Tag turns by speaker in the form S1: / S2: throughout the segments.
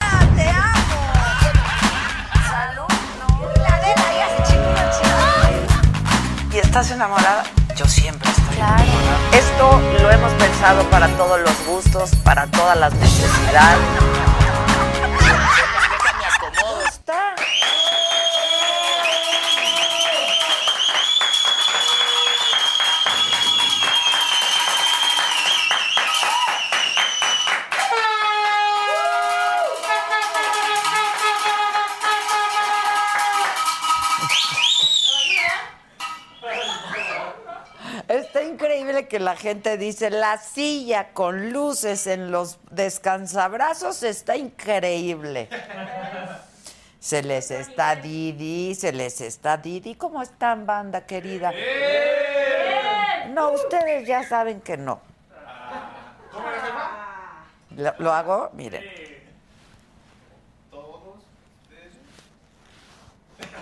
S1: te amo. Salud, no. La de la vida se chingó, chido. ¿Y estás enamorada? Yo siempre estoy enamorada. Esto lo hemos pensado para todos los gustos, para todas las necesidades. Me gusta. Está increíble que la gente dice la silla con luces en los descansabrazos está increíble. Se les está Didi, se les está Didi. ¿Cómo están, banda querida? No, ustedes ya saben que no. ¿Lo, lo hago? Ah, Miren.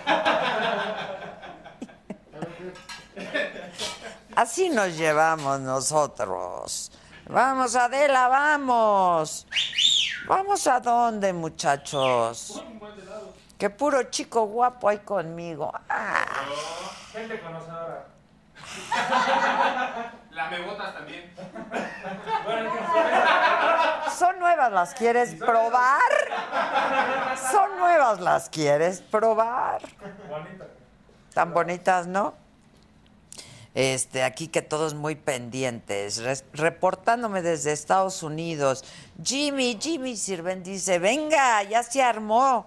S2: Eh,
S1: Así nos llevamos nosotros. Vamos, Adela, vamos. ¿Vamos a dónde, muchachos? Que puro chico guapo hay conmigo. Ah,
S3: Gente conocedora. La me botas también.
S1: son nuevas, las quieres probar. Son nuevas, las quieres probar. Tan bonitas, ¿no? Este, aquí que todos muy pendientes. Res- reportándome desde Estados Unidos. Jimmy, Jimmy Sirven dice, venga, ya se armó.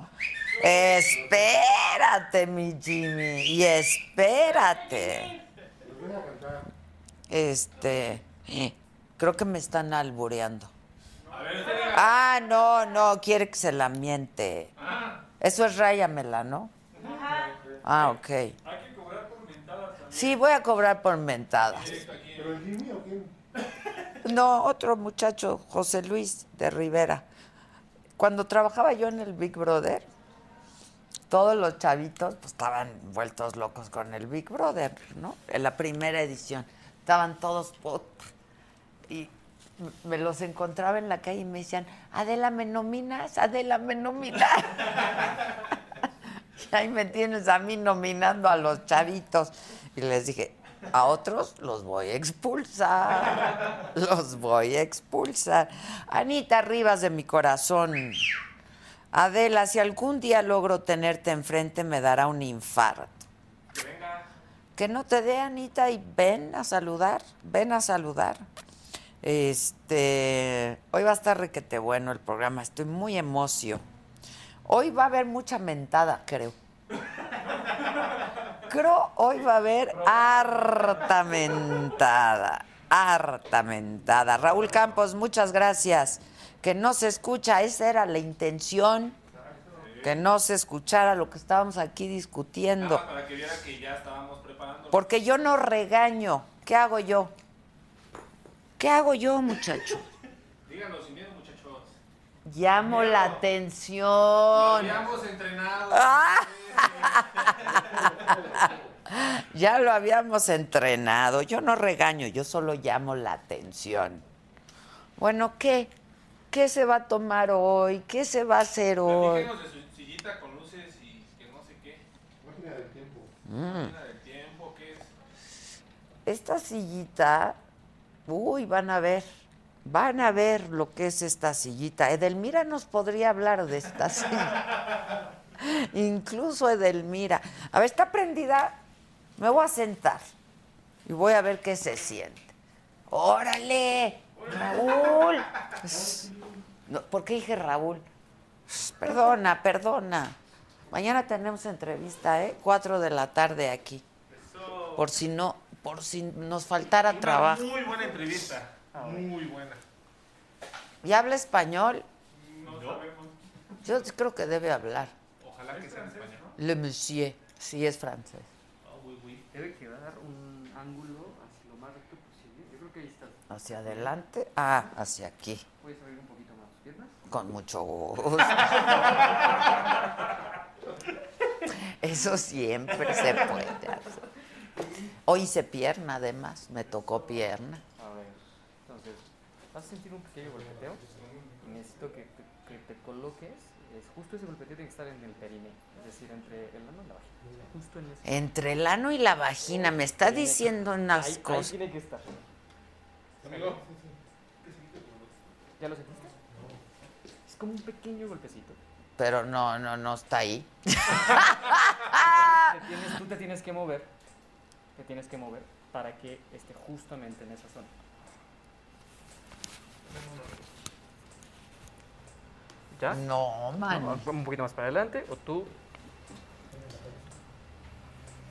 S1: Espérate, mi Jimmy. Y espérate. Este, creo que me están albureando. Ah, no, no, quiere que se la miente. Eso es ráyamela, ¿no? Ah, ok. Sí, voy a cobrar por mentadas. No, otro muchacho, José Luis de Rivera. Cuando trabajaba yo en el Big Brother, todos los chavitos pues, estaban vueltos locos con el Big Brother, ¿no? En la primera edición. Estaban todos... pot- Y me los encontraba en la calle y me decían, Adela, ¿me nominas? Adela, ¿me nominas? Y ahí me tienes a mí nominando a los chavitos. Y les dije, a otros los voy a expulsar. Los voy a expulsar. Anita Rivas de mi corazón. Adela, si algún día logro tenerte enfrente, me dará un infarto. Que no te dé, Anita, y ven a saludar. Ven a saludar. Este, hoy va a estar requete bueno el programa. Estoy muy emocio. Hoy va a haber mucha mentada, creo. Creo hoy va a haber harta mentada, harta mentada. Raúl Campos, muchas gracias. Que no se escucha, esa era la intención. Que no se escuchara lo que estábamos aquí discutiendo.
S3: Para que viera que ya estábamos preparando.
S1: Porque yo no regaño. ¿Qué hago yo? ¿Qué hago yo, muchacho?
S3: Díganlo sin miedo, muchachos.
S1: Llamo la atención.
S3: Habíamos entrenado.
S1: Ya lo habíamos entrenado. Yo no regaño, yo solo llamo la atención. Bueno, ¿qué? ¿Qué se va a tomar hoy? ¿Qué se va a hacer hoy?
S3: Díganos de su sillita con luces y que no sé qué. Máquina del tiempo. Máquina del tiempo, ¿qué es?
S1: Esta sillita, uy, van a ver. Van a ver lo que es esta sillita. Edelmira nos podría hablar de esta silla. Incluso Edelmira. A ver, está prendida. Me voy a sentar y voy a ver qué se siente. ¡Órale! ¡Raúl! Pues, No, ¿Por qué dije Raúl? Perdona, perdona. Mañana tenemos entrevista, ¿eh? Cuatro de la tarde aquí. Por si no, por si nos faltara
S3: Una
S1: trabajo.
S3: Muy buena entrevista. Muy buena.
S1: ¿Y habla español?
S3: No sabemos.
S1: Yo creo que debe hablar.
S3: Ojalá que sea en español.
S1: Le monsieur, sí es francés.
S4: Debe quedar un ángulo hacia lo más recto posible. Yo creo que ahí está.
S1: Hacia adelante. Ah, hacia aquí.
S4: ¿Puedes abrir un poquito más tus piernas?
S1: Con mucho gusto. Eso siempre se puede hacer. Hoy hice pierna, además. Me tocó pierna.
S4: A ver. Entonces, vas a sentir un pequeño golpeteo. Y necesito que, te- que te coloques. Es justo ese golpeteo tiene que estar en el perine. Es decir, entre el ano y la vagina. Justo en ese.
S1: Entre el ano y la vagina. Me está diciendo
S4: Ahí-
S1: unas
S4: ahí,
S1: cosas.
S4: tiene que estar.
S3: Amigo,
S4: ¿Ya lo sentiste? Es como un pequeño golpecito.
S1: Pero no, no, no está ahí.
S4: Te tienes- tú te tienes que mover. Te tienes que mover para que esté justamente en esa zona. ¿Ya?
S1: No, man.
S4: Vamos Un poquito más para adelante, o tú,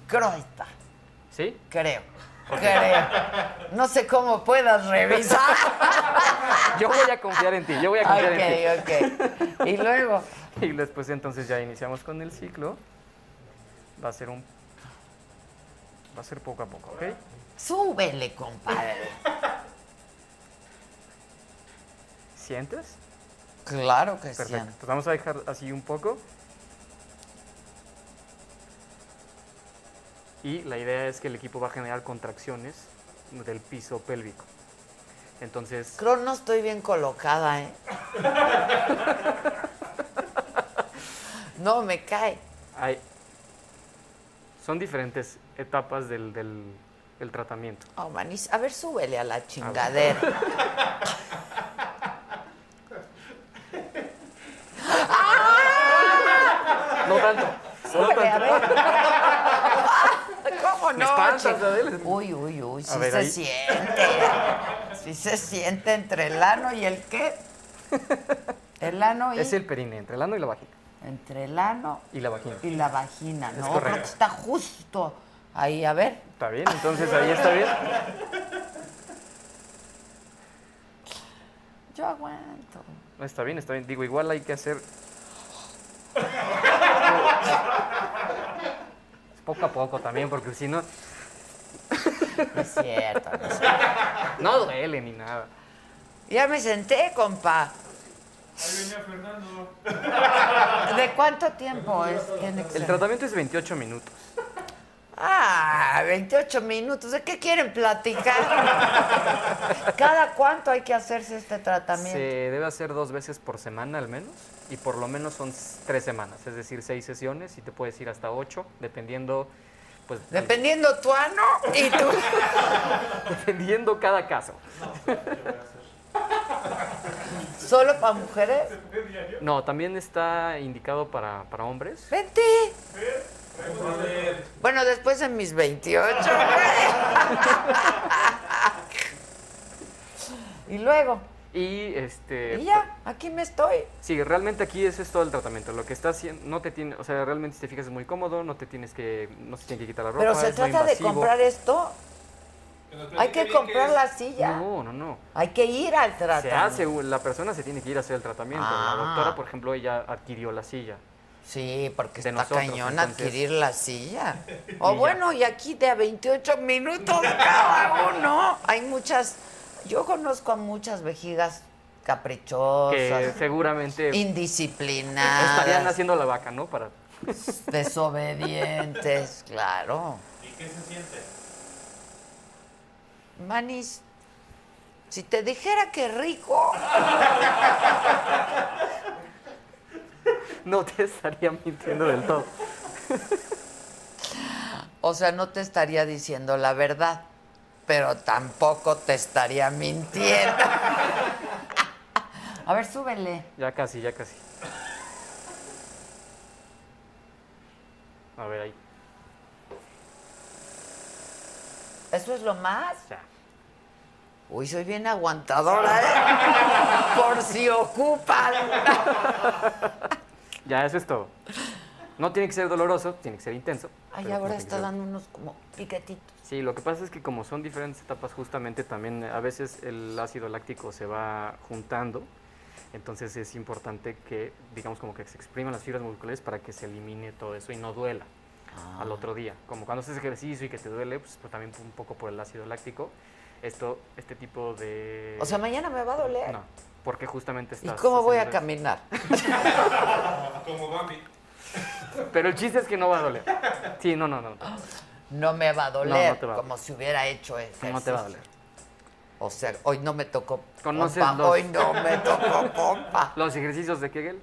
S1: Creo está.
S4: ¿sí?
S1: Creo. Creo. No sé cómo puedas revisar.
S4: Yo voy a confiar en ti, yo voy a confiar en
S1: Ok, ok. Y luego.
S4: ti. Y después entonces ya iniciamos con el ciclo. Va a ser un... Va a ser poco a poco, ¿ok?
S1: Súbele, compadre.
S4: ¿Sientes?
S1: Claro que sí.
S4: Perfecto. Pues vamos a dejar así un poco. Y la idea es que el equipo va a generar contracciones del piso pélvico. Entonces,
S1: Creo no estoy bien colocada, ¿eh? No, me cae.
S4: hay... son diferentes etapas del, del- del tratamiento.
S1: Oh, manis. A ver, súbele a la chingadera.
S4: No tanto. No
S1: Súbele, a
S4: tanto.
S1: ver. ¿Cómo
S4: Me
S1: no?
S4: espantas,
S1: ching-
S4: Adela.
S1: Uy, uy, uy, sí
S4: A ver,
S1: se
S4: ahí.
S1: siente. Sí se siente entre el ano y el qué. El ano y...
S4: Es el perine, entre el ano y la vagina.
S1: Entre el ano
S4: Y la vagina.
S1: y la vagina, ¿no?
S4: correcto.
S1: Creo que está justo ahí, a ver.
S4: Está bien, entonces ahí está bien.
S1: Yo aguanto.
S4: No, está bien, está bien. Digo, igual hay que hacer. poco a poco también, porque si no.
S1: No es cierto, no es
S4: No duele ni nada.
S1: Ya me senté, compa.
S3: ahí venía Fernando.
S1: ¿De cuánto tiempo es? tiene que
S4: El
S1: ser?
S4: tratamiento es 28 minutos.
S1: Ah, 28 minutos. ¿De qué quieren platicar? ¿Cada cuánto hay que hacerse este
S4: Se
S1: tratamiento?
S4: debe hacer dos veces por semana al menos, y por lo menos son s- tres semanas, es decir, seis sesiones, y te puedes ir hasta ocho, dependiendo. Pues, del-
S1: Dependiendo tu ano y tu...
S4: dependiendo cada caso.
S1: ¿Solo para mujeres?
S4: No, también está indicado para, para hombres.
S1: Vente. Bueno, después de mis 28. y luego.
S4: Y este.
S1: Y ya, aquí me estoy.
S4: Sí, realmente aquí ese es todo el tratamiento. Lo que está haciendo, no te tiene, o sea, realmente si te fijas es muy cómodo, no te tienes que, no se tiene que quitar la ropa.
S1: Pero se
S4: es no
S1: trata de
S4: invasivo.
S1: comprar esto. Hay que comprar la silla.
S4: No, no, no.
S1: Hay que ir al tratamiento.
S4: Se hace, u- la persona se tiene que ir a hacer el tratamiento. La
S1: Ah.
S4: doctora, por ejemplo, ella adquirió la silla.
S1: Sí, porque
S4: de
S1: está
S4: nosotros,
S1: cañón
S4: entonces.
S1: adquirir la silla. O
S4: ya.
S1: bueno, y aquí de a 28 minutos cada uno. Hay muchas. Yo conozco a muchas vejigas
S4: Que
S1: caprichosas,
S4: seguramente estarían
S1: indisciplinadas,
S4: haciendo la vaca, ¿no? Para
S1: desobedientes, claro.
S3: ¿Y qué se siente?
S1: Manis, si te dijera que rico,
S4: no te estaría mintiendo del todo.
S1: o sea, no te estaría diciendo la verdad. pero tampoco te estaría mintiendo. A ver, súbele.
S4: Ya casi, ya casi. A ver ahí.
S1: ¿Eso es lo más?
S4: Ya.
S1: Uy, soy bien aguantadora, ¿eh? Por si ocupan.
S4: Ya, eso es todo. No tiene que ser doloroso, tiene que ser intenso.
S1: Ay,
S4: pero
S1: ahora
S4: tiene que
S1: está
S4: ser-
S1: dando unos como piquetitos.
S4: Sí, lo que pasa es que como son diferentes etapas, justamente también eh, a veces el ácido láctico se va juntando. Entonces es importante que, digamos, como que se expriman las fibras musculares para que se elimine todo eso y no duela
S1: Ah.
S4: al otro día. Como cuando haces ejercicio y que te duele, pues, pues, también un poco por el ácido láctico. Esto, este tipo de...
S1: O sea, mañana me va a doler.
S4: No, porque justamente
S1: ¿Y
S4: estás...
S1: cómo voy a
S4: haciendo-
S1: caminar?
S3: Como Bambi.
S4: Pero el chiste es que no va a doler. Sí, no, no, no.
S1: No me va a doler,
S4: no te va a
S1: como si hubiera hecho ejercicio.
S4: No te va a doler.
S1: O sea, hoy no me tocó
S4: Conoces
S1: pompa,
S4: los-
S1: hoy no me tocó pompa.
S4: Los ejercicios de Kegel,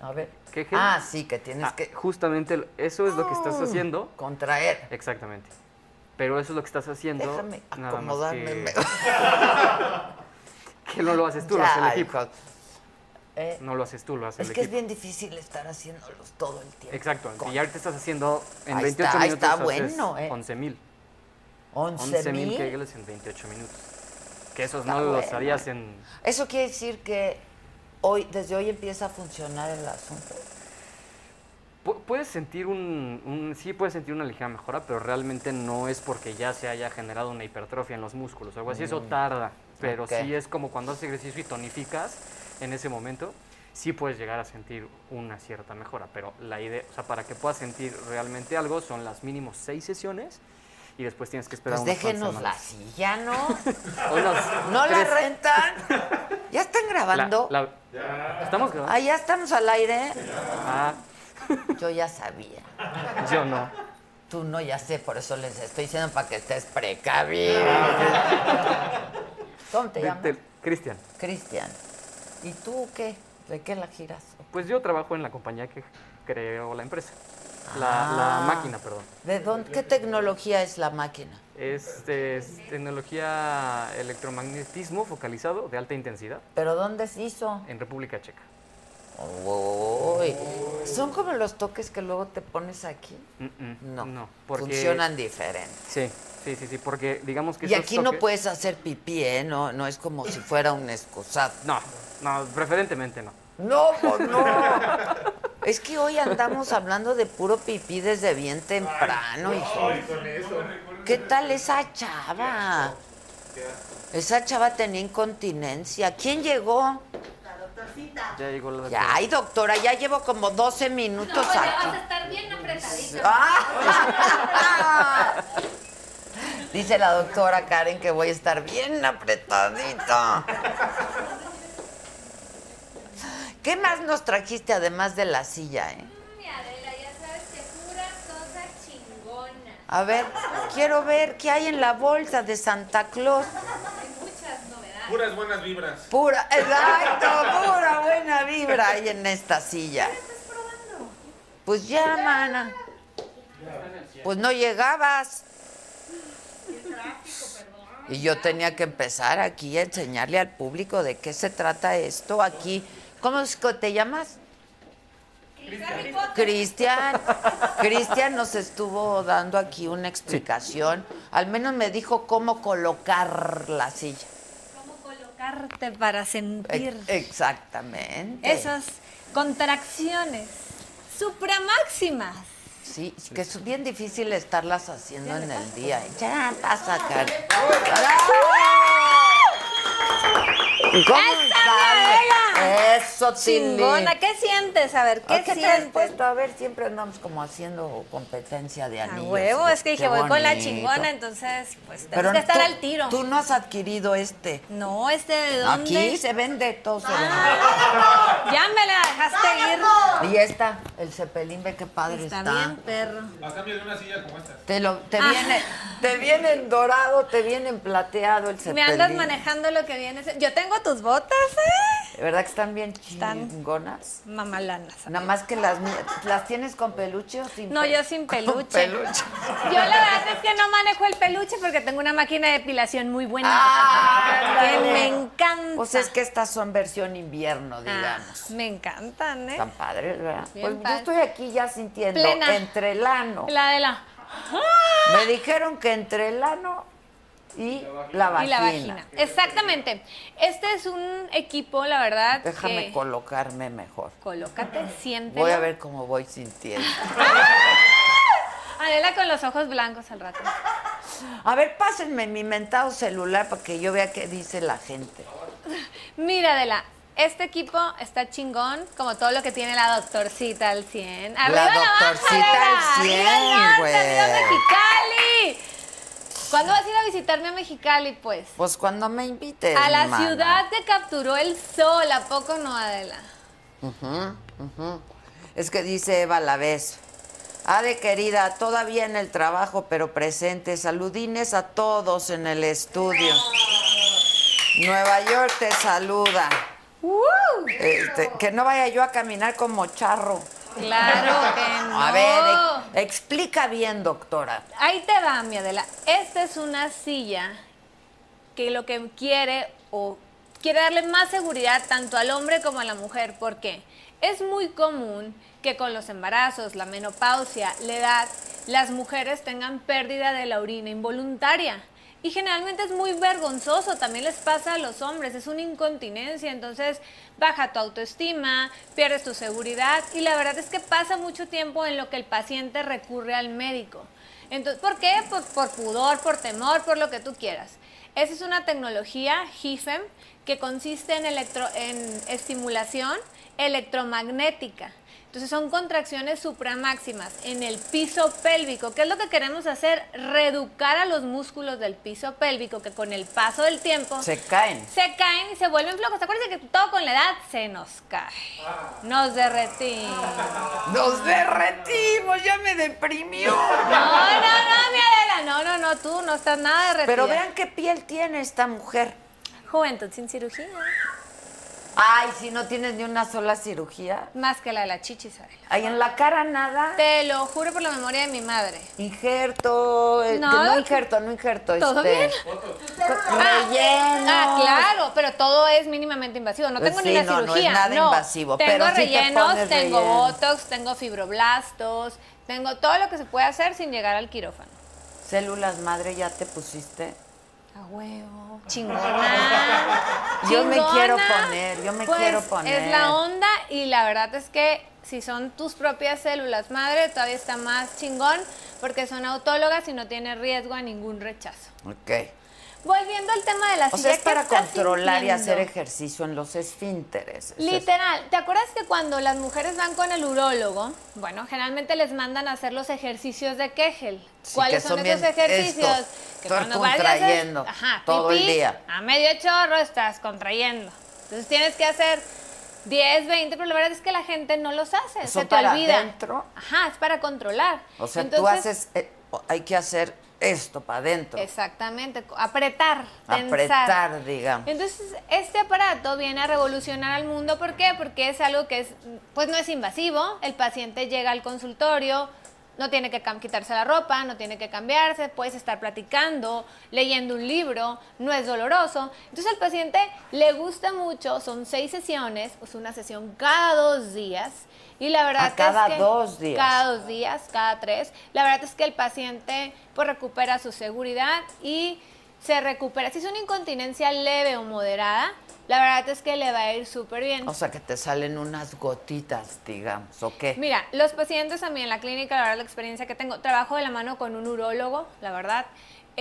S1: A ver.
S4: ¿Qué gel?
S1: ah, sí, que tienes
S4: ah,
S1: que
S4: justamente lo- eso es lo que estás haciendo.
S1: contraer.
S4: Exactamente. Pero eso es lo que estás haciendo.
S1: Déjame
S4: nada más
S1: acomodarme.
S4: que-
S1: me-
S4: Que, no lo haces tú, lo
S1: Ya,
S4: hace el equipo.
S1: hijos. Eh,
S4: No lo haces tú, lo hace
S1: es
S4: el
S1: que es
S4: equipo.
S1: bien difícil estar haciéndolos todo el tiempo.
S4: Exacto.
S1: Con
S4: Y ahorita estás haciendo en
S1: Ahí
S4: 28
S1: está, ahí
S4: minutos.
S1: está bueno, eh.
S4: 11.000.
S1: 11
S4: 11.000
S1: mil.
S4: Kegels en 28 minutos. Que esos
S1: Está
S4: no los
S1: bueno,
S4: harías
S1: eh.
S4: en.
S1: Eso quiere decir que hoy, desde hoy empieza a funcionar el asunto.
S4: Pu- Puedes sentir un, un- Sí, puedes sentir una ligera mejora, pero realmente no es porque ya se haya generado una hipertrofia en los músculos o algo así. Eso tarda. Pero
S1: Mm, Ok.
S4: sí es como cuando haces ejercicio y tonificas en ese momento, sí puedes llegar a sentir una cierta mejora. Pero la idea, o sea, para que puedas sentir realmente algo, son las mínimos seis sesiones y después tienes que esperar
S1: Pues
S4: unas cuantas
S1: déjenos la
S4: semanas.
S1: silla, ¿no?
S4: O unas
S1: No la
S4: tres-
S1: rentan. ¿Ya están
S4: la-
S1: grabando?
S4: la- ¿Estamos grabando?
S1: Ah, ya estamos al aire.
S4: Ah,
S1: Yo ya sabía.
S4: yo no.
S1: Tú no, ya sé, por eso les estoy diciendo para que estés precavido.
S4: Ah,
S1: ¿Cómo te
S4: Te-
S1: llamas?
S4: te- Cristian,
S1: Cristian. ¿Y tú qué? ¿De qué la giras?
S4: pues yo trabajo en la compañía que creó la empresa. La, la
S1: Ah.
S4: máquina, perdón.
S1: ¿De dónde? ¿Qué tecnología es la máquina?
S4: Es, Este, es tecnología electromagnetismo focalizado de alta intensidad
S1: ¿Pero dónde se hizo?
S4: en República Checa.
S1: Uy. ¿Son como los toques que luego te pones aquí?
S4: Mm, mm,
S1: No.
S4: porque,
S1: Funcionan diferente.
S4: Sí, sí, sí, sí, porque digamos que
S1: Y
S4: esos
S1: aquí no
S4: toques-
S1: puedes hacer pipí, ¿eh? No, no es como si fuera un excusado.
S4: No, no, preferentemente no.
S1: No, pues no. Es que hoy andamos hablando de puro pipí desde bien temprano, hijo. ¿Qué tal esa chava? Esa chava tenía incontinencia. ¿Quién llegó?
S4: Ya llegó la
S1: Ya, ay, doctora, ya llevo como 12
S5: No,
S1: minutos
S5: ya vas
S1: aquí.
S5: a estar bien apretadita.
S1: ¡Ah! Dice la doctora Karen que voy a estar bien apretadita. ¿Qué más nos trajiste además de la silla, eh?
S5: Mm, Mi Adela, ya sabes que pura cosa chingona.
S1: A ver, quiero ver qué hay en la bolsa de Santa Claus.
S5: Hay muchas novedades.
S3: Puras buenas vibras.
S1: Pura, exacto, pura buena vibra hay en esta silla. Pues ya, mana. Pues no llegabas. Y yo tenía que empezar aquí a enseñarle al público de qué se trata esto aquí. ¿Cómo es que te llamas?
S5: Harry Potter,
S1: Cristian, Cristian nos estuvo dando aquí una explicación. Al menos me dijo cómo colocar la silla.
S5: cómo colocarte para sentir
S1: E- Exactamente.
S5: esas contracciones supramáximas.
S1: Sí, es que es bien difícil estarlas haciendo en el día. Ya, pasa, Karen. ¡Bravo! ¿Cómo sale? Eso, Tilly.
S5: Chingona, ¿qué sientes? A ver,
S1: ¿A
S5: ¿qué,
S1: ¿Qué te has
S5: sientes?
S1: puesto? A ver, siempre andamos como haciendo competencia de
S5: A
S1: anillos.
S5: huevo, es que
S1: Qué
S5: dije, voy con la
S1: bonito.
S5: chingona, entonces, pues, tengo
S1: Pero
S5: que estar
S1: tú-
S5: al tiro.
S1: Tú no has adquirido este.
S5: No, este de dónde.
S1: Aquí se vende todo. se
S5: Ya me la dejaste ir.
S1: vende. Y esta, el cepelín, ve qué padre está.
S5: Está bien, perro.
S3: A cambio de una silla como esta.
S1: Te, lo, te,
S6: Ah.
S1: viene, te viene en dorado, te viene en plateado el
S5: Me
S1: cepelín.
S5: andas manejando lo que viene. Yo tengo tus botas, ¿eh?
S1: De verdad que están bien
S6: Están-
S1: chingonas.
S6: Mamalanas.
S1: Nada más que las mías- ¿Las tienes con peluche o sin
S6: No,
S1: pe-
S6: yo sin
S1: con
S6: peluche.
S1: peluche?
S6: Yo la verdad es que no manejo el peluche porque tengo una máquina de depilación muy buena.
S1: Ah,
S6: que
S1: ándale.
S6: me encanta.
S1: Pues es que estas son versión invierno,
S6: Ah,
S1: digamos.
S6: me encantan, ¿eh?
S1: Están padres, ¿verdad?
S6: Bien
S1: pues yo
S6: padre.
S1: estoy aquí ya sintiendo
S6: Plena.
S1: entre el ano.
S6: La de la.
S1: Me dijeron que entre el ano y la vagina.
S6: Y la vagina. Exactamente. Este es un equipo, la verdad.
S1: Déjame
S6: que-
S1: colocarme mejor.
S6: Colócate, siéntelo.
S1: Voy a ver cómo voy sintiendo.
S6: Adela con los ojos blancos al rato.
S1: A ver, pásenme mi mentado celular para que yo vea qué dice la gente.
S6: Mira, Adela, este equipo está chingón, como todo lo que tiene la doctorcita al 100. ¡Arriba la, baja,
S1: doctorcita
S6: Adela!
S1: al 100,
S6: ¡Arriba el norte,
S1: güey!
S6: ¡Arriba Mexicali! ¿Cuándo vas a ir a visitarme a Mexicali, pues?
S1: Pues cuando me inviten.
S6: A la
S1: mana.
S6: ciudad te capturó el sol, ¿a poco no, Adela?
S1: Es que dice Eva la vez. Ade querida, todavía en el trabajo, pero presente. Saludines a todos en el estudio. Nueva York te saluda. Este, que no vaya yo a caminar como charro.
S6: Claro que no.
S1: A ver, e- explica bien, doctora.
S6: Ahí te va, mi Adela. Esta es una silla que lo que quiere o quiere darle más seguridad tanto al hombre como a la mujer. ¿Por qué? Es muy común que con los embarazos, la menopausia, la edad, las mujeres tengan pérdida de la orina involuntaria. Y generalmente es muy vergonzoso, también les pasa a los hombres, es una incontinencia, entonces baja tu autoestima, pierdes tu seguridad y la verdad es que pasa mucho tiempo en lo que el paciente recurre al médico. Entonces, ¿por qué? Por, por pudor, por temor, por lo que tú quieras. Esa es una tecnología, GIFEM, que consiste en, electro- en estimulación electromagnética. Entonces son contracciones supramáximas en el piso pélvico. ¿Qué es lo que queremos hacer? Reeducar a los músculos del piso pélvico que con el paso del tiempo
S1: Se caen.
S6: se caen y se vuelven flojos. Acuérdense que todo con la edad se nos cae. Nos derretimos.
S1: Nos derretimos, ya me deprimió.
S6: No, no, no, mi Adela, no, no, no, tú no estás nada derretida.
S1: Pero vean qué piel tiene esta mujer.
S6: Juventud sin cirugía.
S1: Ay, si no tienes ni una sola cirugía.
S6: Más que la de la chichis, Adela.
S1: Ay, en la cara nada.
S6: Te lo juro por la memoria de mi madre.
S1: Injerto, eh, que no,
S6: No,
S1: injerto, no injerto.
S6: ¿todo
S1: este,
S6: bien?
S1: co- Relleno.
S6: Ah, claro, pero todo es mínimamente invasivo. No
S1: Pues
S6: tengo
S1: sí,
S6: ni la
S1: no, no es
S6: cirugía.
S1: nada invasivo,
S6: Tengo
S1: pero sí te
S6: rellenos,
S1: pones
S6: tengo
S1: relleno.
S6: botox, tengo fibroblastos, tengo todo lo que se puede hacer sin llegar al quirófano.
S1: Células madre ya te pusiste.
S6: A huevo. Chingona.
S1: Yo me
S6: chingona.
S1: quiero poner, yo me
S6: Pues,
S1: quiero poner.
S6: Es la onda y la verdad es que si son tus propias células madre, todavía está más chingón porque son autólogas y no tiene riesgo a ningún rechazo.
S1: Ok.
S6: Volviendo al tema de la
S1: O
S6: silla
S1: sea, es
S6: ¿qué
S1: para
S6: estás
S1: controlar y
S6: sintiendo?
S1: hacer ejercicio en los esfínteres. Eso es-
S6: Literal, ¿te acuerdas que cuando las mujeres van con el urólogo, bueno, generalmente les mandan a hacer los ejercicios de Kegel?
S1: Sí,
S6: ¿Cuáles
S1: que
S6: son,
S1: son
S6: esos
S1: bien
S6: ejercicios?
S1: estos, estar
S6: vayas a hacer-
S1: contrayendo todo el día.
S6: A medio chorro estás contrayendo. Entonces tienes que hacer 10, 20, pero la verdad es que la gente no los hace,
S1: ¿Son
S6: se te
S1: para
S6: olvida.
S1: adentro?
S6: Ajá, es para controlar.
S1: O sea, tú
S6: Entonces,
S1: haces, eh, o- hay que hacer esto para adentro.
S6: Exactamente, co- apretar,
S1: Apretar,
S6: tensar.
S1: digamos.
S6: Entonces, este aparato viene a revolucionar al mundo, ¿por qué? Porque es algo que es, pues no es invasivo, el paciente llega al consultorio, no tiene que cam- quitarse la ropa, no tiene que cambiarse, puedes estar platicando, leyendo un libro, no es doloroso. Entonces, al paciente le gusta mucho, son seis sesiones, es una sesión cada dos días, y la verdad
S1: Ah,
S6: es
S1: cada
S6: que-
S1: dos días.
S6: Cada dos días, cada tres. La verdad es que el paciente pues recupera su seguridad y se recupera. Si es una incontinencia leve o moderada, la verdad es que le va a ir súper bien.
S1: O sea, que te salen unas gotitas, digamos, ¿o qué?
S6: Mira, los pacientes a mí en la clínica, la verdad, la experiencia que tengo, trabajo de la mano con un urólogo, la verdad.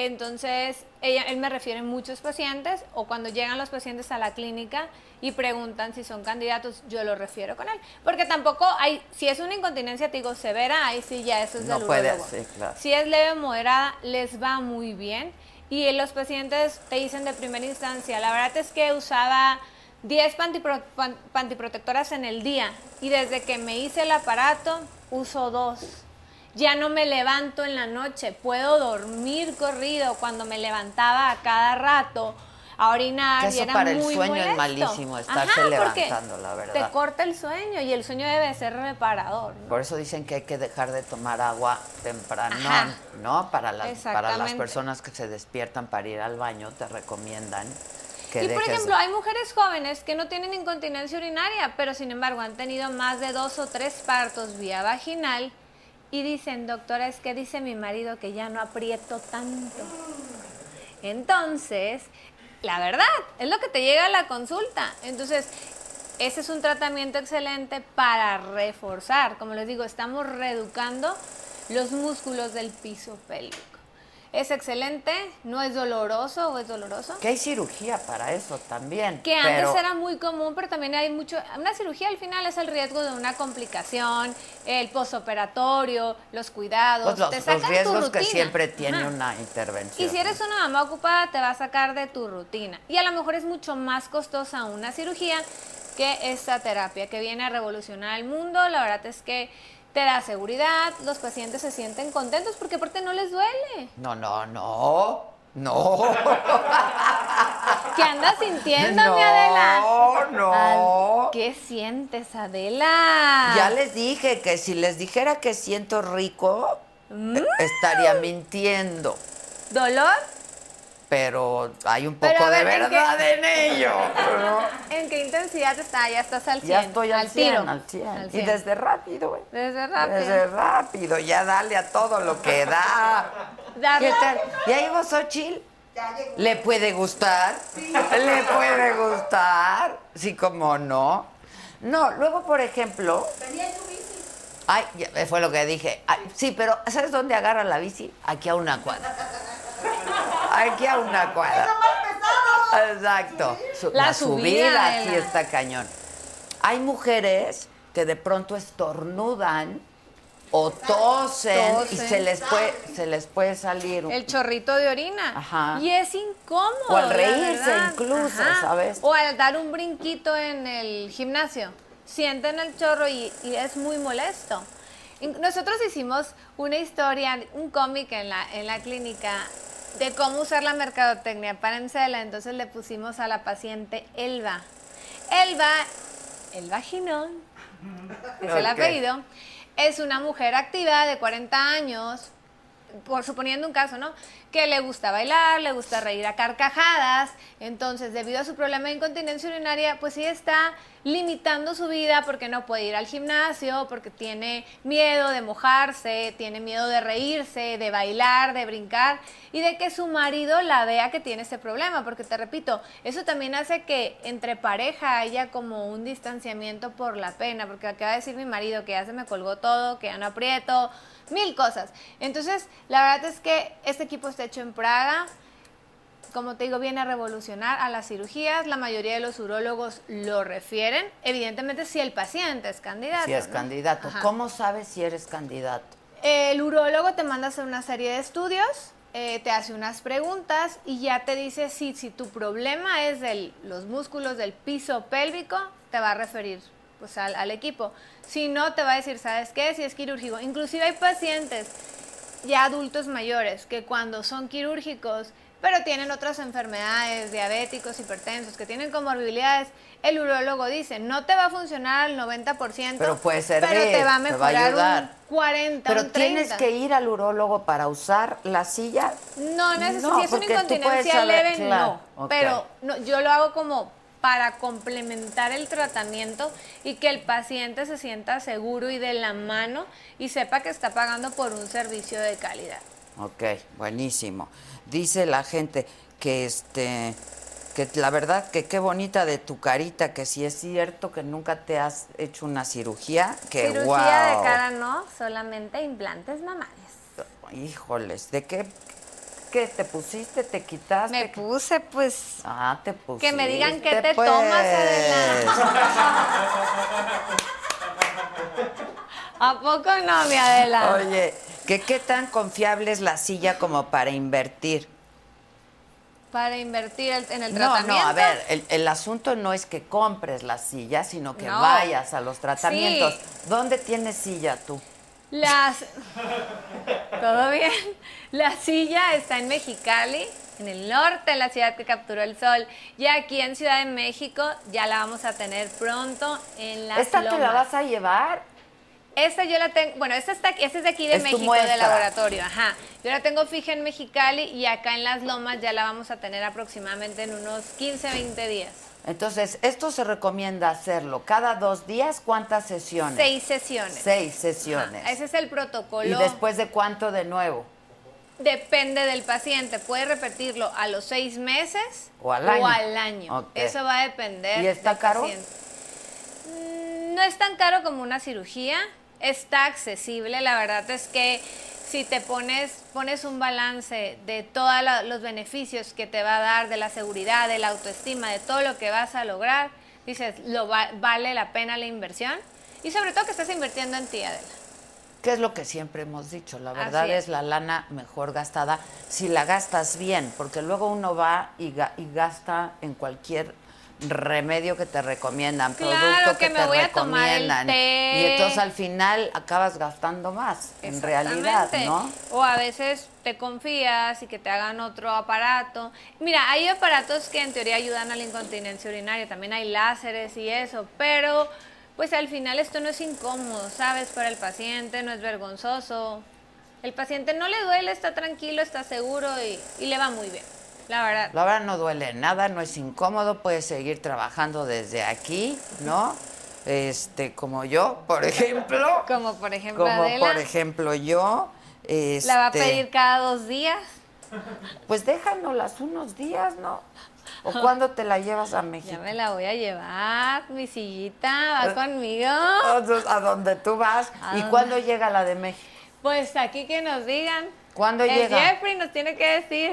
S6: Entonces, ella, él me refiere muchos pacientes o cuando llegan los pacientes a la clínica y preguntan si son candidatos, yo los refiero con él. Porque tampoco hay, si es una incontinencia, te digo, severa, ahí sí ya eso es
S1: No
S6: del
S1: puede,
S6: urólogo.
S1: sí, claro.
S6: Si es leve o moderada, les va muy bien. Y los pacientes te dicen de primera instancia, la verdad es que usaba 10 pantipro- pan- pantiprotectoras en el día y desde que me hice el aparato uso dos. Ya no me levanto en la noche, puedo dormir corrido cuando me levantaba a cada rato. a orinar
S1: Que
S6: y
S1: eso
S6: era
S1: para el
S6: muy
S1: sueño
S6: molesto.
S1: es malísimo, estarse
S6: porque
S1: levantando, la verdad.
S6: Te corta el sueño y el sueño debe ser reparador. ¿no?
S1: Por eso dicen que hay que dejar de tomar agua temprano,
S6: Ajá.
S1: ¿no? Para las, para las
S6: Exactamente.
S1: personas que se despiertan para ir al baño, te recomiendan que
S6: Y
S1: dejes
S6: por ejemplo, hay mujeres jóvenes que no tienen incontinencia urinaria, pero sin embargo han tenido más de dos o tres partos vía vaginal y dicen, doctora, es que dice mi marido que ya no aprieto tanto. Entonces, la verdad, es lo que te llega a la consulta. Entonces, ese es un tratamiento excelente para reforzar. Como les digo, estamos reeducando los músculos del piso pélvico. Es excelente, no es doloroso o es doloroso.
S1: Que hay cirugía para eso también.
S6: Que
S1: pero
S6: antes era muy común, pero también hay mucho. Una cirugía al final es el riesgo de una complicación, el posoperatorio, los cuidados.
S1: pues, los,
S6: te
S1: los
S6: sacan tu
S1: riesgos que
S6: rutina.
S1: siempre tiene
S6: Ajá.
S1: una intervención.
S6: Y si eres una mamá ocupada, te va a sacar de tu rutina. Y a lo mejor es mucho más costosa una cirugía que esta terapia que viene a revolucionar el mundo. La verdad es que te da seguridad, los pacientes se sienten contentos porque aparte no les duele.
S1: No, no, no. No.
S6: ¿Qué andas sintiendo, mi
S1: No,
S6: Adela?
S1: no.
S6: Ay, ¿Qué sientes, Adela?
S1: Ya les dije que si les dijera que siento rico,
S6: Mm.
S1: eh, estaría mintiendo.
S6: ¿Dolor?
S1: Pero hay un
S6: Pero
S1: poco
S6: a
S1: de
S6: ver, ¿en qué?
S1: verdad en ello. ¿no?
S6: ¿En qué intensidad está? Ya estás al 100.
S1: Ya estoy al, 100,
S6: tiro.
S1: al 100.
S6: Al
S1: Y
S6: 100.
S1: desde rápido, ¿eh?
S6: Desde rápido.
S1: Desde rápido, ya dale a todo lo que da.
S6: Darle-
S1: ¿Qué tal? ¿Ya llegó Xochil? ¿Le puede gustar? ¿Le puede gustar? Sí, como no. No, luego, por ejemplo... Ay, ya- fue lo que dije. Ay, sí, pero ¿sabes dónde agarra la bici? Aquí a una cuadra. Aquí a una cuadra. Exacto. Su-
S6: La
S1: la,
S6: subida,
S1: subida,
S6: Adela.
S1: aquí está cañón. Hay mujeres que de pronto estornudan o tosen, y
S6: Tosen.
S1: se les puede se les puede salir un-
S6: El chorrito de orina.
S1: Ajá.
S6: Y es incómodo.
S1: O al
S6: la
S1: reírse
S6: verdad.
S1: incluso,
S6: Ajá.
S1: ¿sabes?
S6: O al dar un brinquito en el gimnasio. Sienten el chorro y, y es muy molesto. Y Nosotros hicimos una historia, un cómic en la, en la clínica de cómo usar la mercadotecnia para Encela. Entonces le pusimos a la paciente Elba. Elba, Elba Ginón, es el
S1: Ok.
S6: apellido, es una mujer activa de 40 años, por suponiendo un caso, ¿no? Que le gusta bailar, le gusta reír a carcajadas, entonces debido a su problema de incontinencia urinaria, pues sí está limitando su vida porque no puede ir al gimnasio, porque tiene miedo de mojarse, tiene miedo de reírse, de bailar, de brincar y de que su marido la vea que tiene ese problema, porque te repito, eso también hace que entre pareja haya como un distanciamiento por la pena, porque acaba de decir mi marido que ya se me colgó todo, que ya no aprieto, mil cosas. Entonces, la verdad es que este equipo está hecho en Praga. Como te digo, viene a revolucionar a las cirugías. La mayoría de los urólogos lo refieren. Evidentemente, si el paciente es candidato.
S1: si es
S6: ¿no?
S1: candidato.
S6: Ajá.
S1: ¿Cómo sabes si eres candidato?
S6: El urólogo te manda a hacer una serie de estudios, eh, te hace unas preguntas y ya te dice si, si tu problema es de los músculos del piso pélvico, te va a referir pues, al, al equipo. Si no, te va a decir, ¿sabes qué? Si es quirúrgico. Inclusive hay pacientes ya adultos mayores que cuando son quirúrgicos pero tienen otras enfermedades, diabéticos, hipertensos, que tienen comorbilidades, el urólogo dice, no te va a funcionar al 90%,
S1: Pero puede servir,
S6: pero te va a
S1: te va a
S6: mejorar un
S1: ayudar.
S6: 40,
S1: Pero
S6: un 30.
S1: tienes que ir al urólogo para usar la silla.
S6: No, no es,
S1: No,
S6: si es una
S1: porque tú puedes
S6: incontinencia
S1: saber,
S6: leve,
S1: claro,
S6: no.
S1: ok.
S6: Pero no, yo lo hago como para complementar el tratamiento y que el paciente se sienta seguro y de la mano y sepa que está pagando por un servicio de calidad.
S1: Ok, buenísimo. Dice la gente que este que la verdad que qué bonita de tu carita, que si es cierto que nunca te has hecho una cirugía, que
S6: Cirugía
S1: guau.
S6: de cara no, solamente implantes mamarios.
S1: Híjoles, ¿de qué qué te pusiste, te quitaste?
S6: Me puse pues
S1: Ah, te pusiste. pues.
S6: Que me digan qué te tomas, Adela. a poco no, mi Adela.
S1: Oye, que qué tan confiable es la silla como para invertir.
S6: Para invertir el- en el
S1: No,
S6: tratamiento.
S1: no, a ver, el, el asunto no es que compres la silla, sino que
S6: No.
S1: vayas a los tratamientos.
S6: Sí.
S1: ¿Dónde tienes silla tú?
S6: Las. ¿Todo bien? La silla está en Mexicali. en el norte de la ciudad que capturó el sol. Y aquí en Ciudad de México ya la vamos a tener pronto en la
S1: ¿Esta te la vas a llevar?
S6: Esta yo la tengo, bueno, esta, está, esta es de aquí de
S1: Es tu
S6: México,
S1: muestra.
S6: de laboratorio, ajá. Yo la tengo fija en Mexicali y acá en Las Lomas ya la vamos a tener aproximadamente en unos 15, 20 días.
S1: Entonces, esto se recomienda hacerlo cada dos días. ¿Cuántas sesiones?
S6: Seis sesiones.
S1: Seis sesiones.
S6: Ajá, Ese es el protocolo.
S1: ¿Y después de cuánto de nuevo?
S6: Depende del paciente. Puede repetirlo a los seis meses
S1: O al año.
S6: año.
S1: Ok.
S6: Eso va a depender.
S1: ¿Y está
S6: del
S1: caro?
S6: paciente. Mm, No es tan caro como una cirugía. Está accesible. La verdad es que si te pones, pones un balance de todos los beneficios que te va a dar, de la seguridad, de la autoestima, de todo lo que vas a lograr, dices, lo va- vale la pena la inversión. Y sobre todo que estás invirtiendo en ti, Adela.
S1: Que es lo que siempre hemos dicho, la verdad
S6: Así
S1: es.
S6: es.
S1: la lana mejor gastada si la gastas bien, porque luego uno va y, ga- y gasta en cualquier remedio que te recomiendan,
S6: Claro
S1: producto
S6: que me
S1: te
S6: voy a tomar el
S1: recomiendan.
S6: té.
S1: Y entonces al final acabas gastando más, en realidad,
S6: Exactamente.
S1: ¿no?
S6: O a veces te confías y que te hagan otro aparato. Mira, hay aparatos que en teoría ayudan a la incontinencia urinaria, también hay láseres y eso, pero pues al final esto no es incómodo, ¿sabes? Para el paciente no es vergonzoso. El paciente no le duele, está tranquilo, está seguro y, y le va muy bien, la verdad.
S1: La verdad no duele nada, no es incómodo, puedes seguir trabajando desde aquí, ¿no? Este, como yo, por ejemplo.
S6: Como por ejemplo
S1: Como
S6: Adela,
S1: por ejemplo yo. Este,
S6: la va a pedir cada dos días.
S1: Pues déjanoslas unos días, ¿no? ¿O cuándo te la llevas a México?
S6: Ya me la voy a llevar, mi sillita,
S1: Eh,
S6: va conmigo.
S1: A do- Ah. a donde tú vas.
S6: ¿A
S1: ¿Y
S6: dónde?
S1: cuándo llega la de México?
S6: Pues aquí que nos digan.
S1: ¿Cuándo
S6: El
S1: llega?
S6: Jeffrey nos tiene que decir.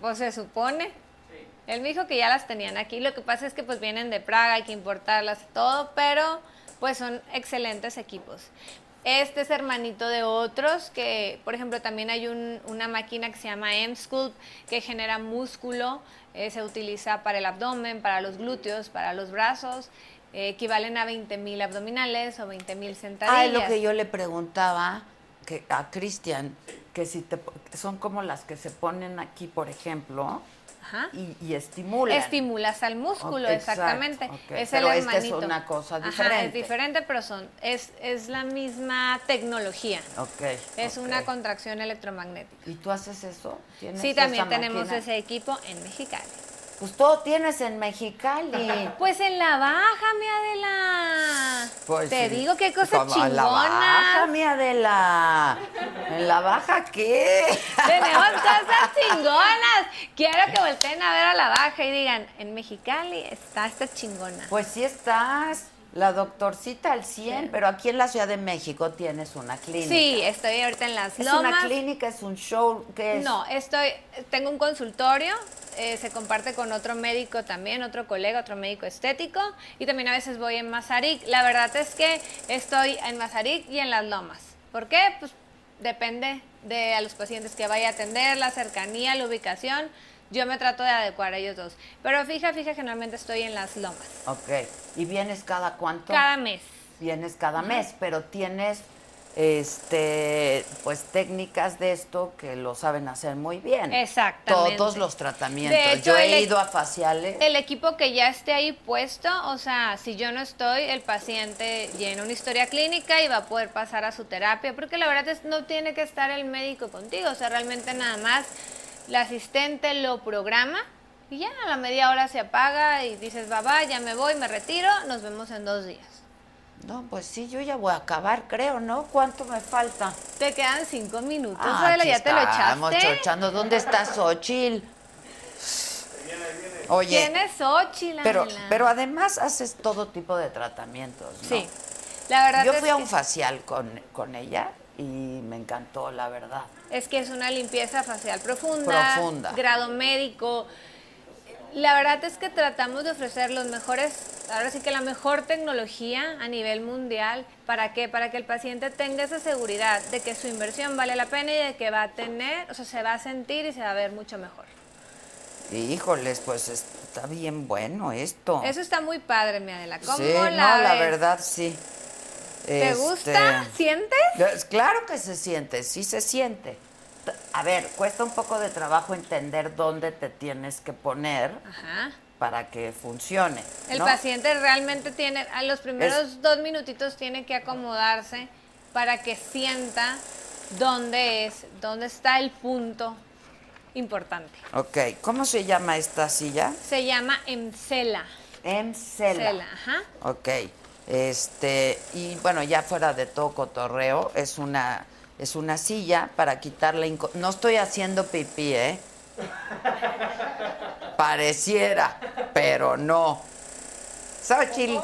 S6: Pues se supone. Él me dijo que ya las tenían aquí. Lo que pasa es que pues vienen de Praga, hay que importarlas y todo, pero pues son excelentes equipos. Este es hermanito de otros que, por ejemplo, también hay un- una máquina que se llama M-Sculpt que genera músculo, eh, se utiliza para el abdomen, para los glúteos, para los brazos, eh, equivalen a 20.000 abdominales o 20.000 sentadillas.
S1: Ah, es lo que yo le preguntaba que, a Cristian, que si te, po- son como las que se ponen aquí, por ejemplo,
S6: Ajá.
S1: y, y estimulan.
S6: Estimulas al músculo,
S1: Ok, exacto,
S6: exactamente.
S1: ok.
S6: Es
S1: Pero
S6: el
S1: esta es
S6: hermanito.
S1: una cosa
S6: Ajá, es
S1: diferente.
S6: diferente, pero son, es, es la misma tecnología.
S1: Ok.
S6: Es
S1: ok.
S6: una contracción electromagnética.
S1: ¿Y tú haces eso? ¿Tienes
S6: Sí,
S1: esa
S6: también tenemos
S1: máquina?
S6: ese equipo en Mexicali.
S1: Pues todo tienes en Mexicali.
S6: Pues en la baja, mi Adela.
S1: Pues
S6: Te
S1: sí.
S6: digo qué cosa
S1: Como En la baja,
S6: chingona.
S1: mi Adela. ¿En la baja qué?
S6: Tenemos cosas chingonas. Quiero que volteen a ver a la baja y digan, en Mexicali está esta chingona.
S1: Pues sí estás, la doctorcita al 100,
S6: Sí.
S1: pero aquí en la Ciudad de México tienes una clínica.
S6: Sí, estoy ahorita en las
S1: ¿Es una
S6: lomas.
S1: clínica, es un show? ¿Qué es?
S6: No, estoy, tengo un consultorio, eh, se comparte con otro médico también, otro colega, otro médico estético, y también a veces voy en Mazarik. La verdad es que estoy en Mazarik y en Las Lomas. ¿Por qué? Pues depende de a los pacientes que vaya a atender, la cercanía, la ubicación. Yo me trato de adecuar a ellos dos. Pero fija, fija, generalmente estoy en Las Lomas.
S1: Ok. ¿Y vienes cada cuánto?
S6: Cada mes.
S1: Vienes cada mes, pero tienes este pues técnicas de esto que lo saben hacer muy bien.
S6: Exactamente.
S1: Todos los tratamientos.
S6: De hecho,
S1: Yo he
S6: el-
S1: ido a faciales.
S6: El equipo que ya esté ahí puesto, o sea, si yo no estoy, el paciente llena una historia clínica y va a poder pasar a su terapia, porque la verdad es no tiene que estar el médico contigo, o sea, realmente nada más la asistente lo programa y ya a la media hora se apaga y dices, va, va, ya me voy, me retiro, nos vemos en dos días.
S1: No, pues sí, yo ya voy a acabar, creo, ¿no? ¿Cuánto me falta?
S6: Te quedan cinco minutos,
S1: Ah,
S6: Adela,
S1: aquí
S6: ya te lo
S1: estamos
S6: echaste.
S1: chochando. ¿Dónde está Xochil? Oye,
S6: ¿Quién es Xochitl,
S1: pero,
S6: Adela?
S1: pero además haces todo tipo de tratamientos, ¿no?
S6: Sí, la verdad
S1: Yo
S6: es
S1: fui a
S6: que-
S1: un facial con, con ella y me encantó, la verdad.
S6: Es que es una limpieza facial profunda,
S1: Profunda.
S6: grado médico. La verdad es que tratamos de ofrecer los mejores, ahora sí que la mejor tecnología a nivel mundial. ¿Para qué? Para que el paciente tenga esa seguridad de que su inversión vale la pena y de que va a tener, o sea, se va a sentir y se va a ver mucho mejor.
S1: Y, híjoles, pues está bien bueno esto.
S6: Eso está muy padre, mi Adela. ¿Cómo
S1: Oh. sí,
S6: la
S1: no, la
S6: ves?
S1: verdad, este sí.
S6: ¿Te gusta? ¿Sientes?
S1: Claro que se siente, sí se siente. A ver, cuesta un poco de trabajo entender dónde te tienes que poner
S6: Ajá.
S1: para que funcione.
S6: El
S1: ¿no?
S6: paciente realmente tiene, a los primeros
S1: Es-
S6: dos minutitos tiene que acomodarse para que sienta dónde es, dónde está el punto importante.
S1: Ok, ¿cómo se llama esta silla?
S6: Se llama emcela.
S1: Emcela.
S6: Cela, ajá.
S1: Ok. Este, y bueno, ya fuera de todo cotorreo, es una, es una silla para quitar la inco- No estoy haciendo pipí, ¿eh? Pareciera, pero no. Xochitl,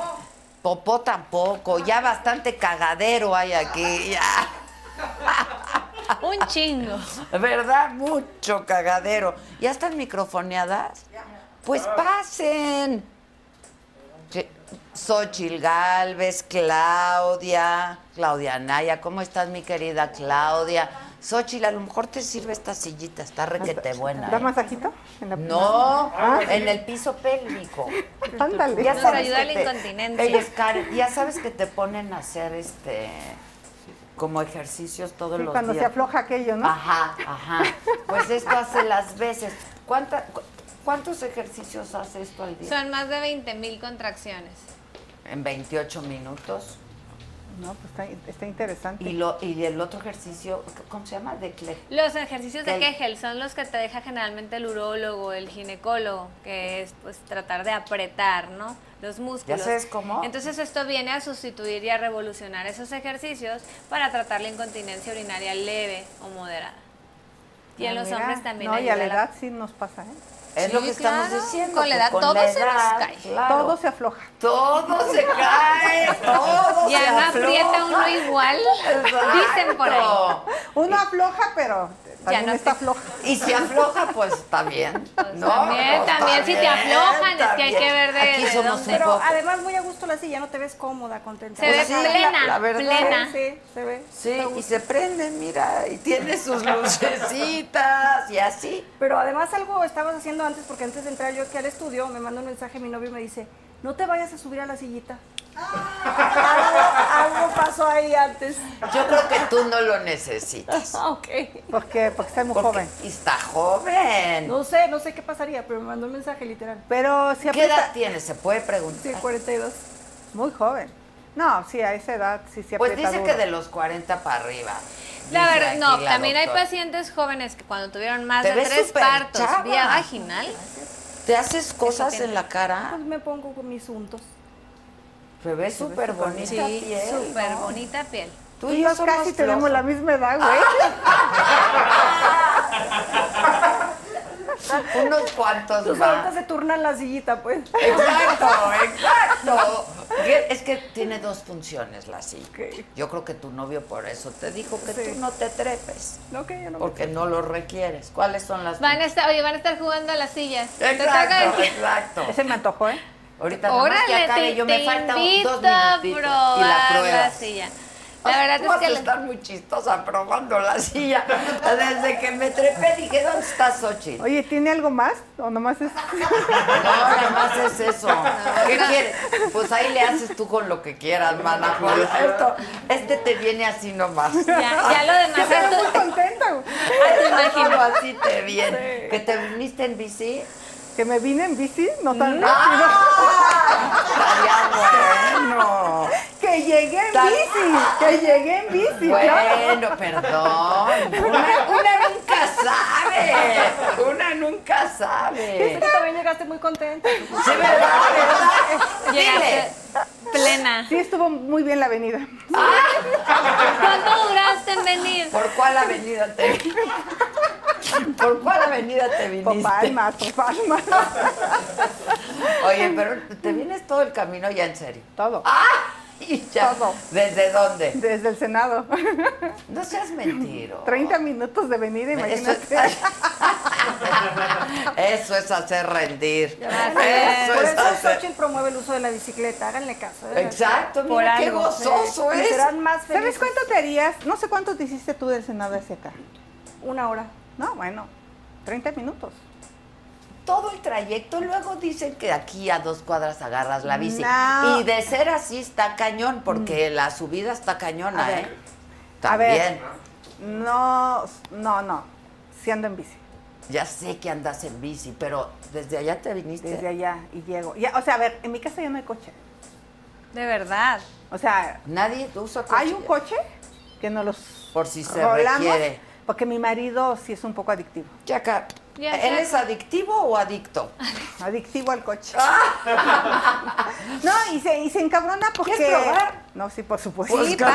S1: popó tampoco, ya bastante cagadero hay aquí, ya.
S6: Un chingo.
S1: ¿Verdad? Mucho cagadero. ¿Ya están microfoneadas? Pues pasen. Que- Xochitl Galvez, Claudia, Claudia Naya, ¿cómo estás mi querida Claudia? Xochitl, a lo mejor te sirve esta sillita, está requete buena.
S7: ¿Da
S1: ¿eh?
S7: masajito? En la-
S1: No,
S7: Ah,
S1: en el piso pélvico.
S7: Ándale.
S1: Ya
S6: Nos
S1: sabes
S6: ayuda
S1: que
S6: a la
S1: te-
S6: incontinencia.
S1: Ey, Oscar, ya sabes que te ponen a hacer este como ejercicios todos
S7: Sí,
S1: los
S7: cuando se
S1: días.
S7: afloja aquello, ¿no?
S1: Ajá, ajá. Pues esto hace las veces. ¿Cuánta- cu- ¿Cuántos ejercicios hace esto al día?
S6: Son más de 20 mil contracciones.
S1: En 28 minutos.
S7: No, pues está, está interesante.
S1: Y, lo, y el otro ejercicio, ¿cómo se llama? De cle-
S6: Los ejercicios de
S1: Del-
S6: Kegel son los que te deja generalmente el urólogo, el ginecólogo, que es pues tratar de apretar, ¿no? Los músculos.
S1: sabes cómo?
S6: Entonces esto viene a sustituir y a revolucionar esos ejercicios para tratar la incontinencia urinaria leve o moderada. Y en
S7: Ah,
S6: los
S7: mira.
S6: hombres también.
S7: No, y a
S6: ayuda
S7: la
S6: la-
S7: edad sí nos pasa, ¿eh?
S1: Es lo
S6: Sí,
S1: que estamos
S6: claro.
S1: diciendo.
S6: Con la edad
S1: todo
S6: todo se nos cae.
S7: Todo se afloja.
S1: Todo se cae, todo se
S6: Ya no aprieta uno
S1: afloja.
S6: igual, dicen por ahí.
S1: Exacto.
S7: Uno afloja, pero también
S6: no
S7: está
S6: te-
S7: floja.
S1: Y si afloja, pues también.
S6: Pues
S1: ¿no?
S6: también,
S1: Pues,
S6: también, si te aflojan, es que hay
S1: también.
S6: que ver de-
S1: Aquí
S6: de
S1: somos
S6: dónde.
S1: un
S8: Pero
S1: poco- Pues
S8: además muy a gusto la silla, no te ves cómoda, contenta.
S6: Se ve
S1: sí,
S6: plena,
S1: la- la verdad.
S6: plena.
S8: Sí, se ve.
S1: Sí, y se prende, mira, y tiene sus lucecitas y así.
S8: Pero además algo estabas haciendo antes, porque antes de entrar yo aquí al estudio, me manda un mensaje mi novio y me dice, no te vayas a subir a la sillita. algo, algo pasó ahí antes.
S1: Ah. Yo creo que tú no lo necesitas.
S8: Ok.
S7: ¿Por qué? Porque está muy
S1: Porque
S7: joven.
S1: está joven.
S8: No sé, no sé qué pasaría, pero me mandó un mensaje literal.
S7: Pero si
S1: ¿Qué
S7: aprieta...
S1: edad tiene? Se puede
S8: Sí,
S1: preguntar.
S8: 42.
S7: Muy joven. No, sí, a esa edad sí se
S1: Pues
S7: aprieta
S1: dice
S7: duro.
S1: que de los 40 para arriba.
S6: La
S1: Dice
S6: verdad,
S1: aquí
S6: no,
S1: la
S6: también hay
S1: doctora.
S6: pacientes jóvenes que cuando tuvieron más
S1: Te
S6: de
S1: ves
S6: tres
S1: súper
S6: partos
S1: chava.
S6: vía vaginal,
S1: ¿Te haces cosas
S6: tiene.
S1: en la
S8: Pues
S1: cara?
S8: me pongo con mis untos.
S1: Se ve súper bonita
S6: sí,
S1: piel,
S6: súper
S1: ¿no?
S6: bonita piel.
S1: Tú
S7: Tú
S1: y
S7: y
S1: yo
S7: yo Ah.
S1: somos
S7: casi tenemos
S1: flojos.
S7: la misma edad, güey.
S1: Unos cuantos
S8: Tus
S1: más.
S8: ahorita se turnan la sillita, pues.
S1: Exacto, exacto. Que- Es que tiene dos funciones la silla.
S8: Ok.
S1: Yo creo que tu novio por eso te dijo que tú no te trepes,
S8: No, que yo no me-
S1: porque no lo requieres. ¿Cuáles son las
S6: Van a estar, oye, van a estar jugando a las sillas. Te toca
S1: Exacto,
S6: decir-
S1: exacto.
S7: Ese me antojó, ¿eh?
S1: Ahorita nomás que
S6: Órale,
S1: acabe,
S6: te,
S1: yo me
S6: te
S1: falta un-
S6: invito
S1: dos
S6: a
S1: minutitos y la
S6: probar la
S1: pruebas.
S6: silla. La verdad
S1: Tú
S6: es
S1: vas
S6: que
S1: a
S6: la-
S1: estar muy chistosa probando la silla. Desde que me trepé dije, ¿dónde está Xochitl?
S7: Oye, ¿tiene algo más? ¿O nomás es...?
S1: No, nada más es eso. ¿Qué quieres? Pues ahí le haces tú con lo que quieras, mana. Por Esto, este te viene así nomás.
S6: ya, ya lo demás
S7: Está
S6: es
S7: muy
S6: tu-
S7: contenta, güey.
S6: a tu imaginación.
S1: Solo así te viene. ¿Que te viniste en bici? Mm.
S7: Que me vine en bici, no tan rápido.
S1: ¡Ah! Estaría bueno.
S7: Que llegué en
S1: Tan-
S7: bici, que llegué en bici, claro.
S1: Bueno, perdón. Una, una nunca sabe. Una nunca
S8: Pero
S1: sabe.
S8: tú también llegaste muy contenta.
S1: Sí, ¿verdad? ¿Verdad? Dile.
S6: Llegaste plena.
S7: Sí, estuvo muy bien la avenida.
S6: ¿Cuánto duraste en venir?
S1: ¿Por cuál avenida te ¿Por cuál avenida te
S7: Por
S1: viniste?
S7: palmas, por palmas.
S1: Oye, pero te vienes todo el camino ya en serio.
S7: Todo.
S1: ¡Ah! Y ya.
S7: Todo.
S1: ¿Desde dónde?
S7: Desde el Senado.
S1: No seas mentiro.
S7: 30 minutos de venida,
S1: Eso es,
S7: imagínate.
S1: Eso es hacer rendir.
S6: sé.
S1: Eso
S8: Por
S1: es
S8: eso
S1: hacer.
S8: Xochitl promueve el uso de la bicicleta, háganle caso. ¿eh?
S1: Exacto,
S8: Por
S1: mira qué
S8: algo, ¿eh?
S1: gozoso
S8: sí. Y
S1: es.
S8: Serán más
S7: ¿Sabes
S8: felices.
S7: cuánto te harías? No sé cuánto te hiciste tú del Senado hacia acá.
S8: Una hora.
S7: No, bueno, 30 minutos.
S1: Todo el trayecto, luego dicen que aquí a dos cuadras agarras la bici.
S7: No.
S1: Y de ser así está cañón, porque la subida está cañona,
S7: A ver.
S1: ¿eh?
S7: A ver.
S1: También.
S7: No, no, no. Sí ando en bici.
S1: Ya sé que andas en bici, pero desde allá te viniste.
S7: Desde allá y llego. Ya, o sea, a ver, en mi casa ya no hay coche.
S6: De verdad.
S7: O sea,
S1: Nadie usa coche.
S7: hay un
S1: ya.
S7: coche que no los
S1: Por si se
S7: rolamos,
S1: requiere.
S7: Porque mi marido sí es un poco adictivo.
S1: Chaca,
S6: Ya
S1: ¿él
S6: sé.
S1: es adictivo o adicto? Ah.
S7: Adictivo al coche. no, y se, y se encabrona porque.
S1: ¿Quieres probar?
S7: No, sí, por supuesto.
S1: Pues,
S7: Sí,
S1: ¿cómo?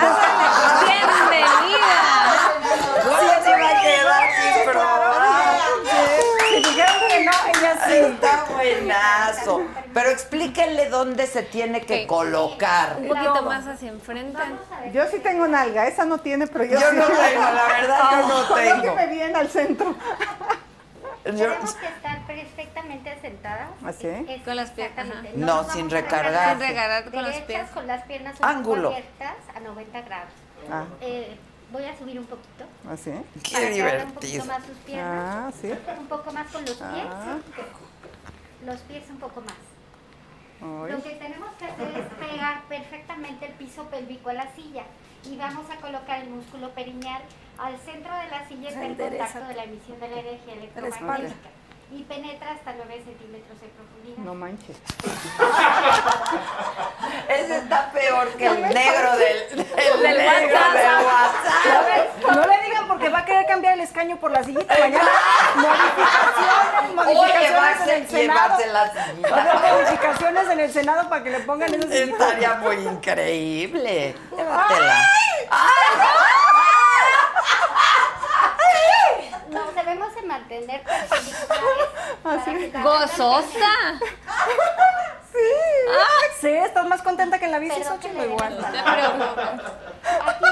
S6: Bienvenida.
S1: ¿Cómo se va a quedar sin probar?
S7: Si dijeron que no, ella sí.
S1: ah. Está buenazo. Pero explíquenle dónde se tiene que
S6: Ok.
S1: colocar.
S6: Un poquito más hacia enfrente.
S7: Yo sí tengo nalga, esa no tiene, pero yo,
S1: Yo
S7: sí
S1: no tengo, la verdad, yo no
S7: Con lo que
S1: tengo.
S7: me vienen al centro.
S1: Yo-
S5: Tenemos que estar perfectamente sentadas.
S7: ¿Así?
S5: Es-
S6: Con las piernas,
S5: exactamente.
S1: ajá. No,
S5: nos
S1: sin
S5: vamos a
S1: recargar.
S6: Sin recargar con las
S5: Derechas,
S6: piernas.
S5: con las piernas un poco
S1: Ángulo.
S5: abiertas a 90 grados.
S7: Ah,
S5: Eh, voy a subir un poquito.
S7: así.
S1: Qué
S5: para que abran Un poquito
S1: divertido.
S5: más sus piernas.
S7: Ah, sí.
S5: Un poco más con los pies.
S7: Ah.
S5: Los pies un poco más. Lo
S7: Ay.
S5: que tenemos que hacer es pegar perfectamente el piso pélvico a la silla y vamos a colocar el músculo perineal al centro de la silla está el contacto de la emisión de la energía electromagnética y penetra hasta 9 centímetros de profundidad.
S7: No manches.
S1: Ese está peor que el negro del, el
S6: Del
S1: negro
S6: WhatsApp.
S1: del WhatsApp.
S8: No le digan porque va a querer cambiar el escaño por la sillita mañana. Modificaciones,
S1: O
S8: modificaciones en
S1: llevarse,
S8: el Senado.
S1: llevarse las
S8: Hacer modificaciones en el Senado para que le pongan esa sillita.
S1: Estaría muy increíble. Llévatela.
S5: Nos debemos de mantener perpendiculares para que salgan
S6: Gozosa.
S1: Ah.
S8: Sí, estás más contenta que en la bici,
S5: Pero
S8: Xochitl,
S5: que le den
S6: Te
S8: igual.
S6: preocupes.
S5: Aquí.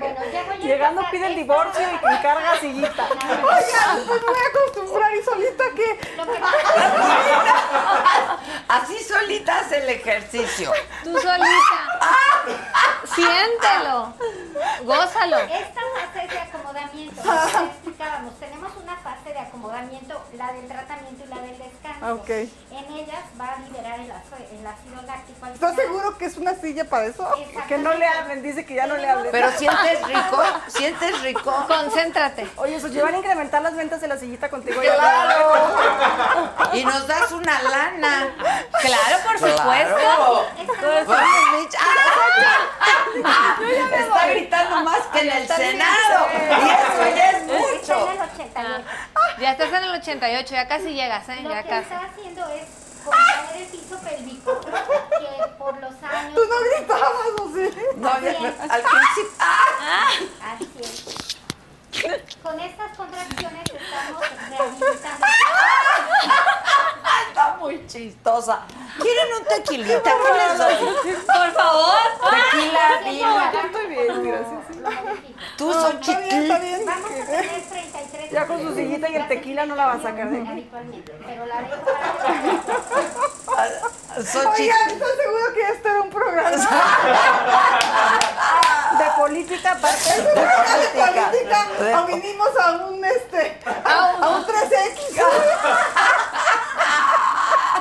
S5: Bueno, ya voy a
S8: Llegando
S5: empezar.
S8: pide el
S5: Esto
S8: divorcio
S5: no
S8: y
S5: va a
S8: encarga sillita.
S7: Oigan, pues me voy a acostumbrar y solita que.
S5: Lo que pasa es
S1: Así solita hace el ejercicio.
S6: Tú solita. Siéntelo. Gózalo.
S5: que esta fase de acomodamiento, como ya explicábamos, tenemos una fase de acomodamiento, la del tratamiento y la del descanso.
S7: Ah, ok.
S5: En ellas va a liberar el, azo- el ácido láctico. al
S7: ¿Estás
S5: final.
S7: seguro que es una silla para eso?
S5: Exactamente.
S8: Que no le hablen, dice que ya no le hablen.
S1: Pero sientes rico, sientes rico.
S6: Concéntrate.
S8: Oye, Xochitl, van a incrementar las ventas de la sillita contigo. ya.
S1: Y nos das una lana.
S6: Claro, por supuesto.
S1: Claro. Vamos, Mitch. ¡Ah! Está gritando más que en el Senado. Y eso ya es
S5: Está en
S1: mucho.
S5: el 88.
S6: Ya estás en el 88, ya casi llegas, ¿eh?
S5: Lo
S6: Ah, Ya
S5: que
S6: casi.
S5: está haciendo es contraer el piso pélvico que por los años.
S7: Tú no gritabas, ¿o sí?
S1: No, ya- al principio. ¡Ah!
S5: Así es. Con estas contracciones estamos rehabilitando.
S1: Está muy chistosa. ¿Quieren un tequilita? ¿Qué les doy?
S6: Por favor.
S1: Tequila, vino.
S5: Estoy bien, gracias.
S1: Tú,
S7: Está bien,
S1: Xochitl.
S7: está bien.
S5: Vamos a tener 33
S8: Ya con su sillita y el tequila no la va a sacar de aquí.
S5: habitualmente, pero la dejo para
S7: Oigan,
S1: Xochitl.
S7: ¿estás seguro que esto era un programa?
S8: De política, aparte.
S7: De
S1: política.
S7: política. O vinimos a un este. A un, 3X.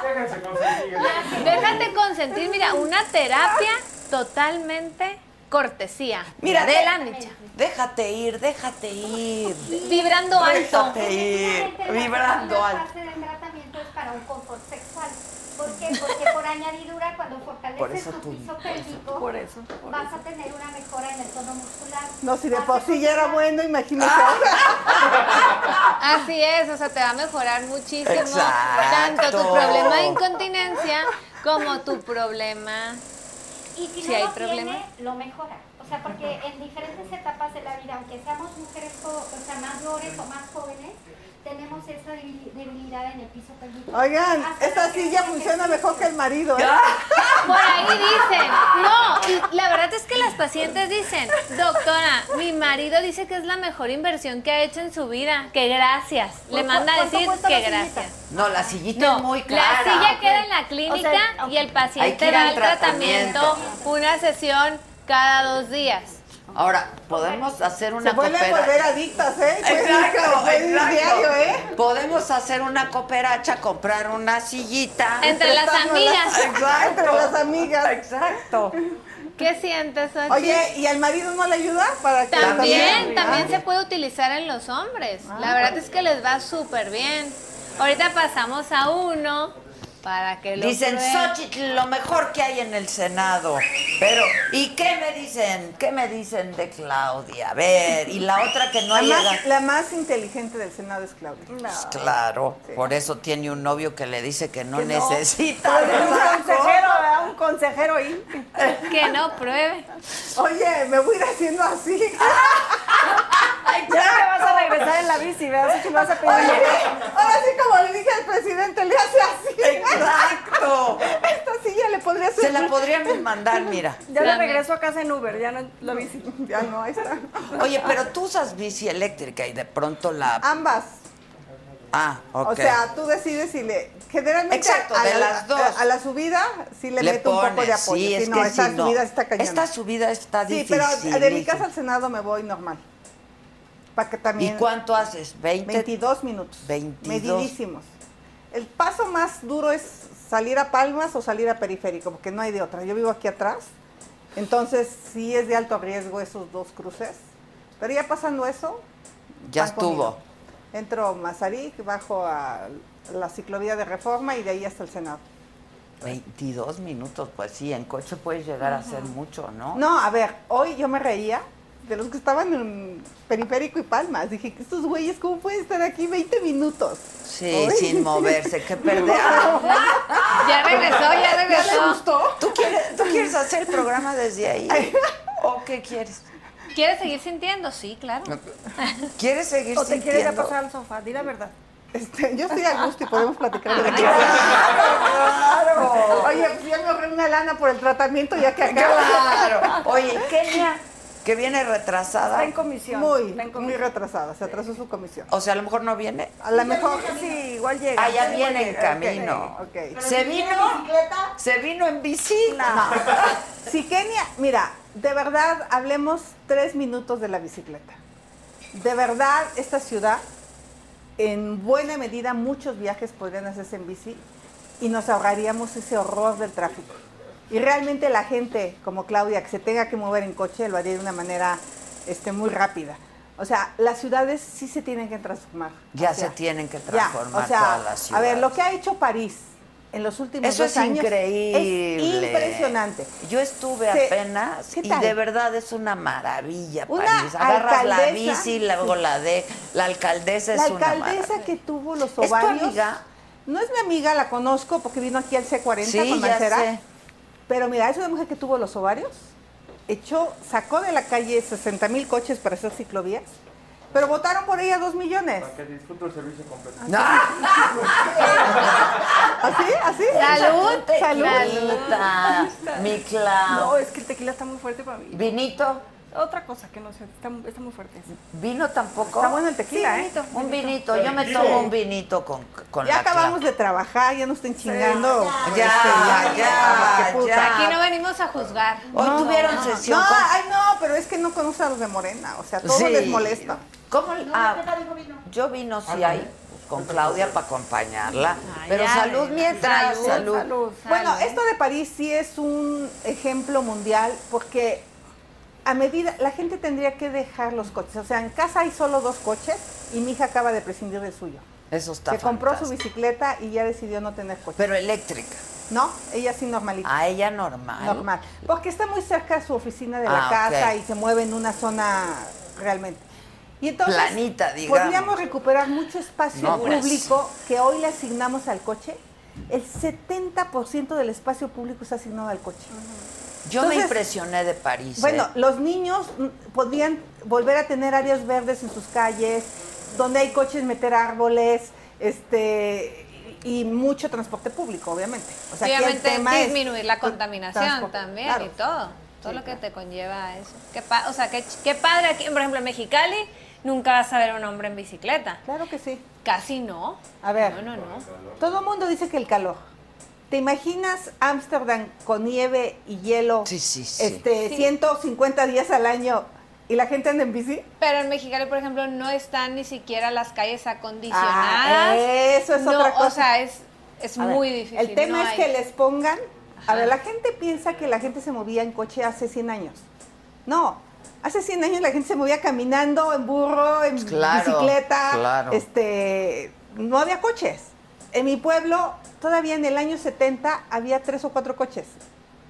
S3: Déjense conseguir.
S6: Déjate consentir, mira, una terapia totalmente cortesía.
S1: Mira,
S6: de la
S1: de-
S6: nicha.
S1: Déjate ir, déjate ir.
S6: Vibrando alto.
S1: Déjate ir.
S5: Precisamente la
S1: Vibrando
S5: segunda
S1: alto.
S5: fase del tratamiento es para un confort sexual. ¿Por qué? Porque por añadidura, cuando fortaleces
S1: eso
S5: tu
S1: tú-
S5: piso pélvico, vas a tener una mejora en el tono muscular.
S7: No, si de
S5: Vas a
S7: por sí ya era
S5: controlar-
S7: bueno, imagínate.
S1: Ah.
S6: Así es, o sea, te va a mejorar muchísimo.
S1: Exacto.
S6: Tanto tu problema de incontinencia como tu problema.
S5: Y si,
S6: Si
S5: no
S6: hay
S5: lo tiene,
S6: problema.
S5: lo mejora. O sea, porque en diferentes etapas de la vida, aunque seamos mujeres jo- o sea, mayores o más jóvenes, tenemos esa debil- debilidad en el piso pélvico.
S7: Oigan,
S5: Hasta
S7: esta
S5: que
S7: silla
S5: se
S7: funciona
S5: ejercita.
S7: mejor que el marido, ¿eh?
S6: Por ahí dicen. No, y la verdad es que las pacientes dicen, doctora, mi marido dice que es la mejor inversión que ha hecho en su vida. Que gracias. Le manda a
S8: ¿Cuánto
S6: decir
S8: cuesta
S6: que
S8: la sillita?
S6: gracias.
S1: No, la sillita
S6: No,
S1: es muy
S6: la
S1: cara.
S6: silla queda en la clínica
S8: ok.
S6: y el
S1: Hay que
S6: paciente
S1: ir
S6: va
S1: al
S6: al tratamiento,
S1: tratamiento.
S6: una sesión cada dos días.
S1: Ahora, podemos hacer
S7: Se
S1: una
S7: vuelven a volver
S1: cooperacha.
S7: adictas, ¿eh?
S1: Exacto,
S7: Pueden ir diario, ¿eh?
S1: exacto. Podemos hacer una cooperacha, comprar una sillita.
S6: Entre las
S7: Estamos
S6: amigas.
S7: Entre
S1: Exacto.
S7: las amigas.
S1: Exacto.
S6: ¿Qué sientes, Ochi?
S7: Oye, ¿y al marido no le ayuda para que
S6: También,
S7: Ah,
S6: también se puede utilizar en los hombres. La verdad es que les va súper bien. Ahorita pasamos a uno para que lo
S1: Dicen,
S6: prueben.
S1: Xochitl, lo mejor que hay en el Senado. Pero, ¿y qué me dicen? ¿Qué me dicen de Claudia? A ver, y la otra que no ha
S7: La más,
S1: llegado.
S7: la más inteligente del Senado es Claudia.
S1: Pues Claro, por eso tiene un novio que le dice que no necesita.
S7: Pues, un
S1: ¿verdad?
S7: consejero, ¿verdad? un consejero ahí.
S6: Que no pruebe.
S7: Oye, me voy a ir haciendo así.
S8: Ya te vas a regresar en la bici, ¿verdad? Así que vas a pedir.
S7: Oye, ahora sí como le dije al presidente, le hace así.
S1: Exacto.
S7: Esta silla le podría hacer.
S1: Se la podríamos mandar, mira.
S8: ya me regreso a casa en Uber, ya no en la bici.
S7: Ya no, ahí está.
S1: Oye, pero tú usas bici eléctrica y de pronto la...
S7: Ambas.
S1: Ah, ok.
S7: O sea, tú decides si le. Generalmente
S1: Exacto,
S7: a,
S1: de
S7: la,
S1: las dos.
S7: A, a la subida sí le,
S1: le
S7: meto un poco de
S1: pones,
S7: apoyo.
S1: sí,
S7: si
S1: es
S7: no,
S1: que
S7: esta
S1: si no.
S7: subida está cañona.
S1: Esta subida está
S7: sí,
S1: difícil.
S7: pero de mi casa al Senado me voy normal. Para que
S1: ¿Y
S7: también.
S1: cuánto haces? ¿20?
S7: 22 minutos.
S1: 22.
S7: Medidísimos. El paso más duro es salir a Palmas o salir a Periférico, porque no hay de otra. Yo vivo aquí atrás, entonces sí es de alto riesgo esos dos cruces. Pero ya pasando eso.
S1: Ya
S7: van conmigo.
S1: estuvo.
S7: Entro a Mazarik, bajo a la ciclovía de Reforma y de ahí hasta el Senado.
S1: 22 minutos, pues sí, en coche puedes llegar a hacer mucho, ¿no?
S7: No, a ver, hoy yo me reía de los que estaban en Periférico y Palmas. Dije, estos güeyes, ¿cómo pueden estar aquí 20 minutos?
S1: Sí,
S7: Ay.
S1: sin moverse, qué perder.
S6: Ya regresó, ya
S7: ¿Ya le
S6: regresó.
S7: gustó?
S1: ¿Tú quieres, ¿Tú quieres hacer el programa desde ahí? ¿O qué quieres?
S6: ¿Quieres seguir sintiendo? Sí, claro.
S1: ¿Quieres seguir
S8: O te quieres ya
S1: sintiendo?
S8: pasar al sofá, di la verdad.
S7: Este, yo estoy a gusto y podemos platicar de lo que
S1: ¡Claro!
S7: Oye, pues ya me ahorré una lana por el tratamiento ya que acaba.
S1: ¡Claro! Oye, Kenia, que viene retrasada.
S8: Está en comisión.
S7: Muy,
S8: está en
S7: muy
S8: comisión.
S7: retrasada, se atrasó su comisión.
S1: O sea, a lo mejor no viene.
S7: A lo mejor
S8: Sí, igual llega.
S1: Ah, ya
S8: Sí,
S1: viene en
S8: llega.
S1: camino.
S7: ok. Pero
S1: ¿Se vino? ¿Se vino en bici?
S7: Si Kenia, mira, de verdad hablemos tres minutos de la bicicleta. De verdad, esta ciudad, en buena medida, muchos viajes podrían hacerse en bici y nos ahorraríamos ese horror del tráfico. Y realmente la gente, como Claudia, que se tenga que mover en coche, lo haría de una manera este, muy rápida. O sea, las ciudades sí se tienen que transformar.
S1: Ya
S7: O sea,
S1: se tienen que
S7: ya,
S1: transformar
S7: o sea,
S1: todas las
S7: A ver,
S1: ciudades.
S7: lo que ha hecho París en los últimos
S1: Eso
S7: dos
S1: es
S7: años
S1: increíble.
S7: es impresionante.
S1: Yo estuve
S7: Se-
S1: apenas
S7: ¿Qué
S1: y
S7: tal?
S1: de verdad es una maravilla,
S7: Una
S1: París. Agarras la
S7: alcaldesa-
S1: bici, luego la de la alcaldesa es
S7: la
S1: una
S7: alcaldesa
S1: maravilla.
S7: que tuvo los
S1: tu
S7: ovarios.
S1: amiga?
S7: No es mi amiga, la conozco porque vino aquí al C40
S1: Sí,
S7: con
S1: ya
S7: Mancera.
S1: sé.
S7: Pero mira, es una mujer que tuvo los ovarios, echó, sacó de la calle 60 mil coches para hacer ciclovías, pero votaron por ella dos millones.
S3: Para que disfruto el servicio completo.
S7: ¿Así? ¿Así?
S6: Salud,
S7: Salud.
S1: Tequilita, mi
S8: No,
S1: Clau.
S8: es que el tequila está muy fuerte para mí.
S1: ¿Vinito?
S8: Otra cosa que no sé, está, está muy fuerte.
S1: ¿Vino tampoco?
S7: Está bueno el tequila, ¿eh?
S1: Un vinito, yo me tomo un vinito con, con
S7: Ya
S1: la
S7: acabamos
S1: Clau.
S7: de trabajar, ya nos estén chingando.
S1: Ya, ya, ya,
S7: qué puta.
S1: ya.
S6: Aquí no venimos a juzgar.
S1: Hoy tuvieron
S7: No,
S1: sesión con-
S7: ay, no, pero es que no conoce a los de Morena, o sea, todo
S1: Sí.
S7: les molesta.
S1: ¿Cómo? Ah, yo vino si hay pues, con Claudia para acompañarla.
S7: Ah,
S1: Pero
S6: ya
S1: salud
S6: ves.
S1: mientras, salud.
S7: Bueno, esto de París sí es un ejemplo mundial porque a medida la gente tendría que dejar los coches. O sea, en casa hay solo dos coches y mi hija acaba de prescindir del suyo.
S1: Eso está
S7: Se compró su
S1: fantástico.
S7: bicicleta y ya decidió no tener coche.
S1: Pero eléctrica.
S7: no, ella sí normalita.
S1: A Ah, ella normal.
S7: normal. Porque está muy cerca de su oficina de la
S1: Ah,
S7: casa
S1: ok.
S7: y se mueve en una zona realmente. Y entonces
S1: Planita, digamos.
S7: podríamos recuperar mucho espacio
S1: No, pues.
S7: público que hoy le asignamos al coche. El 70% del espacio público está asignado al coche.
S1: Yo me
S7: Entonces-
S1: impresioné de París.
S7: Bueno,
S1: ¿eh?
S7: los niños mm, podrían volver a tener áreas verdes en sus calles, donde hay coches, meter árboles, este y mucho transporte público, obviamente. O sea, aquí el
S6: Obviamente
S7: tema es
S6: disminuir la contaminación
S7: transporte,
S6: también
S7: claro.
S6: y todo. Todo
S7: Sí,
S6: lo que
S7: claro.
S6: te conlleva eso. Qué pa- o sea, qué, ch- qué padre aquí, por ejemplo, en Mexicali nunca vas a ver a un hombre en bicicleta.
S7: Claro que sí.
S6: Casi no.
S7: A ver.
S6: No, no, no.
S7: Todo el mundo dice que el calor. ¿Te imaginas Ámsterdam con nieve y hielo?
S1: Sí, sí, sí.
S7: Este,
S6: Sí.
S7: 150 días al año y la gente anda en bici.
S6: Pero en Mexicali, por ejemplo, no están ni siquiera las calles acondicionadas.
S7: Ah, eso es
S6: No,
S7: otra cosa.
S6: O sea, es, es
S7: A ver,
S6: muy difícil.
S7: El tema
S6: no
S7: es
S6: hay.
S7: que les pongan A ver, la gente piensa que la gente se movía en coche hace 100 años. No, hace 100 años la gente se movía caminando, en burro, en
S1: Pues Claro,
S7: bicicleta.
S1: claro.
S7: Este, no había coches. En mi pueblo, todavía en el año 70, había tres o cuatro coches.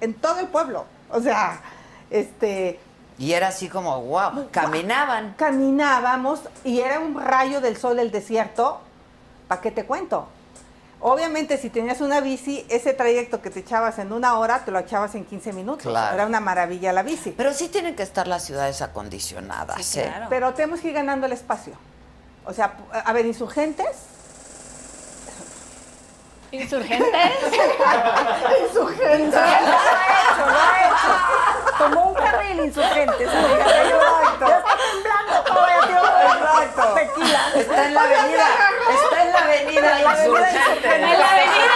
S7: En todo el pueblo. O sea, este,
S1: Y era así como, wow, caminaban.
S7: caminábamos y era un rayo del sol del desierto, ¿para qué te cuento? Obviamente, si tenías una bici, ese trayecto que te echabas en una hora, te lo echabas en 15 minutos.
S1: Claro.
S7: Era una maravilla la bici.
S1: Pero sí tienen que estar las ciudades acondicionadas,
S6: Sí,
S1: ¿eh?
S6: claro.
S7: Pero tenemos que ir ganando el espacio. O sea, p- a ver, insurgentes.
S6: ¿Insurgentes?
S7: Insurgentes.
S8: hecho, lo ha hecho. Tomó un carril insurgente.
S7: Exacto.
S1: Exacto. Está en la avenida, está en la avenida Insurgente.
S6: ¿En la avenida?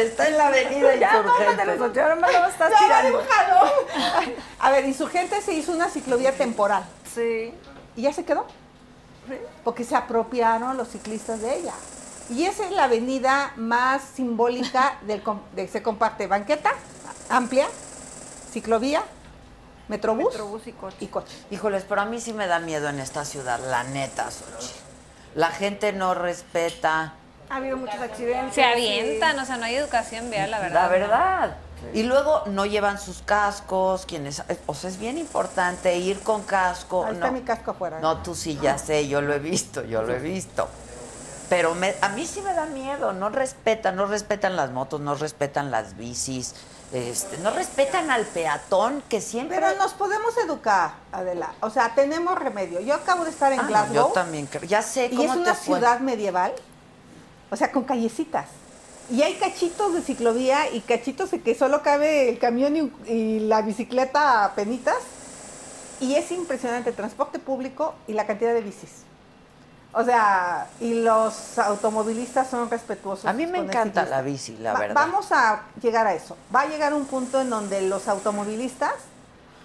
S1: Está en la avenida
S8: Ya, tómate
S1: Insurgente.
S8: los ocho, ahora me lo estás
S7: Ya va
S8: tirando.
S7: dibujado. A ver, insurgentes se hizo una ciclovía temporal.
S8: Sí.
S7: y ya se quedó. Porque se apropiaron los ciclistas de ella. Y esa es la avenida más simbólica del com- de se comparte banqueta amplia, ciclovía, metrobús,
S8: Metrobús y coche.
S7: y coche.
S1: Híjoles, pero a mí sí me da miedo en esta ciudad, la neta, Xochitl. La gente no respeta,
S8: Ha habido muchos accidentes.
S6: Se avientan, o sea, no hay educación vial, la verdad.
S1: la verdad. Y luego no llevan sus cascos, quienes, o sea, es bien importante ir con casco.
S7: Ahí
S1: no.
S7: está mi casco afuera.
S1: No, tú sí ya sé, yo lo he visto, yo lo he visto. Pero me- a mí sí me da miedo, no respetan, no respetan las motos, no respetan las bicis, este, no respetan al peatón que siempre...
S7: Pero nos podemos educar, Adela. O sea, tenemos remedio. Yo acabo de estar en
S1: Ah, no,
S7: Glasgow.
S1: Yo también creo, ya sé
S7: Y
S1: cómo
S7: es una
S1: te fue.
S7: ciudad medieval, o sea, con callecitas. Y hay cachitos de ciclovía y cachitos de que solo cabe el camión y, un- y la bicicleta a penitas. Y es impresionante el transporte público y la cantidad de bicis. O sea, y los automovilistas son respetuosos.
S1: A mí me
S7: con el
S1: encanta
S7: ciclista.
S1: la bici, la
S7: Va-
S1: verdad.
S7: Vamos a llegar a eso. Va a llegar un punto en donde los automovilistas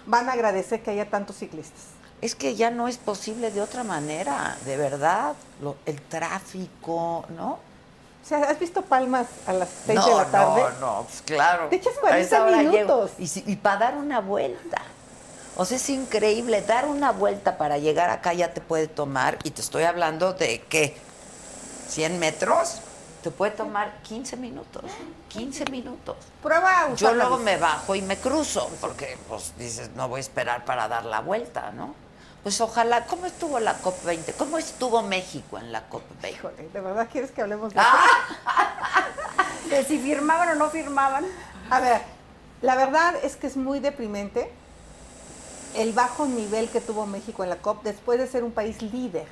S7: van a agradecer que haya tantos ciclistas.
S1: Es que ya no es posible de otra manera, de verdad. Lo- el tráfico, ¿no?
S7: O sea, ¿has visto palmas a las 6
S1: no,
S7: de la tarde?
S1: No, no, pues claro.
S7: Te echas
S1: A
S7: 40
S1: esa hora llego.
S7: minutos.
S1: Y, si- y para dar una vuelta. O sea, es increíble. Dar una vuelta para llegar acá ya te puede tomar, y te estoy hablando de qué, 100 metros. Te puede tomar 15 minutos. 15 minutos.
S7: Prueba a usar
S1: Yo
S7: la
S1: luego
S7: bici.
S1: me bajo y me cruzo, porque pues dices, no voy a esperar para dar la vuelta, ¿no? Pues ojalá, ¿cómo estuvo la COP20? ¿Cómo estuvo México en la Ah, COP20?
S7: Híjole, ¿de verdad quieres que hablemos de
S8: De si firmaban o no firmaban.
S7: eso? A ver, la verdad es que es muy deprimente el bajo nivel que tuvo México en la COP después de ser un país líder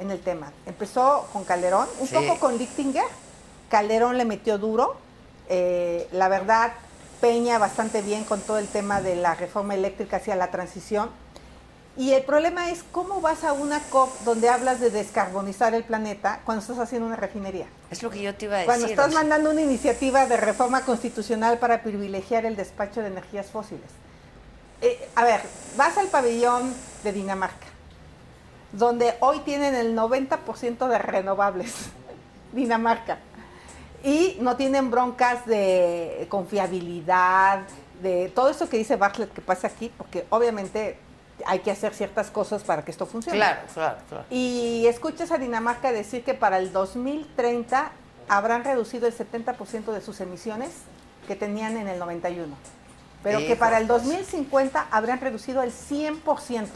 S7: en el tema. Empezó con Calderón, un
S1: Sí.
S7: poco con Lichtinger. Calderón le metió duro. Eh, la verdad, Peña bastante bien con todo el tema de la reforma eléctrica hacia la transición. Y el problema es cómo vas a una COP donde hablas de descarbonizar el planeta cuando estás haciendo una refinería.
S1: Es lo que yo te iba a decir.
S7: Cuando
S1: o
S7: estás
S1: sea,
S7: mandando una iniciativa de reforma constitucional para privilegiar el despacho de energías fósiles. Eh, a ver, vas al pabellón de Dinamarca, donde hoy tienen el 90% de renovables. Dinamarca. Y no tienen broncas de confiabilidad, de todo eso que dice Bartlett que pasa aquí, porque obviamente hay que hacer ciertas cosas para que esto funcione.
S1: Claro, claro, claro.
S7: Y escuchas a Dinamarca decir que para el 2030 habrán reducido el 70% de sus emisiones que tenían en el 91. Pero que para el
S1: Hijos.
S7: 2050 habrán reducido el 100%.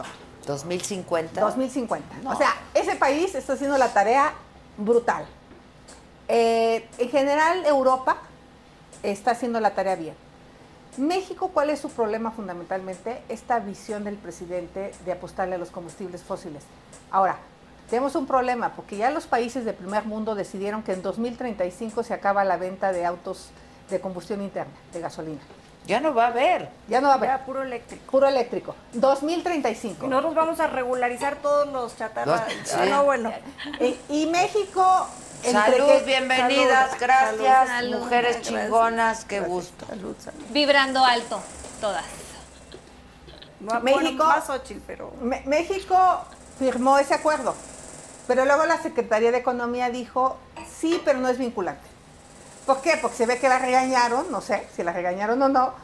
S1: 2050.
S7: 2050.
S1: No.
S7: O sea, ese país está haciendo la tarea brutal. Eh, en general, Europa está haciendo la tarea bien. México, ¿cuál es su problema fundamentalmente? Esta visión del presidente de apostarle a los combustibles fósiles. Ahora, tenemos un problema porque ya los países de primer mundo decidieron que en 2035 se acaba la venta de autos de combustión interna, de gasolina.
S1: Ya no va a haber.
S7: Ya no va a haber
S8: Ya, puro eléctrico.
S7: puro eléctrico. 2035.
S8: Y no nos vamos a regularizar todos los chatarras.
S1: Los-
S8: Ah, no, bueno.
S7: Y, y México. entre
S1: Salud,
S7: que-
S1: bienvenidas,
S8: salud,
S1: gracias.
S6: salud,
S1: Mujeres
S8: gracias.
S1: chingonas, qué gusto.
S8: Salud, salud.
S6: Vibrando alto, todas.
S8: México.
S7: México-
S8: más Xochitl, pero.
S7: Me- México firmó ese acuerdo, pero luego la Secretaría de Economía dijo, sí, pero no es vinculante. ¿Por qué? Porque se ve que la regañaron, no sé si la regañaron o no,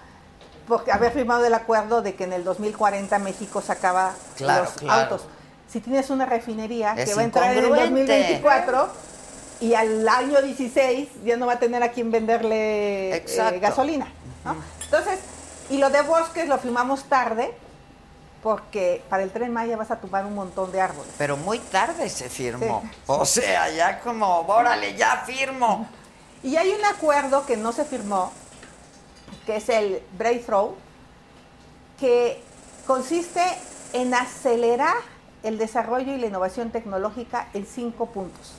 S7: porque había firmado el acuerdo de que en el 2040 México sacaba
S1: Claro,
S7: los
S1: claro.
S7: autos. Si tienes una refinería
S1: Es
S7: que va a entrar en el
S1: incongruente.
S7: 2024 y al año 16 ya no va a tener a quien venderle eh,
S1: Exacto.
S7: gasolina. ¿no? Entonces, y lo de bosques lo firmamos tarde porque para el tren Maya vas a tumbar un montón de árboles.
S1: Pero muy tarde se firmó.
S7: Sí.
S1: O sea, ya como, órale, ya firmo.
S7: Y hay un acuerdo que no se firmó, que es el breakthrough, que consiste en acelerar el desarrollo y la innovación tecnológica en cinco puntos.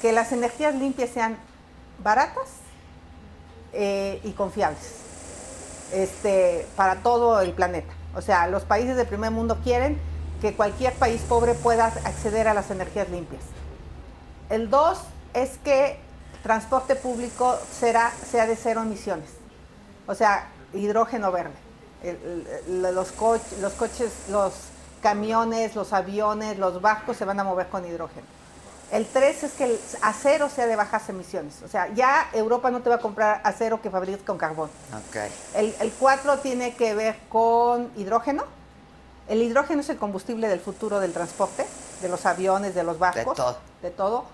S7: Que las energías limpias sean baratas eh, y confiables este, para todo el planeta. O sea, los países del primer mundo quieren que cualquier país pobre pueda acceder a las energías limpias. El dos es que transporte público será, sea de cero emisiones, o sea, hidrógeno verde. El- el- los, co- los coches, los camiones, los aviones, los barcos se van a mover con hidrógeno. El tres es que el acero sea de bajas emisiones, o sea, ya Europa no te va a comprar acero que fabriques con carbón.
S1: Ok.
S7: El, el 4 tiene que ver con hidrógeno. El hidrógeno es el combustible del futuro del transporte, de los aviones, de los barcos,
S1: De todo.
S7: de todo.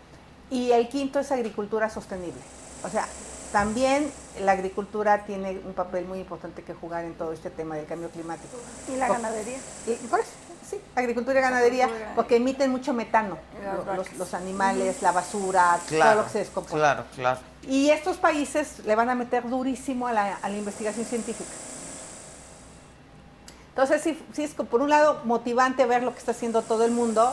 S7: Y el quinto es agricultura sostenible. O sea, también la agricultura tiene un papel muy importante que jugar en todo este tema del cambio climático.
S8: Y la ganadería.
S7: Y por eso, sí, agricultura y ganadería,
S8: Agricultura.
S7: porque emiten mucho metano,
S8: Las
S7: lo- los,
S8: vacas.
S7: los animales, la basura, todo
S1: Claro.
S7: lo que se descompone.
S1: Claro, claro.
S7: Y estos países le van a meter durísimo a la, a la investigación científica. Entonces, sí, sí es co- por un lado motivante ver lo que está haciendo todo el mundo,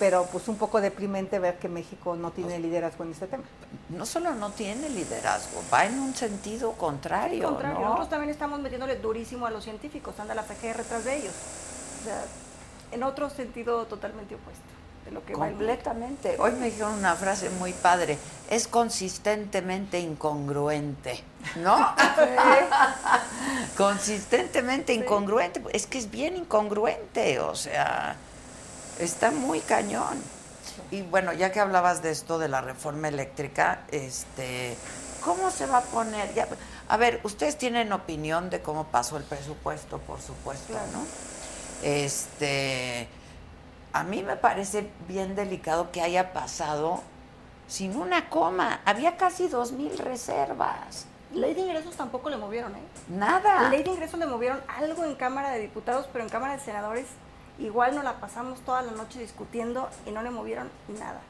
S7: pero pues un poco deprimente ver que México no tiene liderazgo en este tema.
S1: No solo no tiene liderazgo, va en un sentido
S8: Al
S1: contrario.
S8: contrario,
S1: ¿no?
S8: nosotros también estamos metiéndole durísimo a los científicos, anda la PGR tras de ellos. O sea, en otro sentido totalmente opuesto de lo que va el mundo.
S1: Completamente. Hoy me dijeron una frase muy padre. Es consistentemente incongruente, ¿no? consistentemente incongruente. Es que es bien incongruente, o sea, está muy cañón. Y bueno, ya que hablabas de esto de la reforma eléctrica, este, ¿cómo se va a poner? Ya, a ver, ustedes tienen opinión de cómo pasó el presupuesto, por supuesto, ¿no? Este, a mí me parece bien delicado que haya pasado sin una coma. Había casi dos mil reservas.
S8: Ley de ingresos tampoco le movieron, ¿eh?
S1: Nada.
S8: Ley de ingresos le movieron algo en Cámara de Diputados, pero en Cámara de Senadores igual nos la pasamos toda la noche discutiendo y no le movieron nada.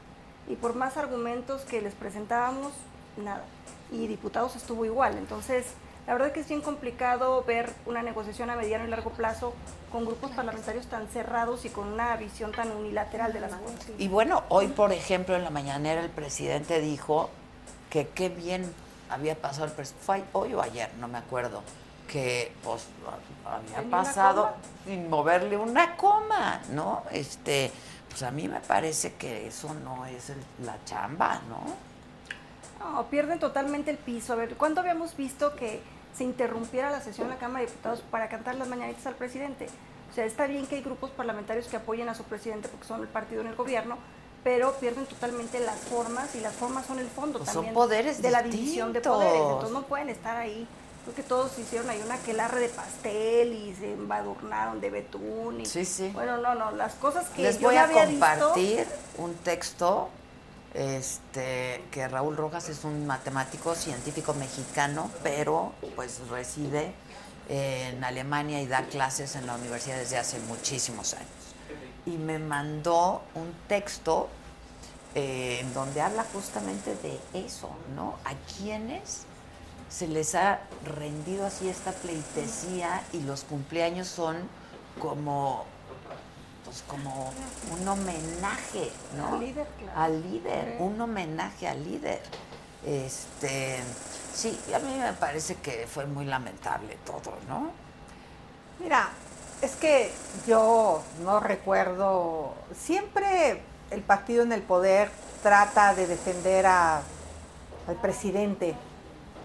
S8: Y por más argumentos que les presentábamos, nada. Y diputados estuvo igual. Entonces, la verdad que es bien complicado ver una negociación a mediano y largo plazo con grupos parlamentarios tan cerrados y con una visión tan unilateral de las cosas.
S1: Y bueno, hoy, por ejemplo, en la mañanera el presidente dijo que qué bien había pasado el presupuesto. Fue hoy o ayer, no me acuerdo. Que pues a-
S8: Sin
S1: había
S8: una
S1: pasado
S8: coma.
S1: sin moverle una coma, ¿no? Este, pues a mí me parece que eso no es el- la chamba, ¿no?
S8: No, pierden totalmente el piso. A ver, ¿cuándo habíamos visto que se interrumpiera la sesión de la Cámara de Diputados para cantar las mañanitas al presidente? O sea, está bien que hay grupos parlamentarios que apoyen a su presidente porque son el partido en el gobierno, pero pierden totalmente las formas y las formas son el fondo
S1: Pues son
S8: también
S1: poderes
S8: de la división de
S1: distintos.
S8: poderes. Entonces no pueden estar ahí. Creo que todos hicieron ahí una quelarre de pastel y se embadurnaron de betún. Y,
S1: Sí, sí.
S8: Bueno, no, no, las cosas que
S1: Les
S8: yo
S1: voy
S8: no
S1: a
S8: había visto-
S1: compartir un texto este que Raúl Rojas es un matemático científico mexicano, pero pues reside en Alemania y da clases en la universidad desde hace muchísimos años. Y me mandó un texto eh, en donde habla justamente de eso, ¿no? A quienes se les ha rendido así esta pleitesía y los cumpleaños son como pues como un homenaje, ¿no?
S8: Al líder, claro.
S1: Al líder,
S8: Sí.
S1: un homenaje al líder. Este, sí, a mí me parece que fue muy lamentable todo, ¿no?
S7: Mira, es que yo no recuerdo, siempre el partido en el poder trata de defender a- al presidente,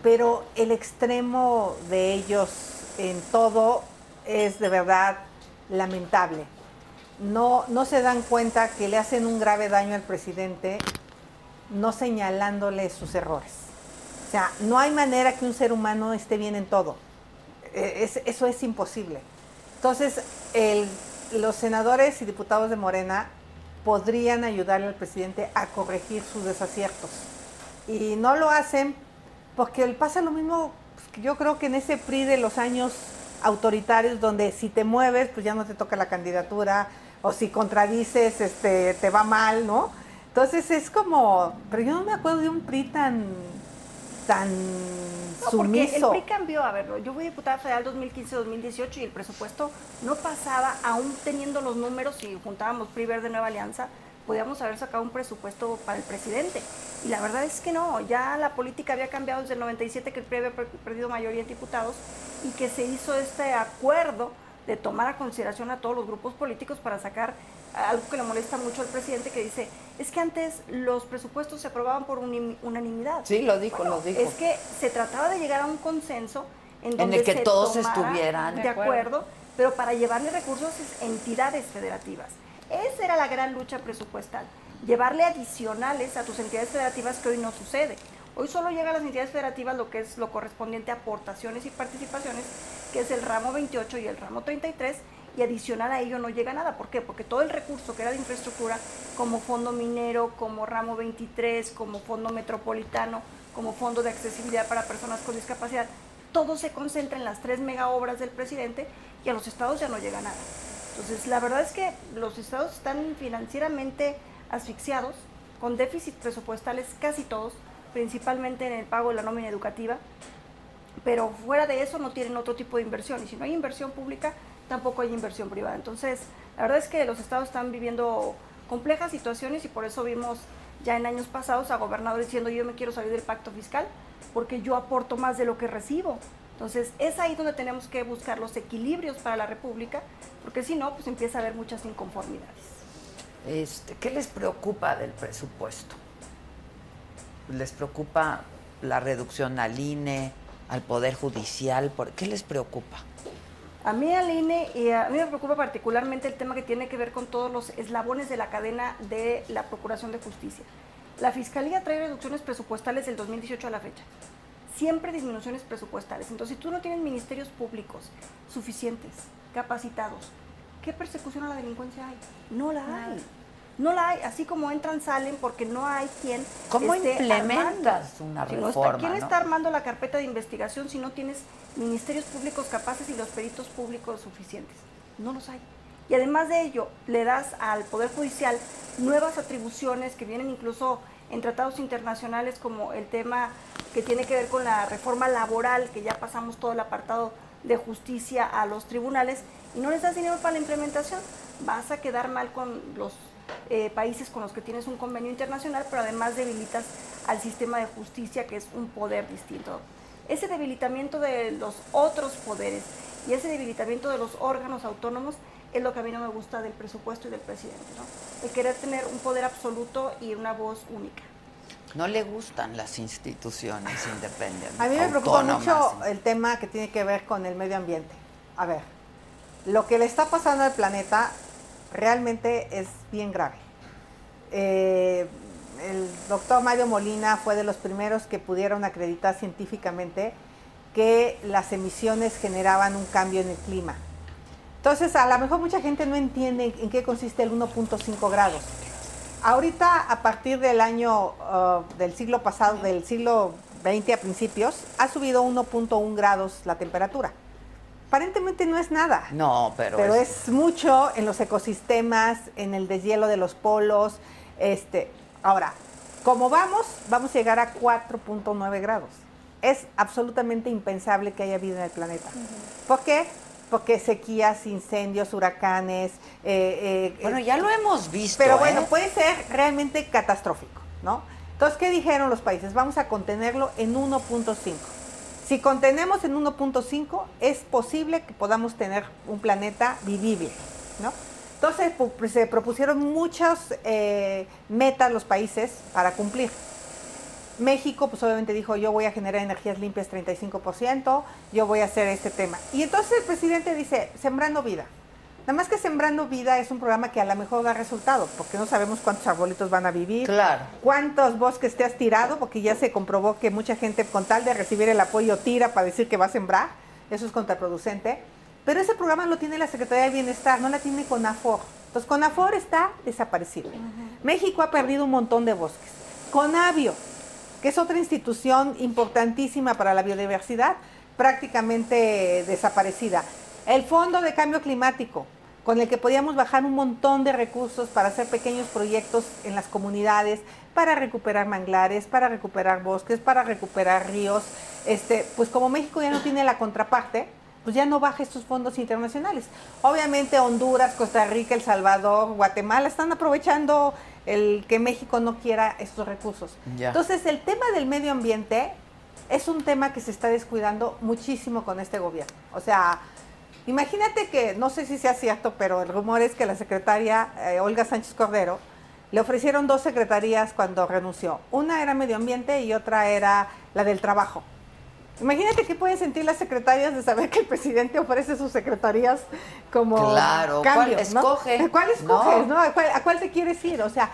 S7: pero el extremo de ellos en todo es de verdad lamentable. No, no se dan cuenta que le hacen un grave daño al presidente no señalándole sus errores. sea, no hay manera que un ser humano esté bien en todo. Eh, es- eso es imposible. Entonces, el- los senadores y diputados de Morena podrían ayudarle al presidente a corregir sus desaciertos. Y no lo hacen porque le pasa lo mismo, pues, que yo creo que en ese PRI de los años autoritarios, donde si te mueves, pues ya no te toca la candidatura, o si contradices, este, te va mal, ¿no? Entonces es como, pero yo no me acuerdo de un PRI tan, tan
S8: No, porque el
S7: sumiso.
S8: PRI cambió, a verlo. Yo fui diputada federal 2015-2018 y el presupuesto no pasaba, aún teniendo los números y juntábamos PRI Verde Nueva Alianza, podíamos haber sacado un presupuesto para el presidente. Y la verdad es que no, ya la política había cambiado desde el 97 que el PRI había per- perdido mayoría de diputados y que se hizo este acuerdo de tomar a consideración a todos los grupos políticos para sacar algo que le molesta mucho al presidente que dice, es que antes los presupuestos se aprobaban por unim- unanimidad.
S1: Sí, lo dijo,
S8: Bueno,
S1: lo dijo.
S8: Es que se trataba de llegar a un consenso en,
S1: En
S8: donde
S1: el que
S8: se
S1: todos
S8: tomara
S1: estuvieran
S8: de
S1: de
S8: acuerdo, pero para llevarle recursos a entidades federativas. Esa era la gran lucha presupuestal, llevarle adicionales a tus entidades federativas que hoy no sucede. Hoy solo llega a las entidades federativas lo que es lo correspondiente a aportaciones y participaciones, que es el ramo 28 y el ramo 33, y adicional a ello no llega nada. ¿Por qué? Porque todo el recurso que era de infraestructura, como fondo minero, como ramo 23, como fondo metropolitano, como fondo de accesibilidad para personas con discapacidad, todo se concentra en las tres mega obras del presidente y a los estados ya no llega nada. Entonces, la verdad es que los estados están financieramente asfixiados, con déficit presupuestales casi todos, principalmente en el pago de la nómina educativa, pero fuera de eso no tienen otro tipo de inversión y si no hay inversión pública tampoco hay inversión privada. Entonces, la verdad es que los estados están viviendo complejas situaciones y por eso vimos ya en años pasados a gobernadores diciendo yo me quiero salir del pacto fiscal porque yo aporto más de lo que recibo. Entonces, es ahí donde tenemos que buscar los equilibrios para la República, porque si no, pues empieza a haber muchas inconformidades.
S1: Este, ¿Qué les preocupa del presupuesto? ¿Les preocupa la reducción al INE, al Poder Judicial? ¿Por ¿Qué les preocupa?
S8: A mí, al INE, y a mí me preocupa particularmente el tema que tiene que ver con todos los eslabones de la cadena de la Procuración de Justicia. La Fiscalía trae reducciones presupuestales del 2018 a la fecha. Siempre disminuciones presupuestales. Entonces, si tú no tienes ministerios públicos suficientes, capacitados, ¿qué persecución a la delincuencia hay? No la hay. No la hay. Así como entran, salen, porque no hay quien.
S1: ¿Cómo
S8: esté
S1: implementas
S8: armando.
S1: una
S8: Si no está-
S1: reforma,
S8: ¿Quién
S1: no?
S8: está armando la carpeta de investigación si no tienes ministerios públicos capaces y los peritos públicos suficientes? No los hay. Y además de ello, le das al Poder Judicial nuevas atribuciones que vienen incluso en tratados internacionales como el tema que tiene que ver con la reforma laboral, que ya pasamos todo el apartado de justicia a los tribunales, y no les das dinero para la implementación. Vas a quedar mal con los eh, países con los que tienes un convenio internacional, pero además debilitas al sistema de justicia, que es un poder distinto. Ese debilitamiento de los otros poderes y ese debilitamiento de los órganos autónomos es lo que a mí no me gusta del presupuesto y del presidente, ¿no? El querer tener un poder absoluto y una voz única.
S1: No le gustan las instituciones independientes.
S7: A mí me preocupa
S1: autónomas,
S7: mucho el tema que tiene que ver con el medio ambiente. A ver, lo que le está pasando al planeta realmente es bien grave. Eh, el doctor Mario Molina fue de los primeros que pudieron acreditar científicamente que las emisiones generaban un cambio en el clima. Entonces, a lo mejor mucha gente no entiende en- en qué consiste el 1.5 grados. Ahorita, a partir del año ah, del siglo pasado, del siglo 20 a principios, ha subido 1.1 grados la temperatura. Aparentemente no es nada,
S1: No, pero,
S7: pero
S1: es,
S7: es mucho en los ecosistemas, en el deshielo de los polos. Este, ahora, como vamos, vamos a llegar a 4.9 grados. Es absolutamente impensable que haya vida en el planeta. ¿Por qué? Porque sequías, incendios, huracanes. eh, eh,
S1: Bueno,
S7: eh,
S1: ya lo hemos visto.
S7: pero bueno,
S1: ¿eh?
S7: puede ser realmente catastrófico, ¿no? Entonces, ¿qué dijeron los países? Vamos a contenerlo en 1.5. Si contenemos en 1.5, es posible que podamos tener un planeta vivible, ¿no? Entonces, pu- pues, se propusieron muchas eh, metas los países para cumplir. México, pues obviamente dijo, yo voy a generar energías limpias 35%, yo voy a hacer este tema. Y entonces el presidente dice, sembrando vida. Nada más que Sembrando Vida es un programa que a lo mejor da resultado, porque no sabemos cuántos arbolitos van a vivir,
S1: Claro.
S7: cuántos bosques te has tirado, porque ya se comprobó que mucha gente con tal de recibir el apoyo tira para decir que va a sembrar, eso es contraproducente. Pero ese programa lo tiene la Secretaría de Bienestar, no la tiene CONAFOR. Entonces CONAFOR está desaparecido. México ha perdido un montón de bosques. CONAVIO, que es otra institución importantísima para la biodiversidad, prácticamente desaparecida. El Fondo de Cambio Climático, con el que podíamos bajar un montón de recursos para hacer pequeños proyectos en las comunidades, para recuperar manglares, para recuperar bosques, para recuperar ríos. Este, pues como México ya no tiene la contraparte, pues ya no baja estos fondos internacionales. Obviamente Honduras, Costa Rica, El Salvador, Guatemala están aprovechando el que México no quiera estos recursos.
S1: Ya.
S7: Entonces el tema del medio ambiente es un tema que se está descuidando muchísimo con este gobierno. O sea, imagínate que, no sé si sea cierto, pero el rumor es que la secretaria eh, Olga Sánchez Cordero le ofrecieron dos secretarías cuando renunció. Una era medio ambiente y otra era la del trabajo. Imagínate qué pueden sentir las secretarias de saber que el presidente ofrece sus secretarías como
S1: Claro, ¿cuál
S7: cambio, ¿no?
S1: escoge?
S7: ¿Cuál escoges?
S1: No.
S7: ¿no? ¿A, cuál, a cuál te quieres ir? O sea,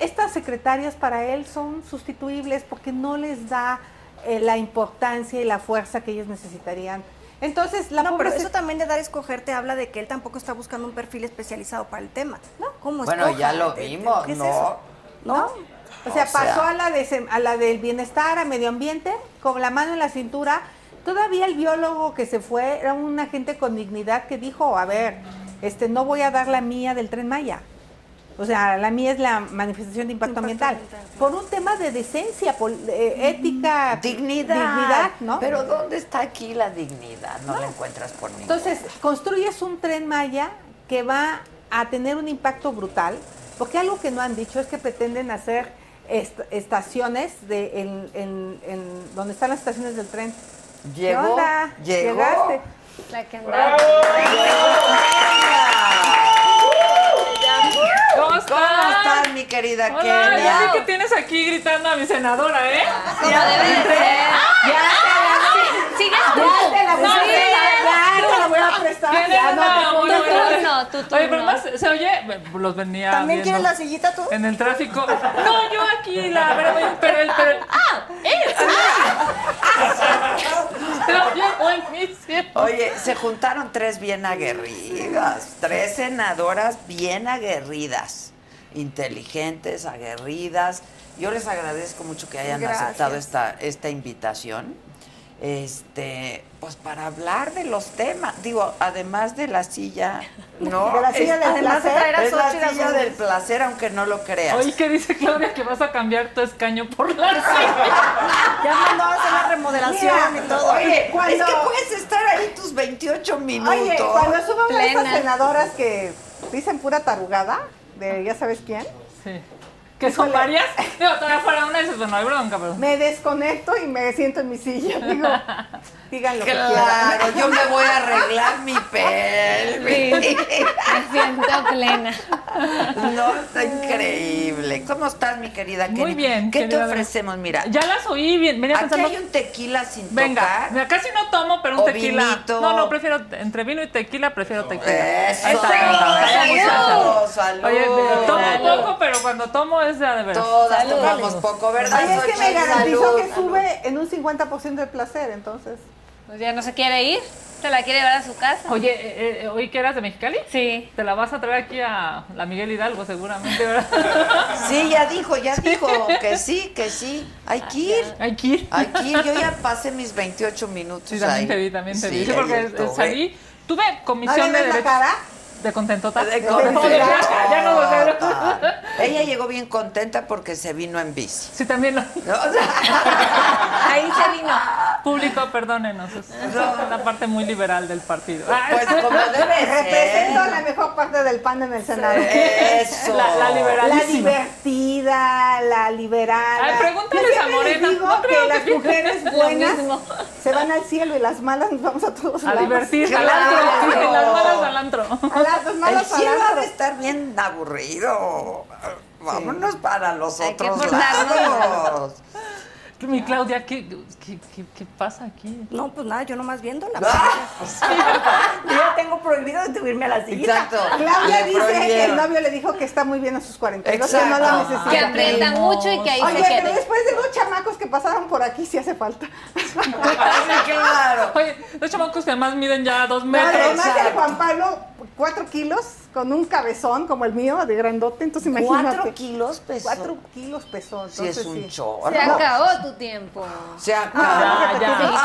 S7: estas secretarias para él son sustituibles porque no les da eh, la importancia y la fuerza que ellos necesitarían. Entonces, la
S8: no,
S7: pobre
S8: pero
S7: se-
S8: eso también de dar a escoger te habla de que él tampoco está buscando un perfil especializado para el tema. ¿No? ¿Cómo
S1: Bueno,
S8: escoja?
S1: ya lo
S8: Te- te-
S1: vimos,
S8: ¿qué es
S1: ¿no?
S8: eso? ¿No?
S7: O sea,
S1: O sea.
S7: pasó a la, de sem- a la del bienestar, a medio ambiente, con la mano en la cintura. Todavía el biólogo que se fue era una gente con dignidad que dijo, a ver, este, no voy a dar la mía del tren Maya. O sea, la mía es la manifestación de impacto,
S8: Impacto
S7: ambiental.
S8: ambiental, claro.
S7: Por un tema de decencia, pol- eh, ética,
S1: Dignidad.
S7: dignidad, ¿no?
S1: Pero ¿dónde está aquí la dignidad? No, la encuentras por ningún
S7: Entonces, construyes un tren Maya que va a tener un impacto brutal, porque algo que no han dicho es que pretenden hacer est- estaciones de en, en- en donde están las estaciones del tren.
S1: Llegó,
S7: ¿Qué onda?
S1: llegó.
S7: Llegaste.
S6: La que andaba.
S2: ¿Cómo
S1: ¿Cómo
S2: estás?
S1: estás, mi querida
S2: Hola,
S1: Kenia?
S2: ya sé que tienes aquí gritando a mi senadora, ¿eh?
S6: Como debe de ser. Sigues tú.
S7: Ah, Ya te la voy a
S2: Sí.
S7: prestar, ya te la voy a prestar,
S2: Tienes
S7: ya
S2: una
S7: no te
S2: muy
S7: pongas-
S2: buena-
S6: turno, tu
S2: Oye, pero
S6: turno.
S2: además, ¿se oye? Los venía
S8: ¿También
S2: viendo
S8: quieres la sillita tú?
S2: En el tráfico. No, yo aquí, la verdad, pero el... Pero Ah. el ¡Ah! ¡Eh! Se oye buenísimo.
S1: Oye, se juntaron tres bien aguerridas, tres senadoras bien aguerridas, inteligentes, aguerridas. Yo les agradezco mucho que hayan
S8: Gracias.
S1: aceptado esta, esta invitación. Este, pues para hablar de los temas, digo, además de la silla, no,
S7: De la silla
S1: es-
S7: del
S1: es la-
S7: placer.
S1: es la
S8: Xochitl
S1: silla
S8: Gálvez.
S1: del placer, aunque no lo creas.
S2: Oye, ¿qué dice Claudia? Que vas a cambiar tu escaño por la silla.
S8: Ya mandó a hacer la remodelación
S7: Mira,
S8: y todo.
S1: Oye,
S7: cuando-
S1: es que puedes estar ahí tus 28 minutos.
S7: Oye, cuando suban
S6: Plena.
S7: esas senadoras que dicen pura tarugada, de ya sabes quién,
S2: Sí. ¿Que son
S7: Híjole.
S2: varias? Digo, todavía fuera una y dices, bueno, hay bronca, pero...
S7: me desconecto y me siento en mi silla. Digo, digan lo que quieran.
S1: Claro, yo me voy a arreglar mi pelvis.
S6: Me siento plena.
S1: No, está increíble. ¿Cómo estás, mi querida Kenia?
S2: Muy bien,
S1: ¿Qué te
S2: querida.
S1: ofrecemos? Mira,
S2: Ya las oí bien, venía
S1: aquí
S2: pensando...
S1: hay un tequila sin
S2: Venga,
S1: tocar.
S2: mira, casi no tomo, pero un
S1: O
S2: tequila.
S1: vinito.
S2: No, no, prefiero entre vino y tequila, prefiero tequila.
S1: Eso.
S2: Esa onda, esa
S1: Salud,
S2: muchacha.
S1: salud.
S2: Oye, pero tomo
S1: Salud.
S2: poco, pero cuando tomo es de a de veras.
S1: Todas tomamos poco, ¿verdad?
S7: Oye, es que me
S1: Xochitl?
S7: garantizó
S1: Salud.
S7: que sube en un 50% de placer, entonces.
S6: Pues ya no se quiere ir. Se la quiere llevar a su casa.
S2: Oye, eh, eh, ¿oí que eras de Mexicali?
S6: Sí.
S2: Te la vas a traer aquí a la Miguel Hidalgo, seguramente, ¿verdad?
S1: Sí, ya dijo, ya dijo que sí, que sí. Hay que
S2: Ah,
S1: ir.
S2: Aquí.
S1: Hay que ir. Yo ya pasé mis 28 minutos
S2: Sí,
S1: ahí.
S2: también te vi, también te vi.
S1: Sí,
S2: Sí, porque
S1: ahí estuve.
S2: eh, salí, tuve
S7: ¿No
S2: comisión
S7: le
S2: de
S7: ves la
S2: derechos.
S7: cara?
S2: De contentota.
S1: De
S2: No, de flaca, ya no lo sé.
S1: contenta. Ella llegó bien contenta porque se vino en bici.
S2: Sí, también lo...
S1: ¿no? O sea,
S6: Ahí se vino.
S2: Público, perdónenos. Es es una parte muy liberal del partido.
S1: pues como debe ser.
S7: Represento la mejor parte del pan en el Senado.
S1: Eso.
S2: La- la liberal.
S7: La
S2: Clarísima.
S7: divertida, la liberal.
S2: Ay, pregúntales
S7: Yo siempre
S2: a
S7: les
S2: Morena,
S7: digo
S2: no creo
S7: que las
S2: que-
S7: mujeres
S2: Lo
S7: buenas
S2: mismo.
S7: se van al cielo y las malas nos vamos a todos
S2: A
S7: lados.
S2: divertirse al
S1: Claro.
S2: antro. sí, las balas al antro.
S7: A las dos
S1: El
S7: malas
S1: cielo ha de
S7: palabras.
S1: estar bien aburrido. Vámonos para los
S6: Hay que
S1: otros
S6: portarnos.
S1: lados.
S2: Mi Claudia, ¿qué, qué, qué, qué pasa aquí?
S8: No, pues nada, yo nomás viéndola.
S1: Ah,
S2: Fíjate
S8: tengo prohibido de subirme a la silla.
S1: Exacto.
S7: Claudia
S1: Le
S7: dice que el
S1: prohibieron.
S7: novio le dijo que está muy bien a sus 42, que no
S1: Exacto.
S7: la
S1: Ah,
S7: necesita.
S6: Que aprieta mucho y que ahí
S7: Oye,
S6: se
S7: pero
S6: quede.
S7: después de los chamacos que pasaron por aquí, sí hace falta.
S1: Sí, claro.
S2: Oye, los chamacos que además miden ya dos
S7: No,
S2: metros.
S7: además el
S1: Exacto.
S7: Juan Pablo, 4 kilos, con un cabezón como el mío, de grandote, entonces imagínate.
S1: Cuatro kilos pesó.
S7: 4 kilos pesó,
S1: Sí,
S7: entonces
S1: es
S7: sí.
S1: un chorro.
S6: Se acabó tu tiempo.
S1: Se acabó.
S2: Ya, ya.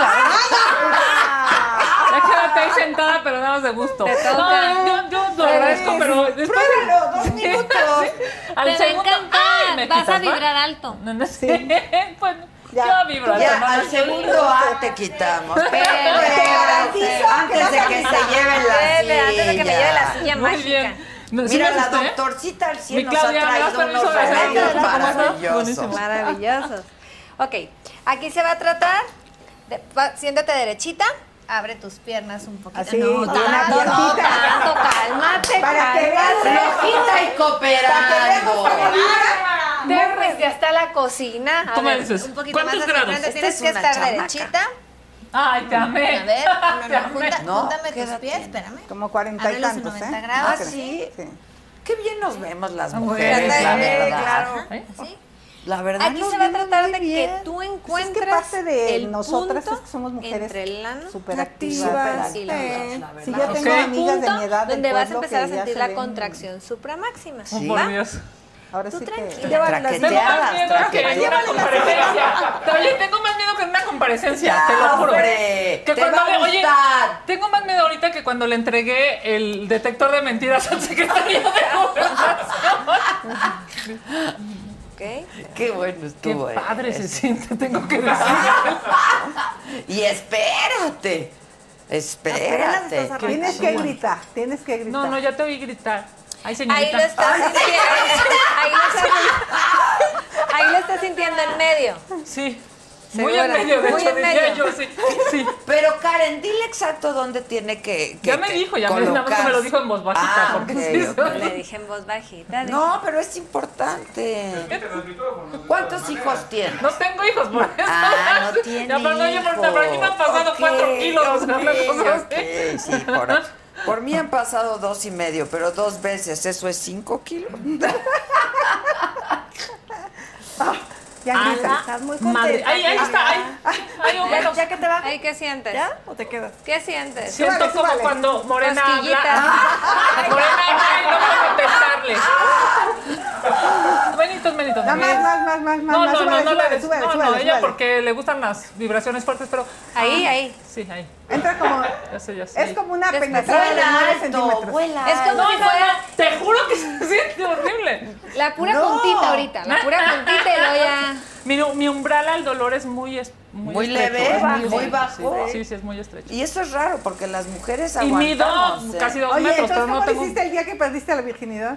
S2: Ya quédate ahí sentada, pero nada más de gusto.
S6: toca.
S2: No, yo, yo lo agradezco, pero después.
S7: Pruébalo, dos minutos.
S2: Al
S6: Te va a
S2: segundo, ay,
S6: encantar.
S2: me
S6: Vas
S2: quitas,
S6: a
S2: ¿va?
S6: vibrar alto.
S2: No, no sé. pues
S7: Ya.
S2: yo vibro.
S1: Ya,
S2: hermano,
S1: al
S2: sí.
S1: segundo ah. A te quitamos. Pero,
S7: Te garantizo
S1: antes de que se lleven la
S6: Debe,
S1: silla.
S6: antes de que me lleve la silla
S2: Muy
S6: mágica.
S2: bien. No, ¿sí
S1: Mira,
S2: me
S1: la
S2: asusté?
S1: doctorcita al
S2: Mi
S1: cielo nos ha
S2: Claudia, ¿me das
S1: traído
S2: permiso
S1: unos
S2: de hacer
S1: remedios
S2: algo? ¿Cómo estás?
S1: maravillosos.
S2: Buenísimo.
S6: Maravillosos. Ok, aquí se va a tratar. de- va- siéntate derechita. Abre tus piernas un poquito.
S7: Así,
S6: no,
S7: con una
S6: tanto, no,
S7: piernita.
S6: tanto, cálmate,
S7: Para que veas
S6: cálmate.
S1: Flojita y cooperando.
S6: Te fuiste hasta pues, la cocina. A
S2: ¿Cómo
S6: ver,
S2: dices?
S6: un poquito más
S2: ¿Cuántos
S6: hacia
S2: grados?
S6: enfrente.
S1: Esta
S6: Tienes
S1: Este es
S6: que
S1: una
S6: estar
S1: chamaca.
S6: derechita.
S2: Ay, te amé.
S6: A ver, no,
S2: Te
S6: no,
S2: amé.
S6: junta-
S1: No,
S6: júntame
S1: ¿qué
S6: tus
S1: edad
S6: pies,
S1: tiene?
S6: espérame.
S7: Como cuarenta y
S6: Ábrelos en
S7: tantos,
S6: 90
S7: ¿eh?
S6: grados.
S7: Ah,
S1: Ah, sí.
S7: Sí.
S1: Qué bien nos vemos las
S2: Ah, bueno.
S1: mujeres, la
S6: Trata de-
S1: verdad.
S6: claro. ¿Sí?
S1: La verdad.
S6: Aquí
S1: nos
S6: se va a
S1: vemos
S6: tratar
S1: muy
S6: de que
S1: bien.
S6: tú
S7: Pues es
S6: encuentres
S7: que parte de
S6: el
S7: nosotras
S6: punto
S7: es que somos mujeres
S6: entre el ano
S7: superactivas.
S6: y la
S8: eh.
S6: otra.
S7: Sí, yo tengo
S2: Ok.
S7: amigas de
S6: Punto
S7: mi edad del
S6: donde vas a
S7: pueblo
S6: empezar a
S7: que ya
S6: sentir
S7: se
S6: la
S7: ven-
S6: contracción supramáxima.
S2: Oh,
S6: ¿va?
S2: por Dios.
S7: Ahora
S6: Tú
S7: sí
S6: tranquila.
S7: que...
S8: Llevan las
S2: Tengo más
S1: Traqueteadas,
S2: miedo que en una
S1: traqueteadas.
S2: comparecencia. Oye, tengo más miedo que en una comparecencia,
S1: Ya,
S2: te lo juro.
S1: hombre,
S2: que
S1: te
S2: cuando
S1: va a
S2: le- oye,
S1: gustar.
S2: tengo más miedo ahorita que cuando le entregué el detector de mentiras al secretario de Gobernación.
S6: ¿ok?
S1: Qué bueno
S2: Qué
S1: estuvo. eh.
S2: padre se siente, tengo que decir.
S1: Y espérate. Espérate.
S8: estás
S1: Qué-
S7: Tienes que gritar, tienes que gritar.
S2: No, no, ya te oí gritar. Ay,
S6: Ahí
S2: señorita.
S6: lo estás sintiendo. Ahí lo estás, ahí lo estás sintiendo en medio.
S2: Sí. Muy
S6: Segura.
S2: en medio, de
S6: Muy
S2: hecho,
S6: en
S2: diría
S6: medio.
S2: yo, sí. sí.
S1: Pero Karen, dile exacto dónde tiene que. que-
S2: Ya me
S1: que
S2: dijo, ya me- nada más que me lo
S1: colocarse.
S2: dijo en voz bajita,
S1: Ah,
S2: porque
S1: ok,
S2: sí,
S1: ok.
S2: soy-
S6: Le dije en voz bajita. dije,
S1: No, pero es importante. ¿Cuántos hijos tiene?
S2: No tengo hijos, por eso.
S1: Ah, no tiene.
S2: Ya, pero no, yo por por aquí me han pasado
S1: Ok,
S2: cuatro kilos. una
S1: ok,
S2: cosa
S1: ok,
S2: así.
S1: sí, por, por mí han pasado dos y medio, pero dos veces, ¿eso es cinco kilos?
S7: Ya
S2: Ah,
S7: grita.
S8: Estás muy
S2: Madre,
S8: contenta.
S2: ahí, ahí está, ahí. Ahí, bueno,
S8: ¿Ya que te va?
S6: Ay, ¿qué sientes?
S8: ¿Ya? ¿O te quedas?
S6: ¿Qué sientes?
S2: siento
S7: súbale,
S2: como
S7: súbale.
S2: cuando Morena habla.
S6: Cosquillitas.
S2: Morena habla y no puedo contestarle. Benitos, benitos.
S7: Nada más, más, más, más,
S2: No,
S7: más.
S2: no, no, no,
S7: súbale,
S2: la
S7: súbale,
S2: des-
S7: súbale,
S2: no, no,
S7: súbale,
S2: ella
S7: súbale.
S2: porque le gustan las vibraciones fuertes, pero Ah,
S6: Ahí, ahí.
S2: sí, ahí,
S7: Entra como...
S2: ya sé, ya sé.
S7: Es como una
S6: Despacio.
S7: penetración de 9
S1: alto,
S7: centímetros.
S1: vuela.
S6: Es como
S2: No,
S6: si
S2: no, no,
S6: fuera
S2: te juro que se siente horrible.
S6: la pura puntita ahorita. La pura puntita y luego ya.
S2: Mi, mi umbral al dolor es muy, es- muy,
S1: Muy
S2: estrecho,
S1: leve,
S2: es
S1: muy
S2: estrecho,
S1: bajo.
S2: Sí, sí, sí, es muy estrecho.
S1: Y eso es raro, porque las mujeres
S2: Y mido
S1: aguantamos. ¿eh?
S2: casi dos
S7: Oye,
S2: metros,
S7: entonces,
S2: pero
S7: ¿cómo
S2: no
S7: lo
S2: tengo.
S7: hiciste el día que perdiste la virginidad?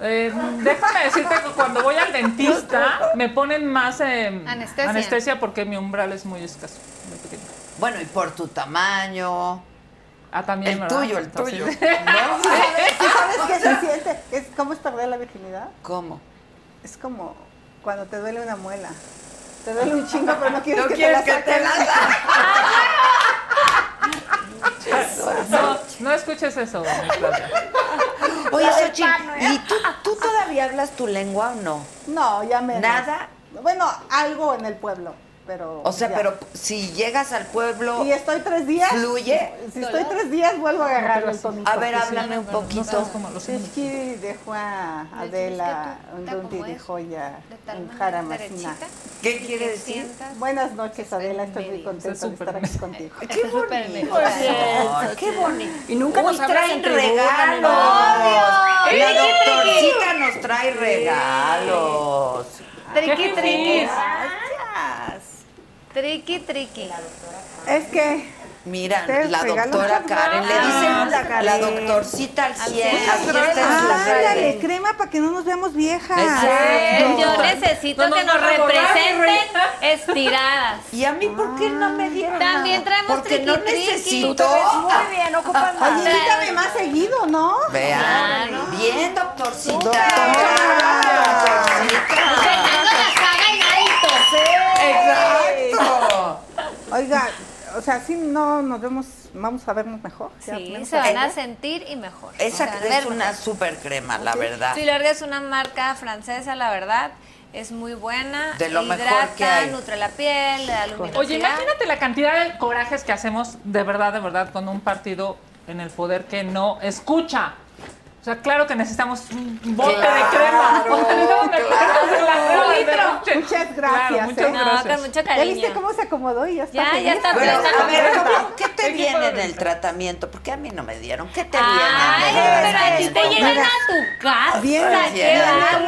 S2: Eh, déjame decirte que cuando voy al dentista me ponen más eh,
S6: Anestesia.
S2: porque mi umbral es muy escaso, muy pequeño.
S1: Bueno, y por tu tamaño.
S2: Ah, también,
S1: El
S2: ¿verdad?
S1: tuyo, el
S2: Entonces,
S1: tuyo. ¿No?
S7: ¿Sí sabes qué se siente? Es, ¿Cómo es perder la virginidad?
S1: ¿Cómo?
S7: Es como cuando te duele una muela. Te duele un chingo, pero no quieres
S1: No
S7: que
S1: quieres
S7: te
S1: que
S7: la
S1: te
S7: saquen.
S1: la saquen.
S2: No, no escuches eso, mi Claudia.
S1: Oye, Xochitl, ¿y tú, tú todavía hablas tu lengua o no?
S7: No, ya me...
S1: ¿Nada?
S7: Bueno, algo en el pueblo, pero...
S1: O sea,
S7: ya.
S1: pero si llegas al pueblo,
S7: Y estoy tres días.
S1: ¿fluye?
S7: Si estoy tres días, vuelvo a agarrar el tonito.
S1: a ver, háblame un poquito.
S2: Estamos como los
S7: Sishki dejó a
S6: Le tienes
S7: Adela
S6: que
S7: un
S6: apuntar
S7: donde
S6: como es,
S7: dijo ya
S6: De tal
S7: un
S6: manera
S7: jaramacina.
S6: derechita.
S1: ¿Qué quiere
S6: que
S1: decir?
S6: sientas-
S7: Buenas noches,
S6: Está en
S7: Adela. Estoy muy
S6: medio.
S7: contenta de
S2: Está
S7: estar aquí contigo.
S6: Está súper bien.
S1: Ay, ¡Qué bonito!
S8: Y nunca
S1: Uy,
S8: nos hablas
S1: traen
S8: en tribuna, ni
S1: regalos.
S6: nada. Obvio.
S1: La
S6: Triqui, triqui.
S1: doctorcita nos trae regalos.
S6: Triqui,
S2: Qué
S6: triqui.
S2: feliz.
S6: Triqui, triqui.
S7: Es que
S1: Mira,
S7: Ustedes
S1: la
S7: regalan
S1: doctora
S7: muchas Ah,
S1: Karen, le
S7: gracias.
S1: dicen
S8: Muchas
S1: la,
S8: gracias,
S1: la
S8: Karen.
S1: doctorcita al cielo.
S6: muchas
S1: Aquí
S6: gracias.
S1: está en la
S7: ándale
S1: radio.
S7: crema para que no nos veamos viejas.
S1: Exacto.
S6: Yo necesito
S2: No, no,
S6: que
S2: no,
S6: nos
S2: no, no, no,
S6: representen
S2: no,
S6: estiradas.
S1: ¿Y a mí por qué no me dieron
S6: También
S1: nada?
S6: traemos
S1: Porque
S6: triqui,
S1: no Ah,
S6: triqui.
S1: necesito.
S6: Tú te ves
S8: Muy bien, ocupas
S7: Oye,
S8: más.
S7: invítame más seguido, ¿no?
S1: Vean, bien, doctorcita.
S6: Fernando las paga en alto.
S1: Exacto.
S7: Oiga, o sea, sí no nos vemos, vamos a vernos mejor. ya,
S6: Sí,
S7: menos
S6: se van a
S7: acá.
S6: sentir y mejor. Se van a
S1: Esa
S6: ver
S1: es una super crema, la verdad.
S6: Filorga es una marca francesa, la verdad. Es muy buena.
S1: De lo
S6: hidrata,
S1: mejor que hay.
S6: nutre la piel, le da luminosidad.
S2: Oye, imagínate la cantidad de corajes que hacemos de verdad, de verdad, con un partido en el poder que no escucha. O sea, claro que necesitamos un bote
S1: Claro,
S2: de crema. O sea, necesitamos una crema de la-
S7: Claro,
S2: de la noche.
S7: Muchas gracias.
S2: Claro, muchas
S7: ¿eh?
S6: No,
S2: gracias.
S6: con mucho
S7: ¿Ya viste
S6: cariño.
S7: cómo se acomodó y ya está?
S6: Ya,
S7: feliz?
S6: ya está
S1: Pero,
S6: Pero
S1: a
S6: está
S1: ver,
S6: perfecta.
S1: ¿cómo- ¿qué te
S2: Equipo
S1: viene en
S2: de-
S1: el tratamiento? Porque a mí no me dieron. ¿Qué te
S6: Ay,
S1: viene? en el
S6: pero a ti te
S1: tratamiento?
S6: llegan
S7: Mira.
S6: a tu casa.
S7: Bien,
S1: Ay,
S6: qué
S1: bien,
S6: bárbaro.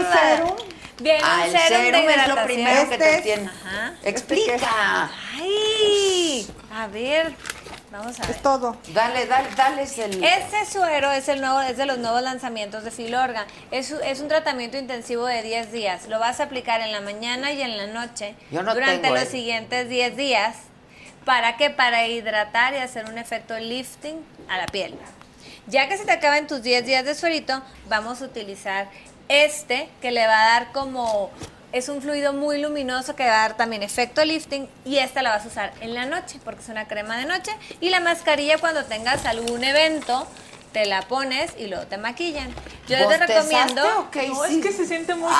S1: un serum.
S6: Bien, un
S1: Ah, el
S6: serum de
S1: serum es lo
S6: hidratación.
S1: primero que te
S7: Este es-
S1: tiene.
S6: Ajá.
S1: Explica.
S6: Ay, a ver, vamos a ver.
S7: Es todo.
S1: Dale, dale, dale es el.
S6: Este suero es, el nuevo, es de los nuevos lanzamientos de Filorga. Es, u- es un tratamiento intensivo de 10 días. Lo vas a aplicar en la mañana y en la noche
S1: Yo no
S6: durante
S1: tengo,
S6: los
S1: ¿eh?
S6: siguientes 10 días. ¿Para qué? Para hidratar y hacer un efecto lifting a la piel. Ya que se te acaban tus 10 días de suerito, vamos a utilizar este que le va a dar como... Es un fluido muy luminoso que va a dar también efecto lifting y esta la vas a usar en la noche porque es una crema de noche y la mascarilla cuando tengas algún evento te la pones y luego te maquillan. Yo te
S1: ¿Bostezaste
S6: recomiendo...
S1: o qué
S2: No, es
S1: hiciste?
S2: que se siente muy...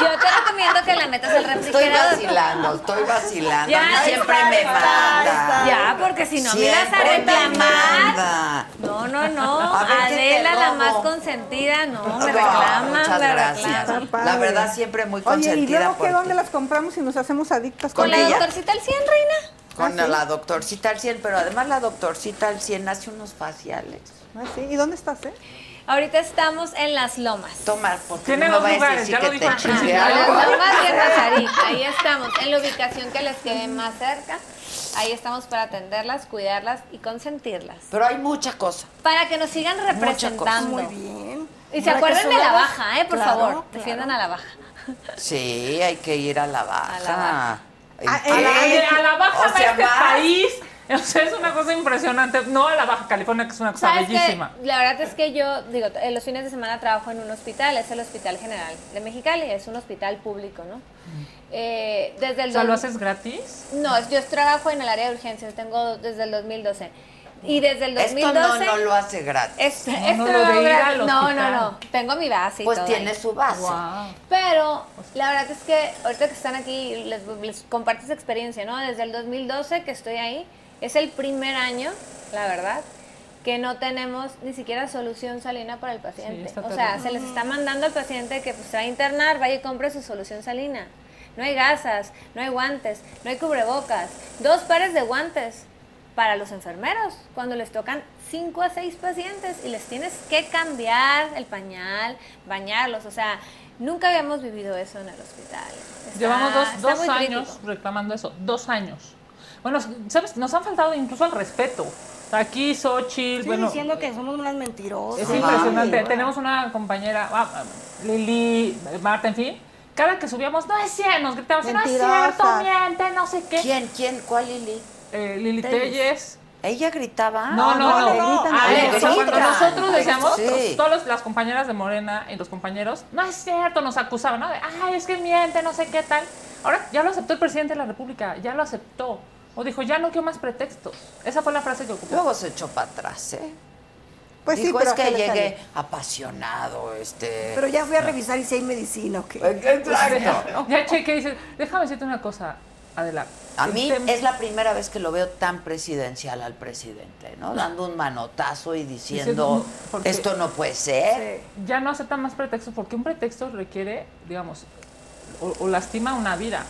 S6: Yo te recomiendo que la metas al
S1: Estoy
S6: refrigerador.
S1: vacilando, estoy vacilando.
S6: Ya,
S1: A mí
S6: ahí
S1: siempre
S6: está,
S1: me
S6: ahí
S1: manda.
S6: Ya, porque si no me vas a
S1: Siempre me
S6: reclamar.
S1: manda.
S6: No, no, no.
S1: A ver, ¿qué te
S6: Adela, la
S1: robo?
S6: más consentida, no, me
S1: No,
S6: reclama,
S1: muchas
S6: me
S1: gracias.
S6: reclama.
S7: Está padre.
S1: La verdad, siempre muy
S7: Oye, ¿y
S1: consentida
S7: luego qué?
S1: porque-
S7: ¿Dónde las compramos y nos hacemos adictos
S6: Con la
S1: ella?
S6: doctorcita al 100, reina.
S1: Con
S7: Ah, ¿sí?
S1: la doctorcita al 100, pero además la doctorcita al 100 hace unos faciales.
S7: Ah, sí. ¿Y dónde estás, eh?
S6: Ahorita estamos en Las Lomas.
S1: Toma, porque
S2: Tiene
S1: no
S2: dos
S1: me vas a
S2: lugares,
S1: decir
S2: ya
S1: que
S2: lo dijo
S1: te
S2: al
S6: Ajá,
S1: chingue
S2: principio.
S6: en Las
S1: algo.
S6: Lomas y en Nazarí. Ahí estamos, en la ubicación que les quede más cerca. Ahí estamos para atenderlas, cuidarlas y consentirlas.
S1: Pero hay mucha cosa.
S6: Para que nos sigan representando.
S8: Muy bien.
S6: Y se
S8: Para que
S6: acuerden de la
S8: subamos.
S6: baja, ¿eh? Por
S8: Claro,
S6: favor,
S8: claro.
S6: defiendan a la baja.
S1: Sí, hay que ir a la baja.
S6: A la baja.
S1: ¿En
S7: Ah,
S1: qué?
S7: a
S8: Eh,
S7: la-
S2: Oye, a la baja
S1: O sea,
S2: de este
S1: más.
S2: país. O sea, es una cosa impresionante. No a la Baja California, que es una cosa
S6: ¿Sabes qué?
S2: bellísima.
S6: La verdad es que yo, digo, t- eh, los fines de semana trabajo en un hospital, es el Hospital General de Mexicali, es un hospital público, ¿no? Eh, desde el
S2: Mm. O sea, ¿lo
S6: dos-
S2: haces gratis?
S6: No, es- yo trabajo en el área de urgencias, tengo desde el 2012. Y desde el
S1: Esto
S6: 2012...
S1: no, no lo hace gratis.
S6: es-
S2: No,
S6: esto
S2: no
S6: no,
S2: lo de ir
S6: gra-
S2: al
S6: no, no,
S2: hospital.
S6: no, tengo mi base y
S1: pues
S6: todo
S1: tiene
S6: ahí.
S1: su base.
S6: Pero la verdad es que ahorita que están aquí, les, les comparto esa experiencia, ¿no? Desde el 2012 que estoy ahí, es el primer año, la verdad, que no tenemos ni siquiera solución salina para el paciente.
S2: está
S6: o sea,
S2: terrible.
S6: se les está mandando al paciente que pues, se va a internar, vaya y compre su solución salina. No hay gasas, no hay guantes, no hay cubrebocas, dos pares de guantes para los enfermeros cuando les tocan 5 a 6 pacientes y les tienes que cambiar el pañal, bañarlos, o sea, nunca habíamos vivido eso en el hospital. Está-
S2: Llevamos dos,
S6: Ah, está
S2: dos
S6: muy crítico.
S2: años reclamando eso, dos años. Bueno, ¿sabes? Nos han faltado incluso al respeto. Aquí, Xochitl,
S8: Estoy
S2: bueno,
S8: diciendo que somos unas mentirosas.
S2: es
S1: Ajá.
S2: impresionante.
S8: Ay,
S2: Tenemos una compañera, ah, ah, Lili, eh, Marta, en fin, cada que subíamos, no es cierto, nos gritamos, Pues no es cierto,
S7: Mentirosas.
S2: miente, no sé qué.
S1: ¿Quién, quién, cuál Lili?
S2: Eh, Lili Telles.
S1: ¿Ella gritaba?
S2: No, no,
S7: no,
S2: no.
S7: le gritan
S2: Ah,
S7: a
S2: eh, o sea,
S1: ella.
S2: cuando
S1: Gritan.
S2: nosotros decíamos,
S1: Sí.
S2: todas las compañeras de Morena y los compañeros, no es cierto, nos acusaban, ¿no? De, ay, es que miente, no sé qué tal. Ahora ya lo aceptó el presidente de la República, ya lo aceptó. O dijo, ya no quiero más pretextos. Esa fue la frase que ocupó.
S1: Luego se echó para atrás, ¿eh?
S7: Pues sí,
S1: Dijo,
S7: pero
S1: es que
S7: ¿qué le
S1: llegué apasionado, este... Pues,
S8: Pero ya fui a revisar y si hay medicina o qué.
S1: Exacto.
S2: Ya cheque y dice, déjame decirte una cosa, Adela.
S1: A
S2: El
S1: mí
S2: tem-
S1: es la primera vez que lo veo tan presidencial al presidente, ¿no? Dando un manotazo y diciendo,
S2: Diciendo, porque-
S1: esto no puede
S7: ¿Eh?
S1: ser.
S2: Ya no aceptan más pretextos porque un pretexto requiere, digamos, o, o lastima una vida.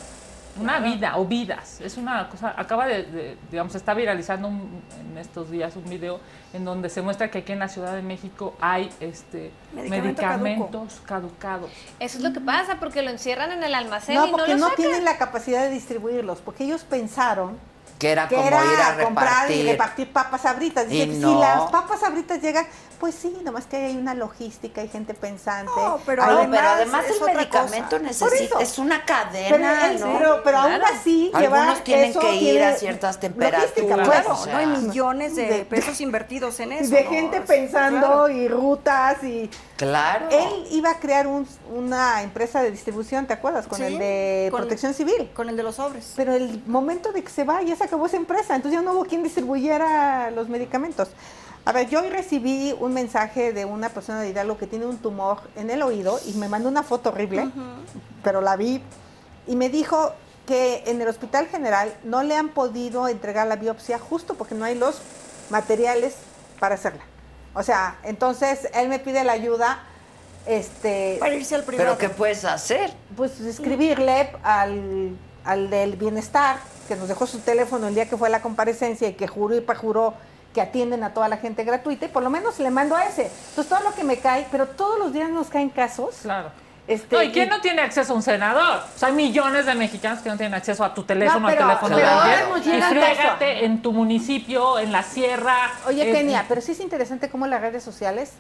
S2: Una vida o vidas. Es una cosa. Acaba de, de- digamos, se está viralizando un- en estos días un video en donde se muestra que aquí en la Ciudad de México hay este
S8: Medicamento
S2: medicamentos caducados.
S6: Eso es lo que pasa porque lo encierran en el almacén
S7: No,
S6: y no
S7: porque
S6: lo
S7: no,
S6: sacan.
S7: tienen la capacidad de distribuirlos, porque ellos pensaron
S1: Que era
S7: que
S1: como
S7: era
S1: ir a
S7: comprar y
S1: repartir.
S7: repartir papas sabritas.
S1: Y
S7: Dice,
S1: no.
S7: si las papas sabritas llegan, Pues sí, nomás que hay una logística, hay gente pensante.
S8: No, pero
S7: hay
S1: No,
S8: además
S1: pero además
S8: es
S1: el
S8: otra
S1: medicamento
S8: cosa.
S1: necesita,
S7: Por eso.
S1: es una
S7: Pero,
S1: cadena,
S7: él-
S1: ¿no?
S7: pero, pero aún
S8: Claro.
S7: así, llevar
S1: Algunos tienen
S7: eso
S1: que ir
S7: tiene
S1: a ciertas
S7: logística,
S1: temperaturas.
S8: Claro,
S1: o sea,
S8: no hay millones de,
S7: de-
S8: pesos invertidos en
S7: Y
S8: eso.
S7: de
S8: ¿no?
S7: gente
S8: Es-
S7: pensando
S8: claro.
S7: y rutas y
S1: Claro.
S7: él iba a crear un- una empresa de distribución, ¿te acuerdas? Con
S8: Sí,
S7: el de
S8: con-
S7: Protección Civil.
S8: Con el de los sobres.
S7: Pero el momento de que se va, ya se acabó esa empresa, entonces ya no hubo quien distribuyera los medicamentos. A ver, yo hoy recibí un mensaje de una persona de Hidalgo que tiene un tumor en el oído y me mandó una foto horrible, pero la vi y me dijo que en el hospital general no le han podido entregar la biopsia justo porque no hay los materiales para hacerla. O sea, entonces él me pide la ayuda, este,
S8: Para irse al privado.
S1: Pero ¿qué puedes hacer?
S7: pues escribirle al, al del bienestar, que nos dejó su teléfono el día que fue a la comparecencia y que juró y pajuró que atienden a toda la gente gratuita, y por lo menos le mando a ese. Entonces todo lo que me cae, pero todos los días nos caen casos.
S2: Claro.
S7: Este,
S2: No, ¿y quién
S7: y-
S2: no tiene acceso a un senador? O sea, hay millones de mexicanos que no tienen acceso a tu teléfono,
S7: No, pero-
S2: al teléfono
S7: pero
S2: de
S7: ahora
S2: alguien.
S7: nos
S2: Y
S7: llega el caso.
S2: frégate en tu municipio, en la sierra.
S7: Oye,
S2: eh,
S7: Kenia, pero sí es interesante cómo las redes sociales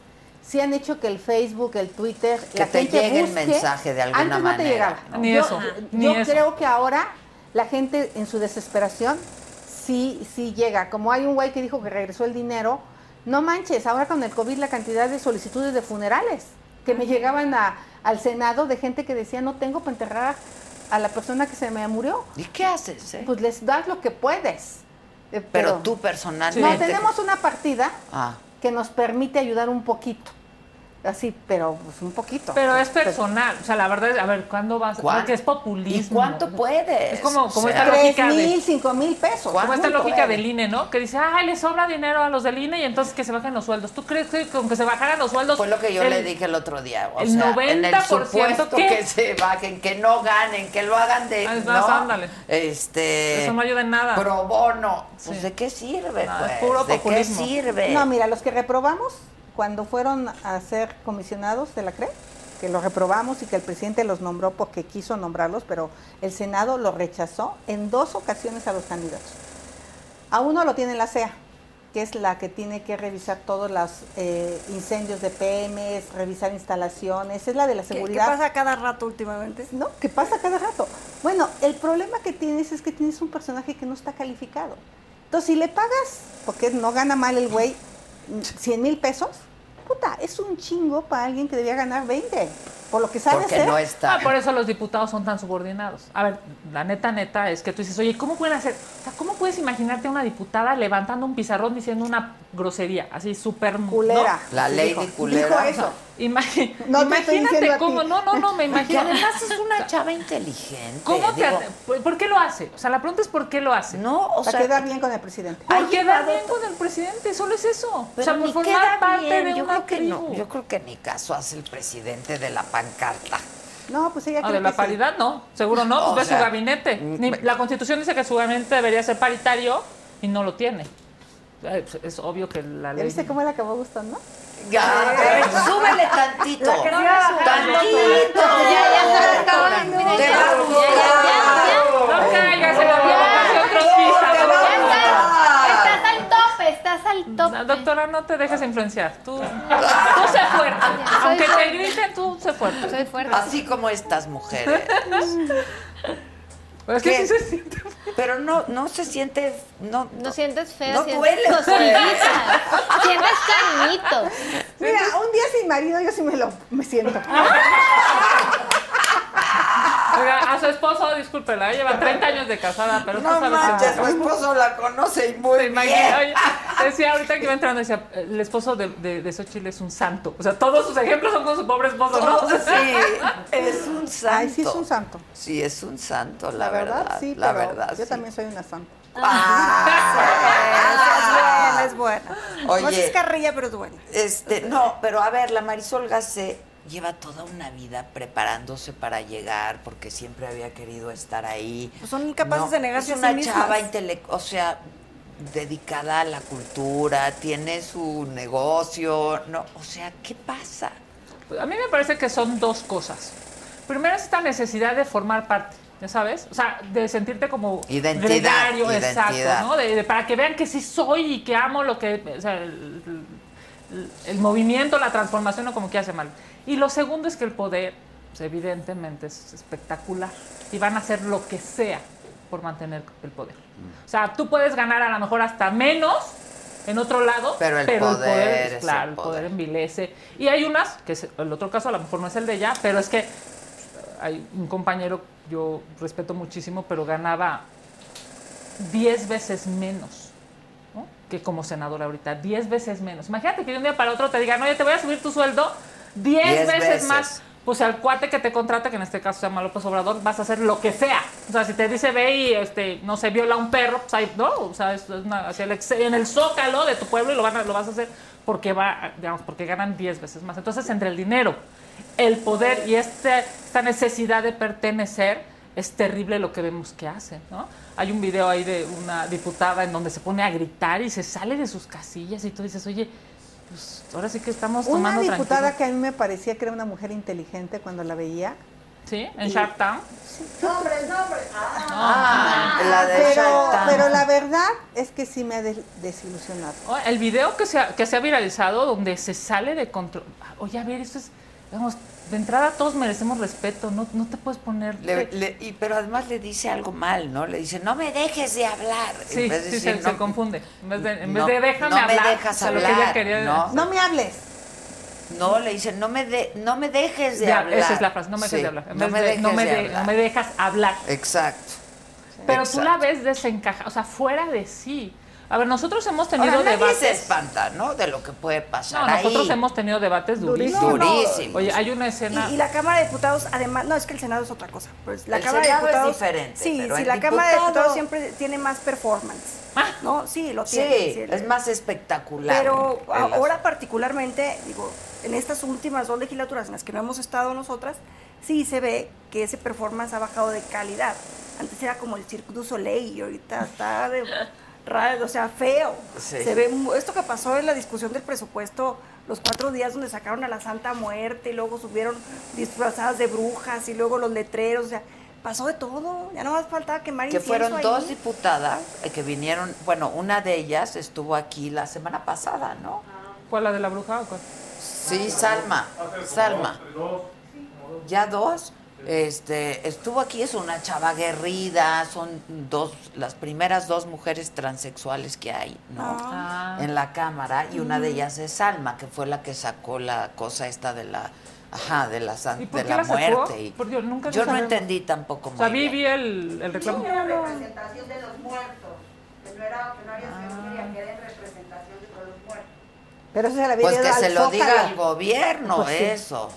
S7: sí han hecho que el Facebook, el Twitter,
S1: Que
S7: la
S1: te
S7: gente
S1: llegue el
S7: busque.
S1: mensaje de alguna
S7: Antes no te
S1: manera,
S7: llegaba.
S2: ¿no? Ni
S7: yo
S2: eso,
S7: yo
S2: ni eso.
S7: creo que ahora la gente en su desesperación sí, sí llega. Como hay un güey que dijo que regresó el dinero, no manches, ahora con el COVID la cantidad de solicitudes de funerales que me llegaban a- al Senado de gente que decía no tengo para enterrar a la persona que se me murió.
S1: ¿Y qué haces? eh?
S7: Pues les das lo que puedes. Eh,
S1: pero, tú personalmente.
S7: No, tenemos una partida
S1: Ah,
S7: que nos permite ayudar un poquito. Así, pero pues, un poquito.
S2: Pero es personal. O sea, la verdad es, a ver, ¿cuándo vas?
S1: ¿cuán-
S2: Porque es
S1: ¿Y
S2: populismo.
S1: cuánto puedes?
S2: Es como- como esta
S1: sea,
S7: Tres
S2: lógica de-
S7: mil, cinco mil pesos.
S2: Como esta
S7: Punto.
S2: lógica del INE, ¿no? Que dice, ay, le sobra dinero a los del INE y entonces que se bajen los sueldos. ¿Tú crees que con que se bajaran los sueldos?
S1: Fue lo que yo
S2: el-
S1: le dije el otro día. O
S2: el
S1: sea, en el
S2: 90%
S1: supuesto
S2: ¿qué?
S1: que se bajen, que no ganen, que lo hagan de.
S2: Ah, es
S1: no,
S2: más, ándale.
S1: Este.
S2: Eso no ayuda en nada.
S1: Pro bono. Pues
S2: Sí.
S1: de qué sirve,
S2: No, es
S1: pues.
S2: puro
S1: ¿De qué
S2: populismo.
S1: sirve?
S7: No, mira, los que reprobamos cuando fueron a ser comisionados de la CRE, que los reprobamos y que el presidente los nombró porque quiso nombrarlos, pero el Senado los rechazó en dos ocasiones a los candidatos. A uno lo tiene la CEA, que es la que tiene que revisar todos los eh, incendios de PMs, revisar instalaciones, es la de la
S8: ¿Qué, qué
S7: seguridad.
S8: pasa cada rato últimamente?
S7: ¿no? Que pasa cada rato. Bueno, el problema que tienes es que tienes un personaje que no está calificado. Entonces, si le pagas, porque no gana mal el güey, mm, 100 mil pesos, puta, es un chingo para alguien que debía ganar 20, por lo que sabe
S1: Porque
S7: hacer.
S1: no está.
S2: Ah, por eso los diputados son tan subordinados. A ver, la neta, neta, es que tú dices, oye, ¿cómo pueden hacer? O sea, ¿cómo puedes imaginarte a una diputada levantando un pizarrón diciendo una grosería? Así, súper... ¿no?
S7: Culera.
S1: La
S7: así
S1: ley
S7: dijo.
S1: de culera.
S7: Dijo eso.
S2: Imagi-
S7: No te estoy diciendo
S2: imagínate
S7: a ti.
S2: cómo... No, no, no, me
S1: Que
S2: imagino.
S1: además es una chava inteligente.
S2: ¿Cómo te
S1: digo,
S2: hace- ¿Por- ¿Por qué lo hace? O sea, la pregunta es ¿por qué lo hace?
S1: No, o
S7: Para
S1: sea,
S7: quedar bien con el presidente.
S1: ha
S2: ¿Por quedar
S1: llevado
S2: bien con el presidente? Solo es eso.
S1: Pero
S2: o sea, por
S1: ni
S2: formar
S1: queda
S2: parte
S1: bien,
S2: de
S1: yo
S2: una
S1: creo que
S2: tribu.
S1: no, yo creo que ni caso hace el presidente de la pancarta.
S7: No, pues ella
S2: Ah,
S7: cree
S2: de la
S7: que sí.
S2: paridad no, seguro no,
S1: O
S2: pues ve
S1: sea,
S2: su gabinete.
S1: mm,
S2: Ni-
S1: ve-
S2: la constitución dice que su gabinete debería ser paritario y no lo tiene. Ay, pues, Es obvio que la
S7: ¿Ya
S2: ley... Ah,
S7: viste cómo le acabó gustando?
S1: Ya, a ver, súbele tantito.
S8: La quería bajar.
S1: Tantito.
S6: Mira,
S1: Te
S6: ya,
S1: va a
S6: ya, ya, ya.
S2: No caigas en la provocación
S1: te va a
S2: trotskista.
S6: Estás al tope, estás al
S2: No,
S6: tope.
S2: Doctora, no te dejes influenciar. Tú, tú sé fuerte.
S6: Ya, soy
S2: Aunque te
S6: fuerte.
S2: griten, tú sé fuerte.
S6: Soy fuerte.
S1: Así como estas mujeres.
S2: Pero es que sí
S1: ¿Qué?
S2: se siente.
S1: Pero no, no se siente, no,
S6: No sientes feo,
S1: No
S6: sientes
S1: duele, pues.
S6: cosquillitas, sientes canitos.
S7: Mira, un día sin marido yo sí me lo me siento.
S2: Oiga, a su esposo, discúlpela, lleva 30 años de casada, pero tú
S1: no
S2: sabes
S1: manches,
S2: que...
S1: mi esposo la conoce y muy bien.
S2: Imagina- oye, decía ahorita que iba entrando, decía, el esposo de, de, de Xochitl es un santo. O sea, todos sus ejemplos son con su pobre esposo, ¿no?
S1: No, sí, es un santo.
S7: Ay, sí es un santo.
S1: Sí, es un santo, la,
S7: La verdad, sí,
S1: la
S7: pero
S1: verdad.
S7: yo
S1: sí.
S7: también soy una santa.
S1: Ah.
S8: es buena, es buena. No
S1: Oye.
S8: es carrilla, pero es buena.
S1: Este, no, pero a ver, la Marisol Gacé lleva toda una vida preparándose para llegar porque siempre había querido estar ahí.
S8: Pues son incapaces de negarse
S1: Es
S8: a sí
S1: una
S8: mismas.
S1: chava intele- o sea, dedicada a la cultura, tiene su negocio, no, o sea, ¿qué pasa?
S2: Pues, A mí me parece que son dos cosas. Primero, es esta necesidad de formar parte, ¿ya sabes? O sea, de sentirte como
S1: Identidad,
S2: gregario,
S1: identidad.
S2: exacto, ¿no? De, de- para que vean que sí soy y que amo lo que... o sea, el- el movimiento, la transformación o como que hace mal. Y lo segundo es que el poder, pues, evidentemente, es espectacular y van a hacer lo que sea por mantener el poder.
S1: Mm.
S2: O sea, tú puedes ganar a lo mejor hasta menos en otro lado,
S1: Pero el poder es el
S2: claro, el
S1: poder.
S2: poder envilece. Y hay unas, que es el otro caso a lo mejor no es el de ella, pero es que hay un compañero, yo respeto muchísimo, pero ganaba 10 veces menos ¿no? que como senador ahorita, 10 veces menos. Imagínate que de un día para otro te digan, oye, te voy a subir tu sueldo 10
S1: 10
S2: veces,
S1: veces.
S2: más. Pues al cuate que te contrata, que en este caso se llama López Obrador, vas a hacer lo que sea. O sea, si te dice ve y este, no se viola un perro, pues ahí, no, o sea, es una- hacia el ex- en el zócalo de tu pueblo y lo, van a- lo vas a hacer porque va, digamos, porque ganan 10 veces más. Entonces, entre el dinero, el poder y este, esta necesidad de pertenecer, es terrible lo que vemos que hacen, ¿no? Hay un video ahí de una diputada en donde se pone a gritar y se sale de sus casillas y tú dices, oye, pues ahora sí que estamos
S7: Una
S2: tomando
S7: diputada
S2: tranquilo".
S7: que a mí me parecía que era una mujer inteligente cuando la veía.
S2: ¿Sí? En Shark Tank.
S8: Nombres, nombres.
S2: Ah.
S1: Ah, la de
S7: pero,
S1: Shark Tank.
S7: pero la verdad es que sí me ha des- desilusionado.
S2: O Oh, El video que se, ha, que se ha viralizado donde se sale de control. Oye, a ver, esto es, digamos, de entrada todos merecemos respeto, no, no te puedes poner...
S1: Le- le- y, pero además le dice algo mal, ¿no? Le dice, no me dejes de hablar. En
S2: Sí,
S1: vez de
S2: sí,
S1: decir,
S2: se,
S1: "No
S2: se confunde. En vez de, en vez
S1: no,
S2: de déjame
S1: no me
S2: hablar,
S1: dejas
S2: o sea, lo que
S1: hablar,
S2: ella quería
S1: ¿no?
S7: No me hables.
S1: No, le dicen, no me, de- no me dejes de
S2: Ya,
S1: hablar.
S2: Esa es la frase, no me dejes
S1: Sí,
S2: de hablar. En
S1: No
S2: vez
S1: me
S2: de-
S1: dejes
S2: no me
S1: de
S2: de-
S1: hablar.
S2: no me dejas hablar.
S1: Exacto.
S2: Pero tú la
S1: exacto.
S2: ves desencaja, o sea, fuera de sí. A ver, nosotros hemos tenido
S1: Ahora, nadie
S2: debates.
S1: se espanta, ¿no? De lo que puede pasar
S2: No,
S1: ahí.
S2: nosotros hemos tenido debates durísimos.
S8: Durísimo.
S1: Durísimos.
S2: Oye, hay una
S8: Y,
S2: escena.
S8: y la Cámara de Diputados, además, no, es que el Senado es otra cosa. pero la
S1: El
S8: Cámara
S1: Senado
S8: de
S1: es
S8: Diputados,
S1: diferente,
S8: Sí,
S1: pero
S8: sí,
S1: el
S8: la Cámara de
S1: diputado-
S8: Diputados siempre tiene más performance. ¿No? Sí, lo
S1: Sí,
S8: tiene. sí,
S1: es más espectacular.
S8: Pero
S1: El as-
S8: ahora particularmente, digo, en estas últimas dos legislaturas en las que no hemos estado nosotras, sí se ve que ese performance ha bajado de calidad. Antes era como el Cirque du Soleil y ahorita está de raro, o sea, feo.
S1: Sí.
S8: Se ve mu- esto que pasó en la discusión del presupuesto, los cuatro días donde sacaron a la Santa Muerte y luego subieron disfrazadas de brujas y luego los letreros, o sea, pasó de todo. Ya no más faltaba quemar
S1: Que
S8: incienso
S1: fueron
S8: ahí.
S1: dos diputadas eh, que vinieron, bueno, una de ellas estuvo aquí la semana pasada, ¿no?
S2: ¿Cuál la de la bruja o cuál?
S1: Sí, Salma, Salma. Ya dos. Este, estuvo aquí, es una chava aguerrida, son dos, las primeras dos mujeres transexuales que hay, ¿no?
S2: Ah.
S1: En la cámara, y una de ellas es Salma, que fue la que sacó la cosa esta de la, ajá, de la, san-
S2: ¿Y por
S1: de
S2: qué
S1: la,
S2: la sacó?
S1: muerte. y-
S2: Por Dios, nunca lo
S1: yo no
S2: sabemos.
S1: entendí tampoco
S2: O
S1: muy
S2: sea, vi,
S1: bien.
S2: vi el, el reclamo.
S9: representación de los muertos. Que no era, que no había sido Nuria, que era en representación de todos los muertos.
S7: Pero eso se la había
S1: Pues que
S7: ido al
S1: se lo
S7: Zócalo.
S1: diga al gobierno,
S2: Pues sí.
S1: eso.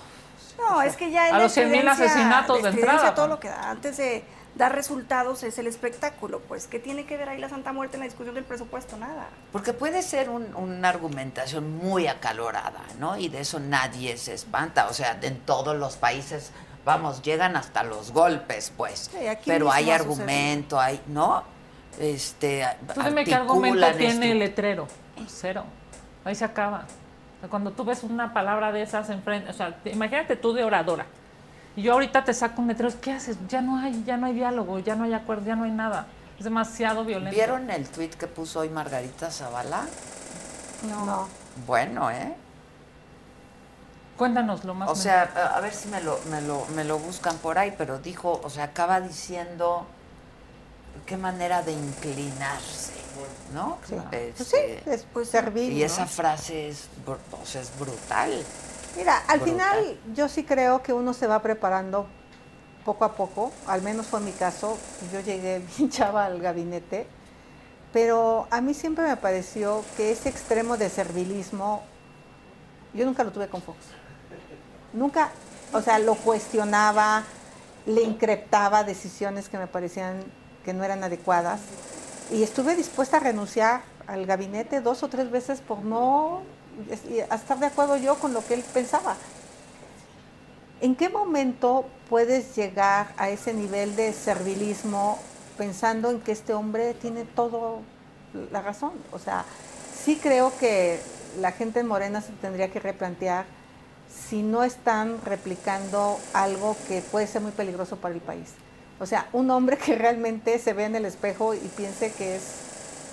S8: No, es que ya en
S2: A
S8: la
S2: los 100.000
S8: experiencia-
S2: asesinatos
S8: la
S2: de
S8: experiencia,
S2: entrada,
S8: Todo
S2: ¿no?
S8: lo que da antes de dar resultados es el espectáculo. Pues, ¿qué tiene que ver ahí la Santa Muerte en la discusión del presupuesto? Nada.
S1: Porque puede ser un- una argumentación muy acalorada, ¿no? Y de eso nadie se espanta. O sea, en todos los países, vamos, llegan hasta los golpes, pues.
S8: Sí, aquí
S1: Pero
S8: mismo
S1: hay
S8: ha
S1: argumento, hay, ¿no? Este,
S2: Tú dime qué
S1: articulan
S2: argumento tiene
S1: estru-
S2: el letrero. Cero. Ahí se acaba. O sea, Cuando tú ves una palabra de esas enfrente, o sea, te- imagínate tú de oradora. Y yo ahorita te saco un letrero, ¿qué haces? Ya no hay, ya no hay diálogo, ya no hay acuerdo, ya no hay nada. Es demasiado violento.
S1: ¿Vieron el tuit que puso hoy Margarita Zavala?
S8: No.
S1: Bueno, ¿eh?
S2: Cuéntanoslo más.
S1: O sea, a a ver si me lo, me, lo, me lo buscan por ahí, pero dijo, o sea, acaba diciendo qué manera de inclinarse, ¿no?
S7: Sí. Pues sí,
S1: Este,
S7: es pues, servir.
S1: Y
S7: ¿no?
S1: esa frase es, br- o sea, es brutal.
S7: Mira, al
S1: Brutal.
S7: final yo sí creo que uno se va preparando poco a poco, al menos fue mi caso, yo llegué bien chava al gabinete, pero a mí siempre me pareció que ese extremo de servilismo, yo nunca lo tuve con Fox. Nunca, o sea, lo cuestionaba, le increptaba decisiones que me parecían que no eran adecuadas y estuve dispuesta a renunciar al gabinete dos o tres veces por no es- y a estar de acuerdo yo con lo que él pensaba. ¿En qué momento puedes llegar a ese nivel de servilismo pensando en que este hombre tiene todo la razón? O sea, sí creo que la gente en Morena se tendría que replantear si no están replicando algo que puede ser muy peligroso para el país. O sea, un hombre que realmente se ve en el espejo y piense que es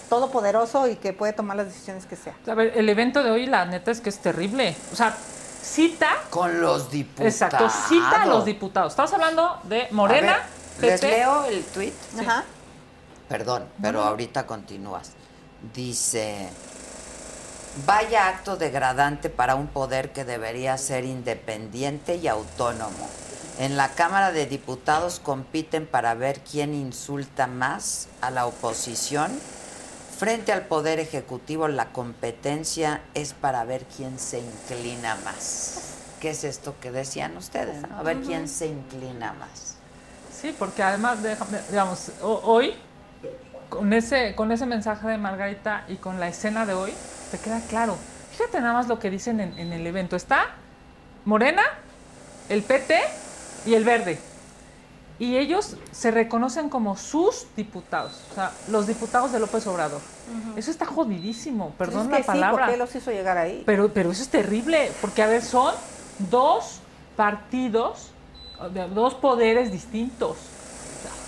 S7: todopoderoso y que puede tomar las decisiones que sea.
S2: A ver, el evento de hoy, la neta, es que es terrible. O sea, cita.
S1: Con los diputados.
S2: Exacto, cita a los diputados. Estamos hablando de Morena.
S1: A ver, ¿Les
S2: PP.
S1: leo el tuit?
S7: Ajá.
S1: Perdón, pero ahorita continúas. Dice, vaya acto degradante para un poder que debería ser independiente y autónomo. En la Cámara de Diputados compiten para ver quién insulta más a la oposición. Frente al Poder Ejecutivo, la competencia es para ver quién se inclina más. ¿Qué es esto que decían ustedes? no? A ver quién se inclina más.
S2: Sí, porque además, déjame- digamos, ho- hoy, con ese, con ese mensaje de Margarita y con la escena de hoy, te queda claro. Fíjate nada más lo que dicen en, en el evento. Está Morena, el PT y el Verde. Y ellos se reconocen como sus diputados, o sea, los diputados de López Obrador. Eso está jodidísimo, perdón
S7: Es
S2: la
S7: que sí,
S2: palabra.
S7: ¿por qué los hizo llegar ahí?
S2: Pero, pero eso es terrible, porque a ver, son dos partidos, o de- dos poderes distintos.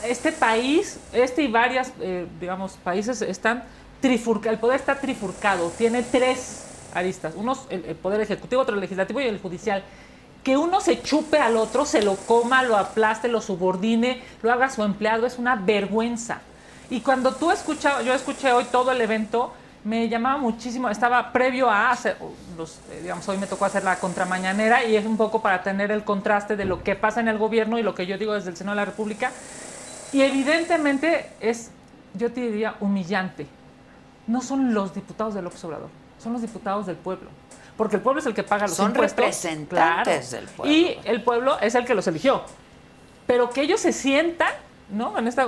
S2: Este país, este y varias, eh, digamos, países están trifurcados, el poder está trifurcado, tiene tres aristas, unos el, el poder ejecutivo, otro el legislativo y el judicial. Que uno se chupe al otro, se lo coma, lo aplaste, lo subordine, lo haga su empleado, es una vergüenza. Y cuando tú escuchabas, yo escuché hoy todo el evento, me llamaba muchísimo, estaba previo a hacer, los, eh, digamos, hoy me tocó hacer la contramañanera y es un poco para tener el contraste de lo que pasa en el gobierno y lo que yo digo desde el Senado de la República. Y evidentemente es, yo te diría, humillante. No son los diputados de López Obrador, son los diputados del pueblo. Porque el pueblo es el que paga los
S1: Son
S2: impuestos.
S1: representantes del pueblo.
S2: Y el pueblo es el que los eligió. Pero que ellos se sientan, ¿no? En esta,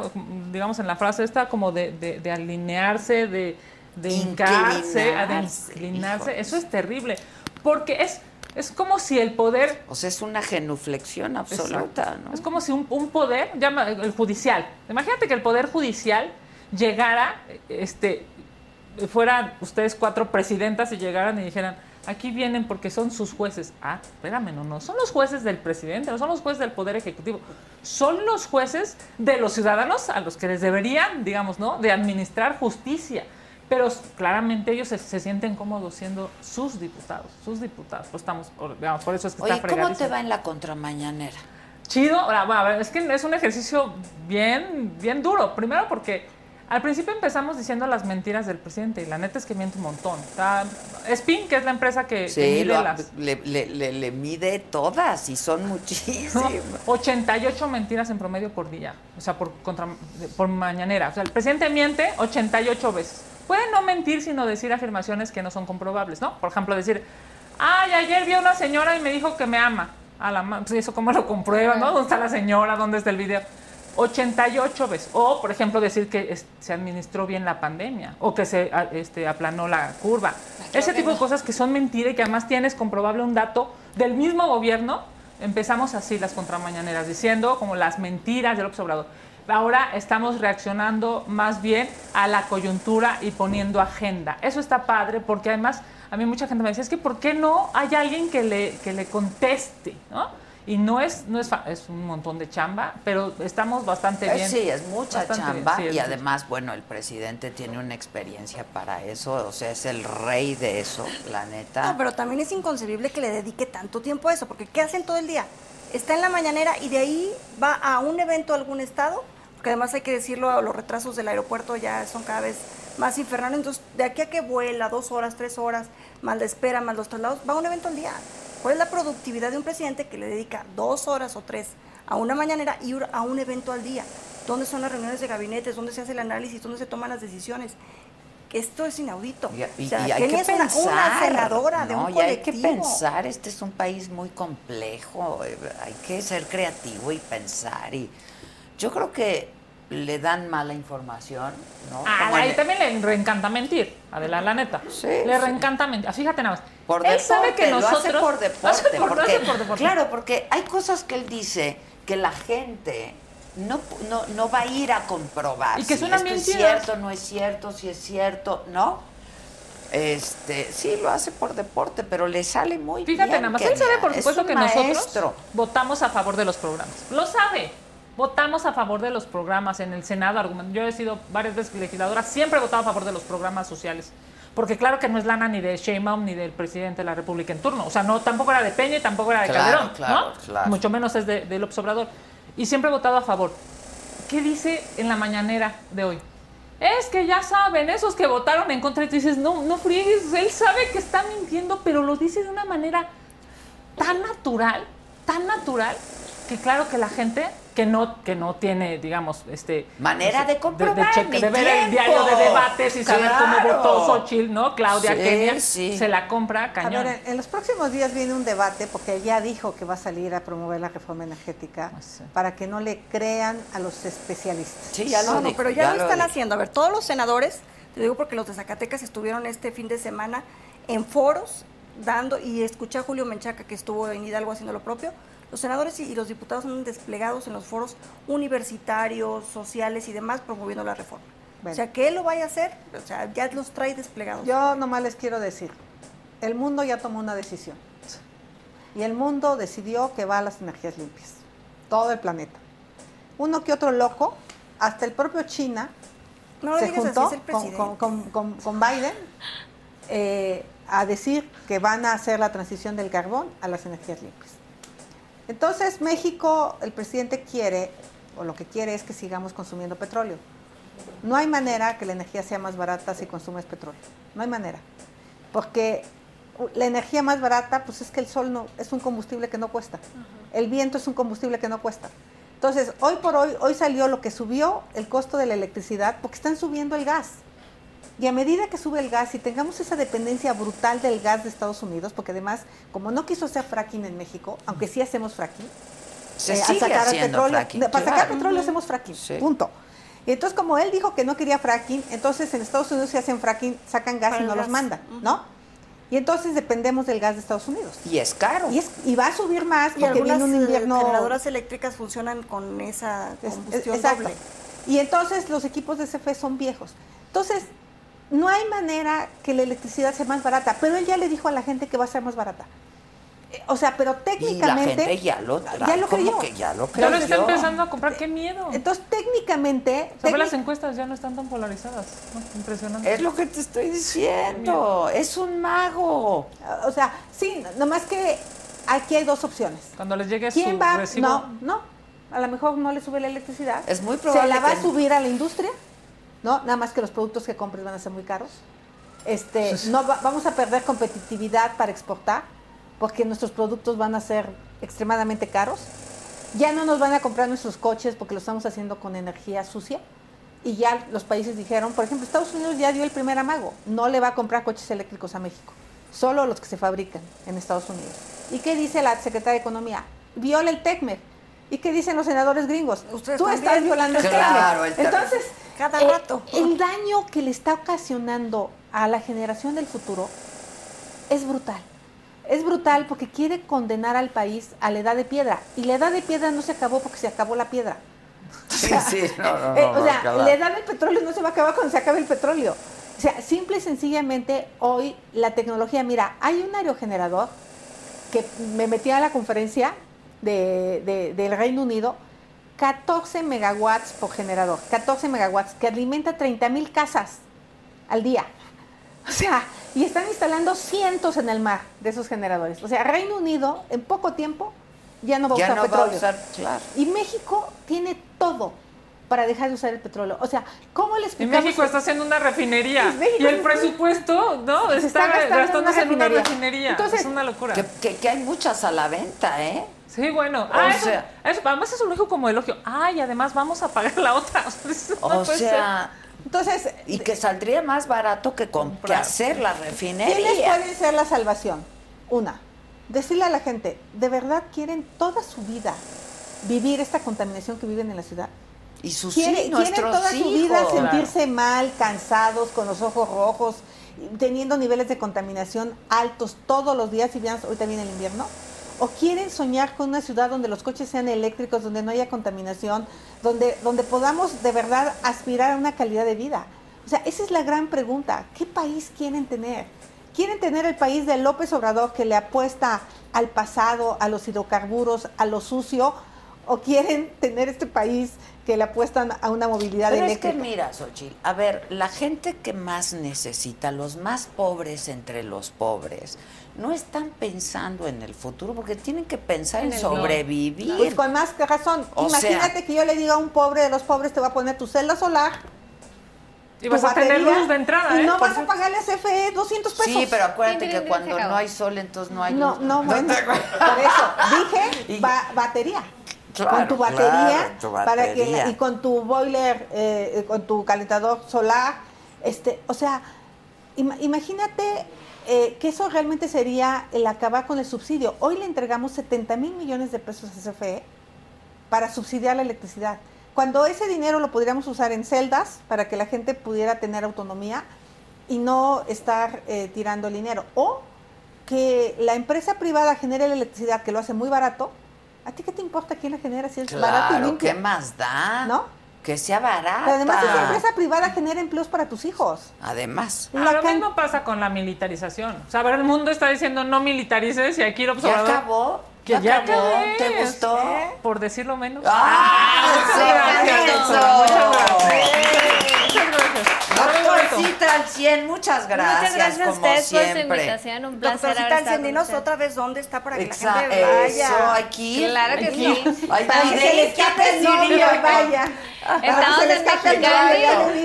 S2: digamos, en la frase esta como de, de- de alinearse, de, de hincarse, ah, de
S1: Inclinarse,
S2: inclinarse.
S1: híjole.
S2: Eso es terrible. Porque es, es como si el poder
S1: O sea, es una genuflexión absoluta,
S2: Exacto.
S1: ¿no?
S2: Es como si un, un poder, llama el judicial. Imagínate que el poder judicial llegara, este, fueran ustedes cuatro presidentas y llegaran y dijeran, aquí vienen porque son sus jueces. Ah, espérame, no, no, son los jueces del presidente, no son los jueces del poder ejecutivo, son los jueces de los ciudadanos a los que les deberían, digamos, ¿no? De administrar justicia. Pero s- claramente ellos se, se sienten cómodos siendo sus diputados, sus diputados. Pues estamos, or- digamos, por eso es que
S1: Oye,
S2: está
S1: ¿cómo te
S2: fregadísimo.
S1: va en la contramañanera?
S2: Chido, ahora, bueno, a ver, es que es un ejercicio bien, bien duro. Primero porque al principio empezamos diciendo las mentiras del presidente y la neta es que miente un montón. Está Spin, que es la empresa que, que
S1: Sí,
S2: Eh, mide
S1: lo-
S2: las
S1: le, le- le- le mide todas y son muchísimas.
S2: 88 mentiras en promedio por día, o sea, por, contra, por mañanera. O sea, el presidente miente 88 veces. Puede no mentir, sino decir afirmaciones que no son comprobables, ¿no? Por ejemplo, decir, ay, ayer vi a una señora y me dijo que me ama. A la ma- pues, eso cómo lo comprueba, ¿no? ¿Dónde está la señora? ¿Dónde está el video? 88 veces. O, por ejemplo, decir que es- se administró bien la pandemia o que se a- este, aplanó la curva. Ese tipo de cosas que son mentira y que además tienes comprobable un dato del mismo gobierno. Empezamos así las contramañaneras, diciendo como las mentiras del observador. Ahora estamos reaccionando más bien a la coyuntura y poniendo agenda. Eso está padre porque además a mí mucha gente me dice, es que ¿por qué no hay alguien que le, que le conteste? ¿no? Y no es, no es, fa- es un montón de chamba, pero estamos bastante
S1: Eh,
S2: bien.
S1: Sí, es mucha
S2: Bastante bien,
S1: chamba
S2: sí, es
S1: y
S2: mucha-
S1: además, bueno, el presidente tiene una experiencia para eso, o sea, es el rey de eso, la neta.
S8: No, pero también es inconcebible que le dedique tanto tiempo a eso, porque ¿qué hacen todo el día? Está en la mañanera y de ahí va a un evento a algún estado, porque además hay que decirlo, los retrasos del aeropuerto ya son cada vez más infernales, entonces de aquí a que vuela dos horas, tres horas, más la espera, más los traslados, va a un evento al día. ¿Cuál es la productividad de un presidente que le dedica dos horas o tres a una mañanera y un- a un evento al día? ¿Dónde son las reuniones de gabinetes? ¿Dónde se hace el análisis? ¿Dónde se toman las decisiones? Que esto es inaudito.
S1: Y, y-
S8: O sea,
S1: y hay que
S8: Kenia es una-
S1: pensar,
S8: una, senadora de
S1: ¿no?
S8: un
S1: Y hay que
S8: colectivo.
S1: pensar, este es un país muy complejo, eh, hay que ser creativo y pensar y yo creo que le dan mala información, ¿no?
S2: Ah,
S1: Como
S2: ahí
S1: en-
S2: también le reencanta mentir, Adela, la neta. le reencanta mentir. Ah, Fíjate nada más.
S1: Por
S2: él
S1: deporte,
S2: sabe que nosotros...
S1: lo hace por
S2: lo hace
S1: deporte.
S2: por- lo hace
S1: porque-
S2: por deporte.
S1: Claro, porque hay cosas que él dice que la gente no, no, no va a ir a comprobar.
S2: Y que
S1: si
S2: suenan
S1: esto es
S2: mentiras.
S1: cierto, no es cierto, si es cierto, ¿no? Este, sí, lo hace por deporte, pero le sale muy
S2: Fíjate
S1: bien.
S2: nada más, él
S1: Kenia.
S2: sabe por
S1: Es
S2: supuesto
S1: un
S2: que
S1: maestro.
S2: nosotros votamos a favor de los programas. Lo sabe. Votamos a favor de los programas en el Senado. argumento- Yo he sido varias veces legisladora, siempre he votado a favor de los programas sociales. Porque claro que no es lana ni de Sheinbaum ni del presidente de la República en turno. O sea, no, tampoco era de Peña y tampoco era de
S1: Claro,
S2: Calderón,
S1: claro,
S2: ¿no?
S1: claro.
S2: Mucho menos es de, del López Obrador. Y siempre he votado a favor. ¿Qué dice en la mañanera de hoy? Es que ya saben, esos que votaron en contra, y tú dices, no, no friegues, él sabe que está mintiendo, pero lo dice de una manera tan natural, tan natural, que claro que la gente que no, que no tiene, digamos, este...
S1: Manera
S2: no
S1: de comprobar mi
S2: de ver el
S1: tiempo.
S2: diario de debates y saber cómo
S1: Claro.
S2: votó Xochitl, ¿no? Claudia
S1: Sí,
S2: Kenia
S1: sí.
S2: se la compra
S7: A
S2: cañón.
S7: ver, eh, en- en los próximos días viene un debate, porque ya dijo que va a salir a promover la reforma energética,
S8: Ah,
S7: para que no le crean a los especialistas.
S1: Sí, ya lo
S7: No,
S8: No,
S7: no,
S8: pero ya, lo están haciendo. A ver, todos los senadores, te digo porque los de Zacatecas estuvieron este fin de semana en foros dando, y escuché a Julio Menchaca que estuvo en Hidalgo haciendo lo propio, los senadores y, y los diputados andan desplegados en los foros universitarios, sociales y demás promoviendo la reforma.
S7: Bueno.
S8: O sea, que él lo vaya a hacer, o sea, ya los trae desplegados.
S7: Yo nomás les quiero decir, el mundo ya tomó una decisión. Y el mundo decidió que va a las energías limpias. Todo el planeta. Uno que otro loco, hasta el propio China,
S8: No lo
S7: se
S8: digas así,
S7: juntó
S8: es el
S7: con, con-
S8: presidente.
S7: con- con- con Biden eh, a decir que van a hacer la transición del carbón a las energías limpias. Entonces México, el presidente quiere, o lo que quiere es que sigamos consumiendo petróleo. No hay manera que la energía sea más barata si consumes petróleo. No hay manera. Porque u- la energía más barata, pues es que el sol no, es un combustible que no cuesta. El viento es un combustible que no cuesta. Entonces, hoy por hoy, hoy salió lo que subió el costo de la electricidad porque están subiendo el gas. Y a medida que sube el gas y tengamos esa dependencia brutal del gas de Estados Unidos, porque además, como no quiso hacer fracking en México, aunque sí hacemos fracking, eh,
S1: Se
S7: al
S1: sigue
S7: al
S1: haciendo
S7: petróleo,
S1: fracking,
S7: para sacar
S1: claro.
S7: petróleo hacemos fracking, punto. Y entonces, como él dijo que no quería fracking, entonces en Estados Unidos se hacen fracking, sacan gas
S8: Para
S7: y
S8: el
S7: no los
S8: gas.
S7: mandan, ¿no? Y entonces dependemos del gas de Estados Unidos.
S1: Y es caro.
S7: Y, es- y va a subir más
S8: Y
S7: porque
S8: algunas
S7: viene un
S8: eh,
S7: invierno.
S8: generadoras eléctricas funcionan con esa
S7: Es-
S8: combustión
S7: exacto.
S8: doble.
S7: Y entonces los equipos de CFE son viejos. Entonces, no hay manera que la electricidad sea más barata, pero él ya le dijo a la gente que va a ser más barata. Eh, O sea, pero
S1: Y la
S7: técnicamente...
S1: gente ya lo trae.
S7: ya lo
S1: ¿Cómo
S7: creyó.
S1: que ya lo
S2: Ya lo está
S1: creyó?
S2: empezando a comprar, qué miedo.
S7: Entonces, técnicamente...
S2: O sea, ve
S7: técnic-
S2: las encuestas ya no están tan polarizadas. ¿no? Impresionante.
S1: Es lo que te estoy diciendo. Es un mago.
S7: O sea, sí, nomás que aquí hay dos opciones.
S2: Cuando les llegue
S7: ¿Quién
S2: su
S7: va?
S2: recibo.
S7: No, no. A lo mejor no le sube la electricidad.
S1: Es muy probable
S7: Se la va
S1: que-
S7: a subir a la industria, ¿no? Nada más que los productos que compres van a ser muy caros. Este, no va- vamos a perder competitividad para exportar, porque nuestros productos van a ser extremadamente caros. Ya no nos van a comprar nuestros coches porque lo estamos haciendo con energía sucia. Y ya los países dijeron, por ejemplo, Estados Unidos ya dio el primer amago, no le va a comprar coches eléctricos a México, solo los que se fabrican en Estados Unidos. ¿Y qué dice la secretaria de Economía? Viola el TECMER. ¿Y qué dicen los senadores gringos?
S8: Ustedes
S7: Tú
S8: también.
S7: estás violando el
S1: Claro, el
S7: TECMER.
S1: TECMER.
S7: Entonces,
S8: Cada
S7: eh,
S8: rato.
S7: el daño que le está ocasionando a la generación del futuro es brutal. Es brutal porque quiere condenar al país a la edad de piedra. Y la edad de piedra no se acabó porque se acabó la piedra.
S1: Sí, sí, no, no, no.
S7: Eh,
S1: no,
S7: o sea,
S1: cada-
S7: la edad del petróleo no se va a acabar cuando se acabe el petróleo. O sea, simple y sencillamente hoy la tecnología, mira, hay un aerogenerador que me metí a la conferencia de- de- del Reino Unido, 14 megawatts por generador, 14 megawatts, que alimenta 30 mil casas al día. O sea, y están instalando cientos en el mar de esos generadores. O sea, Reino Unido en poco tiempo ya no va a
S1: ya
S7: usar
S1: no va a
S7: petróleo.
S1: usar. Claro.
S7: Y México tiene todo para dejar de usar el petróleo. O sea, ¿cómo le
S2: Y
S7: explicamos?
S2: México está haciendo una refinería.
S7: Sí, México
S2: Y el
S7: es-
S2: presupuesto, ¿no?
S7: Se
S2: Está,
S7: está gastando en
S2: gastándose
S7: una
S2: en una
S7: refinería.
S2: refinería.
S7: Entonces-
S2: es una locura.
S1: Que, que- que hay muchas a la venta, ¿eh?
S2: Sí, bueno. Ah, eso-
S1: sea-
S2: eso- además eso lo dijo como elogio. Ay, además vamos a pagar la otra. O sea, eso no
S1: O
S2: puede
S1: sea,
S7: Entonces,
S1: y que saldría más barato que, com- que hacer la refinería.
S7: ¿quiénes pueden ser la salvación? Una, decirle a la gente, ¿de verdad quieren toda su vida vivir esta contaminación que viven en la ciudad?
S1: Y sus
S7: Quiere-
S1: hi-
S7: quieren
S1: nuestros
S7: toda su vida
S1: hijos.
S7: sentirse mal, cansados, con los ojos rojos, y teniendo niveles de contaminación altos todos los días, y vean, ahorita viene el invierno. O quieren soñar con una ciudad donde los coches sean eléctricos, donde no haya contaminación, donde, donde podamos de verdad aspirar a una calidad de vida. O sea, esa es la gran pregunta. ¿Qué país quieren tener? ¿Quieren tener el país de López Obrador que le apuesta al pasado, a los hidrocarburos, a lo sucio? o quieren tener este país que le apuestan a una movilidad
S1: Pero es
S7: eléctrica.
S1: que mira, Xochitl, a ver, la gente que más necesita, los más pobres entre los pobres, no están pensando en el futuro porque tienen que pensar en,
S7: el
S1: sobrevivir.
S7: Pues con más razón.
S1: O sea-
S7: Imagínate que yo le diga a un pobre de los pobres te va a poner tu celda solar.
S2: Y
S7: tu
S2: vas a tener
S7: batería,
S2: luz de entrada,
S7: Y
S2: ¿eh?
S7: no
S2: Por
S7: vas a pagarle a CFE 200 E pesos.
S1: Sí, pero acuérdate que cuando no hay sol, entonces no hay
S7: No,
S1: luz.
S7: no, bueno. Por eso, dije ba- batería.
S1: Claro,
S7: con tu batería,
S1: claro, tu
S7: para que
S1: batería.
S7: y con tu boiler, eh, eh, con tu calentador solar, este, o sea, ima- imagínate eh, que eso realmente sería el acabar con el subsidio. Hoy le entregamos 70 mil millones de pesos a CFE para subsidiar la electricidad. Cuando ese dinero lo pudiéramos usar en celdas para que la gente pudiera tener autonomía y no estar eh, tirando el dinero. O que la empresa privada genere la electricidad que lo hace muy barato. ¿A ti qué te importa quién la genera si es barato y
S1: Claro,
S7: limpio?
S1: ¿qué más da?
S7: ¿No?
S1: Que sea barata.
S7: Pero además esa empresa privada genera empleos para tus hijos.
S1: Además.
S2: Ah, lo mismo pasa con la militarización. O sea, ahora el mundo está diciendo no militarices y aquí el observador...
S1: acabó?
S2: Que
S1: ¿Ya
S2: ya,
S1: acabó?
S2: acabé,
S1: ¿Te gustó?
S2: ¿eh? Por decirlo menos. Muchas gracias.
S1: ¡Ah! ¡Eso!
S2: Muchas gracias. Muchas gracias.
S1: Doctorcita al 100, muchas gracias.
S8: Muchas gracias a
S1: como
S8: ustedes por su
S1: siempre.
S8: invitación, un placer haber estado con
S6: dinos
S8: ustedes.
S6: otra
S8: vez dónde está para
S1: que la
S8: que la
S1: Exa-
S8: gente
S1: gente
S8: vaya.
S1: vaya. eso, hay que ir.
S8: Claro
S1: Hay
S8: que
S1: que
S8: sí.
S1: ir. Hay
S8: Para
S1: que
S8: que
S1: ir.
S8: se les escape el
S1: Para que se
S8: novio
S1: les
S8: y
S1: escape el
S8: vaya.
S1: novio.
S6: Estamos en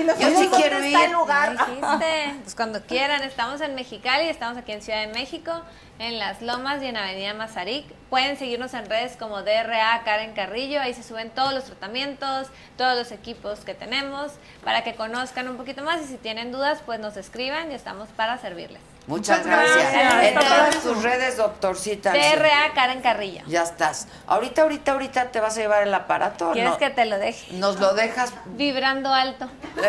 S6: Mexicali.
S1: Yo sí quiero
S6: ¿Dónde
S1: ir.
S6: está el lugar? Dijiste. Pues cuando quieran, estamos en Mexicali, estamos aquí en Ciudad de México, en Las Lomas y en Avenida Mazarik. Pueden seguirnos en redes como DRA Karen Carrillo, ahí se suben todos los tratamientos, todos los equipos que tenemos, para que conozcan un poquito más y si tienen dudas, pues nos escriban y estamos para servirles.
S1: Muchas
S6: Muchas
S1: gracias.
S6: gracias.
S1: En todas tus redes, doctorcita. al 100.
S6: DRA Karen Carrillo.
S1: Ya estás. Ahorita, ahorita, ahorita te vas a llevar el aparato. o
S6: ¿Quieres
S1: no?
S6: que te lo deje?
S1: Nos lo dejas.
S6: Vibrando alto.
S1: Exacto.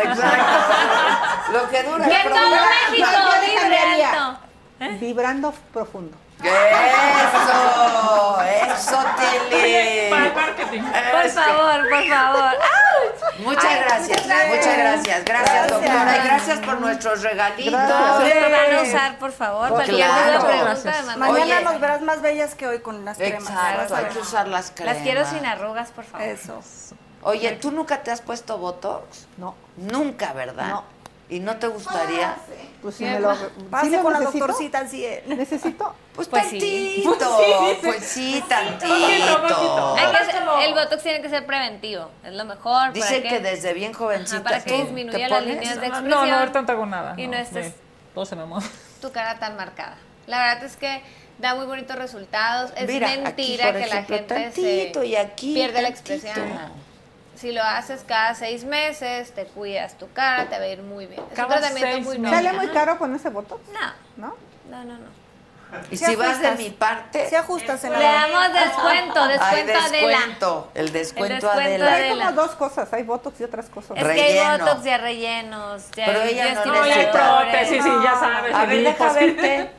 S1: lo que dura. el
S6: Que todo
S1: programa.
S6: México vibre alto.
S7: Vibrando profundo.
S1: Eso, eso, Tele.
S2: Para el marketing.
S6: Por favor, por favor. ¡Auch!
S1: Muchas
S6: Ay,
S1: gracias, muchas gracias. Gracias, doctora. Y gracias por nuestros regalitos.
S6: Gracias. Lo van a usar, por favor.
S1: Pues
S6: Cualquier
S1: claro.
S6: duda, pregunta,
S1: Gracias.
S6: demanda.
S8: Mañana
S1: Oye.
S8: nos verás más bellas que hoy con las cremas.
S1: Exacto, hay que usar las cremas.
S6: Las quiero sin arrugas, por favor.
S8: Eso.
S1: Oye, ¿tú nunca te has puesto Botox?
S7: No.
S1: Nunca, ¿verdad?
S7: No.
S1: ¿Y no te
S6: Ah,
S1: gustaría?
S7: Pues si me lo, ¿sí
S8: Pase
S7: lo
S8: con la
S7: necesito?
S8: doctorcita eh. al 100.
S7: ¿Necesito?
S1: Pues,
S6: Pues sí.
S1: tantito.
S2: Pues sí.
S1: Pues sí,
S2: Poquito, poquito.
S1: tantito.
S6: Hay que ser- el botox tiene que ser preventivo. Es lo mejor.
S1: Dicen
S6: para
S1: que desde bien jovencita
S6: Ajá, para que
S1: tú
S6: disminuya las
S1: te pones.
S6: líneas de-
S2: No, no, ahorita no te hago nada.
S6: Y no estés-
S2: me- Todo se me mueve.
S6: tu cara tan marcada. La verdad es que da muy bonitos resultados. Es
S1: Mira, aquí,
S6: mentira
S1: por
S6: que la
S1: ejemplo,
S6: gente
S1: tantito,
S6: se
S1: y aquí,
S6: pierde la
S1: tantito.
S6: expresión. Si lo haces cada seis meses, te cuidas tu cara, te va a ir muy bien. Es un
S2: Cada
S6: tratamiento
S2: seis
S6: muy
S2: meses.
S7: ¿Sale
S6: noble.
S7: muy caro con ese voto?
S6: No,
S7: ¿No?
S6: no, no, no.
S1: Y
S8: Sí
S1: si vas de
S8: ajustas.
S1: mi parte,
S8: Se ajustas en
S6: Le damos descuento,
S1: hay
S6: descuento Adela.
S1: descuento. El descuento,
S6: El descuento Eh.
S1: Adela.
S7: Hay
S6: Adela.
S7: como dos cosas, hay Botox y otras cosas.
S6: Es que hay
S1: Relleno.
S6: botox, ya rellenos, ya
S1: Pero
S6: hay
S1: ella no
S2: No, y hay
S6: estimuladores.
S2: prótesis, sí, ya sabes.
S1: A
S2: y
S1: ver, deja
S2: lipos.
S1: verte.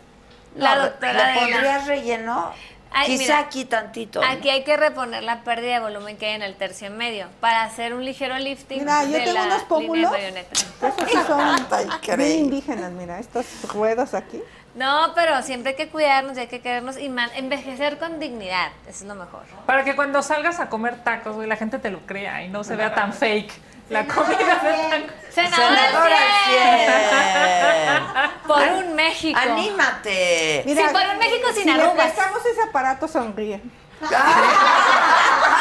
S6: La
S1: No,
S6: doctora
S1: ¿la
S6: Adela.
S1: podrías relleno?
S6: Ay,
S1: Quizá
S6: mira,
S1: aquí tantito. ¿no?
S6: Aquí hay que reponer la pérdida de volumen que hay en el tercio medio para hacer un ligero lifting
S7: Mira, yo
S6: de
S7: tengo
S6: la
S7: unos pómulos.
S6: línea bayoneta.
S7: Esos sí son
S1: Ay,
S7: muy
S1: caray.
S7: indígenas, mira, estos ruedos aquí.
S6: No, pero siempre hay que cuidarnos, y hay que querernos y man- envejecer con dignidad, eso es lo mejor.
S2: Para que cuando salgas a comer tacos, güey, la gente te lo crea y no se vea tan fake la comida de tacos.
S6: Senadora,
S1: Senadora
S6: al
S1: al 100.
S6: por un México.
S1: Ah, ¡Anímate!
S6: Sí, para un México sin
S7: si le
S6: arrugas.
S7: prestamos ese aparato, sonríe.
S1: Ah.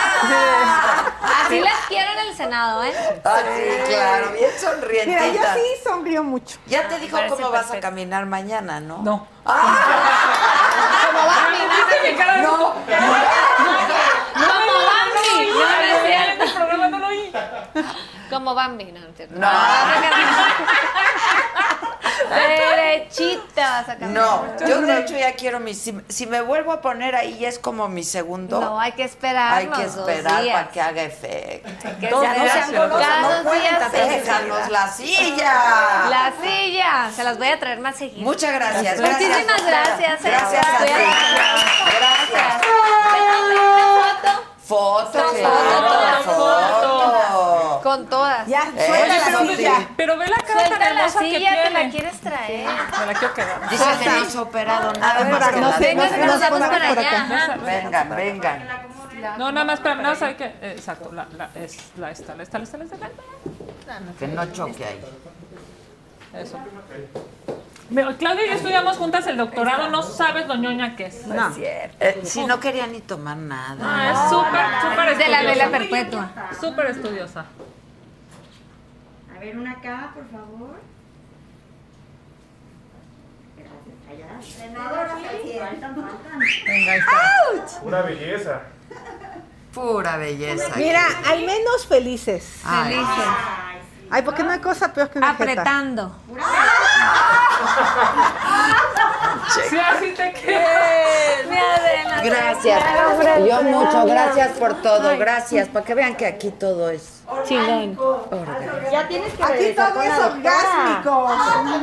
S6: Así las quiero en el Senado, ¿eh?
S1: Ah, sí, claro, bien
S7: Mira, yo
S1: sonrientita.
S7: sí sonrío mucho.
S1: Ya te dijo
S6: Parece
S1: cómo vas a
S6: Ah, perfecto.
S1: caminar mañana, ¿no?
S2: No.
S1: Ah.
S6: Como
S2: Mi cara de-
S1: No,
S6: Bambi, no, no es cierto.
S2: Este programa no lo oí.
S6: Como Bambi, no, no es cierto.
S1: No.
S6: Derechita vas a caminar.
S1: no. Yo de hecho ya quiero mi... Si, si me vuelvo a poner ahí ya es como mi segundo.
S6: No, hay que esperar.
S1: Hay que esperar para que
S6: haga.
S1: haga efecto.
S6: Que
S2: Dos
S6: se
S2: días,
S6: hagan
S2: pero
S6: con-
S2: no
S6: cada dos días. se
S1: Déjanos la silla.
S6: La silla. Se las voy a traer más seguido.
S1: Muchas gracias.
S6: Muchísimas
S1: doctora.
S6: gracias, eh.
S1: Gracias a ti.
S6: Eduardo.
S1: Gracias. Foto,
S6: Foto,
S1: Ah. claro,
S6: foto,
S1: foto.
S6: Con todas.
S7: Ya,
S1: Eh,
S7: suelta
S1: eso
S7: la
S1: sí.
S7: silla.
S2: Pero ve la cara
S6: Suelta
S2: tan
S6: la
S2: hermosa que
S6: silla,
S2: tiene.
S6: te la quieres traer.
S2: Me la quiero quedar.
S1: Dice que no hizo operado nada
S7: ver,
S1: más
S7: para
S1: que
S7: que no
S1: la
S7: se-
S1: de-
S6: Venga,
S7: nos-
S6: que nos
S7: nos
S6: vamos
S7: ponemos
S6: para
S7: por acá.
S6: allá. ajá.
S1: Vengan, vengan.
S2: No, nada más, pero nada más hay que. eh, Exacto, la, la, es, la esta, la esta, la esta, la esta. la esta.
S1: Que no choque ahí.
S2: Eso. Pero Claudia y yo estudiamos juntas el doctorado, no sabes lo ñoña que es.
S1: No. Eh, si no quería ni tomar nada.
S2: No, es súper, súper
S10: Es de la
S2: estudiosa.
S10: vela perpetua.
S2: Súper estudiosa.
S9: A ver, una acá, por favor. Gracias. Allá. Senadora, faltan, faltan.
S2: Venga, ahí está.
S3: Una belleza.
S1: Pura belleza.
S7: Mira, al menos felices.
S1: Ay,
S7: Ay, porque no hay cosa peor que una jeta.
S6: Apretando.
S2: Sí, así te quedas.
S6: Me adelanto.
S1: Gracias. Yo mucho, gracias por todo, gracias. Para que vean que aquí todo es.
S6: Chingón.
S9: Ya tienes que
S7: Aquí todo es orgásmico.
S8: Ah,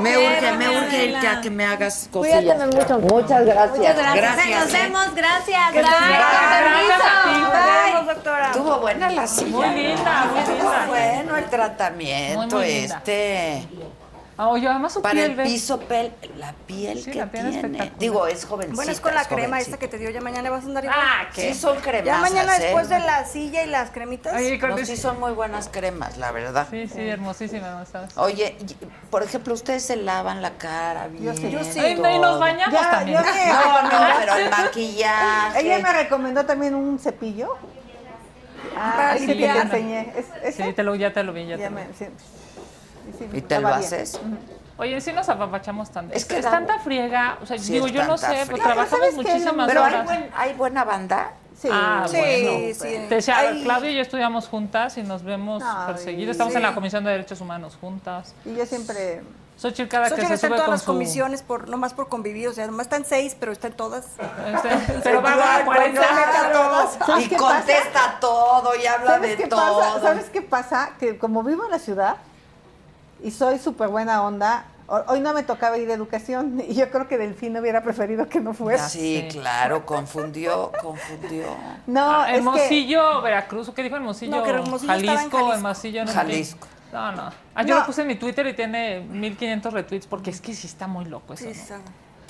S1: Me urge, me urge irte a que me hagas cosillas. mucho. Muchas gracias.
S6: Muchas gracias. Nos
S1: eh.
S6: vemos. Gracias. Bye.
S2: Gracias a ti.
S6: Permiso. Bye.
S1: Estuvo buena la silla.
S2: Muy linda, muy
S1: Estuvo
S2: linda.
S1: bueno el tratamiento
S2: Muy, muy linda.
S1: este.
S2: Ah, Oye, además su
S1: Para
S2: piel,
S1: el
S2: ¿ves?
S1: piso, pel, la piel
S2: Sí,
S1: que
S2: la piel
S1: tiene.
S2: espectacular.
S1: Digo, es jovencita.
S8: Bueno, es con la
S1: es
S8: crema
S1: jovencita.
S8: esta que te dio. Ya mañana vas a andar igual.
S1: Ah, que sí son cremas.
S8: Ya mañana después de la silla y las cremitas.
S2: Ay, con
S1: No,
S2: este-
S1: sí son muy buenas cremas, la verdad.
S2: Sí, sí, hermosísima. ¿no sabes?
S1: Oye, y- por ejemplo, ustedes se lavan la cara bien.
S7: sí. Yo sí.
S2: Ay, no, y nos bañamos
S7: Ya,
S2: también.
S7: yo que-
S1: No, no, pero el maquillaje.
S7: Ella me recomendó también un cepillo. Ah,
S2: Para
S7: sí, que te
S2: limpiar.
S7: enseñé. ¿Es, ese?
S2: Sí, te lo, ya te lo vi, ya
S7: Ya
S2: te lo
S7: me-
S2: vi.
S7: sí. Y sí,
S1: ¿Y te lo
S7: estaba bien.
S1: haces?
S2: Oye, sí nos apapachamos tanto.
S1: Es
S2: Es
S1: que
S2: que es
S1: da-
S2: tanta friega. O sea,
S1: Sí,
S2: digo,
S1: es
S2: yo no
S1: tanta
S2: sé, pero
S1: friega.
S2: trabajamos
S7: ¿Sabes qué?
S2: muchísimas
S1: Pero hay,
S2: horas.
S1: buen- hay buena banda.
S7: Sí.
S2: Ah,
S7: Sí.
S2: bueno.
S8: sí.
S2: Te decía,
S8: Ay.
S2: Claudio y yo estudiamos juntas y nos vemos
S7: Ay,
S2: perseguidos. Estamos en la Comisión de Derechos Humanos juntas.
S7: Y yo siempre.
S2: Xochitl cada
S8: Xochitl
S2: que se
S8: está en
S2: sube
S8: todas
S2: con
S8: las
S2: su...
S8: comisiones, por, nomás por convivir. O sea, nomás están seis, pero están todas.
S2: Este, pero va a dar 40
S7: ¿Sabes
S1: Y
S7: qué pasa?
S1: contesta todo y habla
S7: ¿Sabes
S1: de
S7: qué
S1: todo.
S7: pasa? ¿Sabes qué pasa? Que como vivo en la ciudad y soy súper buena onda, ho- hoy no me tocaba ir de educación y yo creo que Delfín hubiera preferido que no fuera.
S1: sí,
S2: sí.
S1: claro, confundió, confundió.
S7: No, es que
S2: Ah, Hermosillo, Veracruz, ¿qué dijo Hermosillo?
S8: No, que Hermosillo estaba en
S2: Jalisco,
S8: Jalisco.
S2: Hermosillo, no sé
S1: Jalisco.
S2: qué. No, no. Ah, yo
S7: No.
S2: lo puse en mi Twitter y tiene 1500 retweets porque es que sí está muy loco eso.
S8: Sí,
S2: ¿no?
S8: está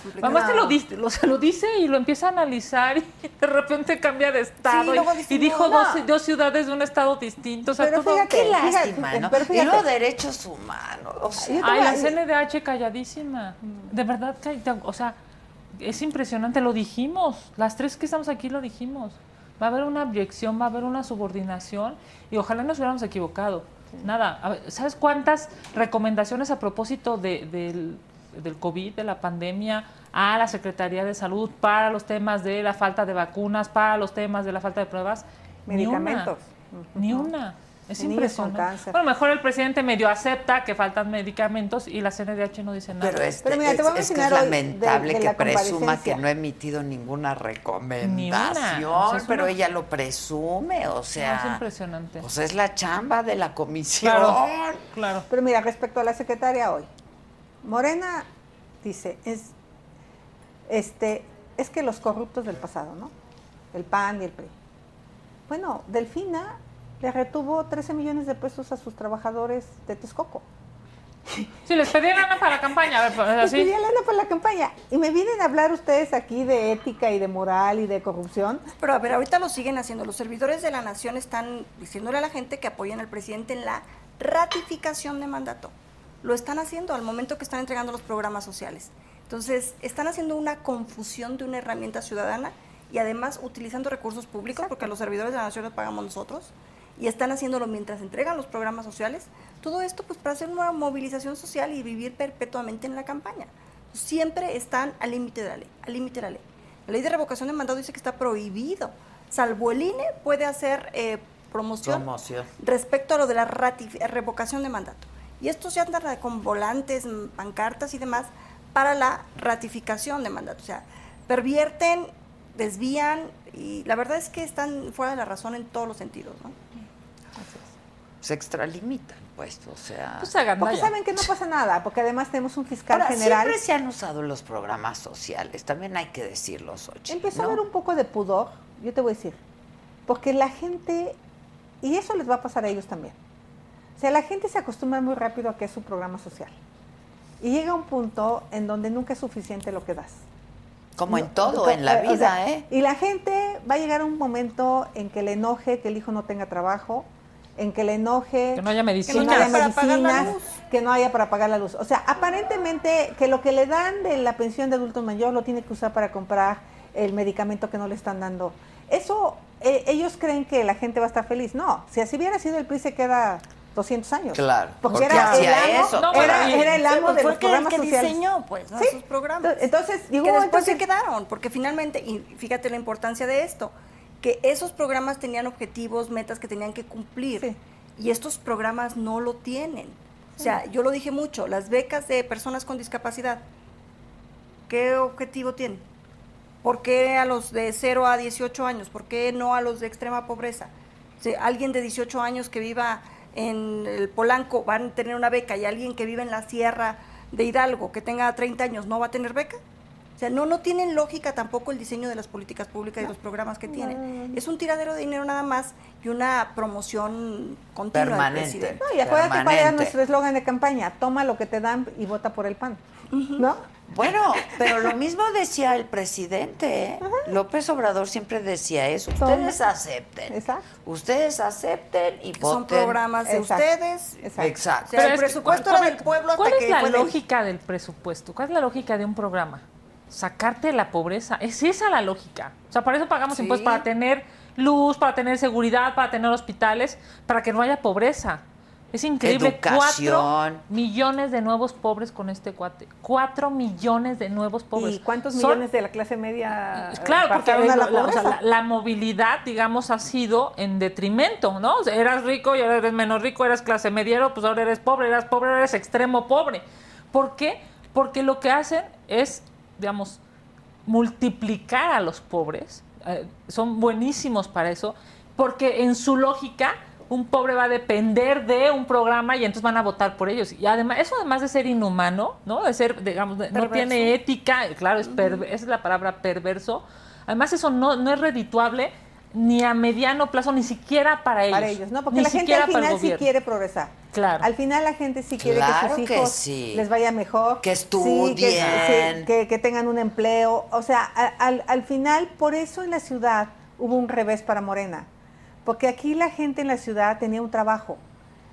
S8: complicado.
S2: Además te lo, diste, lo, se lo dice y lo empieza a analizar y de repente cambia de estado.
S8: luego
S2: y-
S8: dice,
S2: y dijo
S8: no.
S2: dos, dos ciudades de un estado distinto. O sea,
S7: Pero
S2: todo-
S7: fíjate,
S1: Qué
S7: fíjate,
S1: lástima, ¿no?
S7: pero
S1: Y luego
S7: fíjate.
S1: derechos humanos. o sea,
S7: Yo te
S2: Ay,
S7: voy a
S2: la
S7: decir-
S2: CNDH calladísima. De verdad, que- te- o sea, es impresionante. Lo dijimos. Las tres que estamos aquí lo dijimos. Va a haber una objeción, va a haber una subordinación y ojalá nos hubiéramos equivocado. Nada. A ver, ¿Sabes cuántas recomendaciones a propósito de- del, del COVID, de la pandemia, a la Secretaría de Salud para los temas de la falta de vacunas, para los temas de la falta de pruebas? Ni una.
S7: Medicamentos.
S2: Ni una. Es
S7: Niños con
S2: impresionante.
S7: cáncer.
S2: Bueno, mejor el presidente medio acepta que faltan medicamentos y la CNDH no dice nada.
S1: Pero, este,
S7: Pero mira, te
S1: es,
S7: voy a
S1: es que es
S7: mencionar hoy de-
S1: lamentable
S7: de
S1: que
S7: la
S1: presuma que
S7: comparecencia.
S1: no ha emitido ninguna recomendación,
S2: o sea, es
S1: pero
S2: una-
S1: ella lo presume, o sea,
S2: es impresionante.
S1: pues es la chamba de la comisión.
S2: Claro. Claro.
S7: Pero mira, respecto a la secretaria hoy, Morena dice, es, este, es que los corruptos del pasado, ¿no? El PAN y el PRI. Bueno, Delfina le retuvo 13 millones de pesos a sus trabajadores de Texcoco.
S2: Si les pedí lana para la campaña, a ver, pues,
S7: Les
S2: así.
S7: pedía lana para la campaña. Y me vienen a hablar ustedes aquí de ética y de moral y de corrupción.
S8: Pero a ver, ahorita lo siguen haciendo. Los servidores de la nación están diciéndole a la gente que apoyen al presidente en la ratificación de mandato. Lo están haciendo al momento que están entregando los programas sociales. Entonces, están haciendo una confusión de una herramienta ciudadana y además utilizando recursos públicos, porque a los servidores de la nación los pagamos nosotros, y están haciéndolo mientras entregan los programas sociales. Todo esto pues para hacer una movilización social y vivir perpetuamente en la campaña. Siempre están al límite de la ley, al límite de la ley. La ley de revocación de mandato dice que está prohibido, salvo el INE puede hacer eh, promoción,
S1: Promoción.
S8: respecto a lo de la ratifi- revocación de mandato. Y estos ya andan con volantes, mm, pancartas y demás para la ratificación de mandato. O sea, pervierten, desvían y la verdad es que están fuera de la razón en todos los sentidos, ¿no?
S1: Se extralimitan, pues, o sea.
S2: Pues hagan
S7: Porque
S2: vaya.
S7: saben que no pasa nada, porque además tenemos un fiscal
S1: Ahora,
S7: general.
S1: siempre se han usado los programas sociales, también hay que decirlo, Xochitl. ¿no?
S7: Empieza a haber un poco de pudor, yo te voy a decir, porque la gente, y eso les va a pasar a ellos también. O sea, la gente se acostumbra muy rápido a que es su programa social. Y llega un punto en donde nunca es suficiente lo que das.
S1: Como en
S7: No,
S1: todo,
S7: co-
S1: en la
S7: o
S1: vida,
S7: sea,
S1: ¿eh?
S7: Y la gente va a llegar a un momento en que le enoje que el hijo no tenga trabajo, en que le enoje
S2: Que no haya medicinas.
S7: que no haya
S2: Que no haya para pagar la
S7: medicinas,
S2: luz.
S7: que no haya para pagar la luz. O sea, aparentemente que lo que le dan de la pensión de adulto mayor lo tiene que usar para comprar el medicamento que no le están dando. Eso, eh, ellos creen que la gente va a estar feliz. No, si así hubiera sido el PRI se queda 200 años.
S1: Claro,
S7: Porque,
S1: porque
S7: era, el
S1: hacía
S7: amo,
S1: eso,
S7: era,
S1: claro.
S7: era el
S8: Sí,
S7: amo
S8: pues
S7: de
S8: fue
S7: los
S8: que el
S7: programas
S8: que
S7: sociales.
S8: diseñó, pues, ¿no? Sus programas.
S7: Entonces, digo,
S8: que después se
S7: entonces-
S8: quedaron, porque finalmente, y fíjate la importancia de esto, que esos programas tenían objetivos, metas que tenían que cumplir, y estos programas no lo tienen. O sea,
S7: Sí.
S8: yo lo dije mucho, las becas de personas con discapacidad, ¿qué objetivo tienen? ¿Por qué a los de 0 a 18 años? ¿Por qué no a los de extrema pobreza? Si alguien de 18 años que viva en el Polanco va a tener una beca y alguien que vive en la Sierra de Hidalgo que tenga 30 años no va a tener beca. O sea, no, no tienen lógica tampoco el diseño de las políticas públicas y los programas que tienen. Es un tiradero de dinero nada más y una promoción continua del
S1: Permanente.
S8: presidente.
S7: No, y acuérdate cuál era
S1: Permanente.
S7: nuestro eslogan de campaña, toma lo que te dan y vota por el pan, ¿no?
S1: Bueno, pero lo mismo decía el presidente, ¿eh? López Obrador siempre decía eso. Ustedes acepten. Ustedes acepten y voten.
S8: Son programas de ustedes.
S1: Exacto.
S8: O sea, el
S2: es que,
S8: presupuesto
S2: ¿cuál-
S8: era del pueblo hasta
S2: ¿Cuál
S8: que
S2: es la
S8: fue de él.
S2: lógica del presupuesto? ¿Cuál es la lógica de un programa? Sacarte de la pobreza. Es esa la lógica. O sea, para eso pagamos
S8: Sí.
S2: impuestos, para tener luz, para tener seguridad, para tener hospitales, para que no haya pobreza. Es increíble.
S1: Educación.
S2: Cuatro millones de nuevos pobres con este cuate. Cuatro millones de nuevos pobres.
S7: ¿Y cuántos
S2: Son-
S7: millones de la clase media eh,
S2: Claro, porque
S7: partieron a la
S2: la, o sea, la-
S7: pobreza?
S2: la movilidad, digamos, ha sido en detrimento, ¿no? O sea, eras rico y ahora eres menos rico, eras clase mediero, pues ahora eres pobre, eras pobre, ahora eres extremo pobre. ¿Por qué? Porque lo que hacen es, digamos, multiplicar a los pobres. eh, son buenísimos para eso, porque en su lógica un pobre va a depender de un programa y entonces van a votar por ellos. Y además, eso además de ser inhumano, ¿no? De ser, digamos, de- no
S8: Perverso.
S2: tiene ética, claro, es per- esa es la palabra perverso. Además, eso no, no es redituable ni a mediano plazo, ni siquiera para ellos.
S7: para ellos, ¿no? Porque
S2: ni
S7: la gente
S2: siquiera
S7: al
S2: para el
S7: final sí
S2: gobierno.
S7: quiere progresar.
S2: Claro.
S7: Al final la gente sí quiere
S1: Claro
S7: que sus
S1: que
S7: hijos
S1: sí.
S7: les vaya mejor.
S1: Que
S7: sí, que-
S1: estudien.
S7: sí, que, que tengan un empleo. O sea, a- al, al final, por eso en la ciudad hubo un revés para Morena. Porque aquí la gente en la ciudad tenía un trabajo.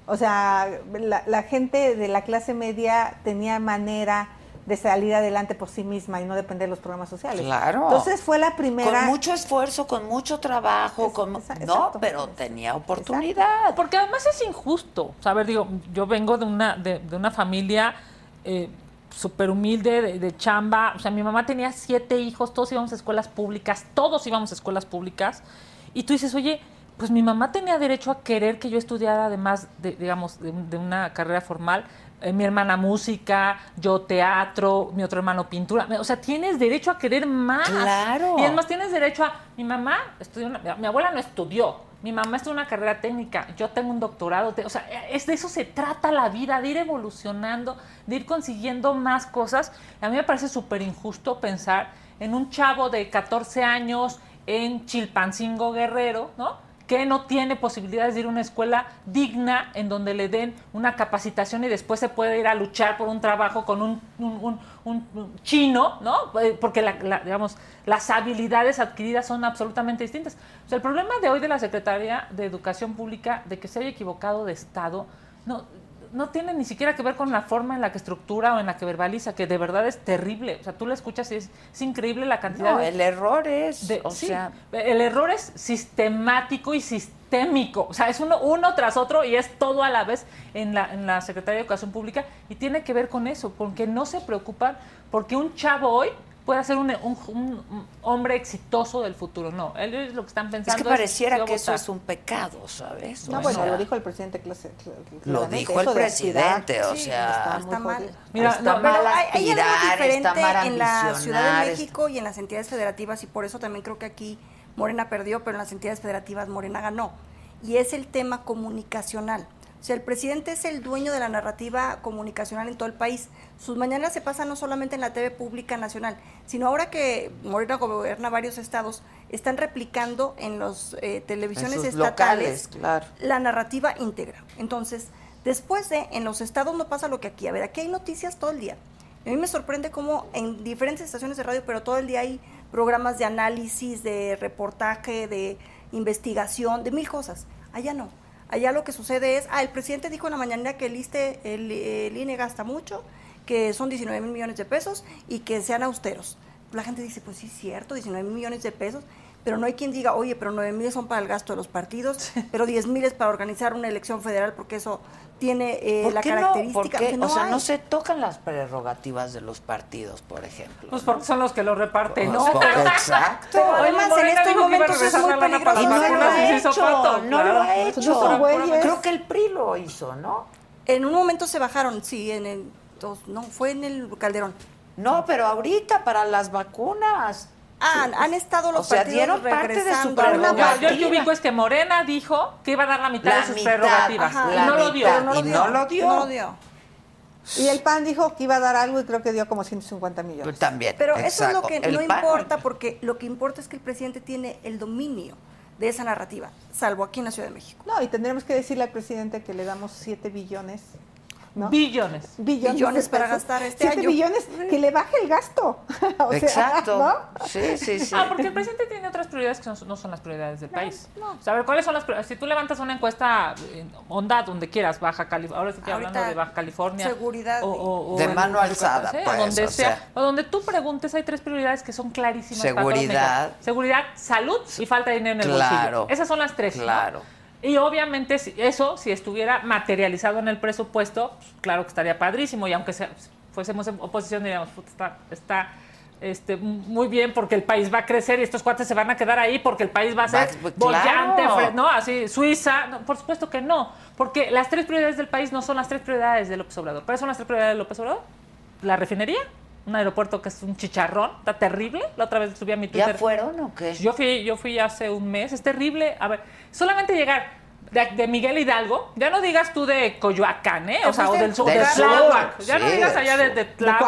S7: O sea, la, la gente de la clase media tenía manera de salir adelante por sí misma y no depender de los programas sociales.
S1: Claro.
S7: Entonces fue la primera...
S1: Con mucho esfuerzo, con mucho trabajo, con... no, pero tenía oportunidad.
S2: Porque además es injusto. O sea, a ver, digo, yo vengo de una, de, de una familia eh, súper humilde, de, de chamba. O sea, mi mamá tenía siete hijos, todos íbamos a escuelas públicas, todos íbamos a escuelas públicas. Y tú dices, oye, pues mi mamá tenía derecho a querer que yo estudiara, además, de, digamos, de, un- de una carrera formal. eh, mi hermana música, yo teatro, mi otro hermano pintura. O sea, tienes derecho a querer más.
S1: Claro.
S2: Y es más, tienes derecho a. Mi mamá estudió. una- mi abuela no estudió. Mi mamá estudió una carrera técnica. Yo tengo un doctorado. te- o sea, es de eso se trata la vida, de ir evolucionando, de ir consiguiendo más cosas. A mí me parece súper injusto pensar en un chavo de 14 años en Chilpancingo Guerrero, ¿no? que no tiene posibilidades de ir a una escuela digna en donde le den una capacitación y después se puede ir a luchar por un trabajo con un, un- un- un- un chino, ¿no? Eh, Porque la- la- digamos, las habilidades adquiridas son absolutamente distintas. O sea, el problema de hoy de la Secretaría de Educación Pública, de que se haya equivocado de Estado, no, no tiene ni siquiera que ver con la forma en la que estructura o en la que verbaliza, que de verdad es terrible. O sea, tú la escuchas y es, es increíble la cantidad
S1: No,
S2: de...
S1: el error es...
S2: De-
S1: o
S2: sí,
S1: sea,
S2: el error es sistemático y sistémico. O sea, es uno, uno tras otro y es todo a la vez en la, en la Secretaría de Educación Pública y tiene que ver con eso, porque no se preocupan porque un chavo hoy pueda ser un, un- un- un hombre exitoso del futuro. No, ellos lo que están
S1: es
S2: pensando
S1: que
S2: yo
S1: pareciera que eso
S2: votar.
S1: es un pecado, ¿sabes?
S7: No,
S1: O
S7: bueno,
S1: sea,
S7: lo dijo el presidente clase- cl-
S1: lo
S7: claramente,
S1: dijo
S7: eso
S1: el
S7: de aspirar,
S1: presidente, o
S7: sí,
S1: sea...
S7: muy
S8: Está mal.
S7: jodido.
S2: Mira,
S1: está
S2: no,
S1: mal
S8: Pero hay, hay algo
S1: aspirar, está
S8: diferente
S1: mal
S8: en la Ciudad
S1: ambicionar,
S8: de México y en las entidades federativas y por eso también creo que aquí Morena perdió, pero en las entidades federativas Morena ganó. Y es el tema comunicacional. O sea, el presidente es el dueño de la narrativa comunicacional en todo el país. Sus mañanas se pasan no solamente en la TV pública nacional, sino ahora que Morena gobierna varios estados, están replicando en las televisiones
S1: sus
S8: estatales
S1: locales, claro.
S8: la narrativa íntegra. Entonces, después de, en los estados no pasa lo que aquí. A ver, aquí hay noticias todo el día. A mí me sorprende cómo en diferentes estaciones de radio, pero todo el día hay programas de análisis, de reportaje, de investigación, de mil cosas. Allá no. Allá lo que sucede es, ah, el presidente dijo en la mañana que el, ISSSTE, el, el INE gasta mucho, que son 19 mil millones de pesos y que sean austeros. La gente dice, pues sí, es cierto, 19 mil millones de pesos, pero no hay quien diga, oye, pero 9 mil son para el gasto de los partidos, pero 10 mil es para organizar una elección federal, porque eso tiene eh,
S1: ¿Por
S8: la
S1: qué no?
S8: característica.
S1: ¿Por qué?
S8: que no
S1: o sea,
S8: hay.
S1: no se tocan las prerrogativas de los partidos, por ejemplo.
S2: Pues porque son los que lo reparten, ¿no?
S1: Pues porque- exacto.
S8: Pero además, en
S1: este
S2: Morena
S8: estos
S2: dijo que iba a
S8: momentos es
S2: regresar
S8: muy
S2: la lana para las
S8: peligroso. Y no lo
S2: vacunas,
S8: ha
S2: y se hizo
S1: hecho,
S2: pato,
S1: no
S2: claro.
S1: lo ha
S2: Entonces,
S1: hecho.
S2: por- por-
S1: Creo que el PRI lo hizo, ¿no?
S8: En un momento se bajaron, sí, en el. dos- No, fue en el Calderón.
S1: No, pero ahorita para las vacunas.
S8: Ah, han- han estado los
S1: O sea,
S8: partidos
S1: dieron parte de su
S8: regresando a una
S2: No,
S1: prerrogativa.
S2: yo, yo ubico es que Morena dijo que iba a dar la mitad
S1: La
S2: de sus
S1: mitad,
S2: prerrogativas
S8: ajá,
S2: y
S1: la
S2: no lo dio.
S1: mitad.
S8: Pero
S1: Y no lo dio.
S8: No lo dio.
S7: Y el PAN dijo que iba a dar algo y creo que dio como 150
S1: Tú
S7: millones.
S1: también.
S8: Pero eso es
S1: exacto.
S8: lo que
S1: El
S8: no
S1: PAN.
S8: importa, porque lo que importa es que el presidente tiene el dominio de esa narrativa, salvo aquí en la Ciudad de México.
S7: No, y tendremos que decirle al presidente que le damos 7 billones. ¿no?
S2: Billones.
S7: billones,
S8: billones
S7: de
S8: para
S7: pesos.
S8: gastar este
S7: Siete
S8: año.
S7: billones, que le baje el gasto. O sea,
S1: Exacto.
S7: ¿no?
S1: Sí, sí, sí.
S2: Ah, porque el presidente tiene otras prioridades que no son- no son las prioridades del país. O sea, a ver, ¿cuáles son las prioridades? Si tú levantas una encuesta en onda, donde quieras, Baja California, ahora estoy
S8: Ahorita,
S2: hablando de Baja California.
S8: seguridad
S2: o,
S8: y-
S2: o- o
S1: De
S2: en
S1: mano
S2: Yucatán,
S1: alzada,
S2: sí, o
S1: pues,
S2: donde
S1: o
S2: sea,
S1: sea.
S2: O donde tú preguntes, hay tres prioridades que son clarísimas. para todos los
S1: Seguridad.
S2: mexicanos. Seguridad, salud y falta de dinero en el
S1: Claro.
S2: bolsillo. Esas son las tres. ¿no?
S1: Claro.
S2: Y obviamente si- eso, si estuviera materializado en el presupuesto, pues, claro que estaría padrísimo. Y aunque sea- pues, fuésemos en oposición, diríamos, "Puta, está, está este, muy bien porque el país va a crecer y estos cuates se van a quedar ahí porque el país va a ser
S1: Va- pues,
S2: bollante,
S1: claro.
S2: fre- ¿no? Así, Suiza. No, por supuesto que no, porque las tres prioridades del país no son las tres prioridades de López Obrador. ¿Cuáles son las tres prioridades de López Obrador? La refinería, un aeropuerto que es un chicharrón, está terrible. La otra vez subí a mi Twitter.
S1: ¿Ya fueron o qué?
S2: Yo fui, yo fui hace un mes, es terrible. A ver, solamente llegar de, de Miguel Hidalgo, ya no digas tú de Coyoacán, ¿eh? O sea, o del sur,
S1: Del
S2: de
S1: sur,
S2: Tláhuac. Ya no
S1: sí,
S2: digas
S1: del
S2: allá de,
S1: sur.
S2: de Tláhuac, de,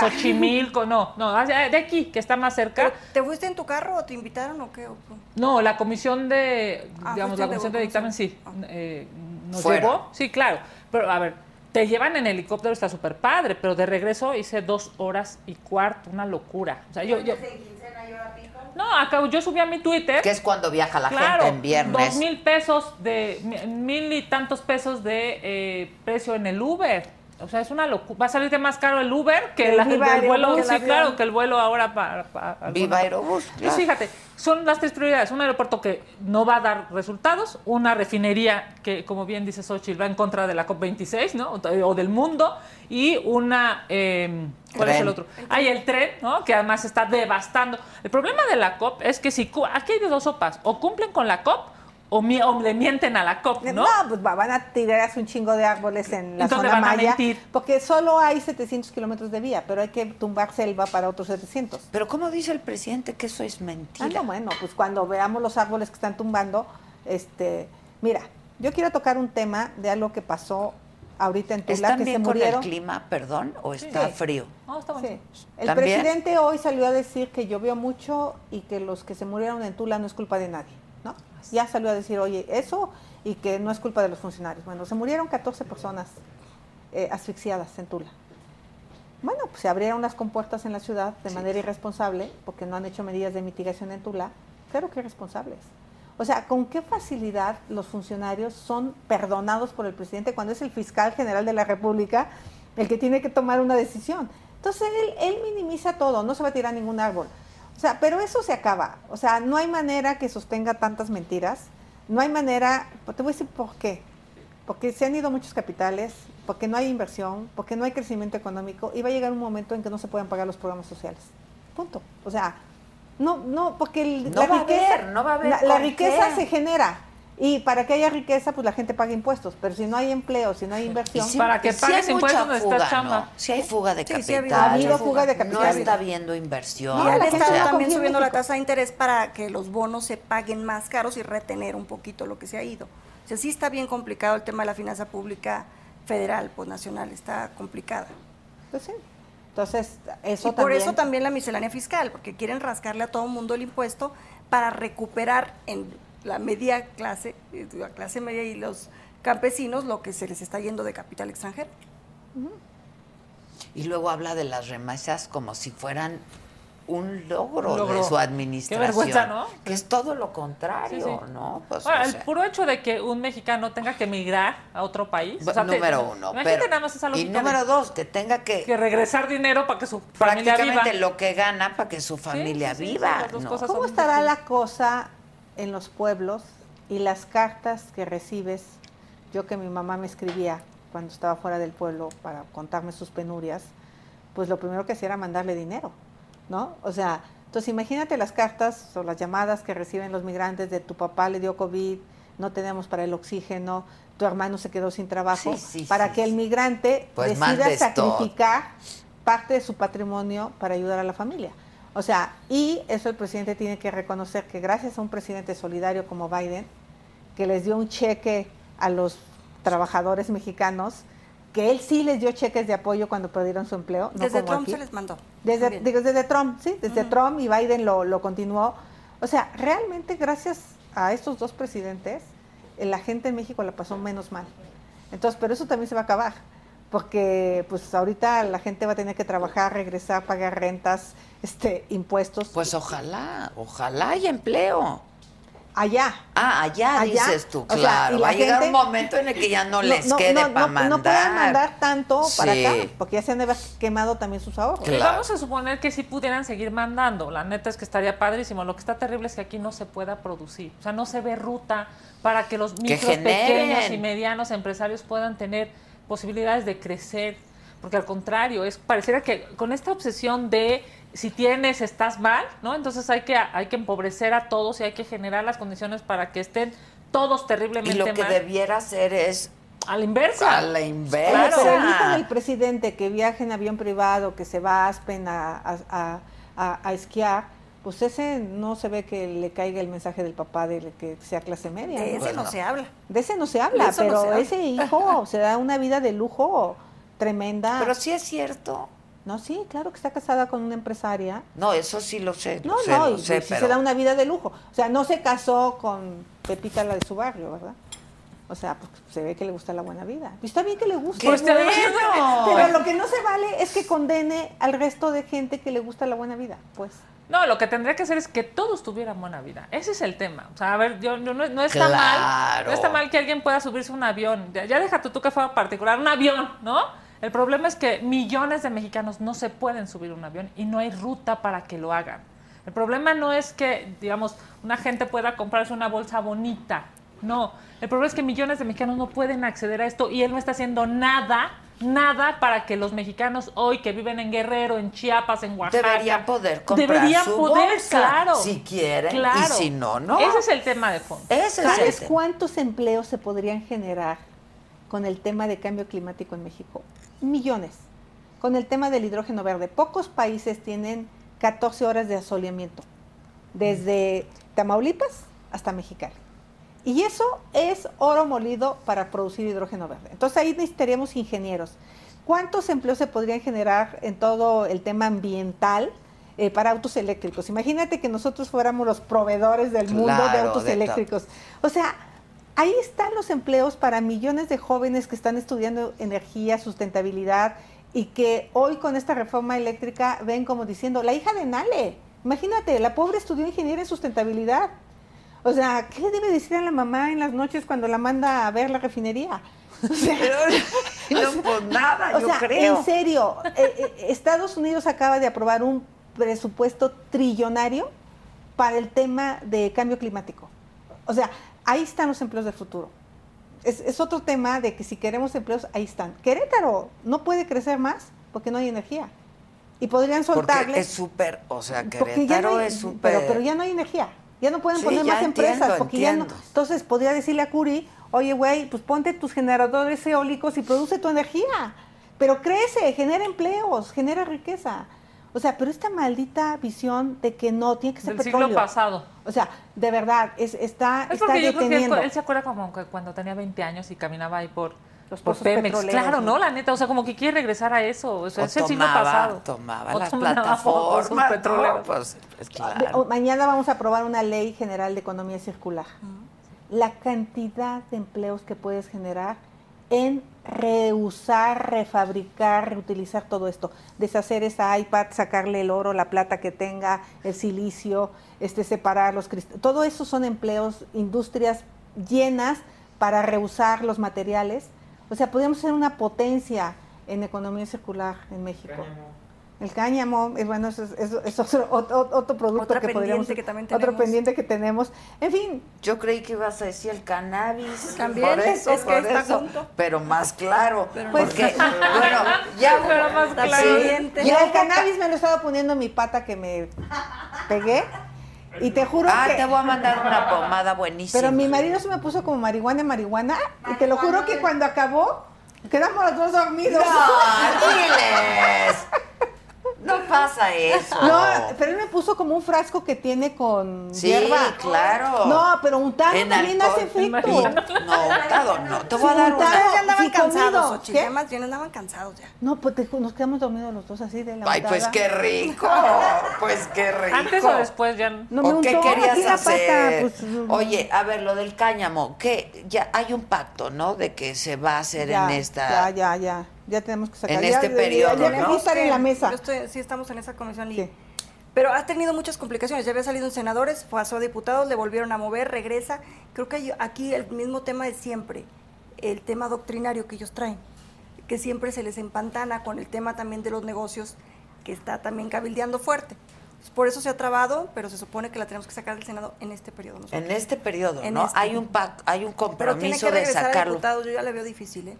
S2: Cua- Xochimilco, no, no, allá de aquí, que está más cerca.
S8: Pero, ¿Te fuiste en tu carro o te invitaron o qué? ¿O cómo?
S2: No, la comisión de,
S8: Ah,
S2: digamos,
S8: fuiste
S2: la
S8: de
S2: comisión de
S8: comisión.
S2: dictamen sí,
S8: Ah.
S2: eh, nos
S1: Fuera.
S2: llevó, sí, claro, pero a ver, te llevan en helicóptero, está súper padre, pero de regreso hice dos horas y cuarto, una locura. O sea, yo, yo,
S9: En quincena y hora pico.
S2: no, acabo, yo subí a mi Twitter.
S1: Que es cuando viaja la
S2: Claro,
S1: gente en viernes.
S2: dos mil pesos de mi- mil y tantos pesos de eh, precio en el Uber. O sea, es una locura. Va a salirte más caro el Uber que,
S7: Que el
S2: la-
S7: Viva
S2: el vuelo.
S7: Aerobús,
S2: sí,
S7: el avión.
S2: claro, que el vuelo ahora para. para alguna-
S1: Viva Aerobús.
S2: Pues
S1: claro.
S2: fíjate, son las tres prioridades. Un aeropuerto que no va a dar resultados, una refinería que, como bien dice Xochitl, va en contra de la COP26, ¿no? O, o del mundo, y una... eh, ¿Cuál es
S1: Tren.
S2: el otro? Hay el tren, ¿no? Que además está devastando. El problema de la COP es que si... cu- Aquí hay de dos sopas, o cumplen con la COP o, mi- o le mienten a la COP,
S7: No,
S2: ¿no?
S7: pues va- van a tirarse un chingo de árboles en la
S2: Entonces
S7: zona
S2: van a
S7: maya.
S2: mentir.
S7: Porque solo hay 700 kilómetros de vía, pero hay que tumbar selva para otros 700.
S1: Pero ¿cómo dice el presidente que eso es
S7: Ah,
S1: mentira?
S7: no, bueno, pues cuando veamos los árboles que están tumbando, este, mira, yo quiero tocar un tema de algo que pasó ahorita en Tula,
S1: ¿Están
S7: que se
S1: bien con el
S7: murieron.
S1: clima, perdón, o está
S7: Sí.
S1: frío?
S2: No, está
S7: Sí.
S2: buenísimo.
S7: El
S1: También.
S7: presidente hoy salió a decir que llovió mucho y que los que se murieron en Tula no es culpa de nadie, ¿no? Ya salió a decir, oye, eso y que no es culpa de los funcionarios. Bueno, se murieron 14 personas eh, asfixiadas en Tula. Bueno, pues se abrieron las compuertas en la ciudad de manera irresponsable porque no han hecho medidas de mitigación en Tula. Claro que irresponsables. O sea, ¿con qué facilidad los funcionarios son perdonados por el presidente cuando es el fiscal general de la República el que tiene que tomar una decisión? Entonces él, él minimiza todo, no se va a tirar ningún árbol. O sea, pero eso se acaba. O sea, no hay manera que sostenga tantas mentiras. No hay manera, te voy a decir por qué porque se han ido muchos capitales, porque no hay inversión, porque no hay crecimiento económico y va a llegar un momento en que no se puedan pagar los programas sociales. Punto. O sea, no, no, porque el-
S1: No
S7: la
S1: va a
S7: riqueza,
S1: haber, no va a haber
S7: la, la
S1: con
S7: riqueza
S1: qué.
S7: se genera y para que haya riqueza, pues la gente paga impuestos. Pero si no hay empleo, si no hay inversión,
S2: sí, Para que pagues
S1: hay mucha
S2: impuestos necesitas
S1: fuga,
S2: chamba.
S1: ¿no? Si hay fuga de
S8: Sí,
S1: capital.
S8: sí ha habido
S7: ha habido fuga de
S1: No
S7: capitales.
S1: está habiendo inversión.
S7: No,
S8: y han
S7: la gente
S8: estado
S7: no confía
S8: también
S7: en
S8: subiendo la
S7: México.
S8: tasa de interés para que los bonos se paguen más caros y retener un poquito lo que se ha ido. O sea, sí está bien complicado el tema de la finanza pública federal, pues nacional, está complicada.
S7: pues sí. Entonces, eso
S8: y por eso también la miscelánea fiscal, porque quieren rascarle a todo el mundo el impuesto para recuperar en la media clase, eh, la clase media y los campesinos lo que se les está yendo de capital extranjero.
S1: y luego habla de las remesas como si fueran un logro, de
S2: Logro.
S1: su administración.
S2: Qué vergüenza, ¿no?
S1: Que es todo lo contrario,
S2: Sí, sí.
S1: ¿no? Pues,
S2: Ahora,
S1: o
S2: el
S1: sea,
S2: puro hecho de que un mexicano tenga que emigrar a otro país. o sea, te-
S1: número uno.
S2: Imagínate
S1: Pero,
S2: nada más esa
S1: y
S2: lógica. de-
S1: número dos, que tenga que,
S2: Que regresar dinero para que su familia viva.
S1: prácticamente lo que gana para que su familia
S2: sí, sí,
S1: viva.
S2: las dos
S1: ¿no?
S2: cosas
S7: ¿Cómo estará la cosa en los pueblos y las cartas que recibes? Yo que mi mamá me escribía cuando estaba fuera del pueblo para contarme sus penurias, pues lo primero que hacía era mandarle dinero, ¿no? O sea, entonces imagínate las cartas o las llamadas que reciben los migrantes de tu papá le dio COVID, no tenemos para el oxígeno, tu hermano se quedó sin trabajo,
S1: Sí, sí,
S7: para
S1: sí,
S7: que el migrante
S1: Pues
S7: decida
S1: mandes todo.
S7: sacrificar parte de su patrimonio para ayudar a la familia. O sea, y eso el presidente tiene que reconocer que gracias a un presidente solidario como Biden, que les dio un cheque a los trabajadores mexicanos, que él sí les dio cheques de apoyo cuando perdieron su empleo. no
S8: Desde
S7: como
S8: Trump
S7: aquí.
S8: se les mandó.
S7: Desde,
S8: Bien.
S7: digo, desde Trump, sí, desde Trump y Biden lo, lo continuó. O sea, realmente gracias a estos dos presidentes, eh, la gente en México la pasó menos mal. Entonces, pero eso también se va a acabar, porque pues ahorita la gente va a tener que trabajar, regresar, pagar rentas, este, impuestos.
S1: Pues ojalá, ojalá haya empleo.
S7: Allá.
S1: Ah, allá,
S7: Allá,
S1: dices tú,
S7: o sea,
S1: claro.
S7: y la
S1: Va a llegar un
S7: gente-
S1: momento en el que ya no, les quede
S7: no,
S1: para
S7: no,
S1: mandar.
S7: No puedan mandar tanto para
S1: Sí.
S7: acá, porque ya se han de haber quemado también sus ahorros.
S2: Y
S1: Claro.
S2: vamos a suponer que sí pudieran seguir mandando. La neta es que estaría padrísimo. Lo que está terrible es que aquí no se pueda producir. O sea, no se ve ruta para que los micros,
S1: generen.
S2: pequeños y medianos empresarios puedan tener posibilidades de crecer. Porque al contrario, es pareciera que con esta obsesión de si tienes estás mal, ¿no? Entonces hay que hay que empobrecer a todos y hay que generar las condiciones para que estén todos
S1: Y
S2: terriblemente
S1: lo que
S2: mal.
S1: debiera hacer es
S2: a la inversa.
S1: a la
S7: Oye,
S1: inversa.
S7: pero ahorita el presidente que viaje en avión privado, que se va a Aspen a, a- a- a- a esquiar, pues ese no se ve que le caiga el mensaje del papá de que sea clase media.
S8: De
S7: ¿no?
S8: ese no
S1: Bueno.
S8: se habla.
S7: De ese no se
S8: De
S7: habla,
S8: eso no
S7: pero
S8: se habla.
S7: ese hijo se da una vida de lujo tremenda.
S1: Pero sí es cierto.
S7: No, sí, claro que está casada con una empresaria.
S1: No, eso sí lo sé. lo
S7: No,
S1: sé,
S7: no,
S1: lo
S7: y,
S1: sé,
S7: y sí se
S1: pero-
S7: da una vida de lujo. O sea, no se casó con Pepita la de su barrio, ¿verdad? O sea, pues, se ve que le gusta la buena vida. Y está bien que le guste.
S1: ¡Qué
S2: te-
S1: bueno!
S7: Pero lo que no se vale es que condene al resto de gente que le gusta la buena vida, pues.
S2: No, lo que tendría que hacer es que todos tuvieran buena vida. Ese es el tema. O sea, a ver, yo, yo no, no está mal.
S1: Claro.
S2: No está mal que alguien pueda subirse a un avión. Ya, ya deja tú, tú que fuera particular, un avión, ¿no? El problema es que millones de mexicanos no se pueden subir a un avión y no hay ruta para que lo hagan. El problema no es que, digamos, una gente pueda comprarse una bolsa bonita. No, el problema es que millones de mexicanos no pueden acceder a esto y él no está haciendo nada, nada para que los mexicanos hoy que viven en Guerrero, en Chiapas, en Oaxaca,
S1: Deberían poder comprar
S2: Deberían
S1: su
S2: poder,
S1: bolsa,
S2: claro.
S1: si quieren, y
S2: Claro.
S1: si no, no.
S2: Ese es el tema de fondo.
S1: Ese es el
S7: ¿Sabes
S1: tema.
S7: cuántos empleos se podrían generar con el tema de cambio climático en México? Millones. Con el tema del hidrógeno verde. Pocos países tienen 14 horas de asoleamiento, desde Tamaulipas hasta Mexicali. Y eso es oro molido para producir hidrógeno verde. Entonces ahí necesitaríamos ingenieros. ¿Cuántos empleos se podrían generar en todo el tema ambiental eh, para autos eléctricos? Imagínate que nosotros fuéramos los proveedores del mundo de
S1: Claro,
S7: autos
S1: de to-
S7: eléctricos. O sea, ahí están los empleos para millones de jóvenes que están estudiando energía, sustentabilidad y que hoy con esta reforma eléctrica ven como diciendo, la hija de Nale, imagínate, la pobre estudió ingeniería en sustentabilidad. O sea, ¿qué le debe decir a la mamá en las noches cuando la manda a ver la refinería? O sea,
S1: No, pues nada,
S7: o
S1: yo
S7: sea,
S1: creo.
S7: en serio, eh, eh, Estados Unidos acaba de aprobar un presupuesto trillonario para el tema de cambio climático. O sea, ahí están los empleos del futuro. Es, es otro tema de que si queremos empleos, ahí están. Querétaro no puede crecer más porque no hay energía. Y podrían soltarle...
S1: Porque es súper, o sea,
S7: Porque ya no
S1: Querétaro
S7: hay-
S1: es súper...
S7: pero, pero ya no hay energía. Ya no pueden
S1: Sí,
S7: poner
S1: ya
S7: más
S1: entiendo,
S7: empresas. Porque ya no.
S1: entiendo.
S7: Entonces podría decirle a Curi, oye, güey, pues ponte tus generadores eólicos y produce tu energía. Pero crece, genera empleos, genera riqueza. O sea, pero esta maldita visión de que no, tiene que ser
S2: Del
S7: petróleo.
S2: siglo pasado.
S7: O sea, de verdad, es, está,
S2: Es
S7: está
S2: porque yo creo que él,
S7: deteniendo.
S2: cu- él se acuerda como que cuando tenía 20 años y caminaba ahí por
S7: Los
S2: por
S7: pozos
S2: Pemex.
S7: petroleros,
S2: Claro,
S7: ¿no?
S2: ¿no? La neta, o sea, como que quiere regresar a eso. O sea,
S1: o
S2: ese siglo
S1: tomaba-
S2: pasado.
S1: Tomaba
S2: O
S1: las
S2: tomaba
S1: plataformas.
S2: pozos petroleros.
S1: no, pues, pues,
S7: Ve- o-
S1: claro.
S7: Mañana vamos a aprobar una ley general de economía circular. La cantidad de empleos que puedes generar en reusar, refabricar, reutilizar todo esto, deshacer esa iPad, sacarle el oro, la plata que tenga, el silicio, este, separar los cristales. Todo eso son empleos, industrias llenas para reusar los materiales. O sea, podríamos ser una potencia en economía circular en México. El cáñamo, es bueno, eso es, eso es otro, otro- otro producto
S8: Otra
S7: que podríamos...
S8: pendiente que también
S7: Otro
S8: tenemos.
S7: pendiente que tenemos. En fin.
S1: Yo creí que ibas a decir el cannabis.
S7: También,
S1: por eso,
S7: es que
S1: por
S7: está
S1: eso.
S7: junto.
S1: Pero más claro.
S7: Pues-
S1: porque, bueno, ya. hubo- sí, ya
S7: Ya el
S1: hubo
S7: cannabis me lo estaba poniendo en mi pata que me pegué. Y te juro
S1: Ah,
S7: que...
S1: te voy a mandar una pomada buenísima.
S7: Pero mi marido se me puso como marihuana, marihuana. Y te lo juro que cuando acabó, quedamos los dos dormidos.
S1: No, diles. No pasa eso.
S7: No, pero él me puso como un frasco que tiene con
S1: Oh. Sí,
S7: hierba.
S1: claro.
S7: No, pero untado
S1: En
S7: también hace
S1: alcohol,
S7: efecto.
S1: No, untado no. Te voy a
S7: Sí,
S1: dar una.
S7: untado.
S8: Ya andaban
S7: Sí,
S8: cansados,
S7: comido.
S8: Xochitl,
S7: ¿Qué?
S8: ya más bien andaban cansados ya.
S7: No, pues te ju- nos quedamos dormidos los dos así de la
S1: Ay,
S7: untada.
S1: pues qué rico. Pues qué rico.
S2: Antes o después ya no.
S7: No me
S1: ¿O qué
S7: untó
S1: querías
S7: aquí la pata,
S1: hacer?
S7: pues, no.
S1: Oye, a ver, lo del cáñamo, que ya hay un pacto, ¿no? De que se va a hacer
S7: Ya,
S1: en esta.
S7: Ya, ya, ya. Ya tenemos que sacar.
S1: En
S7: ya-
S1: este
S7: ya-
S1: periodo,
S7: Ya,
S1: ¿no?
S7: tenemos que estar en la mesa.
S8: Yo estoy- sí, estamos en esa comisión. y-
S7: Sí.
S8: Pero ha tenido muchas complicaciones. Ya había salido en senadores, pasó a diputados, le volvieron a mover, regresa. Creo que hay aquí el mismo tema de siempre, el tema doctrinario que ellos traen, que siempre se les empantana con el tema también de los negocios, que está también cabildeando fuerte. Por eso se ha trabado, pero se supone que la tenemos que sacar del Senado en este periodo. nosotros.
S1: En este periodo,
S8: En
S1: ¿no?
S8: este.
S1: Hay un pacto, hay un
S8: Pero tiene
S1: compromiso
S8: que
S1: de
S8: regresar a
S1: sacarlo.
S8: diputados, yo ya le veo difícil, ¿eh?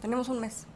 S8: Tenemos un mes.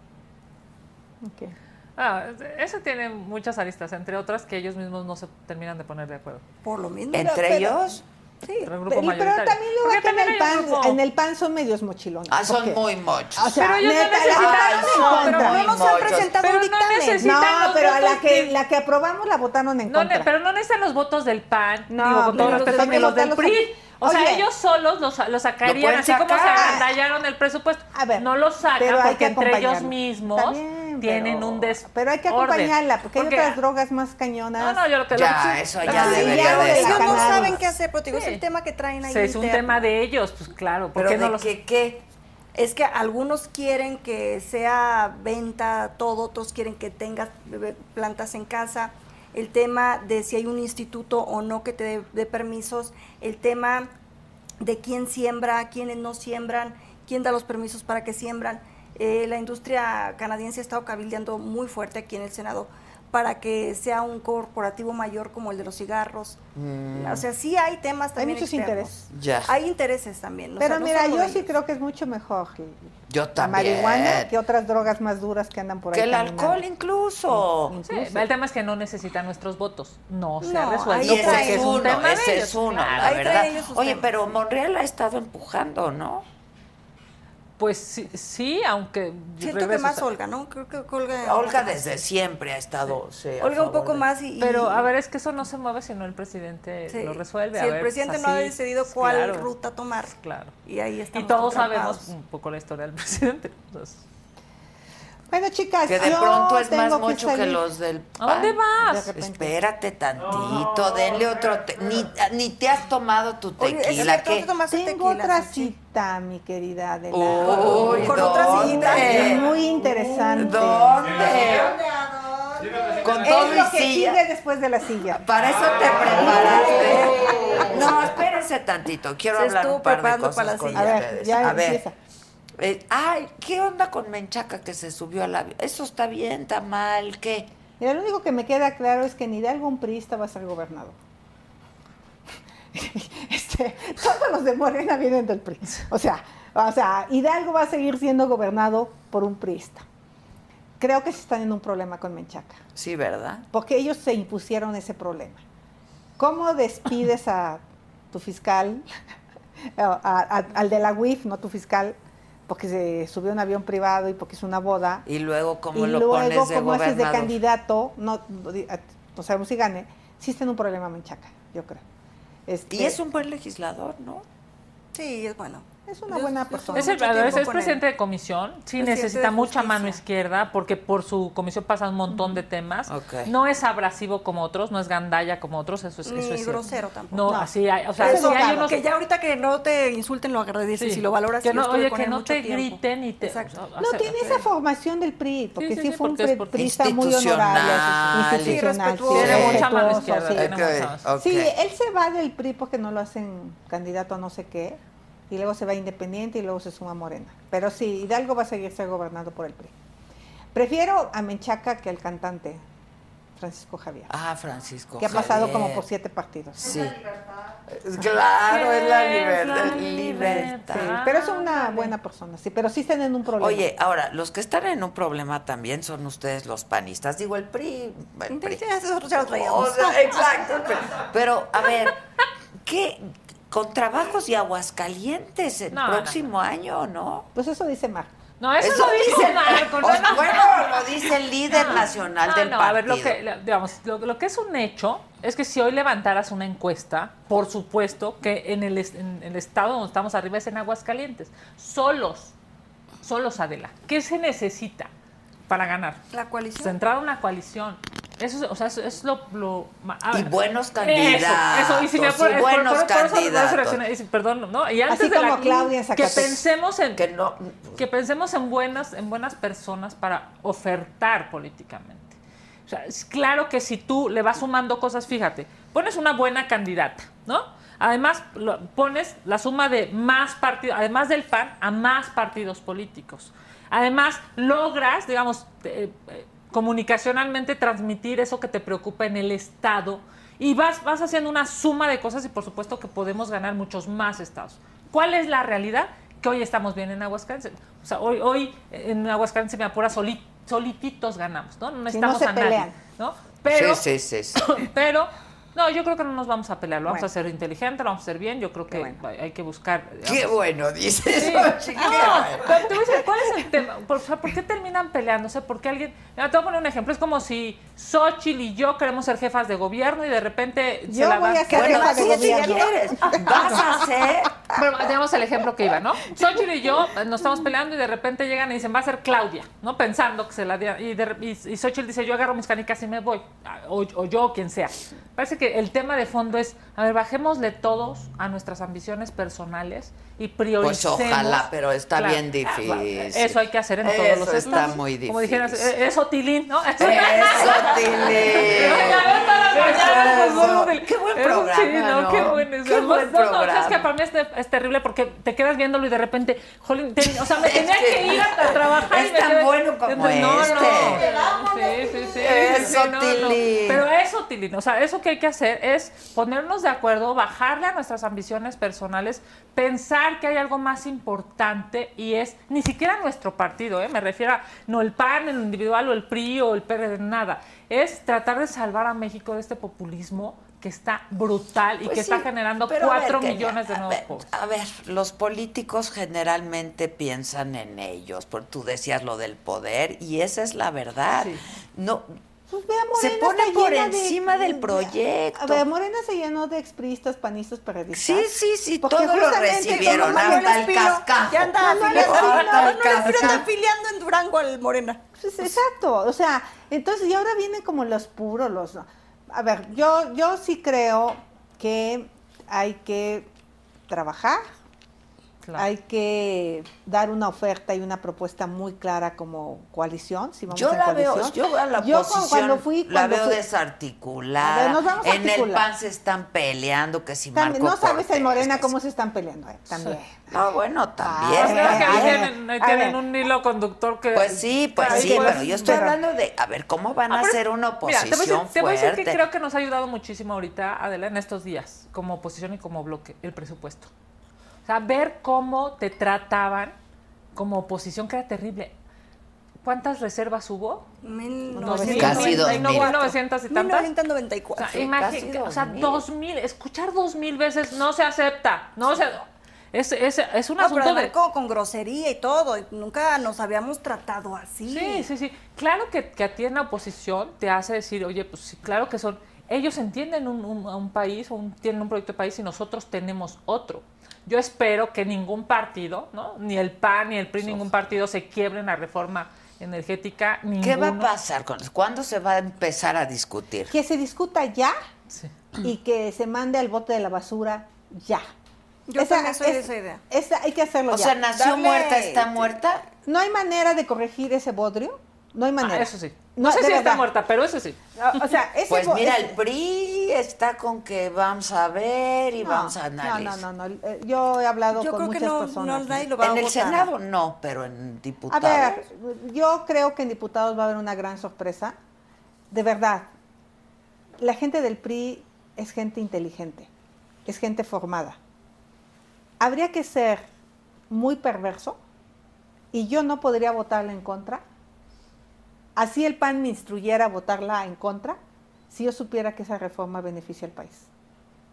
S7: Ok.
S2: Ah, eso tiene muchas aristas, entre otras que ellos mismos no se terminan de poner de acuerdo.
S8: Por lo mismo.
S1: Entre
S7: Pero-
S1: ellos.
S8: Sí.
S2: Pero el grupo
S7: Pero, pero
S2: mayoritario.
S7: también luego
S2: Porque
S7: acá en el,
S2: también hay
S7: pan,
S2: un grupo-
S7: en el pan son medios mochilones.
S1: Ah, son
S7: ¿por qué?
S1: muy mochos.
S7: O sea,
S2: Pero ellos no
S7: neta, la
S2: necesitan-
S7: votaron en
S2: no, pero
S7: contra.
S2: no
S1: nos han presentado
S2: Pero no dictamen. necesitan
S7: No,
S2: los
S7: pero a la
S2: votos
S7: que,
S2: de-
S7: la que aprobamos la votaron en
S2: No,
S7: contra.
S2: ne- pero no necesitan los votos del PAN,
S7: No,
S2: digo, con todo
S7: pero los
S2: respeto,
S7: del
S2: ni los del
S7: PRI.
S2: PRI. O sea,
S7: Oye.
S2: ellos solos los, los
S1: Lo
S2: sacarían,
S1: pueden
S2: así como se
S1: sacar.
S2: agandallaron el presupuesto.
S7: A ver,
S2: no lo
S7: pero
S2: sacan
S7: hay
S2: porque
S7: que
S2: entre ellos
S7: acompañarlo.
S2: mismos
S7: Está bien,
S2: tienen
S7: pero-
S2: un desorden.
S7: Pero hay que acompañarla, porque hay otras drogas más cañonas.
S2: No, no, yo lo que
S1: Ya,
S2: lo-
S1: eso
S2: lo-
S1: ya
S2: sí,
S1: debería
S2: ya lo
S1: de
S2: de-
S7: la
S8: Ellos no
S7: cannabis.
S8: saben qué hacer, pero te digo,
S2: Sí.
S8: es el tema que traen ahí.
S2: Sí, es un
S8: interno.
S2: tema de ellos, pues claro. ¿Por
S1: Pero
S2: qué
S1: de
S2: no los
S1: que qué.
S8: Es que algunos quieren que sea venta todo, otros quieren que tengas eh, plantas en casa. El tema de si hay un instituto o no que te dé- dé permisos. El tema de quién siembra, quiénes no siembran, quién da los permisos para que siembran. Eh, la industria canadiense ha estado cabildeando muy fuerte aquí en el Senado para que sea un corporativo mayor como el de los cigarros.
S2: Mm.
S8: O sea, sí hay temas
S7: Hay
S8: también.
S7: muchos
S8: externos.
S7: intereses.
S1: Ya.
S8: Hay intereses también. o sea,
S7: Pero
S8: no
S7: mira,
S8: solo
S7: yo
S8: de
S7: sí
S8: ellos.
S7: creo que es mucho mejor
S1: Yo
S7: la
S1: también.
S7: marihuana que otras drogas más duras que andan por ahí.
S1: Que el
S7: caminando.
S1: alcohol incluso.
S2: Sí, el tema es que no necesitan nuestros votos. No se ha
S8: No,
S2: resuelto.
S8: ahí
S1: No,
S8: No,
S1: pues
S8: traen
S1: es
S2: un
S1: uno,
S2: tema de
S1: ese
S2: ellos,
S1: es uno,
S2: claro.
S1: la
S8: Ahí
S1: verdad.
S8: traen ellos sus
S1: Oye,
S8: temas.
S1: pero Monreal ha estado empujando, ¿no?
S2: Pues sí, sí, aunque.
S8: Siento que
S2: regreso, o
S8: más
S2: sea,
S8: Olga, ¿no? Creo que Olga.
S1: Olga desde siempre ha estado. sí, a
S8: Olga un
S1: favor
S8: poco
S1: de-
S8: más y. y-
S2: Pero a ver, es que eso no se mueve si no el presidente
S8: sí.
S2: lo resuelve.
S8: Si
S2: a
S8: el
S2: ver,
S8: presidente
S2: pues,
S8: no ha
S2: así,
S8: decidido
S2: pues,
S8: cuál
S2: claro,
S8: ruta tomar.
S2: pues, Claro.
S8: Y ahí
S2: Y
S8: estamos.
S2: todos
S8: atrapados.
S2: sabemos un poco la historia del presidente. Entonces,
S7: Bueno, chicas,
S1: Que de
S7: yo
S1: pronto es más
S7: tengo
S1: mocho que,
S7: salir.
S1: los del.
S2: ¿A dónde
S1: PAN.
S2: vas?
S7: De repente.
S1: Espérate tantito, denle otro. te- ni, ni te has tomado tu
S8: Oye, es
S1: tequila.
S8: cierto,
S1: ¿qué?
S8: tú tomaste
S7: Tengo
S8: tequila,
S7: otra
S8: sí, sí.
S7: cita, mi querida Adela.
S1: Uy,
S8: Con otra
S1: ¿dónde?
S8: sillita.
S7: Muy interesante.
S1: ¿Dónde? Con todo
S7: Es lo
S1: y
S7: que
S1: silla.
S7: sigue después de la silla.
S1: Para eso te preparaste. No, espérense tantito. Quiero
S8: Se
S1: hablar un
S8: estuvo
S1: par de
S8: preparando
S1: cosas
S8: para la
S1: con
S8: silla.
S7: A ver,
S1: ustedes.
S7: ya
S1: a ver.
S7: empieza.
S1: Eh, ay, ¿qué onda con Menchaca que se subió al avión? Eso está bien, está mal, ¿qué?
S7: Mira, lo único que me queda claro es que ni de algún priista va a ser gobernador. Este, todos los de Morena vienen del PRI. O sea, o sea, Hidalgo va a seguir siendo gobernado por un priista. Creo que se están en un problema con Menchaca,
S1: Sí, ¿verdad?
S7: porque ellos se impusieron ese problema. ¿Cómo despides a tu fiscal, a- a- al de la UIF, no tu fiscal, porque se subió a un avión privado y porque es una boda?
S1: Y luego, ¿cómo
S7: y
S1: lo
S7: luego
S1: pones de
S7: como haces de
S1: gobernador?
S7: candidato, no, no di- a- no sabemos si gane, sí está en un problema Menchaca, yo creo. Este,
S1: Y es un buen legislador, ¿no?
S8: Sí, es bueno.
S7: Es una buena persona.
S2: Es, el,
S7: Mucho
S2: es,
S7: tiempo
S2: es
S7: con
S2: presidente
S7: él.
S2: de comisión, sí
S7: Presidente
S2: necesita
S7: de
S2: mucha mano
S7: justicia.
S2: izquierda porque por su comisión pasa un montón de temas.
S1: Ok.
S2: No es abrasivo como otros, no es gandalla como otros, eso es, eso
S8: Ni
S2: es cierto.
S8: grosero tampoco.
S2: No,
S8: No.
S2: así hay, o sea,
S8: Eso,
S2: sí hay
S8: claro,
S2: unos-
S8: que ya ahorita que no te insulten lo agradeces
S2: Sí.
S8: y lo valoras.
S2: Que
S8: y yo
S2: no-
S8: estuve
S2: oye,
S8: con
S2: que
S8: él
S2: no
S8: mucho
S2: te
S8: tiempo.
S2: griten y te-
S8: Exacto.
S2: o sea,
S7: No tiene esa formación del PRI, porque sí,
S2: sí, sí,
S7: fue
S2: porque es
S7: un pre-
S2: porque-
S7: priista muy honorable,
S1: Institucional.
S7: institucional, sí,
S2: Tiene
S1: Sí.
S2: mucha mano
S7: respetuoso,
S2: izquierda.
S7: sí.
S2: tiene mucha mano
S1: Ok,
S2: izquierda.
S1: ok.
S7: Sí, él se va del PRI porque no lo hacen candidato a no sé qué, y luego se va independiente y luego se suma a Morena. Pero sí, Hidalgo va a seguir ser gobernado por el PRI. Prefiero a Menchaca que al cantante Francisco Javier,
S1: Ah, Francisco.
S7: que ha pasado
S1: Javier.
S7: como por siete partidos.
S1: Sí. Es- Claro, es la libertad. libertad.
S7: Sí, pero es una buena persona, sí, pero sí tienen un problema.
S1: Oye, ahora, los que están en un problema también son ustedes los panistas. Digo, el PRI. el PRI.
S8: Ya, eso ya lo traíamos.
S1: O sea, exacto. el PRI. Pero, a ver, ¿qué? Con trabajos y aguascalientes el
S2: No, no,
S1: próximo año, ¿no?
S7: pues eso dice Marco.
S2: No, eso, lo dice Marco.
S1: o-
S2: no, no.
S1: Bueno, lo dice el líder nacional
S2: No,
S1: del
S2: Ah, no,
S1: partido.
S2: a ver, lo que, lo- digamos, lo, lo que es un hecho es que si hoy levantaras una encuesta, por supuesto que en el, es- en el estado donde estamos arriba es en Aguascalientes. Solos, solos, Adela. ¿Qué se necesita para ganar?
S8: La coalición.
S2: Centrar una coalición. Eso es, o sea, eso es lo... lo ma- a
S1: Y
S2: ver.
S1: buenos
S2: Eso, Eso, y
S1: candidatos,
S2: si me
S1: y
S2: acuerdo, es por-
S1: buenos
S2: por- por eso- por eso
S1: candidatos.
S2: reaccioné, y si- Perdón, ¿no? Y antes
S7: Así
S2: de la-
S7: como Claudia en
S2: Que
S7: Zacatecas.
S2: pensemos en...
S1: Que no.
S2: que pensemos en buenas, en buenas personas para ofertar políticamente. O sea, es claro que si tú le vas sumando cosas, fíjate, pones una buena candidata, ¿no? Además, lo- pones la suma de más partidos, además del PAN, a más partidos políticos. Además, logras, digamos, te- eh, eh, comunicacionalmente transmitir eso que te preocupa en el Estado y vas, vas haciendo una suma de cosas y por supuesto que podemos ganar muchos más estados. ¿Cuál es la realidad? Que hoy estamos bien en Aguascalientes. O sea, hoy, hoy en Aguascalientes me apura soli- solititos ganamos, ¿no? No necesitamos
S7: se
S2: a nadie,
S7: pelean.
S2: ¿no? Pero,
S1: sí, sí, sí, sí.
S2: pero no, yo creo que no nos vamos a pelear, lo vamos
S7: Bueno.
S2: a hacer inteligente, lo vamos a hacer bien, yo creo que
S7: bueno.
S2: hay que buscar
S1: Qué bueno, dices.
S2: Sí.
S1: Xochitl, qué
S2: No,
S1: bueno.
S2: pero te voy a decir, ¿cuál es el tema? Por, o sea, ¿por qué terminan peleándose? ¿Por qué alguien.? Mira, te voy a poner un ejemplo. Es como si Xochitl y yo queremos ser jefas de gobierno y de repente.
S7: Yo
S2: la
S7: voy
S2: dan.
S7: a ser
S2: Bueno,
S7: jefa de
S1: sí, sí,
S7: gobierno.
S1: quieres. Vas a hacer.
S2: bueno, tenemos el ejemplo que iba, ¿no? Xochitl y yo eh, nos estamos peleando y de repente llegan y dicen, va a ser Claudia, ¿no? Pensando que se la dieron. Y, de re- y, y Xochitl dice, yo agarro mis canicas y me voy. Ah, O, o yo, o quien sea. Parece que el tema de fondo es, a ver, bajémosle todos a nuestras ambiciones personales y prioricemos.
S1: Pues ojalá, pero está bien difícil.
S2: Eso hay que hacer en todos
S1: Eso
S2: los
S1: está
S2: estados.
S1: muy
S2: Como dijeras,
S1: difícil.
S2: "Eh, eso tilín, ¿no? Eso,
S1: Eso, Tilín.
S2: Tilín.
S1: Qué buen
S2: Eso
S1: programa.
S2: Eh, Sí, no, qué buen,
S1: bueno.
S2: eso.
S1: Qué buen
S2: No, no, es que
S1: programa.
S2: para mí es, te- es terrible porque te quedas viéndolo y de repente, jolín, te- o sea, me
S1: Es
S2: tenía
S1: que
S2: que ir a, a trabajar y
S1: es
S2: me
S1: tan
S2: quedé-
S1: bueno como
S2: no,
S1: este.
S2: No, sí, sí, sí.
S1: Eh, Eso,
S2: sí, no, no.
S1: Tilín.
S2: Pero eso, Tilín, o sea, eso que hay que hacer es ponernos de acuerdo, bajarle a nuestras ambiciones personales, pensar que hay algo más importante y es ni siquiera nuestro partido, ¿eh? me refiero a no el PAN, el individual o el PRI o el PRD, nada. Es tratar de salvar a México de este populismo que está brutal y
S1: Pues
S2: que
S1: sí,
S2: está generando
S1: pero a ver,
S2: 4
S1: Kenia,
S2: millones de
S1: a
S2: nuevos
S1: ver,
S2: pobres.
S1: A ver, los políticos generalmente piensan en ellos, porque tú decías lo del poder y esa es la verdad.
S2: Sí.
S1: No,
S7: Pues vea,
S1: Se
S7: Morena
S1: pone
S7: está
S1: por
S7: llena de-
S1: encima del proyecto.
S7: A ver, Morena se llenó de expristas, panistas, periodistas.
S1: sí, sí, sí,
S7: Porque
S1: todos lo
S7: justamente
S1: recibieron,
S7: como Manuel
S1: hasta el
S7: Espino,
S1: cascajo.
S8: Ya anda
S7: No, no le
S8: afiliado.
S7: afiliado.
S8: No,
S1: Hasta
S8: no,
S1: el
S8: le afiliado, está
S1: cascajo.
S8: afiliando en Durango al Morena.
S7: Pues, exacto, o sea, entonces y ahora vienen como los puros, los... A ver, yo, yo sí creo que hay que trabajar,
S2: Claro.
S7: hay que dar una oferta y una propuesta muy clara como coalición, si vamos
S1: Yo
S7: en
S1: la veo,
S7: coalición.
S1: yo a la
S7: Yo cu-
S1: oposición
S7: cuando fui,
S1: la
S7: cuando
S1: veo
S7: fui-
S1: desarticulada.
S7: A ver, nos vamos a
S1: en el
S7: articular.
S1: PAN se están peleando que si
S7: También,
S1: Marco
S7: no sabes
S1: Cortés,
S7: en Morena
S1: que
S7: cómo
S1: si-
S7: se están peleando, eh, también.
S1: No, bueno, también.
S7: Ah,
S2: O sea, que ahí
S7: a ver,
S2: tienen, ahí
S7: a
S2: tienen
S7: ver.
S2: un hilo conductor que...
S1: Pues sí, pues
S2: Ahí
S1: sí,
S2: puedes-
S1: pero yo estoy
S7: pero-
S1: hablando de, a ver, ¿cómo van a
S2: Ah, pero-
S1: hacer una
S2: Mira,
S1: oposición
S2: te voy a decir- te voy a decir
S1: fuerte?
S2: que creo que nos ha ayudado muchísimo ahorita, Adela, en estos días, como oposición y como bloque, el presupuesto. O sea, ver cómo te trataban como oposición, que era terrible. ¿Cuántas reservas hubo?
S8: Mil
S7: Dos mil.
S8: novecientos-
S1: Casi dos mil.
S2: 900 y tantas.
S8: 1994.
S2: O sea, imagi-
S1: casi
S2: o sea,
S1: 2000.
S2: 2000, escuchar 2000 veces no se acepta, no se es, es, es un
S8: No, pero
S2: asunto de
S8: además como con grosería y todo. y Nunca nos habíamos tratado así.
S2: Sí, sí, sí. Claro que, que a ti en la oposición te hace decir, oye, pues sí, claro que son, ellos entienden un, un- a un país, un- tienen un proyecto de país y nosotros tenemos otro. Yo espero que ningún partido, ¿no? Ni el PAN, ni el PRI, ningún partido se quiebre en la reforma energética.
S1: ¿Qué va a
S2: ninguno. Ah,
S1: pasar con eso? ¿Cuándo se va a empezar a discutir?
S7: Que se discuta ya
S2: Sí.
S7: y que se mande al bote de la basura ya.
S8: Yo también soy de esa idea.
S7: esa- hay que hacerlo
S1: O
S7: ya.
S1: sea, nació
S7: Darle-
S1: muerta, está muerta.
S7: No hay manera de corregir ese bodrio. No hay manera.
S2: Ah, eso sí. No, sé
S7: de
S2: si está
S7: verdad.
S2: muerta, pero eso sí.
S7: O sea, ese
S1: Pues
S7: bo-
S1: mira,
S7: ese-
S1: el PRI está con que vamos a ver y
S7: No,
S1: vamos a
S7: no, no,
S1: analizar.
S7: no, no. Eh, Yo he hablado
S8: Yo
S7: con
S8: creo que
S7: muchas
S8: no,
S7: personas.
S8: no nadie lo va a
S1: en el
S8: votar.
S1: Senado no, pero en
S7: A
S1: diputados.
S7: ver, yo creo que en diputados va a haber una gran sorpresa. De verdad, la gente del PRI es gente inteligente, es gente formada. Habría que ser muy perverso y yo no podría votarla en contra. Así el PAN me instruyera a votarla en contra si yo supiera que esa reforma beneficia al país.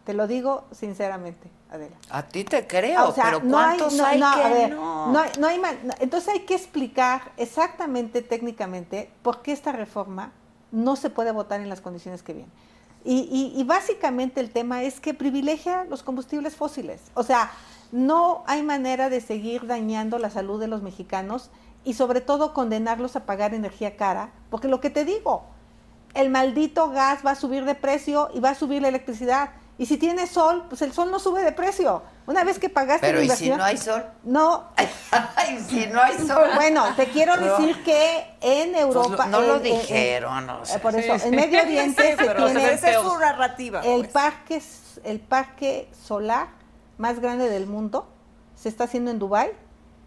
S7: Te lo digo sinceramente, Adela.
S1: A ti te creo,
S7: Ah, O sea,
S1: pero
S7: no hay-
S1: ¿cuántos
S7: no-
S1: hay,
S7: no,
S1: que
S7: a ver,
S1: no?
S7: no hay- no hay man- no, entonces hay que explicar exactamente técnicamente por qué esta reforma no se puede votar en las condiciones que vienen. Y, y- y básicamente el tema es que privilegia los combustibles fósiles. O sea, no hay manera de seguir dañando la salud de los mexicanos y sobre todo condenarlos a pagar energía cara, porque lo que te digo, el maldito gas va a subir de precio y va a subir la electricidad. Y si tiene sol, pues el sol no sube de precio. Una vez que pagaste
S1: Pero
S7: la
S1: ¿y si
S7: inversión,
S1: no hay sol?
S7: no,
S1: Ay, si no hay sol.
S7: bueno, te quiero
S1: Pero-
S7: decir que en Europa...
S1: Pues no lo
S7: en- en- en-
S1: dijeron, o sea.
S7: Eh, por
S2: Sí,
S7: eso,
S2: sí.
S7: en Medio Oriente se
S2: pero
S7: tiene
S2: se ve
S8: esa es su narrativa.
S7: el
S8: pues.
S7: parque, s- el parque solar más grande del mundo, se está haciendo en Dubái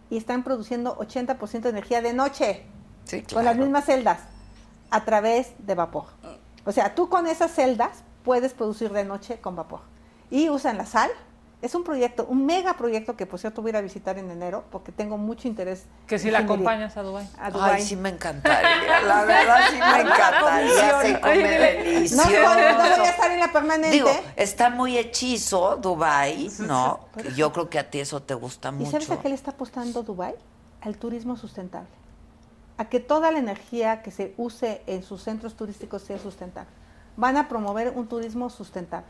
S7: y están produciendo 80% de energía de noche.
S1: Sí,
S7: con las
S1: claro.
S7: mismas celdas a través de vapor.
S2: Mm.
S7: O sea, tú con esas celdas puedes producir de noche con vapor. Y usan la sal. Es un proyecto, un mega proyecto que por cierto voy a ir a visitar en enero porque tengo mucho interés.
S2: Que si
S7: en
S2: la
S7: ingeniería.
S2: acompañas a Dubái.
S7: A Dubái.
S1: Ay, sí me encantaría. La verdad sí me encantaría. Se come
S7: no,
S1: delicioso.
S7: no, no voy a estar en la permanente.
S1: Digo, está muy hechizo Dubai, ¿no? Yo creo que a ti eso te gusta
S7: ¿Y
S1: mucho.
S7: sabes a qué le está apostando Dubái? Al turismo sustentable. A que toda la energía que se use en sus centros turísticos sea sustentable. Van a promover un turismo sustentable.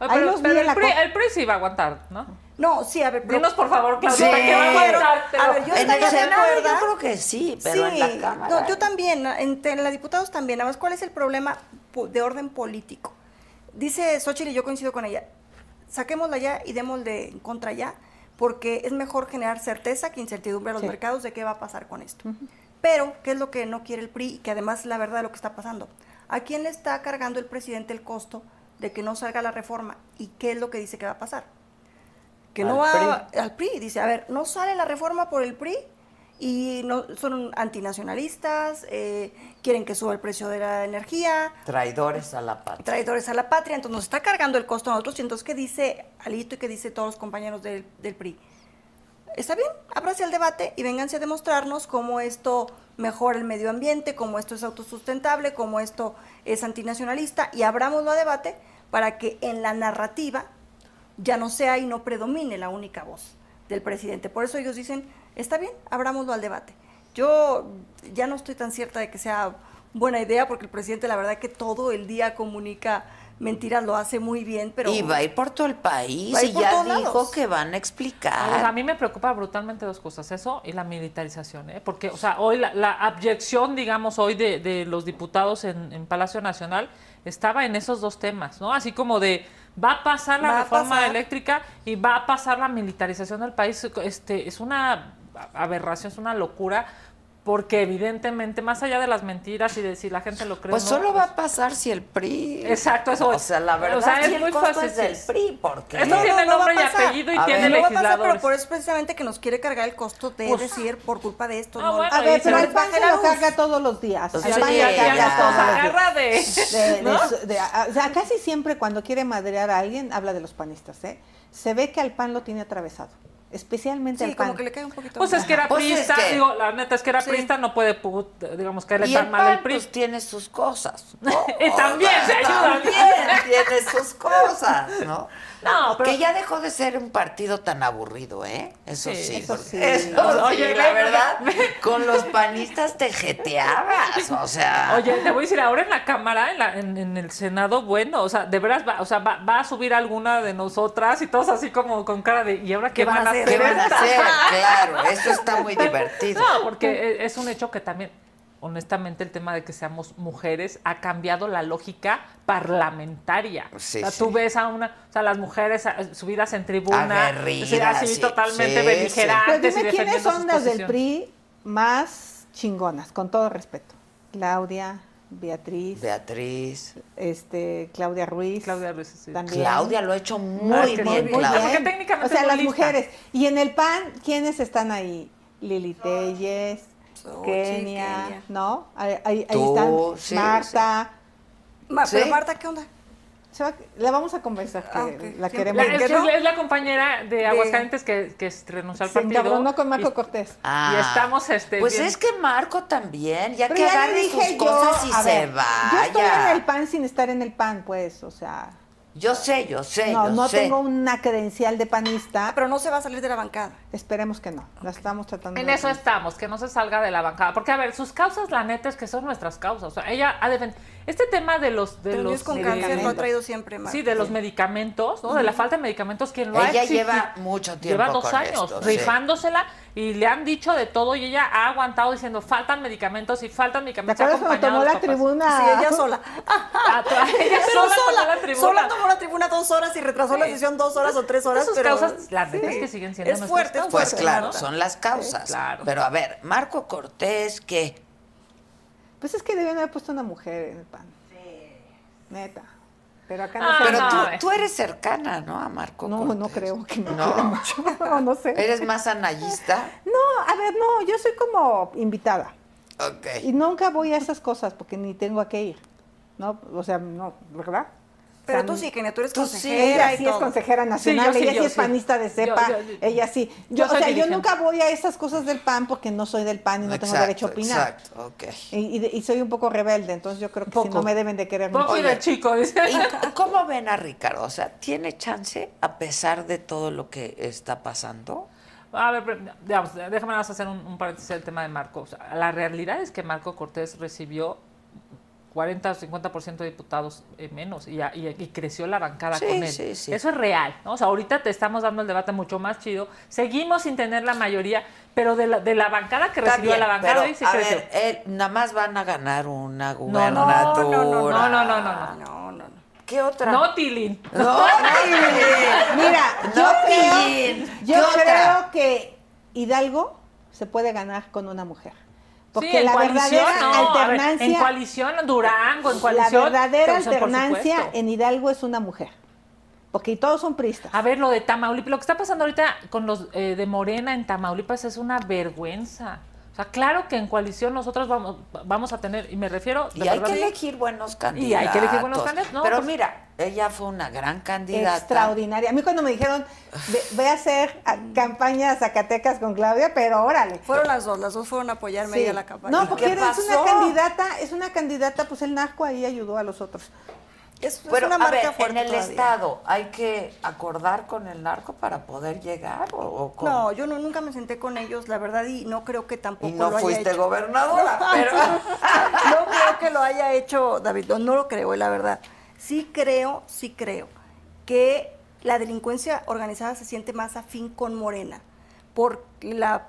S2: Ay,
S7: Ahí
S2: pero
S7: los vi
S2: pero
S7: en la
S2: el, PRI,
S7: co-
S2: el PRI sí va a aguantar, ¿no?
S8: No, sí, a ver, pero-
S2: Dinos, por favor, Claudia,
S1: Sí.
S2: ¿para qué va a aguantar? Pero-
S8: A ver, yo
S1: en el
S8: estaría de
S1: Senado
S8: acuerdo.
S1: yo creo que sí, pero en la Cámara.
S8: no, yo también, entre los diputados también. Además, ¿cuál es el problema po- de orden político? Dice Xochitl y yo coincido con ella, saquémosla ya y démosle en contra ya, porque es mejor generar certeza que incertidumbre a los
S7: Sí.
S8: mercados de qué va a pasar con esto. Pero, ¿qué es lo que no quiere el PRI y que además es la verdad de lo que está pasando? ¿A quién le está cargando el presidente el costo de que no salga la reforma? ¿Y qué es lo que dice que va a pasar? que no va al PRI. Dice, a ver, no sale la reforma por el PRI y no, son antinacionalistas, eh, quieren que suba el precio de la energía,
S1: Traidores a la patria.
S8: traidores a la patria, entonces nos está cargando el costo a nosotros. Y entonces, ¿qué dice Alito y qué dice todos los compañeros del, del PRI? Está bien, ábrase el debate y vénganse a demostrarnos cómo esto mejora el medio ambiente, cómo esto es autosustentable, cómo esto es antinacionalista y abrámoslo a debate para que en la narrativa ya no sea y no predomine la única voz del presidente. Por eso ellos dicen, está bien, abrámoslo al debate. Yo ya no estoy tan cierta de que sea buena idea porque el presidente la verdad que todo el día comunica mentiras, lo hace muy bien, pero...
S1: y va a ir por todo el país
S8: Va a ir
S1: y
S8: por
S1: ya
S8: todos
S1: dijo
S8: lados.
S1: que van a
S2: O sea, a
S1: explicar.
S2: mí me preocupa brutalmente dos cosas, eso y la militarización, ¿eh? porque, o sea, hoy la, la abyección, digamos, hoy de, de los diputados en, en Palacio Nacional estaba en esos dos temas, ¿no? Así como de va a pasar la
S8: Va a
S2: reforma
S8: pasar.
S2: eléctrica y va a pasar la militarización del país, este, es una aberración, es una locura, porque evidentemente, más allá de las mentiras y de si la gente lo cree
S1: Pues
S2: o no,
S1: solo va a pasar si el PRI.
S2: Exacto, eso
S1: O
S2: es.
S1: sea, la
S2: O
S1: verdad
S2: sea,
S1: sí
S2: es
S1: el
S2: muy
S1: costo
S2: fácil,
S1: es
S2: sí.
S1: del PRI, porque
S2: Esto tiene
S8: va a
S2: nombre y
S8: pasar.
S2: apellido y
S1: A
S2: tiene
S1: ver.
S8: No va a pasar, pero
S2: legisladores.
S8: por eso es precisamente que nos quiere cargar el costo de
S2: Pues-
S8: decir por culpa de esto.
S2: Ah,
S8: no,
S2: bueno,
S7: A ver,
S2: Oye,
S7: pero
S2: se
S7: el
S2: les
S7: pan
S8: baja
S7: se
S8: la
S7: lo
S8: luz.
S7: carga todos los días.
S1: Pues
S7: El
S1: sí,
S7: pan lo
S1: ya,
S7: carga
S1: ya,
S7: todos los días.
S2: agarra de...
S7: De- de su- de- a- o sea, casi siempre cuando quiere madrear a alguien habla de los panistas, ¿eh? Se ve que al pan lo tiene atravesado. especialmente
S8: Sí,
S7: al PAN.
S8: como que le cae un poquito
S2: Pues es que era
S7: Pues es
S2: priista,
S7: que-
S2: digo, la neta es que era
S7: Sí.
S2: priista, no puede, pu- digamos, caerle
S1: Y
S2: tan
S1: el
S2: mal
S1: PAN,
S2: el PRI.
S1: pues, tiene sus cosas.
S2: y también, se ayuda.
S1: También tiene sus cosas, ¿no?
S2: No, pero-
S1: Que ya dejó de ser un partido tan aburrido, ¿eh? Eso sí.
S2: Sí,
S1: porque-
S2: eso
S1: Eso
S2: sí.
S1: sí,
S2: Oye,
S1: la
S2: ve-
S1: verdad, con los panistas te jeteabas, o sea.
S2: Oye, te voy a decir, ahora en la Cámara, en, la- en- en el Senado, bueno, o sea, de veras, va, o sea, va, va a subir alguna de nosotras y todos así como con cara de, ¿y ahora qué, van a hacer?
S1: ¿Qué van a hacer? Claro, esto está muy divertido.
S2: No, porque e- es un hecho que también, honestamente, el tema de que seamos mujeres ha cambiado la lógica parlamentaria.
S1: Sí,
S2: o sea,
S1: sí.
S2: tú ves a una, o sea, las mujeres a- subidas en tribuna,
S1: Aguerridas,
S2: o sea, así
S1: Ah, sí,
S2: totalmente
S1: sí,
S7: Pero
S2: beligerantes. y
S7: dime quiénes
S2: defendiendo
S7: son
S2: sus
S7: las
S2: posiciones.
S7: del PRI más chingonas, con todo respeto. Claudia, Beatriz,
S1: Beatriz.
S7: este, Claudia Ruiz.
S2: Claudia Ruiz, sí.
S7: También.
S1: Claudia lo ha hecho
S7: Ah,
S1: muy
S7: es que
S1: bien,
S7: muy
S1: Claudia.
S7: bien.
S2: Porque técnicamente
S7: O sea,
S2: es
S7: las
S2: lista.
S7: mujeres. Y en el PAN, ¿quiénes están ahí? Lili Telles,
S8: Xochitl,
S7: Kenia,
S8: Kenia.
S7: ¿no? Ahí, ahí- ahí
S1: Tú,
S7: están
S1: sí,
S7: Marta.
S8: Ma-
S1: Sí.
S8: Pero Marta, ¿qué onda?
S7: Se va- la vamos a conversar, que
S8: Ah, ok.
S7: la
S8: Sí,
S7: queremos.
S2: La-
S8: ¿Por
S2: es,
S8: qué
S2: es-
S8: no?
S2: es la compañera de Aguascalientes que, que es- renunció al
S7: Se
S2: partido.
S7: encabronó con Marco
S2: y-
S7: Cortés.
S1: Ah,
S2: y estamos, este,
S1: Pues
S2: bien-
S1: es que Marco también, ya
S7: Pero
S1: que
S7: ya le
S1: agarre
S7: dije
S1: sus
S7: yo,
S1: cosas y
S7: a
S1: se
S7: ver,
S1: vaya.
S7: Yo estoy en el PAN sin estar en el PAN, pues, o sea,
S1: Yo sé, yo sé,
S7: no,
S1: yo
S7: no
S1: sé.
S7: tengo una credencial de panista,
S8: Ah, pero no se va a salir de la bancada.
S7: esperemos que no, la estamos tratando.
S2: En
S7: de-
S2: eso estamos, que no se salga de la bancada. Porque, a ver, sus causas, la neta, es que son nuestras causas. O sea, ella ha defen- Este tema de los. De
S8: Los
S2: los
S8: niños con cáncer lo
S2: medicamentos.
S8: ha traído siempre, Marta.
S2: Sí, de los medicamentos, ¿no? De la falta de medicamentos, quien lo ha
S1: Ella
S2: exigi-
S1: lleva mucho tiempo
S2: Lleva dos
S1: con
S2: años
S1: esto, sí.
S2: rifándosela y le han dicho de todo y ella ha aguantado diciendo faltan medicamentos y faltan
S7: ¿Te
S2: medicamentos.
S7: acuerdas cuando tomó la tribuna? Ah,
S8: Sí, ella sola.
S2: ella
S8: Pero
S2: sola, tomó
S8: sola,
S2: la tribuna.
S8: sola tomó la tribuna dos horas y retrasó la
S2: Sí.
S8: sesión dos horas o tres horas.
S2: Esas
S8: pero-
S2: causas, la neta es que siguen siendo
S8: Es
S2: nuestras
S8: fuerte, es
S2: causas.
S1: Pues
S8: fuerte,
S1: claro,
S8: ¿no?
S1: son las causas.
S2: Sí, claro.
S1: Pero a ver, Marco Cortés, ¿qué?
S7: Pues es que debían haber puesto una mujer en el PAN. Sí. Neta. Pero acá no
S2: Ah,
S7: se
S1: Pero
S2: no,
S1: tú,
S2: eh.
S1: tú eres cercana, ¿no? A Marco
S7: No,
S1: Cortés.
S7: no creo que me
S1: No.
S7: quiera mucho. No, no sé.
S1: Eres más anallista.
S7: No, a ver, no, yo soy como invitada.
S1: Ok.
S7: Y nunca voy a esas cosas porque ni tengo a qué ir. No, o sea, no, ¿verdad?
S8: Pero
S7: O sea,
S8: tú sí, Kenia, tú eres
S1: Tú sí,
S8: consejera
S7: Ella
S8: y
S7: sí es
S8: todo.
S7: consejera nacional,
S2: sí,
S7: ella
S2: yo
S7: sí es
S2: sí.
S7: panista de
S2: Yo-
S7: cepa,
S2: yo- yo-
S7: ella sí.
S2: yo
S7: Yo, o
S2: soy
S7: sea, yo
S2: dirigente.
S7: nunca voy a esas cosas del PAN porque no soy del PAN y no tengo
S1: Exacto,
S7: derecho a opinar.
S1: Exacto, ok.
S7: Y, y de- y soy un poco rebelde, entonces yo creo que si
S2: Poco.
S7: no me deben de querer
S2: Poco y
S7: mucho.
S2: de chico, dice.
S1: ¿Y c- cómo ven a Ricardo? O sea, ¿tiene chance a pesar de todo lo que está pasando?
S2: A ver, pero, digamos, déjame nada más hacer un, un paréntesis del tema de Marco. O sea, la realidad es que Marco Cortés recibió 40 o 50% de diputados eh, menos y, a- y- y creció la bancada
S1: Sí,
S2: con él.
S1: sí, sí.
S2: Eso es real. ¿no? O sea, ahorita te estamos dando el debate mucho más chido. Seguimos sin tener la mayoría, pero de la, de la bancada que
S1: Está
S2: recibió
S1: bien,
S2: la bancada
S1: pero,
S2: hoy sí
S1: a
S2: creció.
S1: ver, él- nada más van a ganar una
S2: no, no,
S1: gubernatura.
S2: no, no, no, no,
S1: Ah,
S2: no, no.
S8: No, no, no.
S1: ¿Qué otra?
S2: No, Tilín.
S1: No, Tilín.
S7: Mira, yo
S1: No,
S7: creo,
S1: Pillín.
S7: yo
S1: ¿Qué otra?
S7: creo que Hidalgo se puede ganar con una mujer. Porque
S2: Sí, en
S7: la
S2: coalición,
S7: verdadera
S2: no, a ver,
S7: alternancia,
S2: en coalición, Durango, en
S7: la
S2: coalición.
S7: verdadera
S2: o sea, por
S7: alternancia
S2: supuesto.
S7: en Hidalgo es una mujer. Porque todos son pristas.
S2: A ver, lo de Tamaulipas, lo que está pasando ahorita con los eh, de Morena en Tamaulipas es una vergüenza. O sea, claro que en coalición nosotros vamos, vamos a tener, y me refiero... de
S1: Y hay
S2: verdad,
S1: que
S2: sí.
S1: elegir buenos candidatos.
S2: Y hay que elegir buenos candidatos, no,
S1: Pero
S2: pues-
S1: mira, ella fue una gran candidata.
S7: Extraordinaria. A mí cuando me dijeron, ve, ve a hacer a-
S2: Mm.
S7: campaña a Zacatecas con Claudia, pero órale.
S8: Fueron las dos, las dos fueron a apoyarme
S7: Sí.
S8: y a la campaña.
S7: No, porque
S1: ¿Qué
S7: era- es una
S1: pasó?
S7: candidata, es una candidata, pues el narco ahí ayudó a los otros.
S8: es, es
S1: Pero,
S8: una
S1: a
S8: marca
S1: ver,
S8: fuerte
S1: en el
S8: todavía.
S1: Estado, ¿hay que acordar con el narco para poder llegar? ¿O, o cómo?
S8: No, yo no, nunca me senté con ellos, la verdad, y no creo que tampoco
S1: Y no
S8: lo haya
S1: fuiste
S8: hecho.
S1: gobernadora, pero...
S8: no creo que lo haya hecho David, no, no lo creo, eh, la verdad. Sí creo, sí creo que la delincuencia organizada se siente más afín con Morena por la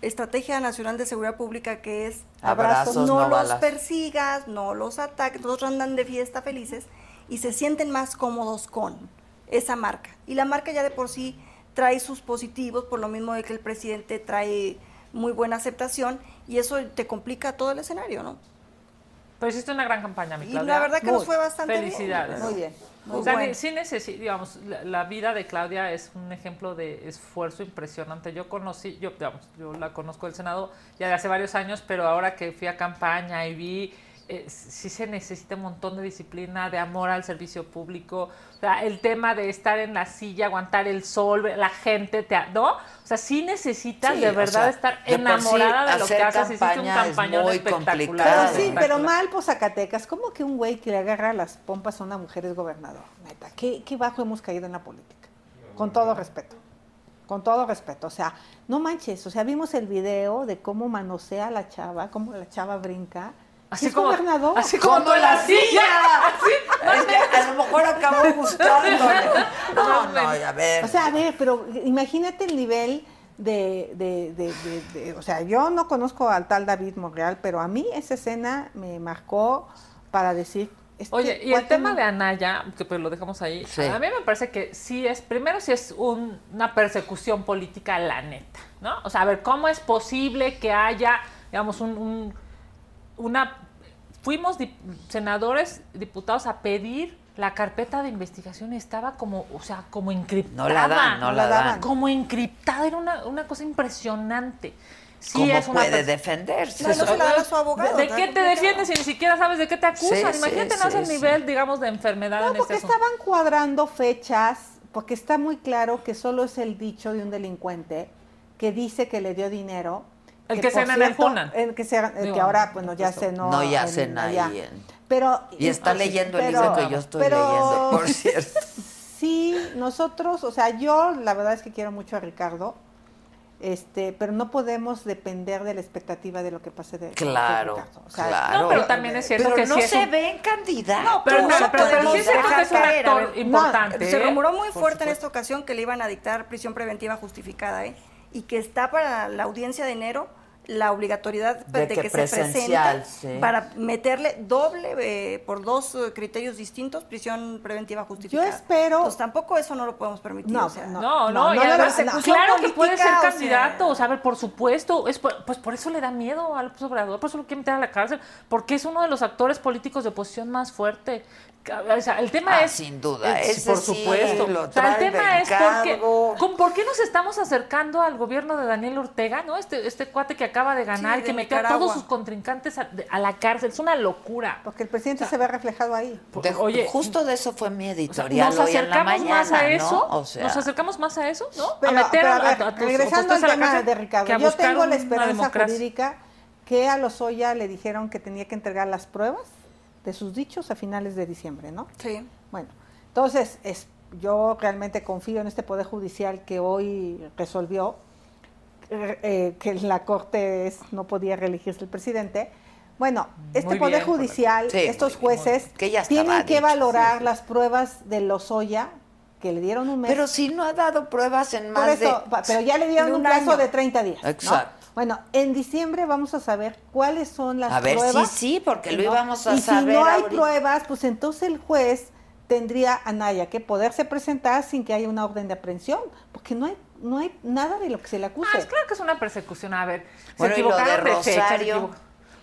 S8: Estrategia Nacional de Seguridad Pública que es
S1: Abrazos,
S8: no,
S1: no
S8: los
S1: balas.
S8: persigas, no los ataques, todos andan de fiesta felices y se sienten más cómodos con esa marca. Y la marca ya de por sí trae sus positivos, por lo mismo de que el presidente trae muy buena aceptación y eso te complica todo el escenario, ¿no?
S2: Pero hiciste una gran campaña, mi
S8: Y
S2: Claudia.
S8: la verdad que
S2: Muy.
S8: nos fue bastante
S2: Felicidades.
S8: bien.
S7: Muy bien.
S8: Muy
S2: o sea,
S8: bueno.
S2: ne- sí necesi- digamos, la, la vida de Claudia es un ejemplo de esfuerzo impresionante. Yo conocí, yo, digamos, yo la conozco del Senado ya de hace varios años, pero ahora que fui a campaña y vi eh, sí se necesita un montón de disciplina, de amor al servicio público, o sea, el tema de estar en la silla, aguantar el sol, ver la gente, te, a- ¿no? O sea, sí necesitas
S1: Sí,
S2: de
S1: o
S2: verdad
S1: sea,
S2: estar
S1: de por
S2: enamorada
S1: sí
S2: de lo que
S1: hacer
S2: haces, hiciste un
S1: campaña es
S2: campañón
S1: muy
S2: espectacular.
S7: Pero Pues sí, pero mal por Zacatecas. ¿Cómo que un güey que le agarra las pompas a una mujer es gobernador? Neta, ¿qué, qué bajo hemos caído en la política. Con todo respeto. Con todo respeto. O sea, no manches. O sea, vimos el video de cómo manosea a la chava, cómo la chava brinca.
S2: Así
S7: Así es
S2: como-
S7: gobernador.
S2: así como Como tú en la la silla. silla.
S1: Es que a lo mejor acabó gustándole. No, no, a ver.
S7: O sea, a ver, pero imagínate el nivel de, de- de- de- de- O sea, yo no conozco al tal David Monreal, pero a mí esa escena me marcó para decir... este
S2: Oye, y el
S7: cuate
S2: tema
S7: no-
S2: de Anaya, que pues lo dejamos ahí,
S7: Sí.
S2: a mí me parece que sí es, primero sí es un- una persecución política, la neta, ¿no? O sea, a ver, ¿cómo es posible que haya, digamos, un, un- una... Fuimos dip- senadores, diputados a pedir la carpeta de investigación y estaba como, o sea, como encriptada.
S1: dan, no la dan.
S2: Como encriptada, era una, una cosa impresionante. Sí
S1: ¿Cómo
S2: es una
S1: puede
S2: pers-
S1: defenderse?
S2: Sí,
S1: No, no se la da a su abogado,
S2: ¿De, de
S1: está
S2: qué te
S1: complicado.
S2: defiendes si ni siquiera sabes de qué te acusan?
S1: Sí,
S2: Imagínate
S1: sí,
S2: nada más
S1: sí,
S2: el
S1: sí.
S2: nivel, digamos, de enfermedad en este
S7: Porque
S2: asunto.
S7: estaban cuadrando fechas, porque está muy claro que solo es el dicho de un delincuente que dice que le dio dinero.
S2: El que se
S7: por
S2: enajenan.
S7: El que, se- el que
S2: Digo,
S7: ahora, bueno, ya se no.
S1: No, ya
S7: en-
S1: hacen ahí.
S7: allá.
S1: en-
S7: Pero,
S1: Y está
S7: ah, sí,
S1: leyendo el
S7: pero-
S1: libro que yo estoy
S7: pero
S1: leyendo, por cierto.
S7: Sí, nosotros, o sea, yo la verdad es que quiero mucho a Ricardo, este, pero no podemos depender de la expectativa de lo que pase de de
S1: Claro,
S7: Ricardo.
S1: claro.
S2: No, pero también es cierto
S1: Pero
S2: que
S1: no
S2: sí es
S1: se
S2: un-
S1: ven candidatos.
S2: No, pero no,
S1: no
S2: pero- pero
S1: podemos
S2: sí es cierto que es un
S1: dejar
S2: actor
S1: caer, a ver,
S2: importante.
S8: Se
S2: ¿eh?
S8: rumoró muy
S2: Por
S8: fuerte en
S2: supuesto.
S8: esta ocasión que le iban a dictar prisión preventiva justificada, ¿eh? Y que está para la audiencia de enero la obligatoriedad
S1: De
S8: de,
S1: que
S8: que, se
S1: presencial,
S8: presente
S1: sí.
S8: para meterle doble eh, por dos eh, criterios distintos prisión preventiva justificada.
S7: Yo espero-
S8: Pues tampoco eso no lo podemos permitir.
S7: No,
S8: o sea.
S2: No, no, y además, pues
S8: persecución
S2: claro que puede ser
S8: política, o sea,
S2: candidato, o sea, a ver, por supuesto, es por- pues por eso le da miedo al López Obrador, por eso lo quiere meter a la cárcel, porque es uno de los actores políticos de oposición más fuerte. O sea, el tema
S1: Ah,
S2: es...
S1: sin duda,
S2: eh,
S1: ese
S2: por
S1: sí,
S2: supuesto.
S1: lo
S2: O sea, el
S1: trae
S2: tema
S1: de
S2: es por qué,
S1: encargo.
S2: con- por qué nos estamos acercando al gobierno de Daniel Ortega, ¿no? Este, este cuate que acaba de ganar,
S8: Sí,
S2: y
S8: de
S2: que metió a todos
S8: Nicaragua.
S2: sus contrincantes a, de- a la cárcel, es una locura.
S7: Porque el presidente se ve reflejado ahí.
S1: De-
S2: Oye,
S1: justo de eso fue mi editorial
S2: Nos
S1: hoy en la
S2: acercamos
S1: mañana,
S2: más a eso,
S1: ¿no? O sea,
S2: nos acercamos más a eso, ¿no?
S7: Pero,
S2: a meter
S7: pero
S2: a,
S7: a ver,
S2: a- a tus
S7: regresando al
S2: opositores a la
S7: tema
S2: cárcel
S7: de
S2: que
S7: Ricardo,
S2: a
S7: yo
S2: buscar
S7: tengo la
S2: una
S7: esperanza
S2: democracia.
S7: jurídica que a Lozoya le dijeron que tenía que entregar las pruebas de sus dichos a finales de diciembre, ¿no?
S8: Sí.
S7: Bueno, entonces es, yo realmente confío en este Poder Judicial que hoy resolvió eh, eh, que la Corte es- no podía reelegirse el presidente. Bueno, este
S2: Mm, Muy
S7: Poder
S2: bien, por la-
S7: Judicial,
S1: Sí,
S7: estos
S1: muy bien, muy
S7: jueces,
S1: bien. Que ya estaba
S7: tienen que
S1: dicho,
S7: valorar
S1: sí, sí.
S7: las pruebas de Lozoya que le dieron un mes.
S1: pero si no ha dado pruebas en
S7: Por
S1: más
S7: eso,
S1: de...
S7: pa- pero ya le dieron
S1: de
S7: un
S1: un
S7: plazo
S1: año.
S7: de 30 días. ¿no?
S1: Exacto.
S7: Bueno, en diciembre vamos a saber cuáles son las
S1: A ver,
S7: pruebas.
S1: sí, sí, porque lo
S7: ¿no?
S1: íbamos a
S7: y
S1: saber
S7: si no hay
S1: ahorita.
S7: pruebas, pues entonces el juez tendría a Naya que poderse presentar sin que haya una orden de aprehensión, porque no hay no hay nada de lo que se le acuse.
S2: Ah, es claro que es una persecución. A ver,
S1: Bueno,
S2: se
S1: y lo de
S2: equivocaron de, fecha, se
S1: Rosario.
S2: equivo-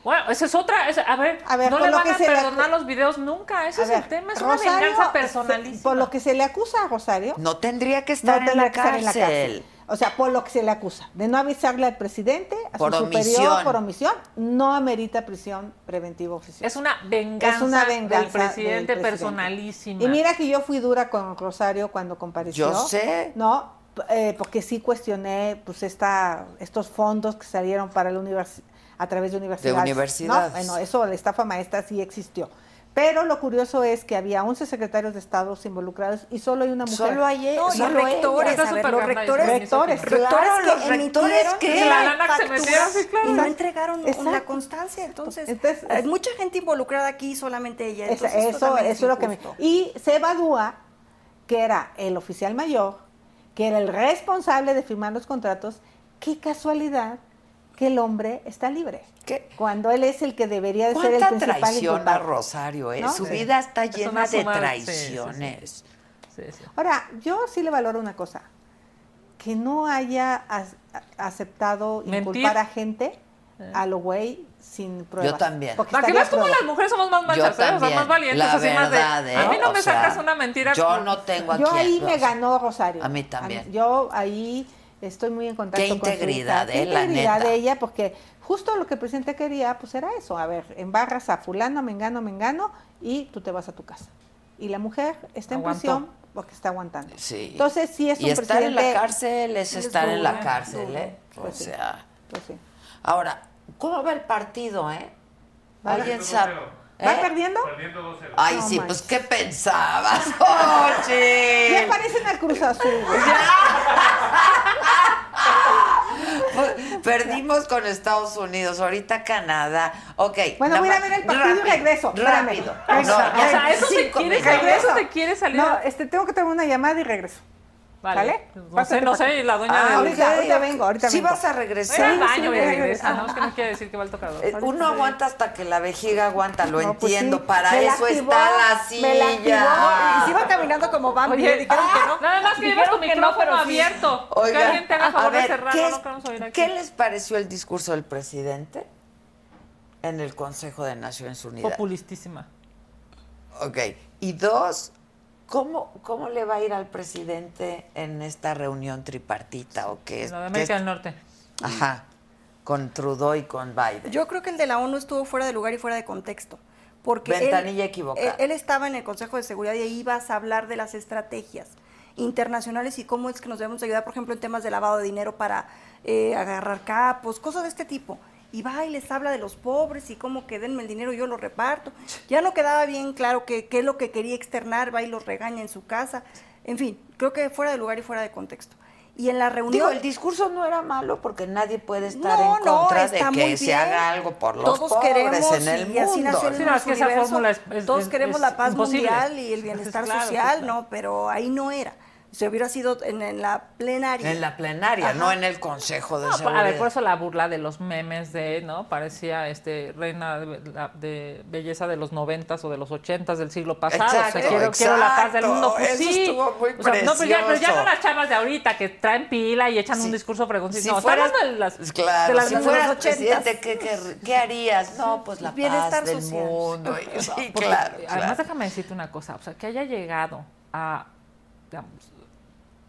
S2: Bueno, esa es otra. esa- a ver,
S7: A ver,
S2: no
S7: por
S2: le
S7: lo
S2: van
S7: que
S2: a
S7: se le
S2: perdonar
S7: acu-
S2: los videos nunca. Ah, Ese
S7: A
S2: es
S7: ver,
S2: el tema. Es
S7: Rosario,
S2: una venganza
S7: se-
S2: personalísima.
S7: Por lo que se le acusa a Rosario,
S1: No tendría que
S7: no
S1: estar en,
S7: tendrá
S1: la
S7: que estar en la
S1: cárcel.
S7: cárcel. O sea, por lo que se le acusa, de no avisarle al presidente, a
S1: Por
S7: su
S1: omisión.
S7: superior por omisión, no amerita prisión preventiva oficiosa.
S2: es una venganza,
S7: es una venganza
S2: del presidente
S7: del presidente.
S2: personalísima.
S7: Y mira que yo fui dura con Rosario cuando compareció.
S1: Yo sé.
S7: No, P- eh, porque sí cuestioné pues esta, estos fondos que salieron para la universi- a través de universidades. ¿no?
S1: universidades.
S7: Bueno, eso, la estafa maestra sí existió. Pero lo curioso es que había 11 secretarios de Estado involucrados y solo hay una mujer.
S1: Solo ayer,
S8: No, y
S1: solo
S8: e-, rectores,
S2: Está
S8: a ver,
S2: súper
S8: los
S2: grandísimo,
S8: rectores,
S2: en mis
S7: rectores,
S2: opiniones.
S1: Claro, los
S8: que
S1: rectores
S8: emitieron
S1: que-
S8: las
S2: La lana que se
S8: facturas
S2: metieron, sí, claro.
S8: y no entregaron
S7: Exacto.
S8: la constancia. Entonces,
S7: Entonces,
S8: hay
S7: es-
S8: mucha gente involucrada aquí, solamente ella.
S7: Esa-
S8: Entonces,
S2: pues,
S8: esto
S7: eso,
S8: también
S7: eso es lo que me...
S8: injusto.
S7: Y se evadúa que era el oficial mayor, que era el responsable de firmar los contratos. Qué casualidad que el hombre está libre.
S1: ¿Qué?
S7: Cuando él es el que debería de ser el
S1: ¿Cuánta
S7: principal
S1: traición a
S7: inculpado.
S1: Rosario? eh?
S7: ¿No?
S1: Su
S7: Sí.
S1: vida está
S2: Es
S1: llena
S2: una
S1: de
S2: suma- sí, sí, sí.
S1: traiciones.
S2: Sí, sí.
S7: Ahora, yo sí le valoro una cosa. Que no haya as- a- aceptado
S2: Mentir. Eh.
S7: inculpar a gente a lo güey sin pruebas.
S1: también.
S7: Porque
S2: Para que
S7: estaría
S2: veas cómo
S7: prueba.
S2: las mujeres somos más
S1: Yo
S2: machas, ¿eh? o sea,
S1: también,
S2: más valientes,
S1: la
S2: así más de.
S1: verdad, ¿eh?
S2: A mí no
S1: O
S2: me
S1: sea,
S2: sacas una mentira.
S1: Yo no tengo aquí.
S7: Yo ahí me ganó Rosario.
S1: A mí también.
S7: yo ahí estoy muy en contacto
S1: Qué
S7: con su hija.
S1: integridad,
S7: Qué
S1: eh, la
S7: integridad
S1: neta.
S7: de ella, porque Justo lo que el presidente quería, pues era eso, a ver, embarras a fulano, mengano, mengano, y tú te vas a tu casa. Y la mujer está en
S1: Aguantó.
S7: prisión porque está aguantando.
S1: Sí.
S7: Entonces, sí es
S1: y
S7: un
S1: estar en la
S7: presidente-
S1: cárcel es
S7: Es
S1: estar en la
S7: duro,
S1: cárcel,
S7: duro.
S1: ¿eh?
S7: Pues
S1: o
S7: sí,
S1: sea.
S7: pues sí.
S1: Ahora, ¿cómo va el partido, eh?
S7: Va
S1: ¿Alguien
S7: ganando
S1: sabe? ¿eh?
S7: 2-0. ¿Va perdiendo?
S3: Perdiendo 2-0.
S1: Ay,
S7: No
S1: sí,
S7: manches.
S1: pues ¿qué pensabas? ¡Oye!
S7: Ya parecen al Cruz Azul. güey.
S1: Pues, Perdimos con Estados Unidos, ahorita Canadá. Ok.
S7: Bueno,
S1: nada
S7: voy a ir a
S1: más-
S7: ver el partido y
S1: rápido,
S7: regreso. Espérame.
S1: Rápido.
S7: Regreso.
S1: No, ya
S2: O sea, eso te
S1: cinco
S2: quiere
S1: minutos.
S2: salir, eso te quiere salir.
S7: No, este, tengo que tomar una llamada y regreso. ¿Vale?
S2: No sé,
S7: Pásate
S2: no
S7: pa' acá.
S2: sé, y la dueña
S1: Ah,
S2: del-
S7: ahorita, ahorita vengo, ahorita
S1: Sí
S7: vengo.
S1: vas a
S2: Voy a ir
S1: regresar.
S2: al
S7: Sí, sí,
S2: baño
S7: voy
S2: y
S7: a
S2: regresa,
S7: regresar.
S2: ¿no? Es que no quiere decir que va al tocador.
S1: Eh, Uno aguanta hasta que la vejiga aguanta, lo
S7: No, pues sí.
S1: entiendo. Para
S7: Me la
S1: eso
S7: activó,
S1: está la
S7: Me la
S1: silla.
S7: activó. Y si iba caminando como Bambi.
S2: Oye, ah,
S7: dijeron que no.
S2: Nada más que
S7: Dijeron
S2: llevas tu
S7: que
S2: micrófono
S7: pero sí.
S2: abierto. que
S1: Oigan,
S2: alguien te haga
S1: a
S2: favor de
S1: ver,
S2: cerrarlo,
S1: ¿qué,
S2: no queremos oír aquí.
S1: qué les pareció el discurso del presidente en el Consejo de Naciones Unidas?
S2: Populistísima.
S1: Ok. Y dos, ¿cómo, ¿cómo le va a ir al presidente en esta reunión tripartita o qué? es-
S2: La de
S1: qué
S2: América
S1: es-
S2: del Norte.
S1: Ajá. Con Trudeau y con Biden.
S8: Yo creo que el de la ONU estuvo fuera de lugar y fuera de contexto. Porque él-
S1: Ventanilla equivocada.
S8: Él, él estaba en el Consejo de Seguridad y ahí ibas a hablar de las estrategias internacionales y cómo es que nos debemos ayudar, por ejemplo, en temas de lavado de dinero para eh, agarrar capos, cosas de este tipo. Y va y les habla de los pobres y cómo que denme el dinero, yo lo reparto. Ya no quedaba bien claro qué qué es lo que quería externar, va y los regaña en su casa. En fin, creo que fuera de lugar y fuera de contexto. Y en la reunión...
S1: Digo, el discurso no era malo porque nadie puede estar en contra de
S8: está muy
S1: que se
S8: bien.
S1: haga algo por los
S8: Todos
S1: pobres
S8: queremos,
S1: en el
S8: y
S1: mundo.
S8: así nació el
S2: Sí, no, es que esa
S8: universo,
S2: fórmula es- es-
S8: Todos
S2: es-
S8: queremos
S2: es
S8: la paz
S2: imposible.
S8: mundial y el bienestar
S2: Claro, sí,
S8: social,
S2: claro.
S8: ¿no? Pero ahí no era. Se hubiera sido en, en la plenaria.
S1: En la plenaria,
S8: Ajá.
S1: no pues, en el Consejo de
S2: No, pa-
S1: Seguridad.
S2: a ver, por eso la burla de los memes de, ¿no? Parecía este reina de, la- de belleza de los noventas o de los ochentas del siglo pasado. O sea,
S1: Exacto,
S2: quiero, quiero la paz del
S1: exacto.
S2: mundo. Pues
S1: Eso
S2: sí.
S1: estuvo muy
S2: O sea, no, pero ya, pero ya
S1: precioso.
S2: no las chavas de ahorita que traen pila y echan
S1: Sí.
S2: un discurso fregoncito.
S1: Si
S2: no, está
S1: fueras-
S2: hablando de las,
S1: Claro,
S2: de las
S1: si
S2: de los
S1: fueras
S2: ochentas.
S1: presidente, ¿qué, qué, qué harías? No, pues la
S8: Bienestar
S1: paz del
S8: social.
S1: mundo. Sí,
S2: Porque,
S1: claro,
S2: Además,
S1: claro.
S2: déjame decirte una cosa, o sea, que haya llegado a, digamos,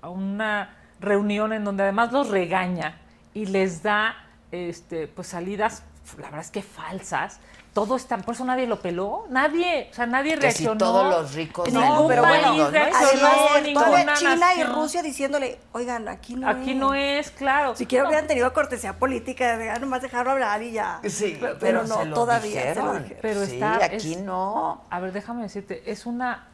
S2: a una reunión en donde además los regaña y les da este, pues salidas, la verdad es que falsas. Todo está, por eso nadie lo peló, nadie, o sea, nadie
S1: Que si
S2: reaccionó.
S1: todos los ricos
S2: no,
S1: del
S2: ningún
S1: mundo,
S2: país
S1: ¿no?
S2: reaccionó,
S1: Además,
S2: ninguna
S8: Todavía China y
S2: nación.
S8: Rusia diciéndole, oigan, aquí no
S2: Aquí no es, claro.
S8: Si quiero
S2: No,
S8: hubieran tenido cortesía política, de ah, nomás dejarlo hablar y ya.
S1: Sí,
S8: pero,
S1: pero,
S8: pero no,
S1: se lo
S8: todavía. se lo
S1: dijeron.
S8: dijeron.
S2: Pero
S1: sí,
S2: está-
S1: aquí
S2: es-
S1: no.
S2: A ver, déjame decirte, es una...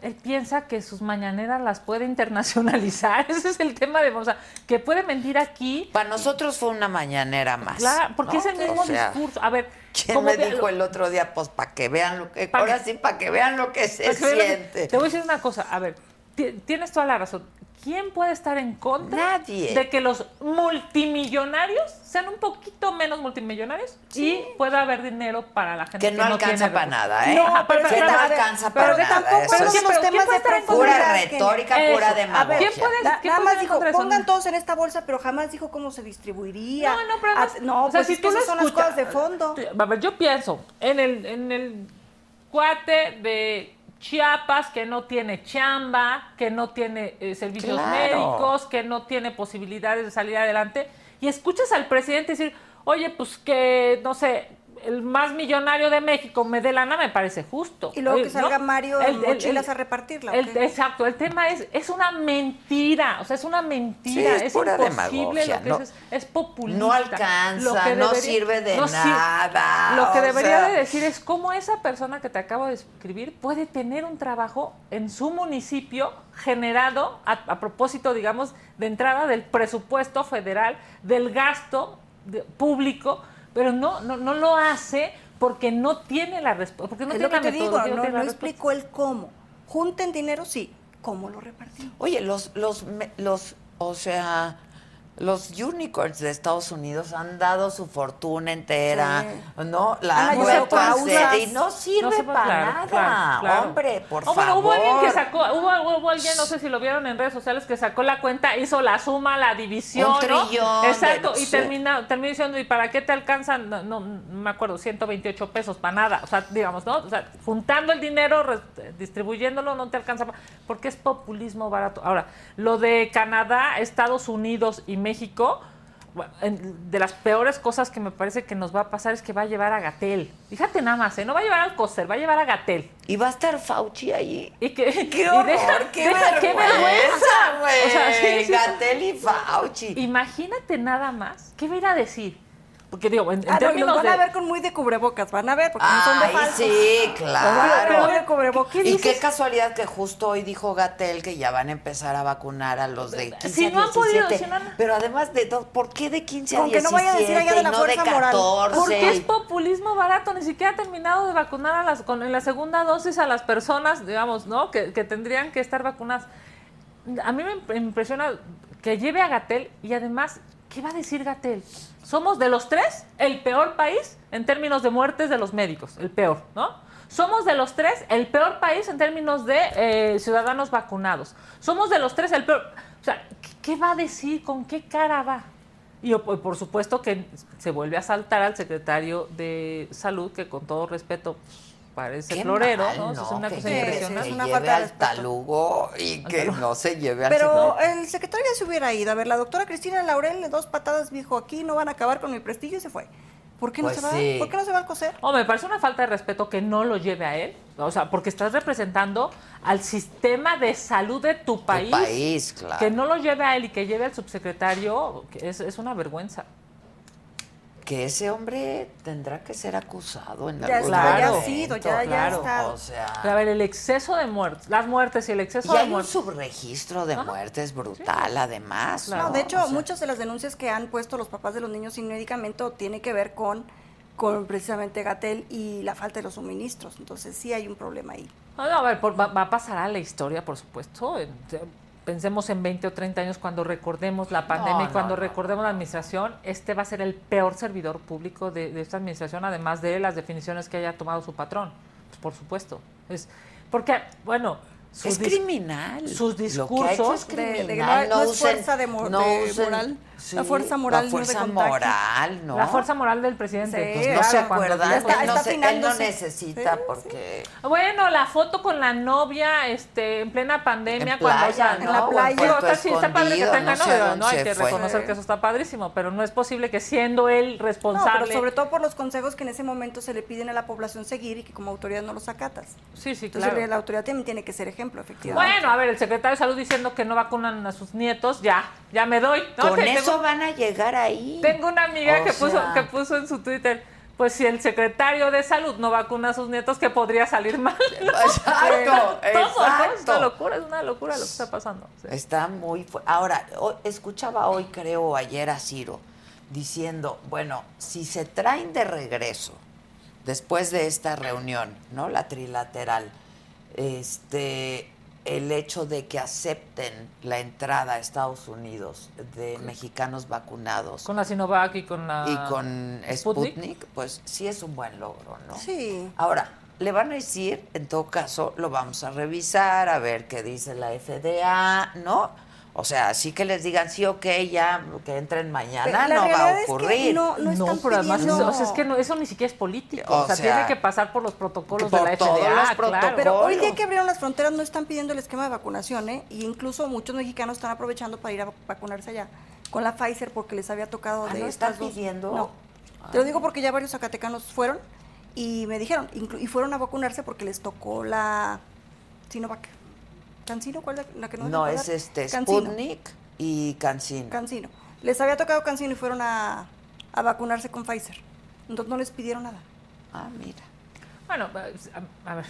S2: Él piensa que sus mañaneras las puede internacionalizar. Ese es el tema de... O sea, que puede mentir aquí,
S1: Para nosotros fue una mañanera más.
S2: Claro, porque es el
S1: O
S2: mismo
S1: sea,
S2: discurso. A ver,
S1: ¿Quién
S2: como
S1: me
S2: que-
S1: dijo el otro día? Pues para que vean lo que.
S2: Pa' que-
S1: ahora sí, para que vean lo que se
S2: Pues, espérame,
S1: siente.
S2: Te voy a decir una cosa, a ver, ti- tienes toda la razón. ¿Quién puede estar en contra
S1: Nadie.
S2: de que los multimillonarios sean un poquito menos multimillonarios y pueda haber dinero para la gente
S1: Que
S2: que
S1: no alcanza
S2: tiene
S1: para
S2: recursos?
S1: nada, ¿eh?
S2: No, pero,
S1: que
S2: pero,
S1: no
S2: a ver,
S1: alcanza
S8: pero
S1: para
S8: que
S1: nada.
S8: tampoco
S1: eso
S8: son
S1: es
S8: los
S2: pero ¿quién
S8: temas
S2: puede
S8: de
S2: estar en contra
S8: profundidad
S1: pura
S8: que-
S1: retórica,
S2: Eso.
S1: pura
S2: A ver,
S1: demagogia.
S2: ¿quién puede
S8: Na-
S2: ¿qué
S8: nada
S2: podemos
S8: más dijo,
S2: encontrar? Son-
S8: pongan todos en esta bolsa, pero jamás dijo cómo se distribuiría.
S2: No, no, pero además,
S8: Ah, no,
S2: o sea,
S8: pues
S2: si
S8: es
S2: tú
S8: que
S2: lo
S8: esas son las
S2: escuchas-
S8: cosas de fondo.
S2: A ver, yo pienso en el, en el cuate de Chiapas que no tiene chamba, que no tiene eh, servicios
S1: Claro.
S2: médicos, que no tiene posibilidades de salir adelante. Y escuchas al presidente decir, oye, pues que, no sé, el más millonario de México me dé lana, me parece justo.
S8: Y luego que
S2: Oye,
S8: salga Mario en mochilas
S2: el-
S8: a repartirla, ¿o
S2: el-
S8: qué?
S2: exacto, el tema es, es una mentira, o sea, es una mentira,
S1: Sí, es
S2: es,
S1: pura
S2: imposible
S1: demagogia,
S2: lo que
S1: no-
S2: es, es- es populista.
S1: No alcanza,
S2: Lo que
S1: no
S2: debería-
S1: sirve de
S2: sir-
S1: nada,
S2: Lo que
S1: o
S2: debería
S1: sea.
S2: de decir es cómo esa persona que te acabo de escribir puede tener un trabajo en su municipio generado a, a propósito, digamos, de entrada del presupuesto federal, del gasto de- público, pero no, no, no lo hace porque no tiene la respuesta, porque no
S8: es
S2: tiene
S8: lo que
S2: la
S8: te digo,
S2: metodología,
S8: no,
S2: tiene la
S8: no
S2: respuesta.
S8: explicó el cómo. Junten dinero, sí. ¿Cómo lo repartimos?
S1: Oye, los, los, me- los, o sea, los unicorns de Estados Unidos han dado su fortuna entera, ¿no? La
S8: Han
S1: han
S8: ayudado
S1: vuelto a
S8: causas.
S1: hacer y no sirve
S2: No se puede-
S1: para
S2: claro,
S1: nada.
S2: claro, claro.
S1: Hombre, por
S2: Oh, bueno,
S1: favor.
S2: hubo alguien que sacó, hubo, hubo alguien, no sé si lo vieron en redes sociales, que sacó la cuenta, hizo la suma, la división.
S1: Un
S2: ¿no?
S1: trillón de
S2: Exacto,
S1: no
S2: y
S1: sé.
S2: termina, termina diciendo, ¿y para qué te alcanzan? No, no, no me acuerdo, 128 pesos, para nada. O sea, digamos, ¿no? O sea, juntando el dinero, re- distribuyéndolo, no te alcanza. pa- Porque es populismo barato. Ahora, lo de Canadá, Estados Unidos y México. bueno, en- de las peores cosas que me parece que nos va a pasar es que va a llevar a Gatel. Fíjate nada más, ¿eh? no va a llevar al Coster, va a llevar a Gatel.
S1: Y va a estar Fauci ahí.
S2: Y que,
S1: ¡Qué
S2: y
S1: horror!
S2: deja-
S1: ¡Qué,
S2: deja-
S1: vergüenza,
S2: ¡Qué vergüenza!
S1: güey!
S2: O sea, sí, sí.
S1: Gatell y Fauci.
S2: Imagínate nada más, ¿qué va a ir a decir? Porque digo, en, en
S8: Ah, no, y los
S2: términos
S8: van
S2: de...
S8: a ver con muy de cubrebocas, van a ver, porque no son de
S1: Ay,
S8: falsos.
S2: Oh,
S1: sí,
S8: Los van a ver
S1: claro.
S8: muy de cubrebocas.
S1: y qué casualidad que justo hoy dijo Gatel que ya van a empezar a vacunar a los de 15
S2: Si
S1: a
S2: no han podido,
S1: 17.
S2: si no han-
S1: Pero además de todo, ¿por qué de 15
S8: Con
S1: a
S8: que
S1: 17
S8: no vaya a decir allá de la
S1: y no
S8: fuerza
S1: de
S8: moral.
S1: 14?
S2: Porque es populismo barato, ni siquiera ha terminado de vacunar a las, con en la segunda dosis a las personas, digamos, ¿no? Que, que tendrían que estar vacunadas. A mí me imp- impresiona que lleve a Gatel y además, ¿qué va a decir Gatel? Somos de los tres el peor país en términos de muertes de los médicos, el peor, ¿no? Somos de los tres el peor país en términos de eh, ciudadanos vacunados. Somos de los tres el peor. O sea, ¿qué- ¿qué va a decir? ¿Con qué cara va? Y o- por supuesto que se vuelve a saltar al secretario de Salud, que con todo respeto parece
S1: Qué
S2: florero,
S1: mal,
S2: ¿no? O sea, Es una
S1: que
S2: cosa
S1: lleve-
S2: impresionante.
S1: Que
S8: una
S1: lleve
S8: falta de
S1: al
S8: respeto.
S1: talugo y que no se lleve al
S8: Pero
S1: secretario.
S8: el secretario ya se hubiera ido. A ver, la doctora Cristina Laurel de dos patadas dijo, aquí no van a acabar con mi prestigio y se fue. ¿Por qué no
S1: Pues
S8: se va?
S1: sí.
S8: ¿Por qué no se va al coser?
S2: O me parece una falta de respeto que no lo lleve a él, o sea, porque estás representando al sistema de salud de tu país.
S1: país, claro.
S2: Que no lo lleve a él y que lleve al subsecretario, que es, es una vergüenza.
S1: Que ese hombre tendrá que ser acusado en
S8: Ya
S1: algún
S8: está, ya ha
S1: momento,
S8: sido, ya, ya ha
S2: claro.
S8: estado.
S1: O sea,
S2: Pero, a ver, el exceso de muertes, las muertes y el exceso
S1: y
S2: de
S1: hay un
S2: muertes.
S1: subregistro de muertes brutal, además.
S8: No, de hecho,
S1: O sea,
S8: muchas de las denuncias que han puesto los papás de los niños sin medicamento tiene que ver con, con precisamente Gatel y la falta de los suministros. Entonces sí hay un problema ahí.
S2: No, no, a ver, por- va, va a pasar a la historia, por supuesto. En- te- Pensemos en 20 o 30 años cuando recordemos la pandemia y
S1: no,
S2: cuando
S1: no,
S2: recordemos la administración, este va a ser el peor servidor público de, de esta administración, además de las definiciones que haya tomado su patrón. Pues, por supuesto. Es, porque, bueno, sus
S1: es
S2: dis-
S1: criminal.
S2: sus
S1: Lo que ha hecho es
S2: discursos
S8: de- de-
S1: criminal.
S8: no- no es
S1: usen-
S8: fuerza de mo- de moral. La fuerza moral
S1: La
S8: no de
S1: fuerza
S8: contagio.
S1: moral, ¿no?
S2: la fuerza moral del presidente.
S8: Sí,
S2: pues,
S1: no
S2: claro,
S1: se
S2: cuando
S1: acuerda,
S2: dijo-
S8: está-
S1: él, no
S8: está
S1: se- él no
S8: afinándose.
S1: necesita
S8: Sí,
S1: porque
S2: Bueno, la foto con la novia este, en plena pandemia,
S1: En
S2: cuando o
S1: playa,
S2: sea,
S1: ¿no?
S2: la
S1: O en
S2: playa.
S1: Puerto
S2: está, sí, está padre que
S1: Escondido,
S2: tenga
S1: no sé a
S2: novia,
S1: dónde
S2: ¿no? Hay
S1: se
S2: que
S1: fue.
S2: reconocer que eso está padrísimo, pero no es posible que siendo él
S8: No,
S2: responsable.
S8: pero sobre todo por los consejos que en ese momento se le piden a la población seguir y que como autoridad no los acatas.
S2: sí, sí,
S8: Entonces
S2: claro.
S8: la autoridad también tiene que ser ejemplo, efectivamente.
S2: Bueno, a ver, el secretario de salud diciendo que no vacunan a sus nietos, ya, ya me doy. ¿no?
S1: con
S2: Te-
S1: eso
S2: tengo-
S1: van a llegar ahí.
S2: Tengo una amiga
S1: O
S2: que puso
S1: sea.
S2: que puso en su Twitter, pues si el secretario de salud no vacuna a sus nietos, ¿qué podría salir mal?
S1: Exacto,
S2: Todo, ¿no? Es una
S1: exacto.
S2: locura, es una locura lo que está pasando. Sí.
S1: Está muy fu- Ahora, ho- escuchaba hoy, creo, o ayer a Ciro diciendo, bueno, si se traen de regreso después de esta reunión, ¿no? La trilateral, este el hecho de que acepten la entrada a Estados Unidos de mexicanos vacunados
S2: Con la Sinovac y con la.
S1: y con
S2: Sputnik.
S1: Sputnik, pues sí es un buen logro, ¿no?
S8: Sí.
S1: Ahora, le van a decir, en todo caso, lo vamos a revisar, a ver qué dice la FDA, ¿no? O sea, sí que les digan sí, ok, ya, que entren mañana,
S8: Pero la
S1: no va
S8: realidad
S1: a
S8: es que
S1: ocurrir.
S8: no- no están
S2: pero además,
S8: pidiendo-
S2: o sea, es que no, eso ni siquiera es político.
S1: O
S2: O sea,
S1: sea,
S2: tiene que pasar por los protocolos
S1: por
S2: de la FDA.
S1: todos los
S2: Ah, claro.
S1: protocolos.
S2: Pero,
S8: Pero hoy
S1: Bueno.
S8: día que abrieron las fronteras no están pidiendo el esquema de vacunación, ¿eh? Y incluso muchos mexicanos están aprovechando para ir a vacunarse allá con la Pfizer porque les había tocado
S1: Ah,
S8: de
S1: ¿no
S8: estas
S1: están
S8: dos.
S1: pidiendo?
S8: No.
S1: Ah,
S8: Te lo digo porque ya varios zacatecanos fueron y me dijeron, inclu- y fueron a vacunarse porque les tocó la Sinovac. ¿Cancino? ¿Cuál es la, la que no
S1: no,
S8: dejan
S1: es
S8: pasar?
S1: este
S8: Cancino.
S1: Sputnik y Cancino.
S8: Cancino. Les había tocado Cancino y fueron a, a vacunarse con Pfizer. Entonces no les pidieron nada.
S1: ah, mira.
S2: bueno, a- a ver.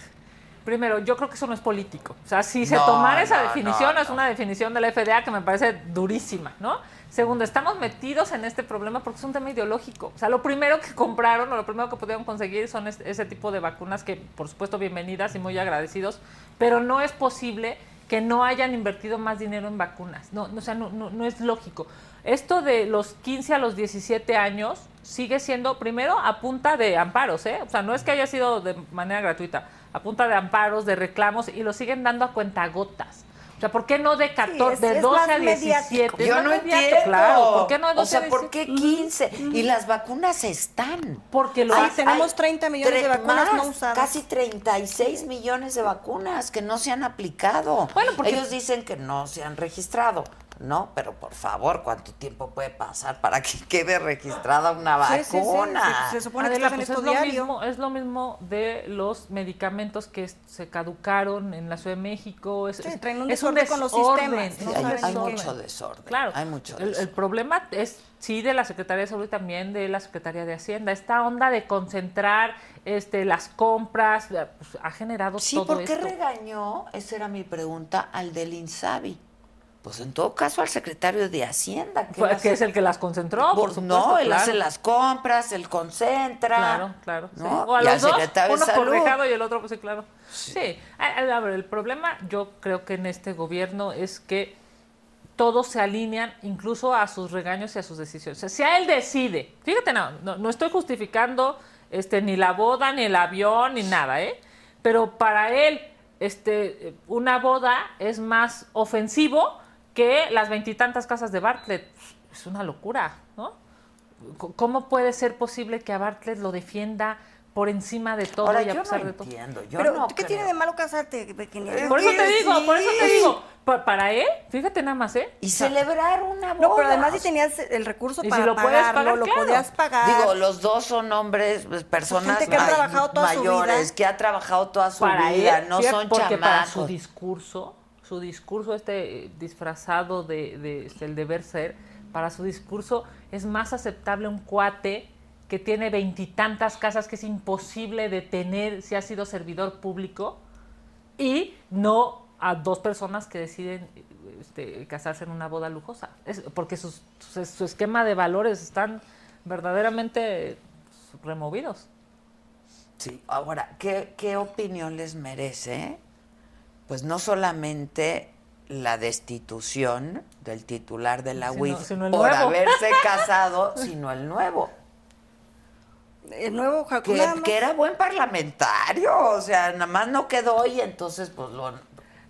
S2: Primero, yo creo que eso no es político. O sea, si se
S1: No,
S2: tomara esa
S1: no,
S2: definición,
S1: no,
S2: es
S1: no.
S2: una definición de la FDA que me parece durísima, ¿no? Segundo, estamos metidos en este problema porque es un tema ideológico. O sea, lo primero que compraron o lo primero que pudieron conseguir son es- ese tipo de vacunas que, por supuesto, bienvenidas y muy agradecidos, pero no es posible que no hayan invertido más dinero en vacunas. No, no, o sea, no, no, no es lógico. Esto de los 15 a los 17 años sigue siendo, primero, a punta de amparos, ¿eh? O sea, no es que haya sido de manera gratuita, a punta de amparos, de reclamos, y lo siguen dando a cuentagotas. O sea, ¿por qué no de 14,
S8: es-
S2: de
S8: es
S2: 12 a
S8: más mediático.
S2: 17?
S1: Yo
S2: Es
S1: no
S2: más mediático,
S1: entiendo.
S2: Claro, ¿por qué no de 12
S1: o sea,
S2: a
S1: ¿por qué
S2: 17?
S1: 15?
S2: Mm.
S1: Y las vacunas están.
S2: Porque lo
S8: Sí,
S1: Hay-
S2: hacen.
S8: tenemos
S1: hay
S8: 30 millones de
S1: tre-
S8: vacunas no
S1: más,
S8: usadas.
S1: Casi 36 millones de vacunas que no se han aplicado.
S2: Bueno, porque-
S1: Ellos dicen que no se han registrado. ¿no? Pero por favor, ¿cuánto tiempo puede pasar para que quede registrada una
S2: Sí, sí, sí,
S1: vacuna?
S2: se- se supone que estás en esto diario. pues, es lo mismo de los medicamentos que es- se caducaron en la Ciudad de México. Es, es-
S8: traen un
S2: es
S8: desorden con los
S2: desorden,
S8: sistemas,
S2: es
S8: no
S2: un
S8: saben qué. Hay
S2: desorden.
S8: mucho desorden,
S2: Claro.
S8: hay mucho
S2: el, el
S8: desorden.
S2: problema es, sí, de la Secretaría de Salud y también de la Secretaría de Hacienda. Esta onda de concentrar este, las compras eh, pues, ha generado
S1: Sí,
S2: todo
S1: ¿por qué
S2: esto.
S1: regañó? Esa era mi pregunta al del Insabi. Pues en todo caso al secretario de Hacienda.
S2: Fue-
S1: las-
S2: que es el que las concentró, por
S1: Pues,
S2: supuesto,
S1: No, él
S2: claro.
S1: hace las compras, él concentra.
S2: Claro, claro. sí.
S1: ¿no?
S2: O a
S1: Y
S2: los
S1: al
S2: dos,
S1: secretario
S2: uno
S1: de
S2: por
S1: salud.
S2: dejado y el otro, pues sí, claro. Sí, A- a- a ver, el problema yo creo que en este gobierno es que todos se alinean incluso a sus regaños y a sus decisiones. O sea, si a él decide, fíjate, no, no, no estoy justificando este, ni la boda, ni el avión, ni nada, ¿eh? Pero para él, este, eh, una boda es más ofensivo que las veintitantas casas de Bartlett. Es una locura, ¿no? C- ¿Cómo puede ser posible que a Bartlett lo defienda por encima de todo
S1: Ahora,
S2: y a
S1: yo
S2: pesar
S1: no
S2: de todo?
S1: entiendo, yo
S8: Pero, ¿qué tiene de malo casarte, Pequeña?
S2: Por eso te digo, por eso te digo. pa- para él, fíjate nada más, ¿eh?
S1: Y
S2: O sea,
S1: celebrar una boda.
S8: No, pero además si tenías el recurso
S2: Y si
S8: para
S2: lo puedes
S8: pagarlo,
S2: pagar,
S8: lo
S2: claro.
S8: podías pagar.
S1: Digo, los dos son hombres, pues, personas
S8: Gente que ha
S1: may-
S8: trabajado toda su
S1: mayores,
S8: vida.
S1: que ha trabajado toda su
S2: para
S1: vida,
S2: él,
S1: no
S2: fíjate,
S1: son
S2: porque para su
S1: chamacos.
S2: discurso, su discurso este eh, disfrazado de, de- este, el deber ser, para su discurso es más aceptable un cuate que tiene veintitantas casas que es imposible detener si ha sido servidor público y no a dos personas que deciden eh, este, casarse en una boda lujosa. Es porque sus- su, su esquema de valores están verdaderamente eh, removidos.
S1: Sí, ahora, ¿qué, ¿qué opinión les merece? Pues no solamente la destitución del titular de la
S8: Sino-
S1: UIF
S8: sino el
S1: por
S8: nuevo.
S1: haberse casado, sino el nuevo,
S8: El nuevo Jacob.
S1: que, que era buen parlamentario, o sea, nada más no quedó y entonces pues lo...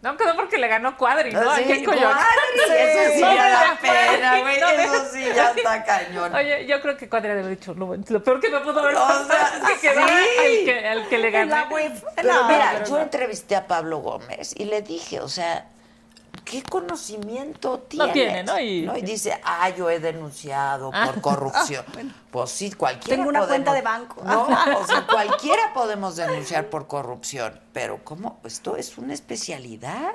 S2: No quedó porque le ganó Cuadri, ¿no?
S1: Ah, Sí,
S2: Aquí en Coyoacán.
S1: Cuadri, eso sí
S2: No,
S1: ya da
S2: no,
S1: pena,
S2: no,
S1: güey,
S2: no,
S1: eso sí ya está cañón.
S2: Oye, yo creo que Cuadri debe haber dicho, no, lo peor que me pudo haber
S1: O
S2: pasado
S1: sea,
S2: es que quedara
S1: sí.
S2: al, que, al que le ganó.
S1: La web. Pero mira, yo entrevisté a Pablo Gómez y le dije, o sea, ¿qué conocimiento tiene?
S2: No tiene, ¿no? Y-
S1: dice, ah, yo he denunciado
S2: Ah.
S1: por corrupción.
S2: Ah, bueno.
S1: Pues sí, cualquiera.
S8: Tengo una
S1: podemos-
S8: cuenta de banco.
S1: No, o sea, cualquiera podemos denunciar por corrupción. Pero, ¿cómo? Esto es una especialidad,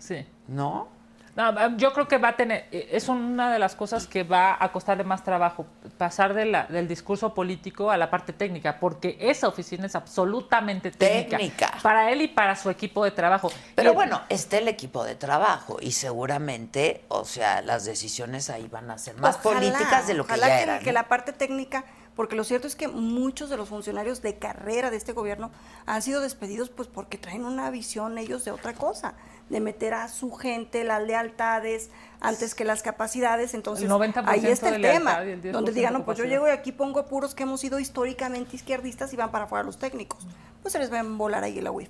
S2: Sí.
S1: ¿no?
S2: No, em, yo creo que va a tener, eh, es una de las cosas que va a costarle más trabajo, pasar de la- del discurso político a la parte técnica, porque esa oficina es absolutamente técnica.
S1: Técnica.
S2: Para él y para su equipo de trabajo.
S1: Pero
S2: Y-
S1: bueno, está el equipo de trabajo y seguramente, o sea, las decisiones ahí van a ser más
S8: Ojalá,
S1: políticas de lo que
S8: ojalá
S1: ya eran.
S8: que
S1: ¿no?
S8: la parte técnica, porque lo cierto es que muchos de los funcionarios de carrera de este gobierno han sido despedidos pues porque traen una visión ellos de otra cosa, de meter a su gente las lealtades antes que las capacidades, entonces
S2: El 90%
S8: ahí está
S2: de
S8: el
S2: lealtad
S8: tema,
S2: y el 10%
S8: donde digan, no, pues yo
S2: capacidad".
S8: llego y aquí pongo puros que hemos sido históricamente izquierdistas y van para afuera los técnicos, pues se les va a volar ahí la UIF.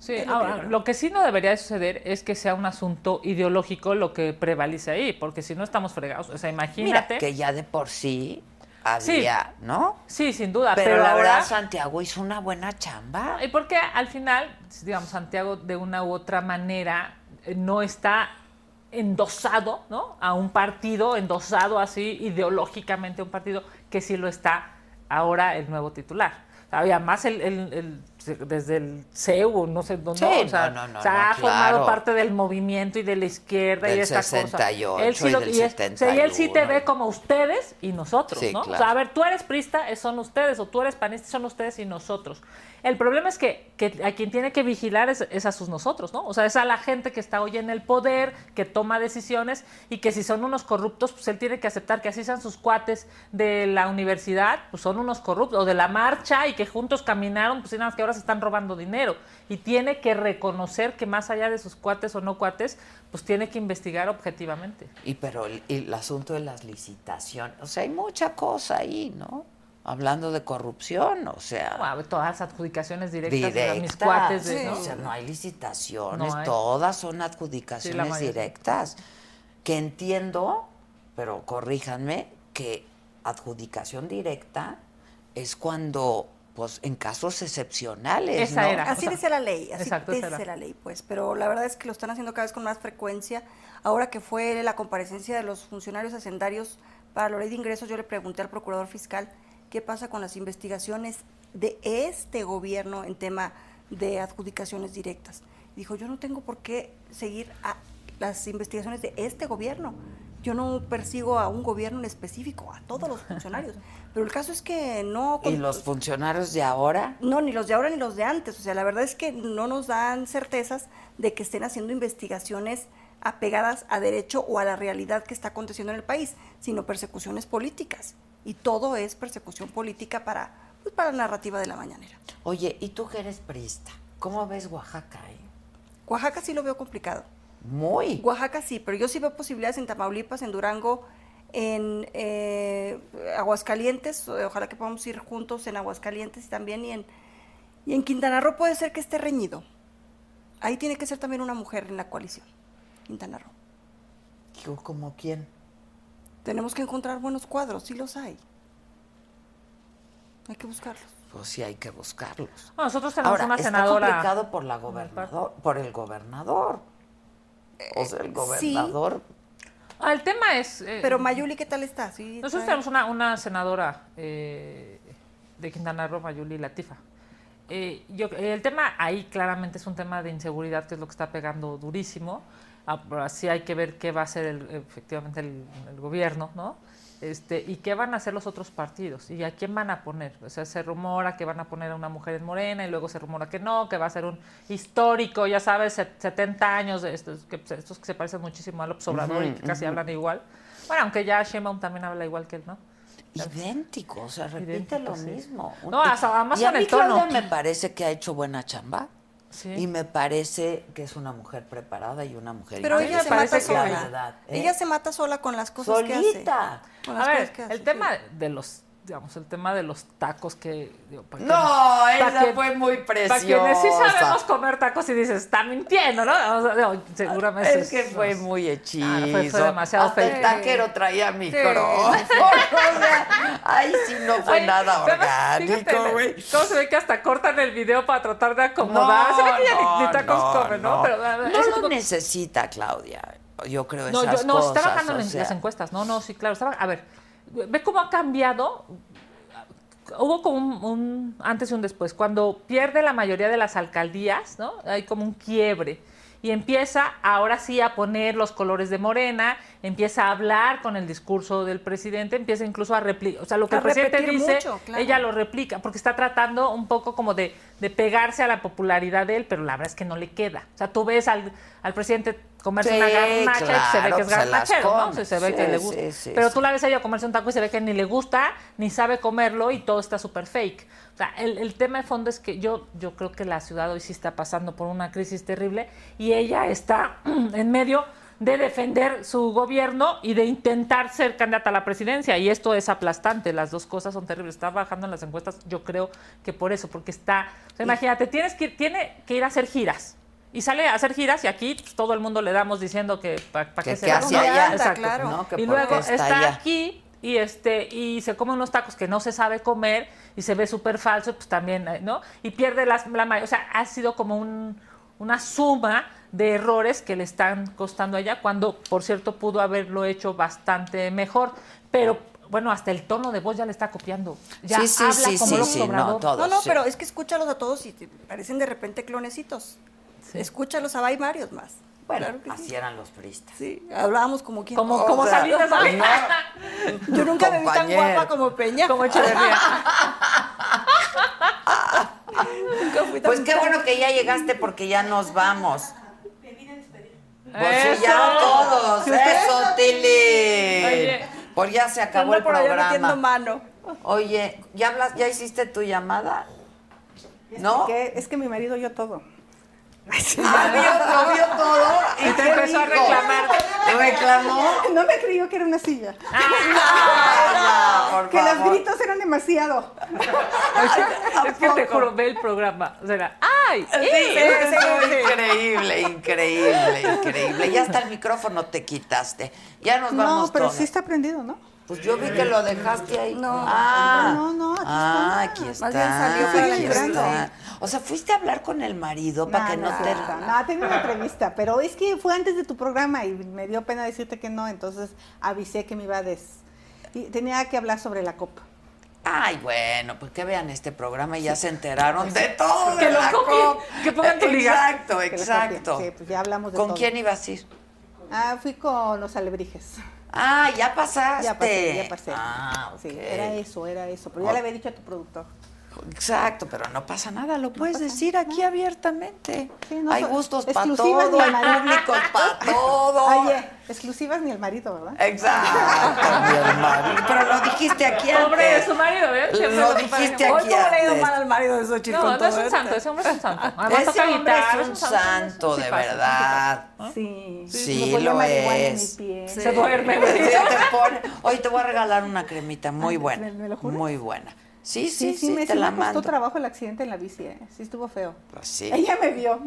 S2: Sí,
S8: Es lo que yo
S2: ahora,
S8: creo.
S2: lo que sí no debería de suceder es que sea un asunto ideológico lo que prevalece ahí, porque si no estamos fregados. O sea, imagínate.
S1: Mira, que ya de por sí
S2: Sí.
S1: había, ¿no?
S2: Sí, sin duda.
S1: Pero,
S2: Pero,
S1: la
S2: ahora-
S1: verdad, Santiago hizo una buena chamba.
S2: Y porque al final, digamos, Santiago de una u otra manera eh, no está endosado, ¿no? A un partido, endosado así ideológicamente a un partido, que sí lo está ahora el nuevo titular. O sea, y además el, el- el- desde el CEU, no sé dónde,
S1: Sí,
S2: o sea,
S1: no, no, no,
S2: o sea,
S1: no,
S2: ha formado
S1: claro.
S2: parte del movimiento y de la izquierda y
S1: Del
S2: de esta
S1: 68
S2: cosa. Él sí
S1: y
S2: lo-
S1: del
S2: y es- o sea, y él sí te
S1: 71.
S2: ve como ustedes y nosotros,
S1: Sí,
S2: ¿no? O
S1: claro.
S2: sea, a ver, tú eres prista, eh, son ustedes, o tú eres panista, son ustedes y nosotros. El problema es que, que a quien tiene que vigilar es, es a sus nosotros, ¿no? O sea, es a la gente que está hoy en el poder, que toma decisiones y que si son unos corruptos, pues él tiene que aceptar que así sean sus cuates de la universidad, pues son unos corruptos, o de la marcha y que juntos caminaron, pues sí, nada más que ahora se están robando dinero. Y tiene que reconocer que más allá de sus cuates o no cuates, pues tiene que investigar objetivamente.
S1: Y pero el, el asunto de las licitaciones, o sea, hay mucha cosa ahí, ¿no? Hablando de corrupción, o sea,
S2: No, a ver, todas las adjudicaciones directas, o sea,
S1: directa.
S2: mis cuates. de-
S1: Sí,
S2: ¿no?
S1: O sea, no hay licitaciones,
S2: No hay.
S1: todas son
S2: Sí, la
S1: adjudicaciones
S2: mayoría.
S1: directas. Que entiendo, pero corríjanme, que adjudicación directa es cuando Pues en casos excepcionales.
S2: Esa
S1: ¿no?
S2: era.
S8: Así
S2: o sea,
S8: dice la ley, así
S2: exacto, esa
S8: dice
S2: era.
S8: la ley, pues. Pero la verdad es que lo están haciendo cada vez con más frecuencia. Ahora que fue la comparecencia de los funcionarios hacendarios para la ley de ingresos, yo le pregunté al procurador fiscal qué pasa con las investigaciones de este gobierno en tema de adjudicaciones directas. Dijo, yo no tengo por qué seguir a las investigaciones de este gobierno. Yo no persigo a un gobierno en específico, a todos los funcionarios. Pero el caso es que no...
S1: ¿Y los funcionarios de ahora?
S8: No, ni los de ahora ni los de antes. O sea, la verdad es que no nos dan certezas de que estén haciendo investigaciones apegadas a derecho o a la realidad que está aconteciendo en el país, sino persecuciones políticas. Y todo es persecución política para, pues, para la narrativa de la mañanera.
S1: Oye, ¿y tú que eres priista? ¿Cómo ves Oaxaca? eh?
S8: Oaxaca sí lo veo complicado.
S1: Muy.
S8: Oaxaca sí, pero yo sí veo posibilidades en Tamaulipas, en Durango, en eh, Aguascalientes. eh, Ojalá que podamos ir juntos en Aguascalientes también. Y en, y en Quintana Roo puede ser que esté reñido. Ahí tiene que ser también una mujer en la coalición. Quintana Roo.
S1: Digo, ¿Como quién?
S8: Tenemos que encontrar buenos cuadros, sí los hay. Hay que buscarlos.
S1: Pues sí, hay que buscarlos.
S2: No, nosotros tenemos
S1: Ahora,
S2: una
S1: está
S2: senadora-
S1: complicado por la gobernador, por el gobernador. O sea, el gobernador.
S2: Ah, el tema es... eh,
S8: Pero Mayuli, ¿qué tal está? Sí,
S2: Nosotros
S8: trae-
S2: tenemos una, una senadora eh, de Quintana Roo, Mayuli Latifa. Eh, yo, eh, el tema ahí claramente es un tema de inseguridad, que es lo que está pegando durísimo. Ah, pero Así hay que ver qué va a hacer el- efectivamente el, el gobierno, ¿no? Este, y qué van a hacer los otros partidos y a quién van a poner. O sea, se rumora que van a poner a una mujer en Morena y luego se rumora que no, que va a ser un histórico, ya sabes, set- 70 años, de estos que, pues, estos que se parecen muchísimo al observador y
S1: Ujú,
S2: que casi
S1: ujú.
S2: hablan igual. Bueno, aunque ya Sheinbaum también habla igual que él, ¿no?
S1: Idéntico, o sea, repite
S2: Idéntico,
S1: lo
S2: pues, sí.
S1: mismo. Un
S2: No,
S1: tic-
S2: hasta- además
S1: y a
S2: con
S1: mí
S2: el tono.
S1: Claudia me parece que ha hecho buena chamba.
S2: Sí.
S1: Y me parece que es una mujer preparada y una mujer
S8: Pero ella se mata
S1: inteligente, la
S8: sola.
S1: verdad, ¿eh?
S8: Ella se mata sola con las cosas que
S1: Solita.
S8: hace. Con las
S2: A ver,
S8: cosas que hace,
S2: el tema de los, digamos, el tema de los tacos que... digo, para
S1: No,
S2: quienes- para
S1: esa
S2: quien-
S1: fue muy
S2: Para quienes sí
S1: preciosa.
S2: sabemos comer tacos y dices, está mintiendo, ¿no? O sea, digo, seguramente...
S1: Es que fue muy hechizo.
S2: Ah, fue- fue demasiado
S1: Hasta el
S2: fake.
S1: taquero traía micrófono. o sea, ahí sí no fue
S2: Oye,
S1: nada
S2: además,
S1: orgánico,
S2: fíjate,
S1: güey.
S2: ¿Cómo se ve que hasta cortan el video para tratar de acomodar? se ve que ya ni- ni, tacos comen, ¿no? Pero, a ver,
S1: No
S2: eso
S1: lo
S2: es lo-
S1: necesita, Claudia. Yo creo
S2: No,
S1: esas
S2: yo, no,
S1: cosas.
S2: está bajando
S1: o
S2: en
S1: sea.
S2: las encuestas. No, no, sí, claro. Está, baj- a ver, ve cómo ha cambiado. Hubo como un, un antes y un después. Cuando pierde la mayoría de las alcaldías, ¿no? Hay como un quiebre. Y empieza ahora sí a poner los colores de morena, empieza a hablar con el discurso del presidente, empieza incluso a replicar. O sea, lo que
S8: A
S2: el presidente
S8: repetir
S2: dice,
S8: mucho, claro.
S2: ella lo replica, porque está tratando un poco como de, de pegarse a la popularidad de él, pero la verdad es que no le queda. O sea, tú ves al, al presidente comerse
S1: Sí,
S2: una garnacha y se ve
S1: claro, pues,
S2: que es
S1: se las
S2: garnachero, ¿no? Sí,
S1: come.
S2: se ve
S1: Sí,
S2: que le gusta.
S1: sí, sí,
S2: pero
S1: sí.
S2: tú la ves a ella comerse un taco y se ve que ni le gusta, ni sabe comerlo y todo está súper fake. O sea, el, el tema de fondo es que yo, yo creo que la ciudad hoy sí está pasando por una crisis terrible y ella está en medio de defender su gobierno y de intentar ser candidata a la presidencia. Y esto es aplastante, las dos cosas son terribles. Está bajando en las encuestas, yo creo que por eso, porque está... o sea, imagínate, tienes que, ir- tiene que ir a hacer giras. Y sale a hacer giras y aquí pues, todo el mundo le damos diciendo que para
S1: Que-
S2: que se
S1: que
S2: la
S1: hacia
S2: coma.
S1: allá,
S2: Exacto.
S1: claro. ¿no? Que
S2: y
S1: por
S2: luego
S1: qué está
S2: está,
S1: allá.
S2: aquí y este y se come unos tacos que no se sabe comer y se ve súper falso, pues también, eh, ¿no? Y pierde las, la mayoría. O sea, ha sido como un- una suma de errores que le están costando a ella, cuando, por cierto, pudo haberlo hecho bastante mejor. Pero, bueno, hasta el tono de voz ya le está copiando. Ya
S1: Sí, sí,
S2: habla
S1: sí,
S2: como
S1: sí,
S2: López
S1: sí, no,
S2: Obrador.
S1: todo.
S8: No, no,
S1: sí.
S8: pero es que escúchalos a todos y te parecen de repente clonecitos.
S2: Sí.
S8: Escúchalos a Bay Marios más.
S1: Bueno,
S8: Claro que
S1: así
S8: sí.
S1: eran los priistas.
S8: Sí, hablábamos como quien.
S2: Como,
S1: O
S2: como
S1: sea,
S2: Salinas
S1: no,
S2: ahorita.
S8: Yo nunca me vi tan
S1: compañero.
S8: guapa como Peña.
S2: como Echeverría.
S8: Nunca fui tan
S1: Pues qué bueno que ya llegaste porque ya nos vamos. Pues sí, ya
S2: Eso.
S1: todos. Eso, Tili.
S2: Oye.
S1: Pues ya se acabó
S8: Ando
S1: el
S8: por allá
S1: programa.
S8: metiendo mano.
S1: Oye, ¿ya, hablas, ¿ya hiciste tu llamada? ¿No?
S7: Que es que mi marido oyó todo.
S1: Ah, vio- lo vio todo y
S2: te
S1: ¿qué
S2: empezó a
S1: dijo?
S2: reclamar.
S1: ¿Reclamó?
S7: No me creyó que era una silla.
S1: Ah, no, por
S7: que los
S1: favor.
S7: gritos eran demasiado.
S2: Es que te juro, ve el programa. O sea, era, ¡ay!
S1: Sí,
S2: ¡eh!
S1: eso, increíble, increíble, increíble. Ya hasta el micrófono te quitaste. Ya nos vamos
S7: No, pero
S1: todos.
S7: sí está prendido, ¿no?
S1: Pues yo vi que lo dejaste ahí.
S8: No.
S1: ah,
S8: No, no, aquí
S1: ah, aquí está.
S8: Más bien salió para
S1: aquí
S8: la entrada.
S1: está. O sea, fuiste a hablar con el marido para Ah, que no,
S7: es
S1: te...
S7: cierto. No, tengo una entrevista, pero es que fue antes de tu programa y me dio pena decirte que no, entonces avisé que me iba a des. Y tenía que hablar sobre la copa.
S1: Ay, bueno, pues que vean este programa y ya se enteraron de todo.
S7: Que
S1: de
S7: lo
S1: la
S7: copien,
S1: cop.
S7: que pongan tu liga.
S1: Exacto,
S7: Que lo
S1: exacto.
S7: copien, sí, pues ya hablamos de
S1: ¿Con
S7: todo.
S1: quién ibas a ir?
S7: Ah, fui con los alebrijes.
S1: Ah, ya pasaste.
S7: Ya pasé, ya pasé.
S1: Ah, ok.
S7: Sí, era eso, era eso. Pero ya le había dicho a tu productor.
S1: Exacto, pero no pasa nada, lo puedes decir aquí abiertamente.
S7: Ah. no
S1: hay
S7: son-
S1: gustos para
S7: exclusivas
S1: todo,
S7: ni
S1: hay
S7: amarillas.
S1: públicos para todo.
S7: Oye, eh, exclusivas ni el marido, ¿verdad?
S1: Exacto, mi hermano. Pero lo dijiste aquí antes.
S2: Pobre de su marido, ¿eh? Siempre
S1: Lo
S2: lo
S1: dijiste
S2: comparamos.
S1: aquí
S2: Hoy cómo le ha ido
S1: antes.
S2: mal al
S8: marido de Xochitl
S2: No,
S8: con
S2: no
S8: todo
S2: es un
S8: esto.
S2: santo, ese hombre es un santo. Además
S1: Ese
S2: toca
S1: hombre
S2: guitarra.
S1: es un santo,
S2: sí
S1: de
S2: pasa, sí
S1: verdad.
S7: Sí. eh.
S1: Sí,
S7: Me volvió
S1: lo
S7: marihuana en mi
S1: es.
S7: piel.
S2: Se duerme, güey.
S1: Sí, te pone- Oye, te voy a regalar una cremita muy buena.
S7: ¿me- me lo juras?
S1: Muy buena. Sí, sí,
S7: Sí,
S1: sí,
S7: sí, me,
S1: te
S7: sí
S1: la
S7: me costó
S1: mando.
S7: trabajo el accidente en la bici, ¿eh? Sí estuvo feo.
S1: Pues sí.
S7: Ella me vio.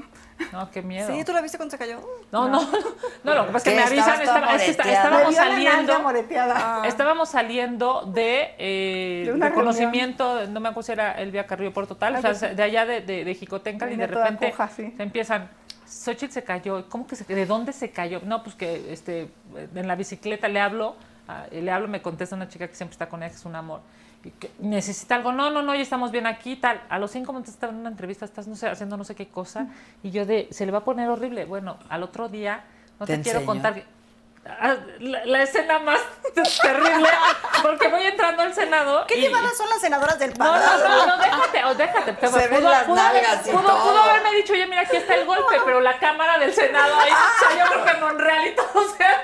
S2: No, qué miedo.
S8: Sí, ¿tú la viste cuando se cayó?
S2: No, no, no, no, lo que pasa es que
S1: ¿Qué?
S2: me avisan,
S1: Estabas toda
S2: estaba- es que está-
S1: moreteada.
S2: estábamos
S7: me vio la nalga
S2: saliendo, Ah,
S7: moreteada.
S2: estábamos saliendo de, eh,
S7: De una
S2: reconocimiento, no me acuerdo si era Elvia Carrillo por total,
S7: Ay,
S2: o sea,
S7: yo sí.
S2: de allá de, de, de Jicotencal y
S7: Venía
S2: de
S7: toda
S2: repente
S7: coja, sí.
S2: se empiezan, Xochitl se cayó, ¿cómo que se, de dónde se cayó? No, pues que este, en la bicicleta le hablo, ah, y le hablo, me contesta una chica que siempre está con ella, que es un amor. y que necesita algo, no, no, no, ya estamos bien aquí, tal. A los cinco minutos estaba en una entrevista, estás no sé, haciendo no sé qué cosa, y yo de, se le va a poner horrible. Bueno, al otro día, no
S1: Te
S2: te, quiero
S1: enseño.
S2: contar que- Ah, la, la escena más terrible, porque voy entrando al Senado.
S8: ¿Qué
S2: y-
S8: llevadas son las senadoras del
S2: no,
S8: PAN?
S2: no, no, no, déjate, o déjate. pero
S1: Se ven las
S2: haber-
S1: nalgas y
S2: pudo-
S1: todo.
S2: pudo haberme dicho, oye, mira, aquí está el golpe, pero la cámara del Senado ahí, o sea, yo creo que en Monreal y todo, o sea,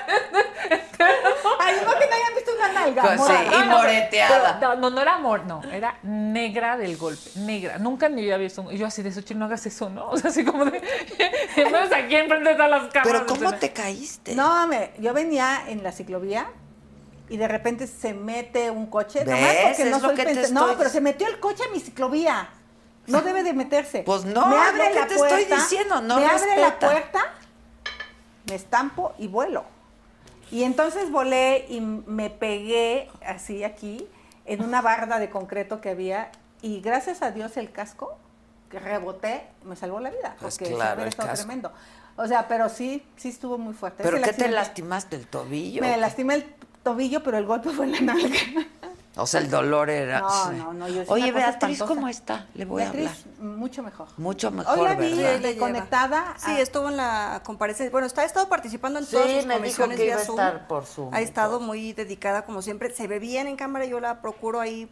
S7: Ay, no que no hayan visto una nalga.
S1: Pues sí,
S7: morada.
S1: y moreteada.
S2: Pero, no, no, no era amor, no, era negra del golpe, negra. Nunca en mi vida había visto un- Y yo así de eso, no hagas eso, ¿no? O sea, así como de. y Entonces aquí enfrente de todas las cámaras.
S1: Pero
S2: del
S1: ¿cómo
S2: Senado.
S1: te caíste?
S7: No, me, yo venía en la ciclovía y de repente se mete un coche.
S1: ¿Ves?
S7: Nomás porque
S1: Es
S7: no
S1: lo
S7: soy
S1: que te
S7: pens-
S1: estoy-
S7: No, pero se metió el coche a mi ciclovía. No debe de meterse.
S1: Pues no,
S7: me
S1: es
S7: abre
S1: lo que
S7: la
S1: te
S7: puerta,
S1: estoy diciendo, no
S7: Me abre la
S1: respeta.
S7: puerta, me estampo y vuelo. Y entonces volé y me pegué así aquí en una barda de concreto que había y gracias a Dios el casco que reboté me salvó la vida
S1: Pues
S7: porque
S1: claro,
S7: hubiera
S1: el
S7: estado
S1: casco.
S7: tremendo. O sea, pero sí, sí estuvo muy fuerte.
S1: ¿Pero
S7: Es el
S1: qué te
S7: accidente.
S1: lastimaste? ¿El tobillo?
S7: Me lastimé el tobillo, pero el golpe fue en la nalga.
S1: O sea, el dolor era...
S7: No, no, no, yo es
S1: Oye,
S7: una cosa
S1: Beatriz,
S7: espantosa.
S1: ¿cómo está? Le voy a hablar.
S7: Beatriz, mucho mejor.
S1: Mucho mejor,
S7: Hoy la vi
S1: ¿verdad?
S7: eh,
S8: Le lleva.
S7: conectada. a-
S8: Sí, estuvo en la comparecencia. Bueno, está, ha estado participando en
S1: Sí,
S8: todas sus
S1: me dijo
S8: comisiones
S1: que iba
S8: vía
S1: a
S8: Zoom.
S1: estar por Zoom
S8: Ha
S1: y
S8: estado
S1: todo.
S8: muy dedicada, como siempre. Se ve bien en cámara, yo la procuro ahí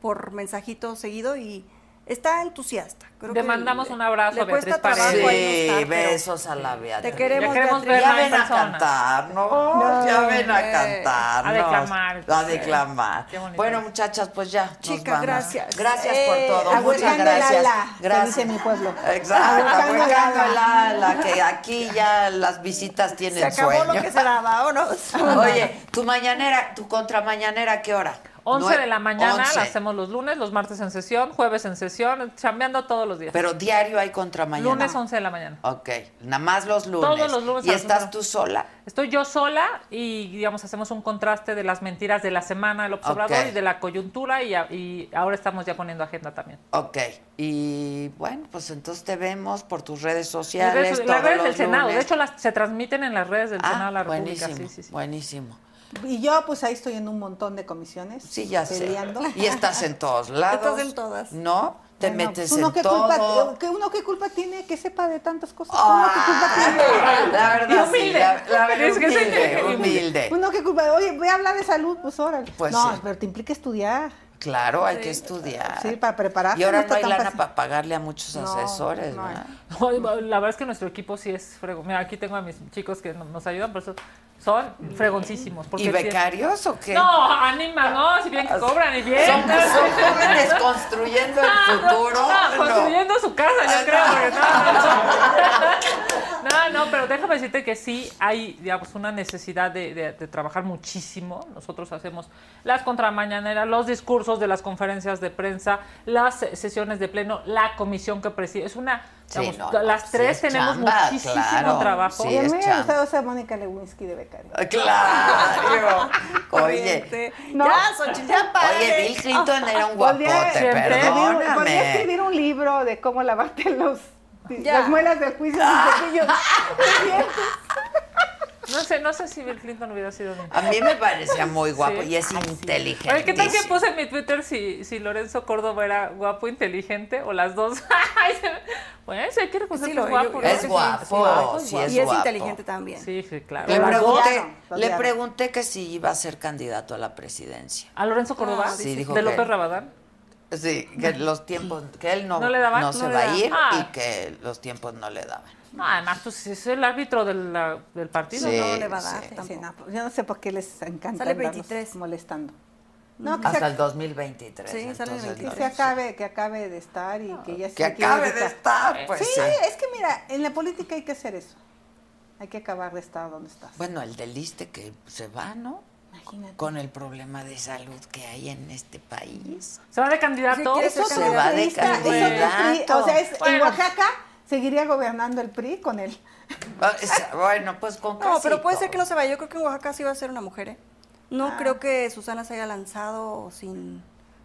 S8: por mensajito seguido y está entusiasta. Creo
S2: Le
S8: que
S2: mandamos
S8: le-
S2: un abrazo
S8: le
S2: a Beatriz
S8: cuesta
S2: Paredes.
S8: trabajo ahí
S1: Sí,
S8: no estar, pero-
S1: besos a la Beatriz.
S8: Te
S2: Ya
S8: queremos,
S2: queremos
S8: Beatriz.
S2: verla.
S1: Ya
S2: en
S1: ven a
S2: persona.
S1: cantar, ¿no? ya ven a cantar.
S2: A declamar,
S1: A
S2: pues,
S1: declamar.
S2: qué bonito.
S1: Bueno, muchachas, pues ya. nos
S8: Chica,
S1: vamos.
S8: gracias.
S1: Gracias
S8: Eh,
S1: por todo. Muchas
S7: aguantando el
S1: gracias.
S7: ala, se
S1: gracias.
S7: dice mi pueblo.
S1: Exacto,
S7: Aguantando el
S1: aguantando
S7: ala.
S1: el ala, que aquí ya las visitas tienen
S8: Se acabó
S1: sueño.
S8: lo que se daba, ¿o no?
S1: Oye, tu mañanera, tu contramañanera, ¿a ¿qué hora?
S2: 11
S1: Nue-
S2: de la mañana, la
S1: 11.
S2: hacemos los lunes, los martes en sesión, jueves en sesión, chambeando todos los días.
S1: Pero diario hay contramañana.
S2: lunes 11 de la mañana.
S1: Ok, nada más los lunes.
S2: Todos los lunes
S1: ¿Y
S2: a las
S1: estás
S2: once.
S1: tú sola?
S2: Estoy yo sola y, digamos, hacemos un contraste de las mentiras de la semana del observador
S1: Ok.
S2: y de la coyuntura y, a- y ahora estamos ya poniendo agenda también.
S1: Ok, y bueno, pues entonces te vemos por tus redes
S2: Las
S1: sociales.
S2: redes, las
S1: todos
S2: redes
S1: los
S2: del Senado, de
S1: lunes.
S2: hecho las, se transmiten en las redes del
S1: Ah,
S2: Senado de la República.
S1: buenísimo,
S2: sí, sí, sí.
S1: buenísimo.
S7: Y yo, pues ahí estoy en un montón de comisiones.
S1: Sí, ya
S7: peleando.
S1: sé. Y estás en todos lados.
S8: Estás en todas.
S1: ¿No? Te
S7: Bueno, pues,
S1: metes
S7: uno
S1: en
S7: qué
S1: todo.
S7: Culpa, eh, que uno qué culpa tiene que sepa de tantas cosas. Uno qué culpa
S1: Ah, la
S2: Y
S1: verdad, sí,
S2: humilde.
S1: la, la verdad,
S2: Es que soy
S1: humilde,
S2: inteligente y
S1: humilde.
S7: Uno que Pues culpa, oye, voy a hablar de salud, pues órale.
S1: Pues
S7: no,
S1: sí.
S7: pero te implica estudiar.
S1: Claro, hay que estudiar.
S7: Sí, para prepararse,
S1: Y ahora
S7: no
S1: no,
S7: está
S1: hay
S7: tan
S1: lana
S7: fácil.
S1: para pagarle a muchos
S7: No,
S1: asesores,
S7: no hay.
S1: ¿verdad?
S2: No, La verdad es que nuestro equipo sí es fregón. Mira, aquí tengo a mis chicos que no- nos ayudan, pero son- son fregoncísimos. porque
S1: ¿Y
S2: tienen-
S1: becarios o qué?
S2: No, anima, no, si bien que cobran y bien.
S1: Son, son jóvenes construyendo el
S2: Ah, no,
S1: futuro.
S2: no,
S1: No.
S2: construyendo su casa, yo creo, porque no, no, no. No, no, No, pero déjame decirte que sí hay, digamos, una necesidad de, de- de trabajar muchísimo. Nosotros hacemos las contramañaneras, los discursos de las conferencias de prensa, las eh, sesiones de pleno, la comisión que preside. Es una,
S1: Sí,
S2: digamos,
S1: no, no,
S2: las
S1: sí
S2: tres
S1: es
S2: tenemos
S1: chamba,
S2: muchísimo
S1: claro,
S2: trabajo.
S1: sí
S7: y a mí
S1: es
S7: me
S1: chamba.
S7: hubiera gustado ser Mónica Lewinsky de Becario.
S1: Ah, Claro. Oye,
S8: Este,
S7: No.
S8: Ya, Xochitl, ya párale.
S1: oye, Bill Clinton era un guapote,
S7: Podría-
S1: perdóname.
S7: Podría escribir un libro de cómo lavarte los,
S8: Ya.
S7: las muelas del juicio
S1: Ah.
S7: sin cepillo.
S2: No sé, no sé si Bill Clinton hubiera sido mi-
S1: A mí me parecía muy guapo
S2: Sí.
S1: y es inteligente.
S2: Oye, ¿qué tal que puse en mi Twitter si, si Lorenzo Córdoba era guapo, inteligente o las dos? Ay, se me- bueno, sí hay que reconocer
S8: Sí,
S2: que
S8: lo-
S2: es pues guapo.
S8: yo-
S2: ¿no?
S8: yo-
S1: Es
S8: sí,
S1: guapo,
S8: es
S1: sí es
S8: Y es
S1: guapo.
S8: inteligente también.
S2: Sí, sí, claro.
S1: Le
S7: Lo
S1: pregunté,
S7: odiaron,
S1: le
S7: lo odiaron.
S1: pregunté que si iba a ser candidato a la presidencia.
S2: ¿A Lorenzo Córdoba?
S1: Ah, sí, dijo
S2: ¿De
S1: que-
S2: López Rabadán?
S1: Sí, que los tiempos, que él no,
S2: ¿No le daban?
S1: se
S2: No le
S1: va a
S2: daban.
S1: ir
S2: Ah.
S1: y que los tiempos no le daban.
S2: No, además, pues es el árbitro de la- del partido.
S1: Sí,
S8: no le va a dar
S1: sí.
S8: tampoco.
S7: Sí, no, pues, yo no sé por qué les encanta
S8: Sale Mm.
S7: andarlos
S8: 23.
S7: molestando. No, que,
S1: Hasta
S7: se,
S1: el 2023.
S8: Sí, sale el
S1: entonces,
S8: 23.
S7: que se acabe, que acabe de estar y que ya se
S1: Que
S7: quiera
S1: acabe de
S7: quitar.
S2: Ah,
S8: Eh,
S1: estar, pues.
S7: sí,
S1: sí.
S7: es que mira, en la política hay que hacer eso. Hay que acabar de estar donde estás.
S1: Bueno, el deliste que se
S8: Ah,
S1: va, ¿no?
S7: Imagínate.
S1: Con el problema de salud que hay en este país.
S2: Se va de candidato.
S8: Sí,
S7: Eso
S8: se
S7: creo
S1: va
S7: que
S1: de
S7: es otro PRI,
S1: candidato.
S7: O sea, es- en
S2: Bueno.
S7: Oaxaca seguiría gobernando el PRI con él.
S1: Ah, es- Bueno, pues con
S8: No,
S1: casi
S8: pero puede ser
S1: todo.
S8: que no se vaya. Yo creo que en Oaxaca sí va a ser una mujer, ¿eh? No
S1: Ah.
S8: creo que Susana se haya lanzado sin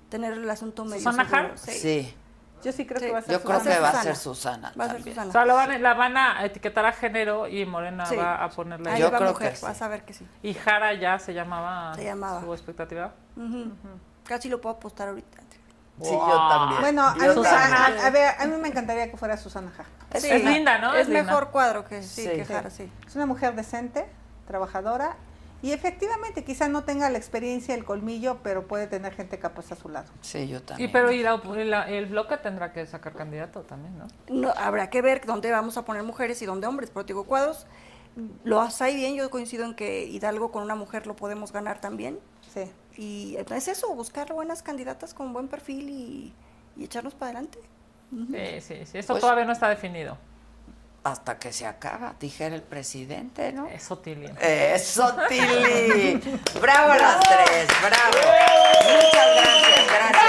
S8: tener el asunto medio
S2: ¿Susana
S8: seguro.
S2: Hart?
S1: Sí,
S7: Yo sí creo
S8: Sí,
S7: que va a ser
S1: yo creo
S7: Susana.
S1: que va a
S8: Susana.
S1: ser Susana
S8: Va a ser
S1: también.
S2: O
S8: Susana.
S2: sea, lo van- la van a etiquetar a género y Morena
S8: Sí.
S2: va a ponerle.
S8: Ahí
S1: Yo
S8: va
S1: creo
S8: mujer,
S1: que sí.
S8: vas a ver que sí.
S2: Y Jara ya se llamaba.
S8: Se llamaba.
S2: Su expectativa.
S8: Ujú. Casi lo puedo apostar ahorita.
S1: Sí, yo también.
S7: Bueno, a mí,
S1: Yo
S7: me-
S1: también.
S7: a, a ver, a mí me encantaría que fuera Susana Hart.
S8: Sí.
S2: es linda, ¿no?
S8: Es,
S2: Es linda.
S8: mejor cuadro que, sí,
S1: Sí.
S8: que Jara, sí.
S7: Es una mujer decente, trabajadora y efectivamente quizá no tenga la experiencia, el colmillo, pero puede tener gente capaz a su lado.
S1: Sí, yo
S2: Y
S1: también.
S2: pero y la op- y la- el bloque tendrá que sacar candidato también, ¿no?
S8: No, habrá que ver dónde vamos a poner mujeres y dónde hombres, pero te digo, cuadros, lo hace ahí bien, yo coincido en que Hidalgo con una mujer lo podemos ganar también.
S7: Sí.
S8: Y es eso, buscar buenas candidatas con buen perfil y, y echarnos para adelante.
S2: Sí, sí, sí. Esto
S1: Pues-
S2: todavía no está definido.
S1: Hasta que se acaba, dijera el presidente, ¿no?
S2: Eso, Tilly.
S1: Eso, Tili. Bravo a las tres, bravo. Muchas gracias, gracias, gracias.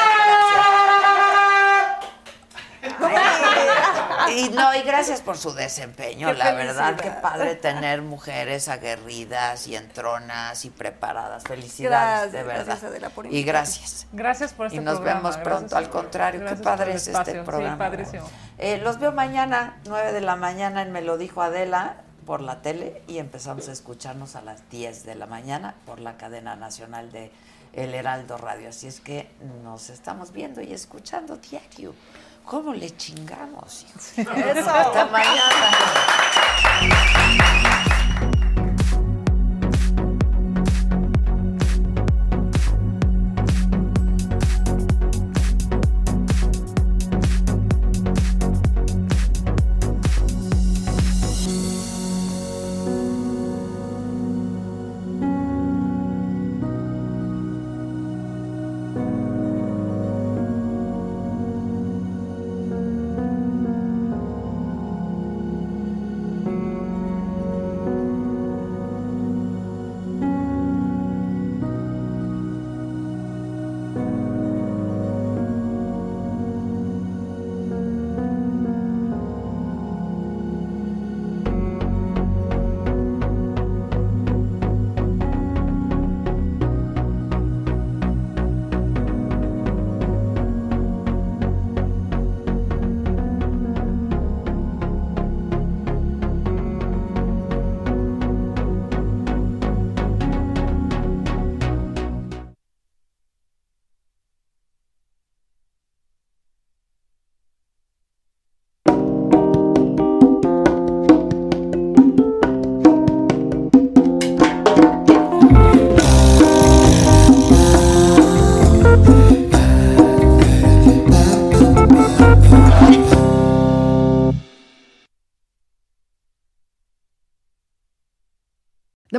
S1: Y no, y gracias por su desempeño,
S8: Qué
S1: la verdad, qué
S8: felicidad.
S1: padre tener mujeres aguerridas y entronas y preparadas. Felicidades,
S8: Gracias,
S1: de verdad.
S8: gracias, Adela, por
S1: y
S8: invitarme.
S1: gracias.
S2: Gracias por este
S1: Y nos
S2: programa,
S1: vemos
S2: gracias
S1: pronto, al
S2: por-
S1: contrario, qué
S2: gracias por
S1: padre
S2: el
S1: es este
S2: espacio,
S1: programa.
S2: Sí, padrísimo.
S1: Eh, los veo mañana, 9 de la mañana, en Me lo dijo Adela por la tele y empezamos a escucharnos a las 10 de la mañana por la cadena nacional de El Heraldo Radio. Así es que nos estamos viendo y escuchando diario. ¿Cómo le chingamos, hijo? Eso. Hasta mañana.
S11: The